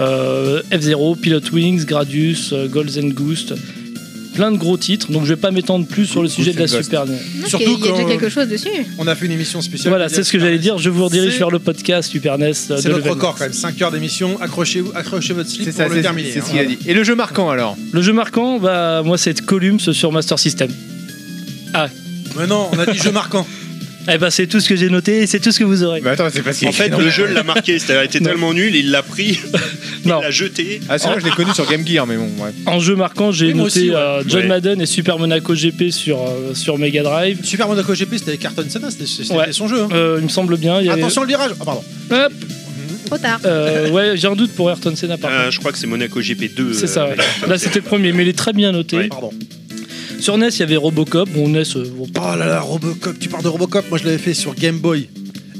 [SPEAKER 5] euh, F-Zero, Pilot Wings, Gradius, euh, Golds and Goose, plein de gros titres. Donc je vais pas m'étendre plus sur le
[SPEAKER 4] Goose
[SPEAKER 5] sujet de la
[SPEAKER 4] and Ghost.
[SPEAKER 5] Super. E
[SPEAKER 3] Non,
[SPEAKER 2] Surtout
[SPEAKER 3] qu'il y a- il y a
[SPEAKER 2] quand-
[SPEAKER 3] déjà quelque chose dessus.
[SPEAKER 2] On a fait une émission spéciale.
[SPEAKER 5] Voilà, c'est ce que j'allais dire. Je vous redirige
[SPEAKER 2] E C'est-
[SPEAKER 5] vers le podcast Super NES. euh,
[SPEAKER 2] C'est
[SPEAKER 5] de
[SPEAKER 2] notre
[SPEAKER 5] Level
[SPEAKER 2] record
[SPEAKER 5] Max.
[SPEAKER 2] quand même. 5 heures d'émission. Accrochez-vous, accrochez votre slip
[SPEAKER 4] C'est
[SPEAKER 2] pour
[SPEAKER 4] ça,
[SPEAKER 2] le
[SPEAKER 4] c'est
[SPEAKER 2] terminer.
[SPEAKER 4] c'est
[SPEAKER 2] hein.
[SPEAKER 4] ce qu'il a dit. Et le jeu marquant alors
[SPEAKER 5] Le jeu marquant, bah, moi c'est Columns sur Master System.
[SPEAKER 2] Mais non, on a dit jeu marquant.
[SPEAKER 5] Eh ben c'est tout ce que j'ai noté et c'est tout ce que vous aurez.
[SPEAKER 4] Bah attends, c'est parce qu'il
[SPEAKER 6] En fait, le jeu l'a marqué, c'est-à-dire il était
[SPEAKER 5] Non.
[SPEAKER 6] tellement nul, il l'a pris, il
[SPEAKER 5] Non.
[SPEAKER 6] l'a jeté.
[SPEAKER 4] Ah, celui-là, je l'ai connu sur Game Gear, mais bon, ouais.
[SPEAKER 5] En jeu marquant, j'ai
[SPEAKER 2] Oui, moi
[SPEAKER 5] noté
[SPEAKER 2] aussi, ouais.
[SPEAKER 5] euh, John
[SPEAKER 6] Ouais.
[SPEAKER 5] Madden et Super Monaco GP sur, euh, sur Mega Drive.
[SPEAKER 2] Super Monaco GP, c'était avec Carton Senna, c'était c'était
[SPEAKER 5] Ouais.
[SPEAKER 2] son jeu. hein.
[SPEAKER 5] Euh, il me semble bien. Il y avait-
[SPEAKER 2] Attention le virage. Ah, pardon.
[SPEAKER 5] Hop,
[SPEAKER 3] Trop tard.
[SPEAKER 5] euh, ouais, j'ai un doute pour Ayrton Senna par contre.
[SPEAKER 6] Euh, je crois que c'est Monaco GP2.
[SPEAKER 5] C'est ça,
[SPEAKER 6] euh,
[SPEAKER 5] ouais. Là c'était le premier, mais il est très bien noté.
[SPEAKER 6] Ouais.
[SPEAKER 2] Pardon.
[SPEAKER 5] Sur NES, il y avait Robocop. Bon, NES, euh, bon,
[SPEAKER 2] Oh là là, Robocop, tu parles de Robocop, moi je l'avais fait sur Game Boy.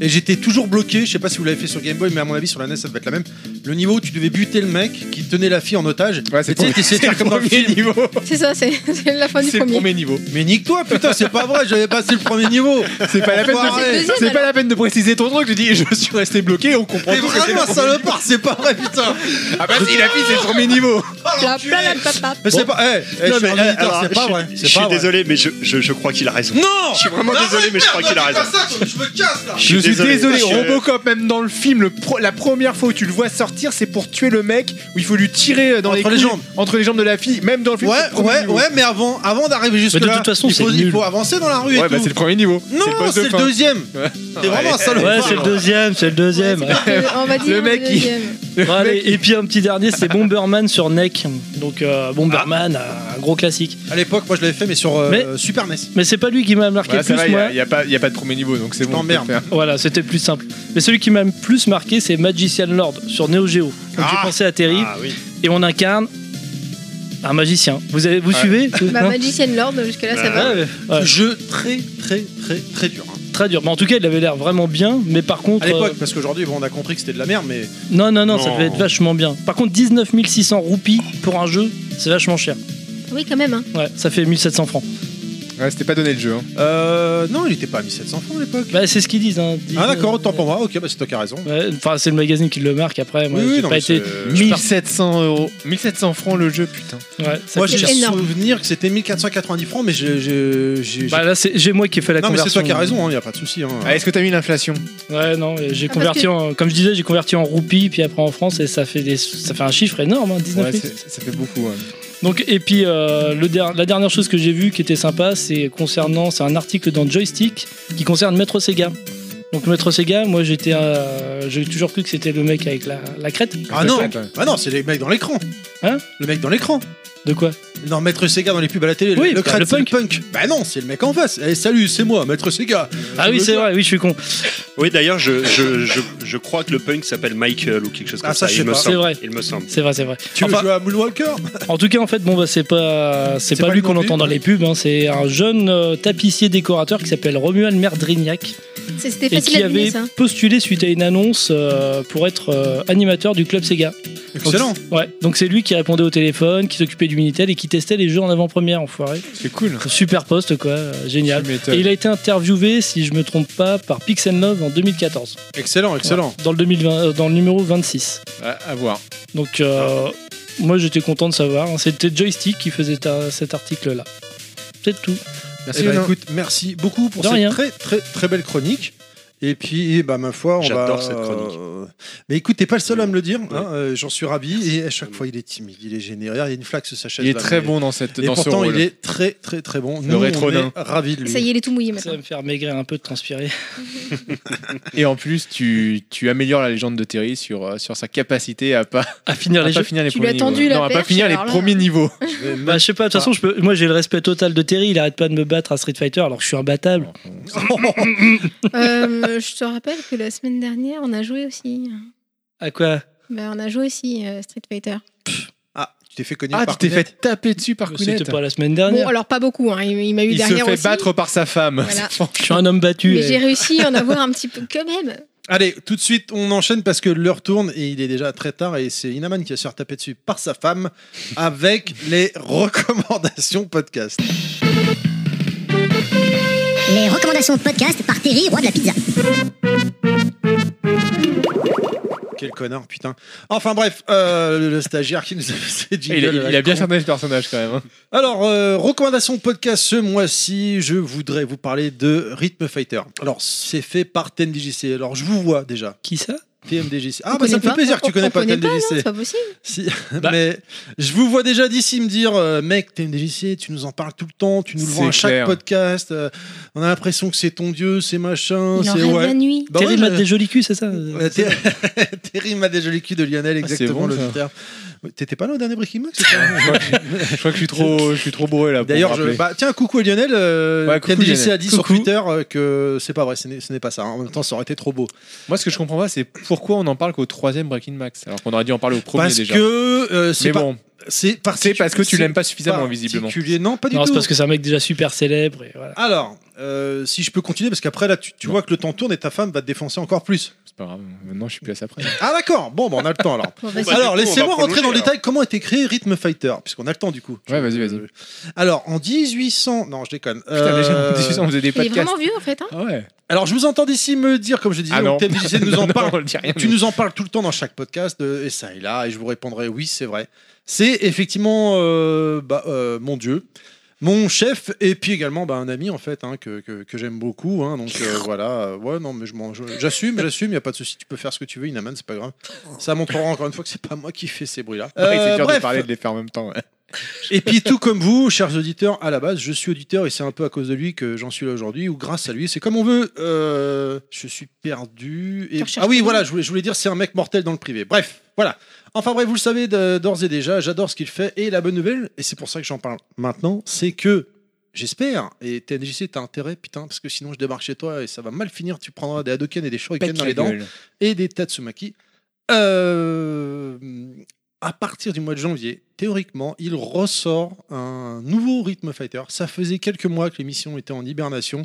[SPEAKER 2] Et j'étais toujours bloqué, je sais pas si vous l'avez fait sur Game Boy, mais à mon avis sur la NES ça devait être la même. Le niveau où tu devais buter le mec qui tenait la fille en otage.
[SPEAKER 4] Ouais, c'est
[SPEAKER 2] Et tu sais,
[SPEAKER 4] le
[SPEAKER 2] t'essayais de faire
[SPEAKER 4] premier-
[SPEAKER 2] comme dans le
[SPEAKER 4] c'est le
[SPEAKER 2] film.
[SPEAKER 4] premier niveau.
[SPEAKER 3] C'est ça, c'est c'est la fin du
[SPEAKER 4] C'est le
[SPEAKER 3] premier.
[SPEAKER 4] premier niveau.
[SPEAKER 2] Mais nique-toi, putain, c'est pas vrai, j'avais passé le premier niveau.
[SPEAKER 4] C'est pas la peine
[SPEAKER 2] Enfoiré.
[SPEAKER 3] C'est le
[SPEAKER 4] de...
[SPEAKER 3] deuxième,
[SPEAKER 4] C'est pas
[SPEAKER 3] alors.
[SPEAKER 4] la peine de préciser ton truc, je dis je suis resté bloqué, on comprend
[SPEAKER 2] T'es
[SPEAKER 4] tout que c'est
[SPEAKER 2] vraiment un
[SPEAKER 4] le
[SPEAKER 2] salopard, c'est pas vrai, putain.
[SPEAKER 4] premier- Ah bah si la fille c'est le premier niveau
[SPEAKER 3] Pla- pla- pla- pla- pla-
[SPEAKER 2] Mais c'est pas. Eh, eh, je
[SPEAKER 6] Non,
[SPEAKER 2] suis
[SPEAKER 6] mais,
[SPEAKER 2] un
[SPEAKER 6] euh,
[SPEAKER 2] auditeur,
[SPEAKER 6] alors,
[SPEAKER 2] c'est pas
[SPEAKER 6] je-
[SPEAKER 2] vrai.
[SPEAKER 6] Je
[SPEAKER 2] c'est pas
[SPEAKER 6] suis
[SPEAKER 2] vrai.
[SPEAKER 6] désolé, mais je, je, je crois qu'il a raison.
[SPEAKER 2] Non
[SPEAKER 6] Je suis vraiment désolé, mais je crois qu'il a raison.
[SPEAKER 2] Je me casse là
[SPEAKER 4] Je suis désolé,
[SPEAKER 6] Je-
[SPEAKER 4] Robocop même dans le film, le pro- la première fois où tu le vois sortir c'est pour tuer le mec, où il faut lui tirer euh, dans
[SPEAKER 2] Entre les
[SPEAKER 4] couilles,
[SPEAKER 2] jambes.
[SPEAKER 4] Entre les jambes de la fille, même dans le film. c'est
[SPEAKER 2] Ouais,
[SPEAKER 4] le premier
[SPEAKER 2] ouais,
[SPEAKER 4] niveau.
[SPEAKER 2] ouais, mais avant, avant d'arriver jusque là,
[SPEAKER 5] de toute façon,
[SPEAKER 2] il, faut,
[SPEAKER 5] c'est
[SPEAKER 2] il
[SPEAKER 5] nul.
[SPEAKER 2] faut avancer dans la rue
[SPEAKER 4] Ouais,
[SPEAKER 2] et
[SPEAKER 4] bah
[SPEAKER 2] tout.
[SPEAKER 4] c'est le premier niveau.
[SPEAKER 2] Non,
[SPEAKER 4] boss de
[SPEAKER 2] c'est le
[SPEAKER 4] fin.
[SPEAKER 2] deuxième. T'es vraiment un salopard.
[SPEAKER 5] Ouais, c'est le deuxième, c'est le deuxième.
[SPEAKER 3] Euh, On va dire
[SPEAKER 4] Le mec, il-
[SPEAKER 3] deuxième.
[SPEAKER 5] Bon, allez, et puis un petit dernier, c'est Bomberman sur NEC. Donc euh, Bomberman,
[SPEAKER 4] Ah.
[SPEAKER 5] euh, un gros classique.
[SPEAKER 2] À l'époque, moi je l'avais fait, mais sur euh,
[SPEAKER 5] Mais-
[SPEAKER 2] Super NES.
[SPEAKER 5] Mais c'est pas lui qui m'a marqué
[SPEAKER 4] Voilà, ça
[SPEAKER 5] plus,
[SPEAKER 4] va,
[SPEAKER 5] moi.
[SPEAKER 4] il n'y a, pas y a pas de premier niveau, donc c'est bon. on peut
[SPEAKER 2] t'emmerde.
[SPEAKER 4] le faire.
[SPEAKER 5] Voilà, c'était plus simple. Mais celui qui m'a le plus marqué, c'est Magician Lord sur Neo Geo. Donc j'ai pensé à Terry.
[SPEAKER 6] Ah oui.
[SPEAKER 5] Et on incarne un magicien. Vous, avez, vous suivez
[SPEAKER 3] Bah,
[SPEAKER 5] Hein
[SPEAKER 3] Magician Lord, jusque-là, ça va.
[SPEAKER 5] Ouais, ouais.
[SPEAKER 2] Jeu très, très, très, très dur. hein.
[SPEAKER 5] Très dur. Mais en tout cas, il avait l'air vraiment bien. Mais par contre.
[SPEAKER 2] À l'époque,
[SPEAKER 5] euh,
[SPEAKER 2] parce qu'aujourd'hui, bon, on a compris que c'était de la merde, mais.
[SPEAKER 5] non, non, non, ça
[SPEAKER 6] Non.
[SPEAKER 5] devait être vachement bien. Par contre, 19 600 roupies pour un jeu, c'est vachement cher.
[SPEAKER 3] Oui, quand même. hein.
[SPEAKER 5] Ouais, ça fait 1700 francs.
[SPEAKER 4] Ouais, c'était pas donné le jeu. hein.
[SPEAKER 2] Euh, non, il était pas à 1700 francs à l'époque.
[SPEAKER 5] Bah, c'est ce qu'ils disent. hein. Ils-
[SPEAKER 2] Ah, d'accord, autant pour moi. Ok, bah c'est toi qui as raison.
[SPEAKER 5] Ouais, Enfin, c'est le magazine qui le marque après. Moi,
[SPEAKER 2] Oui, oui,
[SPEAKER 5] j'ai
[SPEAKER 2] non,
[SPEAKER 5] pas
[SPEAKER 2] mais
[SPEAKER 5] été.
[SPEAKER 2] c'est-
[SPEAKER 4] 1700 euros. 1700 francs le jeu, putain.
[SPEAKER 5] Ouais, ça
[SPEAKER 2] Moi
[SPEAKER 5] fait
[SPEAKER 2] j'ai
[SPEAKER 5] cher.
[SPEAKER 3] C'est énorme.
[SPEAKER 2] souvenir que c'était 1490 francs, mais j'ai. j'ai- j'ai-
[SPEAKER 5] Bah, là, c'est j'ai moi qui ai fait la
[SPEAKER 2] non, mais c'est
[SPEAKER 5] conversion.
[SPEAKER 2] toi qui as raison, il n'y a pas de souci. Hein.
[SPEAKER 4] Ah, Est-ce que t'as mis l'inflation
[SPEAKER 5] Ouais, non, et j'ai
[SPEAKER 3] Ah,
[SPEAKER 5] converti
[SPEAKER 3] parce que-
[SPEAKER 5] en. Comme je disais, j'ai converti en roupies, puis après en France, et ça fait, des, ça fait un chiffre énorme, hein, 19
[SPEAKER 4] Ouais,
[SPEAKER 5] 000.
[SPEAKER 4] c'est- ça fait beaucoup. ouais.
[SPEAKER 5] Donc, et puis, euh, le der- la dernière chose que j'ai vue qui était sympa, c'est concernant. C'est un article dans Joystick qui concerne Maître Sega. Donc, Maître Sega, moi, j'étais. euh, j'ai toujours cru que c'était le mec avec la, la crête.
[SPEAKER 2] Bah, Ah non, ah non, c'est les mecs dans l'écran.
[SPEAKER 5] Hein
[SPEAKER 2] Le mec dans l'écran.
[SPEAKER 5] De quoi
[SPEAKER 2] Non, Maître Sega dans les pubs à la télé,
[SPEAKER 5] Oui,
[SPEAKER 2] le
[SPEAKER 5] bah,
[SPEAKER 2] crâne,
[SPEAKER 5] le
[SPEAKER 2] c'est le punk. Bah non, c'est le mec en face. Eh, salut, c'est moi, Maître Sega.
[SPEAKER 5] Ah oui, c'est vrai, oui, je suis con.
[SPEAKER 6] Oui, d'ailleurs, je, je, je, je crois que le punk s'appelle Michael ou quelque chose
[SPEAKER 2] Ah,
[SPEAKER 6] comme
[SPEAKER 2] ça,
[SPEAKER 6] ça.
[SPEAKER 2] je sais
[SPEAKER 6] il me
[SPEAKER 2] pas.
[SPEAKER 6] semble.
[SPEAKER 5] C'est vrai.
[SPEAKER 6] Il me semble.
[SPEAKER 5] C'est vrai, c'est vrai.
[SPEAKER 2] Tu veux
[SPEAKER 5] Enfin-
[SPEAKER 2] jouer à Moonwalker
[SPEAKER 5] En tout cas, en fait, bon, bah, c'est pas, c'est
[SPEAKER 2] C'est
[SPEAKER 5] pas,
[SPEAKER 2] pas
[SPEAKER 5] lui
[SPEAKER 2] le
[SPEAKER 5] qu'on
[SPEAKER 2] nom du-
[SPEAKER 5] entend dans les pubs. hein, c'est un jeune euh, tapissier décorateur qui s'appelle Romuald Merdrignac
[SPEAKER 3] C'est- C'était
[SPEAKER 5] et
[SPEAKER 3] facile
[SPEAKER 5] qui
[SPEAKER 3] à deviner
[SPEAKER 5] avait
[SPEAKER 3] ça.
[SPEAKER 5] postulé suite à une annonce euh, pour être euh, animateur du club Sega. Donc,
[SPEAKER 2] Excellent.
[SPEAKER 5] Ouais. Donc c'est lui qui répondait au téléphone, qui s'occupait du minitel et qui testait les jeux en avant-première, enfoiré.
[SPEAKER 4] C'est cool.
[SPEAKER 5] Super poste, quoi. euh, génial.
[SPEAKER 4] Tu m'étonnes.
[SPEAKER 5] Et il a été interviewé, si je me trompe pas, par Pixel Love en 2014.
[SPEAKER 2] Excellent, excellent. Eh
[SPEAKER 5] Dans le 2020, euh, dans le numéro 26.
[SPEAKER 4] À, à voir.
[SPEAKER 5] Donc euh, moi j'étais content de savoir. hein. C'était Joystick qui faisait ta- cet article là. C'est tout.
[SPEAKER 2] Eh
[SPEAKER 4] Merci.
[SPEAKER 2] ben,
[SPEAKER 4] Léon.
[SPEAKER 2] écoute, merci beaucoup pour
[SPEAKER 5] De
[SPEAKER 2] cette
[SPEAKER 5] rien.
[SPEAKER 2] très très très belle chronique. Et puis, eh ben, ma foi, on va.
[SPEAKER 6] J'adore cette chronique.
[SPEAKER 2] euh, Mais écoute, t'es pas le seul à me le dire.
[SPEAKER 6] Ouais.
[SPEAKER 2] hein, euh, J'en suis ravi. Et à chaque fois, il est timide, il est généreux. Il y a une flaque sur sa chaise.
[SPEAKER 4] il est
[SPEAKER 2] là,
[SPEAKER 4] très
[SPEAKER 2] mais-
[SPEAKER 4] bon dans cette
[SPEAKER 2] Et
[SPEAKER 4] dans ce
[SPEAKER 2] pourtant,
[SPEAKER 4] rôle.
[SPEAKER 2] il est très très très bon. Nous, on
[SPEAKER 4] rétronin.
[SPEAKER 2] est ravis de lui.
[SPEAKER 3] Ça y est, il est tout mouillé
[SPEAKER 5] Ça
[SPEAKER 3] maintenant.
[SPEAKER 5] va me faire maigrir un peu de transpirer.
[SPEAKER 4] Et en plus, tu, tu améliores la légende de Terry sur, euh, sur sa capacité à pas,
[SPEAKER 5] À finir
[SPEAKER 4] à
[SPEAKER 5] les
[SPEAKER 4] Ah, pas
[SPEAKER 5] jeux.
[SPEAKER 4] finir les
[SPEAKER 3] Ah, Tu lui as
[SPEAKER 4] premiers
[SPEAKER 3] tendu
[SPEAKER 4] niveaux.
[SPEAKER 3] la
[SPEAKER 4] Non, à pas
[SPEAKER 3] perche,
[SPEAKER 4] finir les
[SPEAKER 3] alors là.
[SPEAKER 4] premiers niveaux.
[SPEAKER 2] Je vais
[SPEAKER 5] Bah,
[SPEAKER 2] mettre-
[SPEAKER 5] je sais pas, de toute façon, je peux... moi j'ai le respect total de Terry, il arrête pas de me battre à Street Fighter alors que je suis imbattable.
[SPEAKER 3] Euh, je te rappelle que la semaine dernière, on a joué aussi.
[SPEAKER 5] À quoi
[SPEAKER 3] Ben, on a joué aussi euh, Street Fighter.
[SPEAKER 2] Ah, tu t'es fait cogner
[SPEAKER 4] Ah,
[SPEAKER 2] par
[SPEAKER 4] tu t'es
[SPEAKER 2] Kounet.
[SPEAKER 4] fait taper dessus par Kounet.
[SPEAKER 5] C'était pas la semaine
[SPEAKER 3] Bon,
[SPEAKER 5] dernière.
[SPEAKER 3] alors pas beaucoup, hein. il, il m'a eu
[SPEAKER 4] Il se
[SPEAKER 3] derrière
[SPEAKER 4] fait
[SPEAKER 3] aussi.
[SPEAKER 4] battre par sa femme.
[SPEAKER 3] Voilà.
[SPEAKER 5] Je suis un homme battu.
[SPEAKER 3] Mais
[SPEAKER 5] eh.
[SPEAKER 3] j'ai réussi à en avoir un petit peu quand même.
[SPEAKER 2] Allez, tout de suite, on enchaîne parce que l'heure tourne et il est déjà très tard et c'est Inaman qui va se faire taper dessus par sa femme avec les recommandations podcast.
[SPEAKER 7] Les recommandations podcast par Terry, roi de la pizza.
[SPEAKER 2] Quel connard, putain. Enfin bref, euh, le- le stagiaire qui nous a fait ses
[SPEAKER 4] Et Il,
[SPEAKER 2] jingles,
[SPEAKER 4] il a
[SPEAKER 2] là,
[SPEAKER 4] bien
[SPEAKER 2] con.
[SPEAKER 4] cerné le personnage quand même. hein.
[SPEAKER 2] Alors, euh, recommandation podcast ce mois-ci, je voudrais vous parler de Rhythm Fighter. Alors, c'est fait par TMDJC. Alors, je vous vois déjà.
[SPEAKER 5] Qui ça
[SPEAKER 2] TMDJC.
[SPEAKER 3] On
[SPEAKER 2] Ah, bah ça
[SPEAKER 3] connaît
[SPEAKER 2] me fait
[SPEAKER 3] pas.
[SPEAKER 2] plaisir que tu
[SPEAKER 3] On-
[SPEAKER 2] connais
[SPEAKER 3] on
[SPEAKER 2] pas
[SPEAKER 3] connaît non,
[SPEAKER 2] TMDJC.
[SPEAKER 3] C'est pas possible.
[SPEAKER 2] Si,
[SPEAKER 5] Bah.
[SPEAKER 2] mais je vous vois déjà d'ici me dire, euh, mec, TMDJC, tu nous en parles tout le temps, tu nous le
[SPEAKER 4] C'est
[SPEAKER 2] vends à chaque
[SPEAKER 4] clair.
[SPEAKER 2] podcast, euh, on a l'impression que c'est ton dieu, c'est machin,
[SPEAKER 3] Il en
[SPEAKER 2] Oh, c'est
[SPEAKER 3] rêve
[SPEAKER 2] ouais.
[SPEAKER 3] la nuit.
[SPEAKER 2] Bah
[SPEAKER 5] Terry
[SPEAKER 2] ouais,
[SPEAKER 5] mate
[SPEAKER 2] je-
[SPEAKER 5] des jolis culs, c'est ça
[SPEAKER 2] Ouais, Ter- Terry m'a déjà les culs de Lionel,
[SPEAKER 4] Ah, c'est
[SPEAKER 2] exactement
[SPEAKER 4] bon,
[SPEAKER 2] le
[SPEAKER 4] ça.
[SPEAKER 2] terme. Ouais, T'étais pas là au dernier Breaking Max c'est pas-
[SPEAKER 4] je, crois que, je crois que je suis trop, je suis trop bourré là. pour
[SPEAKER 2] D'ailleurs,
[SPEAKER 4] me
[SPEAKER 2] je-
[SPEAKER 4] rappeler.
[SPEAKER 2] bah, tiens, coucou à Lionel. Euh,
[SPEAKER 4] Ouais, coucou
[SPEAKER 2] TMDJC a
[SPEAKER 4] Lionel.
[SPEAKER 2] dit sur
[SPEAKER 4] Coucou.
[SPEAKER 2] Twitter euh, que c'est pas vrai, ce n'est ce n'est pas ça. hein. En même temps, ça aurait été trop beau.
[SPEAKER 4] moi, ce que je comprends pas, c'est pourquoi on en parle qu'au troisième Breaking Max, alors qu'on aurait dû en parler au premier
[SPEAKER 2] parce
[SPEAKER 4] déjà.
[SPEAKER 2] que euh, c'est
[SPEAKER 4] Mais
[SPEAKER 2] pas-
[SPEAKER 4] bon,
[SPEAKER 2] c'est
[SPEAKER 4] c'est
[SPEAKER 2] particu-
[SPEAKER 4] parce que tu
[SPEAKER 2] c'est
[SPEAKER 4] l'aimes pas suffisamment visiblement.
[SPEAKER 2] particulier. Non, pas du
[SPEAKER 5] Non,
[SPEAKER 2] tout.
[SPEAKER 5] c'est parce que c'est un mec déjà super célèbre. et voilà.
[SPEAKER 2] Alors, euh, si je peux continuer, parce qu'après là, tu, tu vois que le temps tourne et ta femme va te défoncer encore plus.
[SPEAKER 4] C'est pas grave. Maintenant, je suis plus à ça près.
[SPEAKER 2] Ah d'accord. Bon, bah, on a le temps alors.
[SPEAKER 3] Bon, vas-y.
[SPEAKER 6] Bah, du coup, on
[SPEAKER 2] alors,
[SPEAKER 6] va
[SPEAKER 2] laissez-moi rentrer
[SPEAKER 6] prolonger,
[SPEAKER 2] dans le
[SPEAKER 6] alors.
[SPEAKER 2] détail comment est créé Rhythm Fighter, puisqu'on a le temps du coup.
[SPEAKER 4] Ouais, vas-y, vas-y.
[SPEAKER 2] Euh, Alors, en 1800, non, je déconne.
[SPEAKER 4] Putain, déjà,
[SPEAKER 2] Euh,
[SPEAKER 4] on dit ça, on faisait
[SPEAKER 3] il
[SPEAKER 4] des
[SPEAKER 3] est
[SPEAKER 4] podcasts.
[SPEAKER 3] vraiment vieux en fait. Hein.
[SPEAKER 4] Ah ouais.
[SPEAKER 2] Alors, je vous entends d'ici me dire, comme je disais,
[SPEAKER 4] Ah
[SPEAKER 2] on
[SPEAKER 4] non.
[SPEAKER 2] t'aime, j'essaie de nous
[SPEAKER 4] Non,
[SPEAKER 2] en
[SPEAKER 4] non,
[SPEAKER 2] parler.
[SPEAKER 4] on dit rien,
[SPEAKER 2] Tu
[SPEAKER 4] nous.
[SPEAKER 2] nous en parles tout le temps dans chaque podcast, de, et ça et là, et je vous répondrai oui, c'est vrai. C'est effectivement, euh, bah, euh, mon Dieu, mon chef, et puis également bah, un ami, en fait, hein, que, que- que j'aime beaucoup. hein, donc euh, voilà, euh, ouais, non, mais je m'en- je- j'assume, j'assume, il n'y a pas de souci, tu peux faire ce que tu veux, Inaman, c'est pas grave. Ça montrera encore une fois que c'est pas moi qui fais ces bruits-là.
[SPEAKER 4] Ouais,
[SPEAKER 2] Euh,
[SPEAKER 4] c'est dur
[SPEAKER 2] bref.
[SPEAKER 4] de parler de les faire en même temps. ouais.
[SPEAKER 2] Et puis tout comme vous, chers auditeurs, à la base, je suis auditeur et c'est un peu à cause de lui que j'en suis là aujourd'hui, ou grâce à lui, c'est comme on veut. Euh, je suis perdu. Et...
[SPEAKER 3] Tu recherches
[SPEAKER 2] Ah oui,
[SPEAKER 3] pas
[SPEAKER 2] voilà, je voulais, je voulais dire c'est un mec mortel dans le privé. Bref, voilà. Enfin bref, vous le savez de- d'ores et déjà, j'adore ce qu'il fait. Et la bonne nouvelle, et c'est pour ça que j'en parle maintenant, c'est que j'espère, et TNJC t'as intérêt, putain, parce que sinon je débarque chez toi et ça va mal finir, tu prendras des Hadoken et des Shuriken
[SPEAKER 4] Pète
[SPEAKER 2] dans
[SPEAKER 4] la
[SPEAKER 2] les dents
[SPEAKER 4] gueule.
[SPEAKER 2] et des Tatsumaki. Euh, à partir du mois de janvier, théoriquement, il ressort un nouveau Rhythm Fighter. Ça faisait quelques mois que l'émission était en hibernation.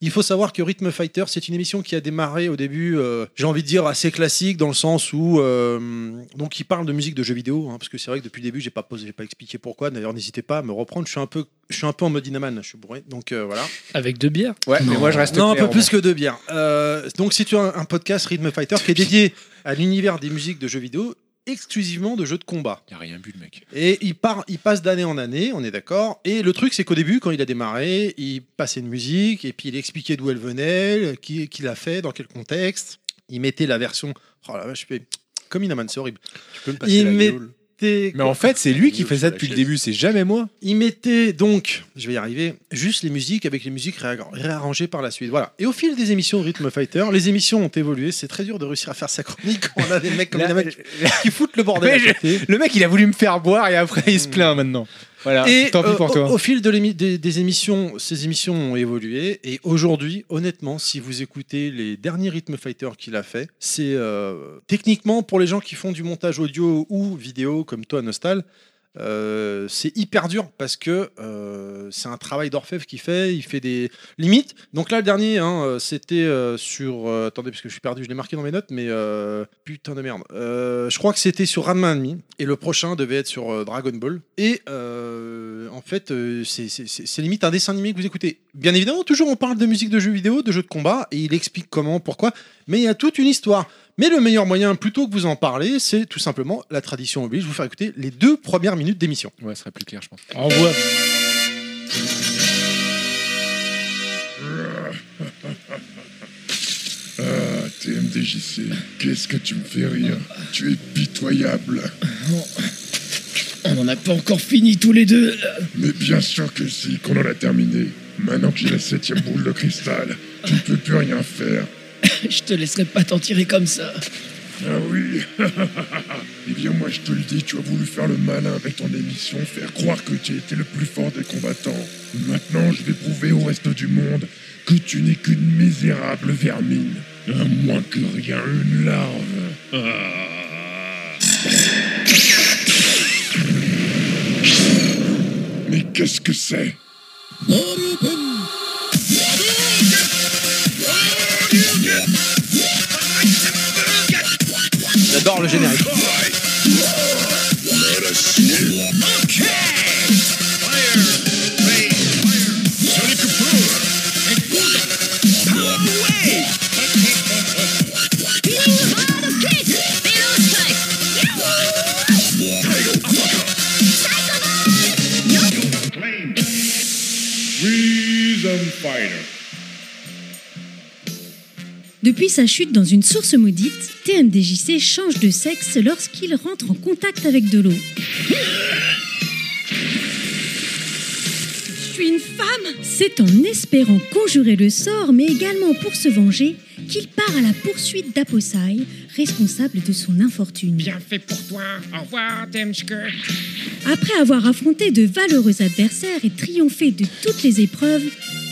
[SPEAKER 2] Il faut savoir que Rhythm Fighter, c'est une émission qui a démarré au début, euh, j'ai envie de dire assez classique, dans le sens où euh, donc il parle de musique de jeux vidéo, hein, parce que c'est vrai que depuis le début, j'ai pas posé, j'ai pas expliqué pourquoi. D'ailleurs, n'hésitez pas à me reprendre. Je suis un peu, je suis un peu en mode Inaman, je suis bourré, donc euh, voilà.
[SPEAKER 5] Avec deux bières.
[SPEAKER 4] Ouais, mais moi, je reste.
[SPEAKER 2] Non, un
[SPEAKER 4] clair,
[SPEAKER 2] peu plus que deux bières. Euh, donc, si tu as un podcast Rhythm Fighter qui est dédié à l'univers des musiques de jeux vidéo, exclusivement de jeux de combat.
[SPEAKER 4] Il a rien bu, le mec.
[SPEAKER 2] Et il, part, il passe d'année en année, on est d'accord. Et le truc, c'est qu'au début, quand il a démarré, il passait une musique et puis il expliquait d'où elle venait, qui, qui l'a fait, dans quel contexte. Il mettait la version. Oh la vache, je fais- Comme Inaman, c'est horrible.
[SPEAKER 6] Tu peux me
[SPEAKER 2] Il
[SPEAKER 6] passer la
[SPEAKER 2] met-
[SPEAKER 6] gueule
[SPEAKER 2] T'es-
[SPEAKER 4] Mais en fait, c'est lui qui
[SPEAKER 6] Nul,
[SPEAKER 4] fait ça
[SPEAKER 6] c'est la
[SPEAKER 4] depuis le
[SPEAKER 6] chaise.
[SPEAKER 4] début, c'est jamais moi.
[SPEAKER 2] Il mettait donc, je vais y arriver, juste les musiques avec les musiques réa- réarrangées par la suite. Voilà. Et au fil des émissions de Rhythm Fighter, les émissions ont évolué. C'est très dur de réussir à faire sa chronique quand on a des mecs comme
[SPEAKER 4] Là,
[SPEAKER 2] Inaman qui- qui foutent le bordel.
[SPEAKER 4] Mais
[SPEAKER 2] à côté.
[SPEAKER 4] Le mec, il a voulu me faire boire et oh, après, il se plaint maintenant. Hmm. Voilà,
[SPEAKER 2] Et
[SPEAKER 4] tant pis
[SPEAKER 2] euh,
[SPEAKER 4] pour
[SPEAKER 2] au-
[SPEAKER 4] toi.
[SPEAKER 2] Au, fil de l'émi- des, des émissions, ces émissions ont évolué. Et aujourd'hui, honnêtement, si vous écoutez les derniers Rhythm Fighter qu'il a fait, c'est euh, techniquement pour les gens qui font du montage audio ou vidéo comme toi, Nostal. euh, c'est hyper dur parce que euh, c'est un travail d'orfèvre qu'il fait. Il fait des limites. Donc là, le dernier, hein, euh, c'était euh, sur. euh, attendez, parce que je suis perdu, je l'ai marqué dans mes notes, mais euh, putain de merde. Euh, je crois que c'était sur Ranma Enemy et le prochain devait être sur euh, Dragon Ball. Et euh, en fait, euh, c'est- c'est c'est- c'est limite un dessin animé que vous écoutez. Bien évidemment, toujours on parle de musique de jeux vidéo, de jeux de combat, et il explique comment, pourquoi. Mais il y a toute une histoire. Mais le meilleur moyen, plutôt que vous en parler, c'est tout simplement la tradition oblige, vous faire écouter les deux premières minutes d'émission.
[SPEAKER 4] Ouais, ce serait plus clair, je pense.
[SPEAKER 5] Envoie.
[SPEAKER 9] Ah, TMDJC, qu'est-ce que tu me fais rire Tu es pitoyable.
[SPEAKER 10] On n'en a pas encore fini tous les deux. Euh,
[SPEAKER 9] Mais bien sûr que si, qu'on en a terminé. Maintenant que j'ai la septième boule de cristal, tu ne peux plus rien faire.
[SPEAKER 10] Je te laisserai pas t'en tirer comme ça.
[SPEAKER 9] Ah oui Eh bien moi je te le dis, tu as voulu faire le malin avec ton émission, faire croire que tu étais le plus fort des combattants. Maintenant je vais prouver au reste du monde que tu n'es qu'une misérable vermine. À moins que rien, une larve. Ah. Mais qu'est-ce que c'est
[SPEAKER 2] J'adore le générique.
[SPEAKER 11] Depuis sa chute dans une source maudite, TMDJC change de sexe lorsqu'il rentre en contact avec de l'eau.
[SPEAKER 1] Je suis une femme
[SPEAKER 11] C'est en espérant conjurer le sort, mais également pour se venger, qu'il part à la poursuite d'Aposai, responsable de son infortune.
[SPEAKER 10] Bien fait pour toi. Au revoir, Demske.
[SPEAKER 11] Après avoir affronté de valeureux adversaires et triomphé de toutes les épreuves,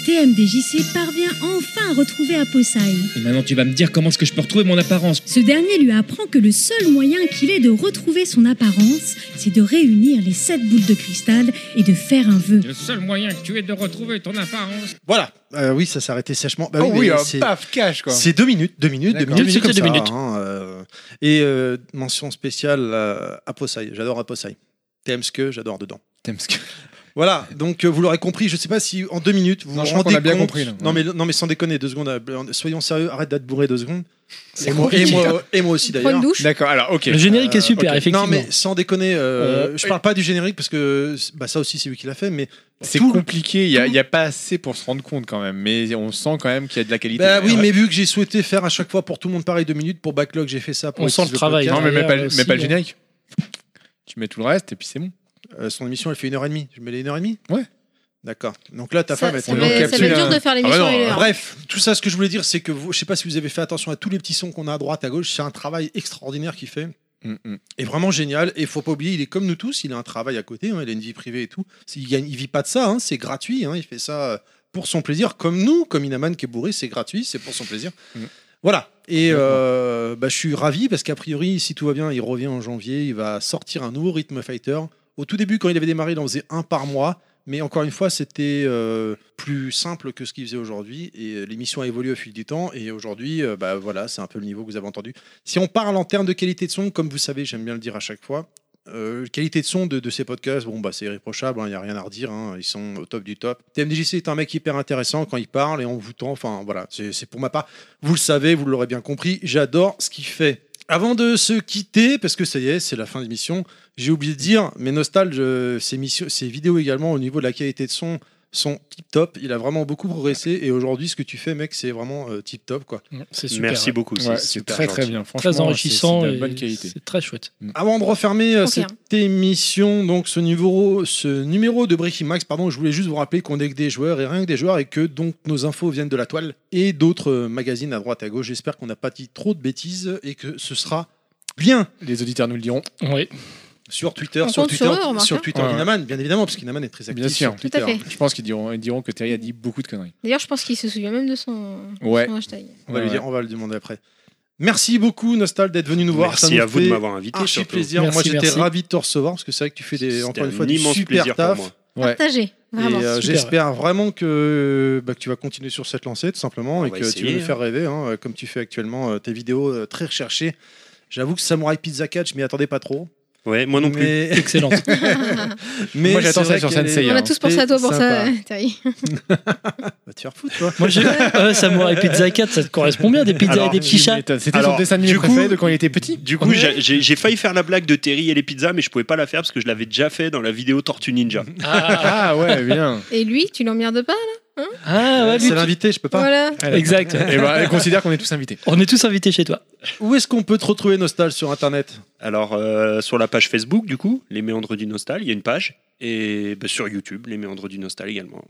[SPEAKER 11] TMDJC parvient enfin à retrouver Aposai.
[SPEAKER 10] Et maintenant, tu vas me dire comment est-ce que je peux retrouver mon apparence.
[SPEAKER 11] Ce dernier lui apprend que le seul moyen qu'il ait de retrouver son apparence, c'est de réunir les sept boules de cristal et de faire un vœu.
[SPEAKER 10] Le seul moyen que tu aies de retrouver ton apparence.
[SPEAKER 2] Voilà. Euh, oui, ça s'arrêtait sèchement. Bah
[SPEAKER 4] oh
[SPEAKER 2] mais
[SPEAKER 4] oui, un
[SPEAKER 2] c'est-
[SPEAKER 4] paf, cash, quoi.
[SPEAKER 2] C'est deux minutes, deux minutes, deux
[SPEAKER 4] D'accord.
[SPEAKER 2] minutes,
[SPEAKER 5] Deux
[SPEAKER 2] c'est comme
[SPEAKER 5] minutes,
[SPEAKER 2] ça,
[SPEAKER 5] deux
[SPEAKER 2] hein,
[SPEAKER 5] minutes.
[SPEAKER 2] euh, et euh, mention spéciale à Aposai. J'adore Aposai. T'aimes ce que j'adore dedans.
[SPEAKER 4] Demske.
[SPEAKER 2] Voilà, donc euh, vous l'aurez compris, je sais pas si en deux minutes vous
[SPEAKER 4] Non,
[SPEAKER 2] vous
[SPEAKER 4] je crois
[SPEAKER 2] rendez
[SPEAKER 4] qu'on a bien
[SPEAKER 2] compte-
[SPEAKER 4] compris, là.
[SPEAKER 2] Non mais, non mais sans déconner, deux secondes, euh, soyons sérieux, arrête d'être bourré deux secondes.
[SPEAKER 4] C'est
[SPEAKER 2] Et moi, et,
[SPEAKER 4] compliqué.
[SPEAKER 2] moi, euh, et moi aussi
[SPEAKER 3] Prends
[SPEAKER 2] d'ailleurs.
[SPEAKER 3] une douche.
[SPEAKER 4] D'accord, alors, ok.
[SPEAKER 5] Le générique est
[SPEAKER 2] Euh,
[SPEAKER 5] super,
[SPEAKER 2] ok.
[SPEAKER 5] effectivement.
[SPEAKER 2] Non mais sans déconner, euh,
[SPEAKER 4] On-
[SPEAKER 2] je parle pas du générique parce que bah, ça aussi c'est lui qui l'a fait, mais
[SPEAKER 4] C'est
[SPEAKER 2] tout le-
[SPEAKER 4] compliqué, il n'y a, pas assez pour se rendre compte quand même, mais on sent quand même qu'il y a de la qualité.
[SPEAKER 2] Bah oui,
[SPEAKER 4] Ouais.
[SPEAKER 2] mais vu que j'ai souhaité faire à chaque fois pour tout le monde pareil deux minutes, pour Backlog j'ai fait ça. Pour
[SPEAKER 5] On sent le
[SPEAKER 2] Active
[SPEAKER 5] travail,
[SPEAKER 4] Non,
[SPEAKER 2] Podcast.
[SPEAKER 4] mais mets pas,
[SPEAKER 5] Derrière
[SPEAKER 4] mets pas le
[SPEAKER 5] aussi,
[SPEAKER 4] générique. Tu mets tout le reste et puis c'est bon.
[SPEAKER 2] Euh, son émission elle fait une heure et demie. Je mets les une heure et demie
[SPEAKER 4] Ouais.
[SPEAKER 2] D'accord. Donc là ta
[SPEAKER 3] Ça,
[SPEAKER 2] femme elle
[SPEAKER 3] ça
[SPEAKER 2] te
[SPEAKER 3] va
[SPEAKER 4] met-
[SPEAKER 2] met en
[SPEAKER 3] ça va
[SPEAKER 2] capsule,
[SPEAKER 3] être dur
[SPEAKER 2] hein.
[SPEAKER 3] de faire l'émission
[SPEAKER 4] Ah bah non,
[SPEAKER 3] et l'heure.
[SPEAKER 2] Bref, tout ça, ce que je voulais dire, c'est que vous, je sais pas si vous avez fait attention à tous les petits sons qu'on a à droite, à gauche. C'est un travail extraordinaire qu'il fait.
[SPEAKER 4] Mm, mm.
[SPEAKER 2] Et vraiment génial. Et faut pas oublier, il est comme nous tous. Il a un travail à côté. hein, il a une vie privée et tout. C'est- Il, gagne, il vit pas de ça. hein, c'est gratuit. hein, il fait ça euh, pour son plaisir, comme nous, comme Inaman qui est bourré, c'est gratuit. C'est pour son plaisir.
[SPEAKER 4] Mm.
[SPEAKER 2] Voilà. Et euh, bah, je suis ravi parce qu'a priori, si tout va bien, il revient en janvier. Il va sortir un nouveau Rhythm Fighter. Au tout début, quand il avait démarré, il en faisait un par mois. Mais encore une fois, c'était euh, plus simple que ce qu'il faisait aujourd'hui. Et euh, l'émission a évolué au fil du temps. Et aujourd'hui, euh, bah, voilà, c'est un peu le niveau que vous avez entendu. Si on parle en termes de qualité de son, comme vous savez, j'aime bien le dire à chaque fois, euh, qualité de son de, de ces podcasts, bon, bah, c'est irréprochable, il n'y a rien à redire. hein, ils sont au top du top. TMDJC est un mec hyper intéressant quand il parle et on vous tend. Enfin, voilà, c'est c'est pour ma part. Vous le savez, vous l'aurez bien compris, j'adore ce qu'il fait. Avant de se quitter, parce que ça y est, c'est la fin de l'émission, j'ai oublié de dire, mais Nostalge, euh, ses, missions- ses vidéos également, au niveau de la qualité de son, sont tip-top. Il a vraiment beaucoup progressé. Et aujourd'hui, ce que tu fais, mec, c'est vraiment euh, tip-top. quoi.
[SPEAKER 5] Mm, C'est super.
[SPEAKER 6] Merci beaucoup.
[SPEAKER 4] Ouais,
[SPEAKER 6] c'est
[SPEAKER 4] c'est
[SPEAKER 6] super
[SPEAKER 4] très très
[SPEAKER 6] gentil.
[SPEAKER 4] bien, franchement.
[SPEAKER 5] Très enrichissant.
[SPEAKER 4] C'est c'est de
[SPEAKER 5] et
[SPEAKER 4] la bonne qualité.
[SPEAKER 5] C'est très chouette.
[SPEAKER 2] Avant de refermer euh,
[SPEAKER 3] Confirme.
[SPEAKER 2] cette émission, donc ce numéro, ce numéro de Breaking Max, pardon, je voulais juste vous rappeler qu'on est que des joueurs et rien que des joueurs et que donc nos infos viennent de la toile et d'autres euh, magazines à droite à gauche. J'espère qu'on n'a pas dit trop de bêtises et que ce sera bien.
[SPEAKER 4] Les auditeurs nous le diront.
[SPEAKER 5] Oui.
[SPEAKER 2] Sur Twitter,
[SPEAKER 3] On
[SPEAKER 2] sur
[SPEAKER 3] compte
[SPEAKER 2] Twitter,
[SPEAKER 3] sur eux, remarque, hein.
[SPEAKER 2] Twitter
[SPEAKER 4] Ouais.
[SPEAKER 2] Inaman, bien évidemment, parce qu'Inaman est très actif.
[SPEAKER 4] Bien sûr.
[SPEAKER 2] sur
[SPEAKER 3] Tout à
[SPEAKER 2] Twitter.
[SPEAKER 3] fait.
[SPEAKER 4] Je pense qu'ils diront, ils diront que Terry a dit beaucoup de conneries.
[SPEAKER 3] D'ailleurs, je pense qu'il se souvient même de son,
[SPEAKER 4] Ouais.
[SPEAKER 3] son hashtag.
[SPEAKER 2] On va
[SPEAKER 4] Ouais,
[SPEAKER 2] lui dire,
[SPEAKER 4] ouais.
[SPEAKER 2] on va le demander après. Merci beaucoup Nostal d'être venu nous voir.
[SPEAKER 6] Merci
[SPEAKER 2] Ça nous
[SPEAKER 6] à vous de
[SPEAKER 2] fait
[SPEAKER 6] m'avoir invité,
[SPEAKER 2] Archi
[SPEAKER 6] surtout.
[SPEAKER 2] plaisir.
[SPEAKER 5] Merci,
[SPEAKER 2] moi j'étais
[SPEAKER 5] merci.
[SPEAKER 2] ravi de te recevoir parce que c'est vrai que tu fais des
[SPEAKER 6] C'était
[SPEAKER 2] encore une
[SPEAKER 6] un
[SPEAKER 2] fois du
[SPEAKER 6] immense
[SPEAKER 2] super
[SPEAKER 6] plaisir pour
[SPEAKER 2] taf.
[SPEAKER 6] moi.
[SPEAKER 4] Ouais.
[SPEAKER 3] Partagé,
[SPEAKER 2] Et
[SPEAKER 3] vraiment.
[SPEAKER 2] euh,
[SPEAKER 5] Super,
[SPEAKER 2] j'espère vraiment que, bah, que tu vas continuer sur cette lancée, tout simplement,
[SPEAKER 6] On
[SPEAKER 2] et que
[SPEAKER 6] va
[SPEAKER 2] tu vas
[SPEAKER 6] essayer,
[SPEAKER 2] nous faire rêver, hein, comme tu fais actuellement euh, tes vidéos euh, très recherchées. J'avoue que Samurai Pizza 4, je m'y attendais pas trop.
[SPEAKER 6] Ouais, moi non plus.
[SPEAKER 2] Mais,
[SPEAKER 5] Excellente.
[SPEAKER 2] mais
[SPEAKER 4] Moi, j'attends
[SPEAKER 2] c'est vrai
[SPEAKER 4] ça sur
[SPEAKER 2] qu'elle
[SPEAKER 4] Sensei,
[SPEAKER 2] est-
[SPEAKER 3] On
[SPEAKER 6] hein.
[SPEAKER 3] a tous pensé à toi pour ça,
[SPEAKER 2] sympa.
[SPEAKER 3] euh, Terry.
[SPEAKER 2] Va te faire foutre, toi.
[SPEAKER 5] Moi, j'ai euh, Samurai Pizza 4, ça te correspond bien, des pizzas
[SPEAKER 6] Alors,
[SPEAKER 5] et des petits chats.
[SPEAKER 4] C'était son
[SPEAKER 6] Alors,
[SPEAKER 4] dessin animé
[SPEAKER 6] du coup-
[SPEAKER 4] préféré de quand il était petit.
[SPEAKER 6] Du coup, j'ai- j'ai j'ai failli faire la blague de Terry et les pizzas, mais je pouvais pas la faire parce que je l'avais déjà fait dans la vidéo Tortue Ninja.
[SPEAKER 4] Ah ouais, bien.
[SPEAKER 3] Et lui, tu l'emmerdes pas
[SPEAKER 5] Ah ouais, lui,
[SPEAKER 2] c'est l'invité, je peux pas.
[SPEAKER 3] Voilà.
[SPEAKER 5] Exact.
[SPEAKER 4] Et bah, considère qu'on est tous invités.
[SPEAKER 5] On est tous invités chez toi.
[SPEAKER 2] Où est-ce qu'on peut te retrouver, Nostal, sur Internet
[SPEAKER 6] Alors, euh, sur la page Facebook, du coup, Les Méandres du Nostal, il y a une page. Et bah, sur YouTube, Les Méandres du Nostal également.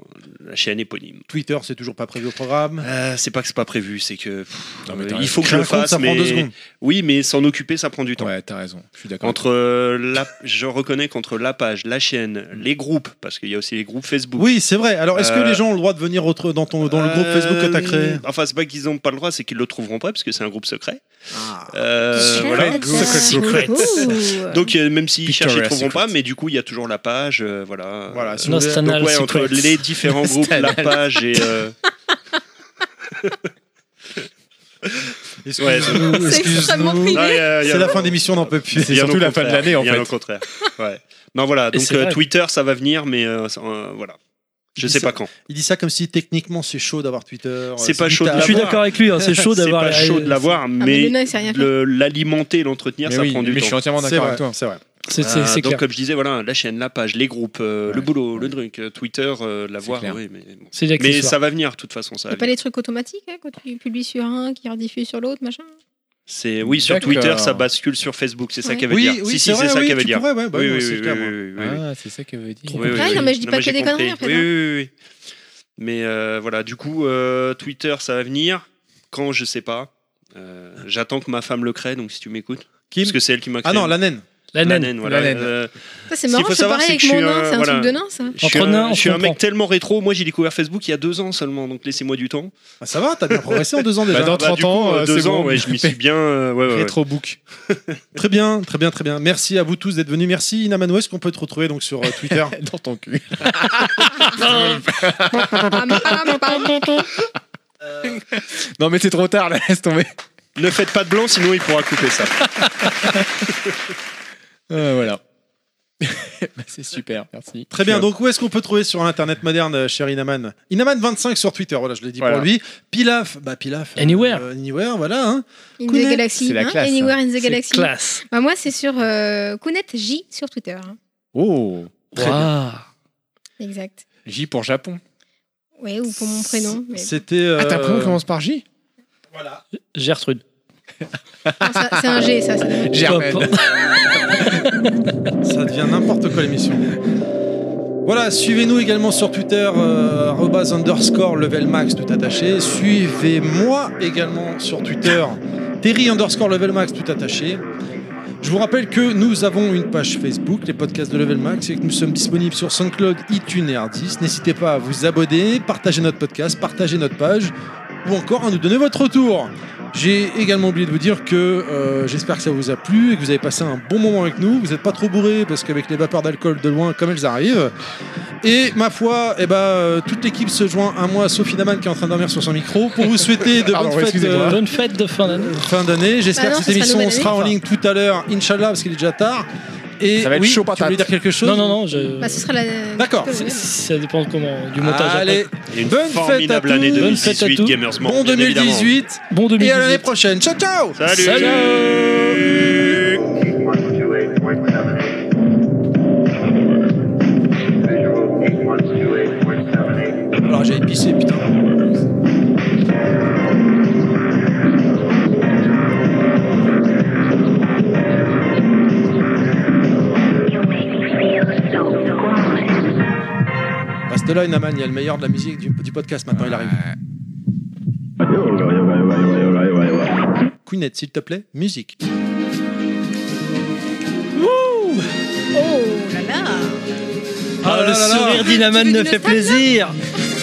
[SPEAKER 6] La chaîne éponyme.
[SPEAKER 2] Twitter, c'est toujours pas prévu au programme.
[SPEAKER 6] Euh, c'est pas que c'est pas prévu, c'est que. pff,
[SPEAKER 4] Non, mais
[SPEAKER 6] euh,
[SPEAKER 4] t'as
[SPEAKER 6] il
[SPEAKER 4] raison.
[SPEAKER 6] faut que je
[SPEAKER 2] Créer
[SPEAKER 6] le
[SPEAKER 2] un compte,
[SPEAKER 6] fasse,
[SPEAKER 2] ça prend
[SPEAKER 6] mais.
[SPEAKER 2] deux secondes.
[SPEAKER 6] Oui, mais s'en occuper, ça prend du temps.
[SPEAKER 4] Ouais, t'as raison. Je suis d'accord.
[SPEAKER 6] Entre euh, la, je reconnais qu'entre la page, la chaîne, les groupes, parce qu'il y a aussi les groupes Facebook.
[SPEAKER 2] Oui, c'est vrai. Alors, est-ce que
[SPEAKER 6] Euh,
[SPEAKER 2] les gens ont le droit de venir autre- dans, ton, dans le groupe Facebook que tu as créé
[SPEAKER 6] Euh, Enfin, c'est pas qu'ils n'ont pas le droit, c'est qu'ils le trouveront pas, parce que c'est un groupe secret.
[SPEAKER 2] Ah.
[SPEAKER 6] Euh,
[SPEAKER 3] Secret.
[SPEAKER 6] voilà.
[SPEAKER 3] Secret. Ouh.
[SPEAKER 6] Donc, euh, même s'ils cherchent, ils
[SPEAKER 4] Pictorial
[SPEAKER 6] trouveront pas,
[SPEAKER 4] Secret.
[SPEAKER 6] mais du coup, il y a toujours la page. euh, voilà.
[SPEAKER 2] Voilà, si
[SPEAKER 6] Euh,
[SPEAKER 2] vous voulez-
[SPEAKER 5] Nostal
[SPEAKER 6] donc, ouais, entre
[SPEAKER 5] Secret.
[SPEAKER 6] les différents groupes, la page et. euh, Ouais, c'est-
[SPEAKER 2] Excuse-nous,
[SPEAKER 3] C'est
[SPEAKER 2] excuse-nous.
[SPEAKER 3] extrêmement privé.
[SPEAKER 6] Non, il y a- il y a-
[SPEAKER 2] C'est la fin d'émission, on n'en peut plus.
[SPEAKER 4] C'est
[SPEAKER 6] Bien
[SPEAKER 4] surtout
[SPEAKER 6] au
[SPEAKER 4] la fin de
[SPEAKER 6] contraire,
[SPEAKER 4] l'année, en
[SPEAKER 6] bien
[SPEAKER 4] fait.
[SPEAKER 6] au contraire. Ouais. Non, voilà. Donc
[SPEAKER 5] c'est
[SPEAKER 6] euh,
[SPEAKER 5] vrai.
[SPEAKER 6] Twitter, ça va venir, mais euh, ça- euh, voilà. Je
[SPEAKER 2] Il
[SPEAKER 6] sais
[SPEAKER 2] dit
[SPEAKER 6] pas quand.
[SPEAKER 2] Il dit ça comme si techniquement c'est chaud d'avoir Twitter. Euh,
[SPEAKER 6] C'est pas
[SPEAKER 2] vite
[SPEAKER 6] chaud de
[SPEAKER 2] à
[SPEAKER 5] Je suis
[SPEAKER 2] avoir.
[SPEAKER 5] d'accord avec lui, hein, c'est chaud
[SPEAKER 6] C'est
[SPEAKER 5] d'avoir
[SPEAKER 6] pas
[SPEAKER 5] la-
[SPEAKER 6] chaud de l'avoir,
[SPEAKER 3] Ah, mais
[SPEAKER 6] mais
[SPEAKER 3] le nain, il sait rien faire.
[SPEAKER 6] le- l'alimenter, l'entretenir,
[SPEAKER 4] Mais
[SPEAKER 6] ça
[SPEAKER 4] oui,
[SPEAKER 6] prend du
[SPEAKER 4] mais je
[SPEAKER 6] temps.
[SPEAKER 4] suis entièrement
[SPEAKER 2] C'est
[SPEAKER 4] d'accord
[SPEAKER 2] vrai,
[SPEAKER 4] avec toi.
[SPEAKER 2] c'est vrai.
[SPEAKER 5] C'est c'est-
[SPEAKER 6] Ah,
[SPEAKER 5] c'est
[SPEAKER 6] donc
[SPEAKER 5] clair.
[SPEAKER 6] comme je disais, voilà, la chaîne, la page, les groupes, euh, le
[SPEAKER 4] Ouais.
[SPEAKER 6] boulot, le
[SPEAKER 4] Ouais.
[SPEAKER 6] truc, euh, Twitter, euh, l'avoir,
[SPEAKER 4] clair.
[SPEAKER 6] oui, mais bon.
[SPEAKER 5] C'est
[SPEAKER 6] Mais
[SPEAKER 5] l'accessoire.
[SPEAKER 6] ça va venir, de toute façon, ça.
[SPEAKER 3] Y'a
[SPEAKER 6] va
[SPEAKER 3] pas
[SPEAKER 6] venir.
[SPEAKER 3] les trucs automatiques hein, quand tu publies sur un, qui rediffuse sur l'autre, machin.
[SPEAKER 6] C'est oui, sur
[SPEAKER 4] D'accord.
[SPEAKER 6] Twitter, ça bascule sur Facebook, c'est ça
[SPEAKER 3] Ouais.
[SPEAKER 6] qu'elle veut dire. si, si, c'est ça
[SPEAKER 2] oui,
[SPEAKER 6] qu'elle veut
[SPEAKER 2] tu
[SPEAKER 6] dire.
[SPEAKER 2] pourrais, ouais, bah
[SPEAKER 6] Oui,
[SPEAKER 2] non,
[SPEAKER 6] oui,
[SPEAKER 2] c'est
[SPEAKER 6] oui,
[SPEAKER 2] clair,
[SPEAKER 6] oui,
[SPEAKER 2] moi.
[SPEAKER 6] oui, oui, oui.
[SPEAKER 4] Ah, c'est ça que veut dire.
[SPEAKER 5] Trop
[SPEAKER 6] Oui, oui,
[SPEAKER 3] Après,
[SPEAKER 6] oui.
[SPEAKER 3] Ah, non, mais je dis pas que
[SPEAKER 6] j'ai
[SPEAKER 3] des
[SPEAKER 6] compris.
[SPEAKER 3] conneries, après,
[SPEAKER 6] Oui,
[SPEAKER 3] non.
[SPEAKER 6] oui, oui, oui. Mais euh, voilà, du coup, euh, Twitter, ça va venir. Quand, je sais pas. Euh, J'attends que ma femme le crée, donc si tu m'écoutes.
[SPEAKER 2] Kim
[SPEAKER 6] Parce que c'est elle qui m'a créé.
[SPEAKER 2] Ah non, la naine.
[SPEAKER 5] La
[SPEAKER 6] La
[SPEAKER 5] naine.
[SPEAKER 6] naine, voilà.
[SPEAKER 4] La naine.
[SPEAKER 6] Euh,
[SPEAKER 3] Ça, c'est
[SPEAKER 6] Ce
[SPEAKER 3] marrant,
[SPEAKER 6] qu'il faut
[SPEAKER 3] c'est
[SPEAKER 6] savoir,
[SPEAKER 3] pareil
[SPEAKER 6] c'est
[SPEAKER 3] avec
[SPEAKER 6] que
[SPEAKER 3] mon
[SPEAKER 6] je suis
[SPEAKER 3] nain,
[SPEAKER 6] un-
[SPEAKER 3] c'est un
[SPEAKER 6] voilà.
[SPEAKER 3] truc de nain, ça.
[SPEAKER 6] je suis,
[SPEAKER 5] Entre nains,
[SPEAKER 6] un,
[SPEAKER 5] on
[SPEAKER 6] je suis un
[SPEAKER 5] comprend.
[SPEAKER 6] mec tellement rétro. Moi, j'ai découvert Facebook il y a deux ans seulement, donc laissez-moi du temps.
[SPEAKER 2] Ah, ça va, t'as bien progressé en deux ans déjà.
[SPEAKER 4] Bah, dans 30
[SPEAKER 6] du coup,
[SPEAKER 4] ans,
[SPEAKER 6] euh,
[SPEAKER 4] euh,
[SPEAKER 6] deux
[SPEAKER 4] c'est
[SPEAKER 6] ans,
[SPEAKER 4] bon.
[SPEAKER 6] ouais, je m'y suis bien. euh, ouais, ouais, ouais.
[SPEAKER 4] Rétro book.
[SPEAKER 2] Très bien, très bien, très bien. Merci à vous tous d'être venus. Merci Inaman est qu'on peut te retrouver donc sur euh, Twitter
[SPEAKER 4] Dans ton cul.
[SPEAKER 3] Pam, pam, pam.
[SPEAKER 4] Non, mais c'est trop tard, là, laisse tomber.
[SPEAKER 6] Ne faites pas de blanc, sinon il pourra couper ça.
[SPEAKER 4] Euh, voilà. Bah, c'est super, merci.
[SPEAKER 2] Très bien,
[SPEAKER 4] Je-
[SPEAKER 2] donc où est-ce qu'on peut trouver sur Internet moderne, euh, cher Inaman Inaman25 sur Twitter, voilà, je l'ai dit
[SPEAKER 4] Voilà.
[SPEAKER 2] pour lui. Pilaf, bah Pilaf. euh,
[SPEAKER 5] Anywhere.
[SPEAKER 2] euh, anywhere, voilà. hein.
[SPEAKER 3] In
[SPEAKER 2] Kounet,
[SPEAKER 3] the Galaxy,
[SPEAKER 4] c'est la
[SPEAKER 3] hein,
[SPEAKER 4] classe,
[SPEAKER 3] Anywhere in the
[SPEAKER 5] C'est
[SPEAKER 3] Galaxy.
[SPEAKER 5] classe.
[SPEAKER 3] Bah, moi, c'est sur euh, Kounet J sur Twitter. hein.
[SPEAKER 4] Oh,
[SPEAKER 2] Très bien.
[SPEAKER 5] Waouh.
[SPEAKER 3] Exact.
[SPEAKER 4] J pour Japon.
[SPEAKER 3] Ouais, ou pour mon prénom. Mais
[SPEAKER 2] C'était. euh,
[SPEAKER 4] Ah, ta prénom commence par J
[SPEAKER 5] Gertrude.
[SPEAKER 3] Non, ça- c'est un G, ça. c'est dommage.
[SPEAKER 4] Germaine.
[SPEAKER 5] Hop.
[SPEAKER 2] Ça devient n'importe quoi l'émission. Voilà, suivez-nous également sur Twitter, euh, arrobase underscore level max tout attaché. Suivez-moi également sur Twitter, Terry underscore level max tout attaché. Je vous rappelle que nous avons une page Facebook, les podcasts de Level Max, et que nous sommes disponibles sur SoundCloud, iTunes et Hardis. N'hésitez pas à vous abonner, partager notre podcast, partager notre page, ou encore à nous donner votre retour. J'ai également oublié de vous dire que euh, j'espère que ça vous a plu et que vous avez passé un bon moment avec nous. Vous n'êtes pas trop bourré parce qu'avec les vapeurs d'alcool de loin, comme elles arrivent. Et ma foi, eh ben, euh, toute l'équipe se joint à moi, Sophie Naman qui est en train de dormir sur son micro, pour vous souhaiter de
[SPEAKER 4] Pardon,
[SPEAKER 2] bonnes fêtes euh, de
[SPEAKER 4] excusez-moi.
[SPEAKER 5] Bonne fête de fin d'année.
[SPEAKER 2] fin d'année. J'espère
[SPEAKER 3] Bah non,
[SPEAKER 2] que
[SPEAKER 3] ce
[SPEAKER 2] cette
[SPEAKER 3] sera
[SPEAKER 2] émission
[SPEAKER 3] nouvelle
[SPEAKER 2] sera en
[SPEAKER 3] année.
[SPEAKER 2] ligne tout à l'heure, Inch'Allah, parce qu'il est déjà tard. Et
[SPEAKER 4] Ça va être
[SPEAKER 2] oui,
[SPEAKER 4] chaud
[SPEAKER 2] tu voulais
[SPEAKER 4] patate.
[SPEAKER 2] dire quelque chose
[SPEAKER 5] Non, non, non. je-
[SPEAKER 3] Bah, ce sera la.
[SPEAKER 2] D'accord.
[SPEAKER 5] c'est- Ça dépend comment du montage. après.
[SPEAKER 2] Allez,
[SPEAKER 6] Et une
[SPEAKER 2] Bonne fête à
[SPEAKER 6] formidable
[SPEAKER 2] tous.
[SPEAKER 6] année
[SPEAKER 5] Bonne fête à
[SPEAKER 6] 2018,
[SPEAKER 5] tous.
[SPEAKER 6] Gamers Month,
[SPEAKER 2] bon
[SPEAKER 6] bien évidemment.
[SPEAKER 2] 2018
[SPEAKER 5] Bon
[SPEAKER 2] et à l'année
[SPEAKER 5] 2018.
[SPEAKER 2] prochaine. Ciao, ciao
[SPEAKER 6] Salut.
[SPEAKER 2] Alors j'ai épicé, putain.
[SPEAKER 1] You make me feel so grown.
[SPEAKER 2] Reste là, Inaman, il y a le meilleur de la musique du, du podcast maintenant, il arrive. Queenette, s'il te plaît, musique. Wouh
[SPEAKER 3] Oh
[SPEAKER 2] Ah
[SPEAKER 12] le
[SPEAKER 2] là là là.
[SPEAKER 12] sourire
[SPEAKER 2] Tu
[SPEAKER 12] d'Inaman
[SPEAKER 2] veux
[SPEAKER 12] me
[SPEAKER 2] du
[SPEAKER 12] fait
[SPEAKER 2] nostal,
[SPEAKER 12] plaisir.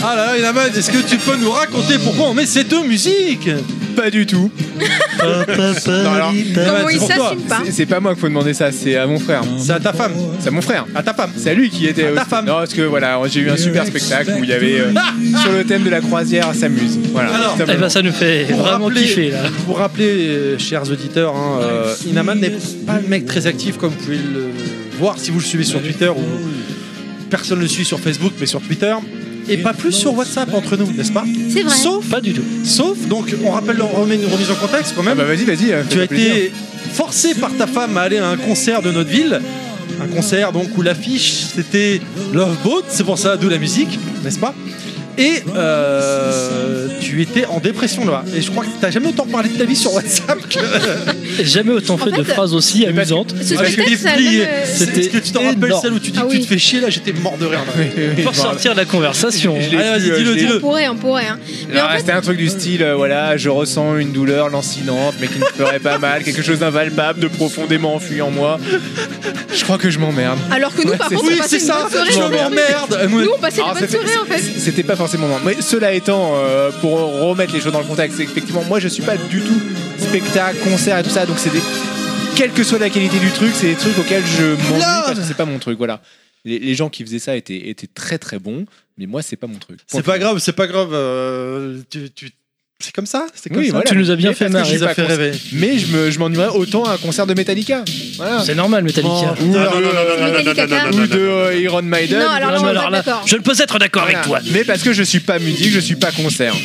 [SPEAKER 2] Ah là là, Inaman, est-ce que tu peux nous raconter pourquoi on met ces deux musiques
[SPEAKER 4] Pas du tout. Non,
[SPEAKER 3] Comment
[SPEAKER 4] alors, c'est
[SPEAKER 3] il
[SPEAKER 4] pour toi.
[SPEAKER 3] s'assume pas
[SPEAKER 4] C'est- C'est pas moi qu'il faut demander Ah. ça, c'est à mon frère.
[SPEAKER 2] C'est à ta femme.
[SPEAKER 4] C'est à mon frère.
[SPEAKER 2] À ta femme.
[SPEAKER 4] C'est à lui qui était.
[SPEAKER 2] À ta
[SPEAKER 4] aussi- Non, parce que voilà, j'ai eu un super spectacle où il y avait euh, sur le thème de la croisière, s'amuse. Voilà.
[SPEAKER 2] Alors,
[SPEAKER 4] tout
[SPEAKER 12] Eh ben, ça nous fait
[SPEAKER 2] Pour
[SPEAKER 12] vraiment
[SPEAKER 2] rappeler-
[SPEAKER 12] kiffer là.
[SPEAKER 2] Pour rappeler, euh, chers auditeurs, hein, euh, Inaman n'est pas le mec très actif comme vous pouvez le voir si vous le suivez sur Twitter ou personne ne le suit sur Facebook, mais sur Twitter. Et pas plus sur WhatsApp entre nous, n'est-ce pas
[SPEAKER 3] C'est vrai.
[SPEAKER 2] Sauf,
[SPEAKER 12] Pas du tout.
[SPEAKER 2] sauf, donc on rappelle, on remet une remise en contexte quand même.
[SPEAKER 4] Ah bah vas-y, vas-y. euh,
[SPEAKER 2] Tu as
[SPEAKER 4] fais-toi plaisir.
[SPEAKER 2] été forcé par ta femme à aller à un concert de notre ville. Un concert donc où l'affiche c'était Love Boat, c'est pour ça d'où la musique, n'est-ce pas Et euh, tu étais en dépression là. Et je crois que t'as jamais autant parlé de ta vie sur WhatsApp que.
[SPEAKER 12] J'ai Jamais autant fait,
[SPEAKER 3] fait,
[SPEAKER 12] de phrases aussi
[SPEAKER 4] parce que-
[SPEAKER 12] amusantes.
[SPEAKER 3] Ce
[SPEAKER 2] Ah, je t'ai
[SPEAKER 3] spectacle, ça a
[SPEAKER 2] plié.
[SPEAKER 3] même, euh,
[SPEAKER 2] C'est- Est-ce que tu
[SPEAKER 12] C'était
[SPEAKER 2] t'en rappelles
[SPEAKER 12] énorme.
[SPEAKER 2] celle où tu dis
[SPEAKER 3] Ah
[SPEAKER 2] que tu
[SPEAKER 3] oui.
[SPEAKER 2] te fais chier là J'étais mort de rire. là.
[SPEAKER 12] Pour sortir de la conversation.
[SPEAKER 4] Je l'ai
[SPEAKER 2] Allez, vas-y,
[SPEAKER 4] plus, euh,
[SPEAKER 2] dis-le,
[SPEAKER 4] je l'ai-
[SPEAKER 2] dis-le.
[SPEAKER 3] On pourrait, on pourrait. hein. Mais
[SPEAKER 4] Non,
[SPEAKER 3] en fait,
[SPEAKER 4] C'était un truc du style, euh, voilà, je ressens une douleur lancinante, mais qui me ferait pas mal, quelque chose d'invalpable, de profondément enfui en moi. Je crois que je m'emmerde.
[SPEAKER 3] alors que nous, par
[SPEAKER 4] Ouais,
[SPEAKER 3] contre, on
[SPEAKER 4] c'est-
[SPEAKER 2] Oui,
[SPEAKER 3] passait
[SPEAKER 2] c'est
[SPEAKER 3] une
[SPEAKER 2] ça.
[SPEAKER 3] bonne soirée.
[SPEAKER 2] Je
[SPEAKER 3] dans le monde.
[SPEAKER 2] m'emmerde.
[SPEAKER 3] Nous, on passait une
[SPEAKER 4] Alors,
[SPEAKER 3] bonne
[SPEAKER 4] c'était-
[SPEAKER 3] soirée en fait.
[SPEAKER 4] C'était pas forcément moi. Mais cela étant, euh, pour remettre les choses dans le contexte, effectivement, moi je suis pas du tout spectacle, concert et tout ça, donc c'est des. Quelle que soit la qualité du truc, c'est des trucs auxquels je m'ennuie parce que c'est pas mon truc, voilà. Les, les gens qui faisaient ça étaient, étaient très très bons, mais moi c'est pas mon truc.
[SPEAKER 2] C'est pas grave, c'est pas grave. euh, tu- tu- C'est comme ça C'est comme
[SPEAKER 4] Oui,
[SPEAKER 2] ça
[SPEAKER 4] voilà.
[SPEAKER 12] Tu nous as bien
[SPEAKER 4] Mais
[SPEAKER 12] fait
[SPEAKER 4] parce que je
[SPEAKER 12] marrer.
[SPEAKER 4] suis pas
[SPEAKER 2] fait
[SPEAKER 4] cons-
[SPEAKER 2] rêver.
[SPEAKER 4] Mais je me- je m'ennuierais autant à un concert de Metallica. Voilà.
[SPEAKER 12] C'est normal, Metallica.
[SPEAKER 4] Ou,
[SPEAKER 6] Ah, non, non, non, non, non, non, non, non, non, non,
[SPEAKER 4] ou
[SPEAKER 6] non,
[SPEAKER 4] de
[SPEAKER 6] non, non.
[SPEAKER 4] euh, Iron Maiden.
[SPEAKER 3] Non, alors là, on est d'accord.
[SPEAKER 12] je ne peux être d'accord
[SPEAKER 4] Voilà. Mais parce que je suis pas musique, je suis pas concert.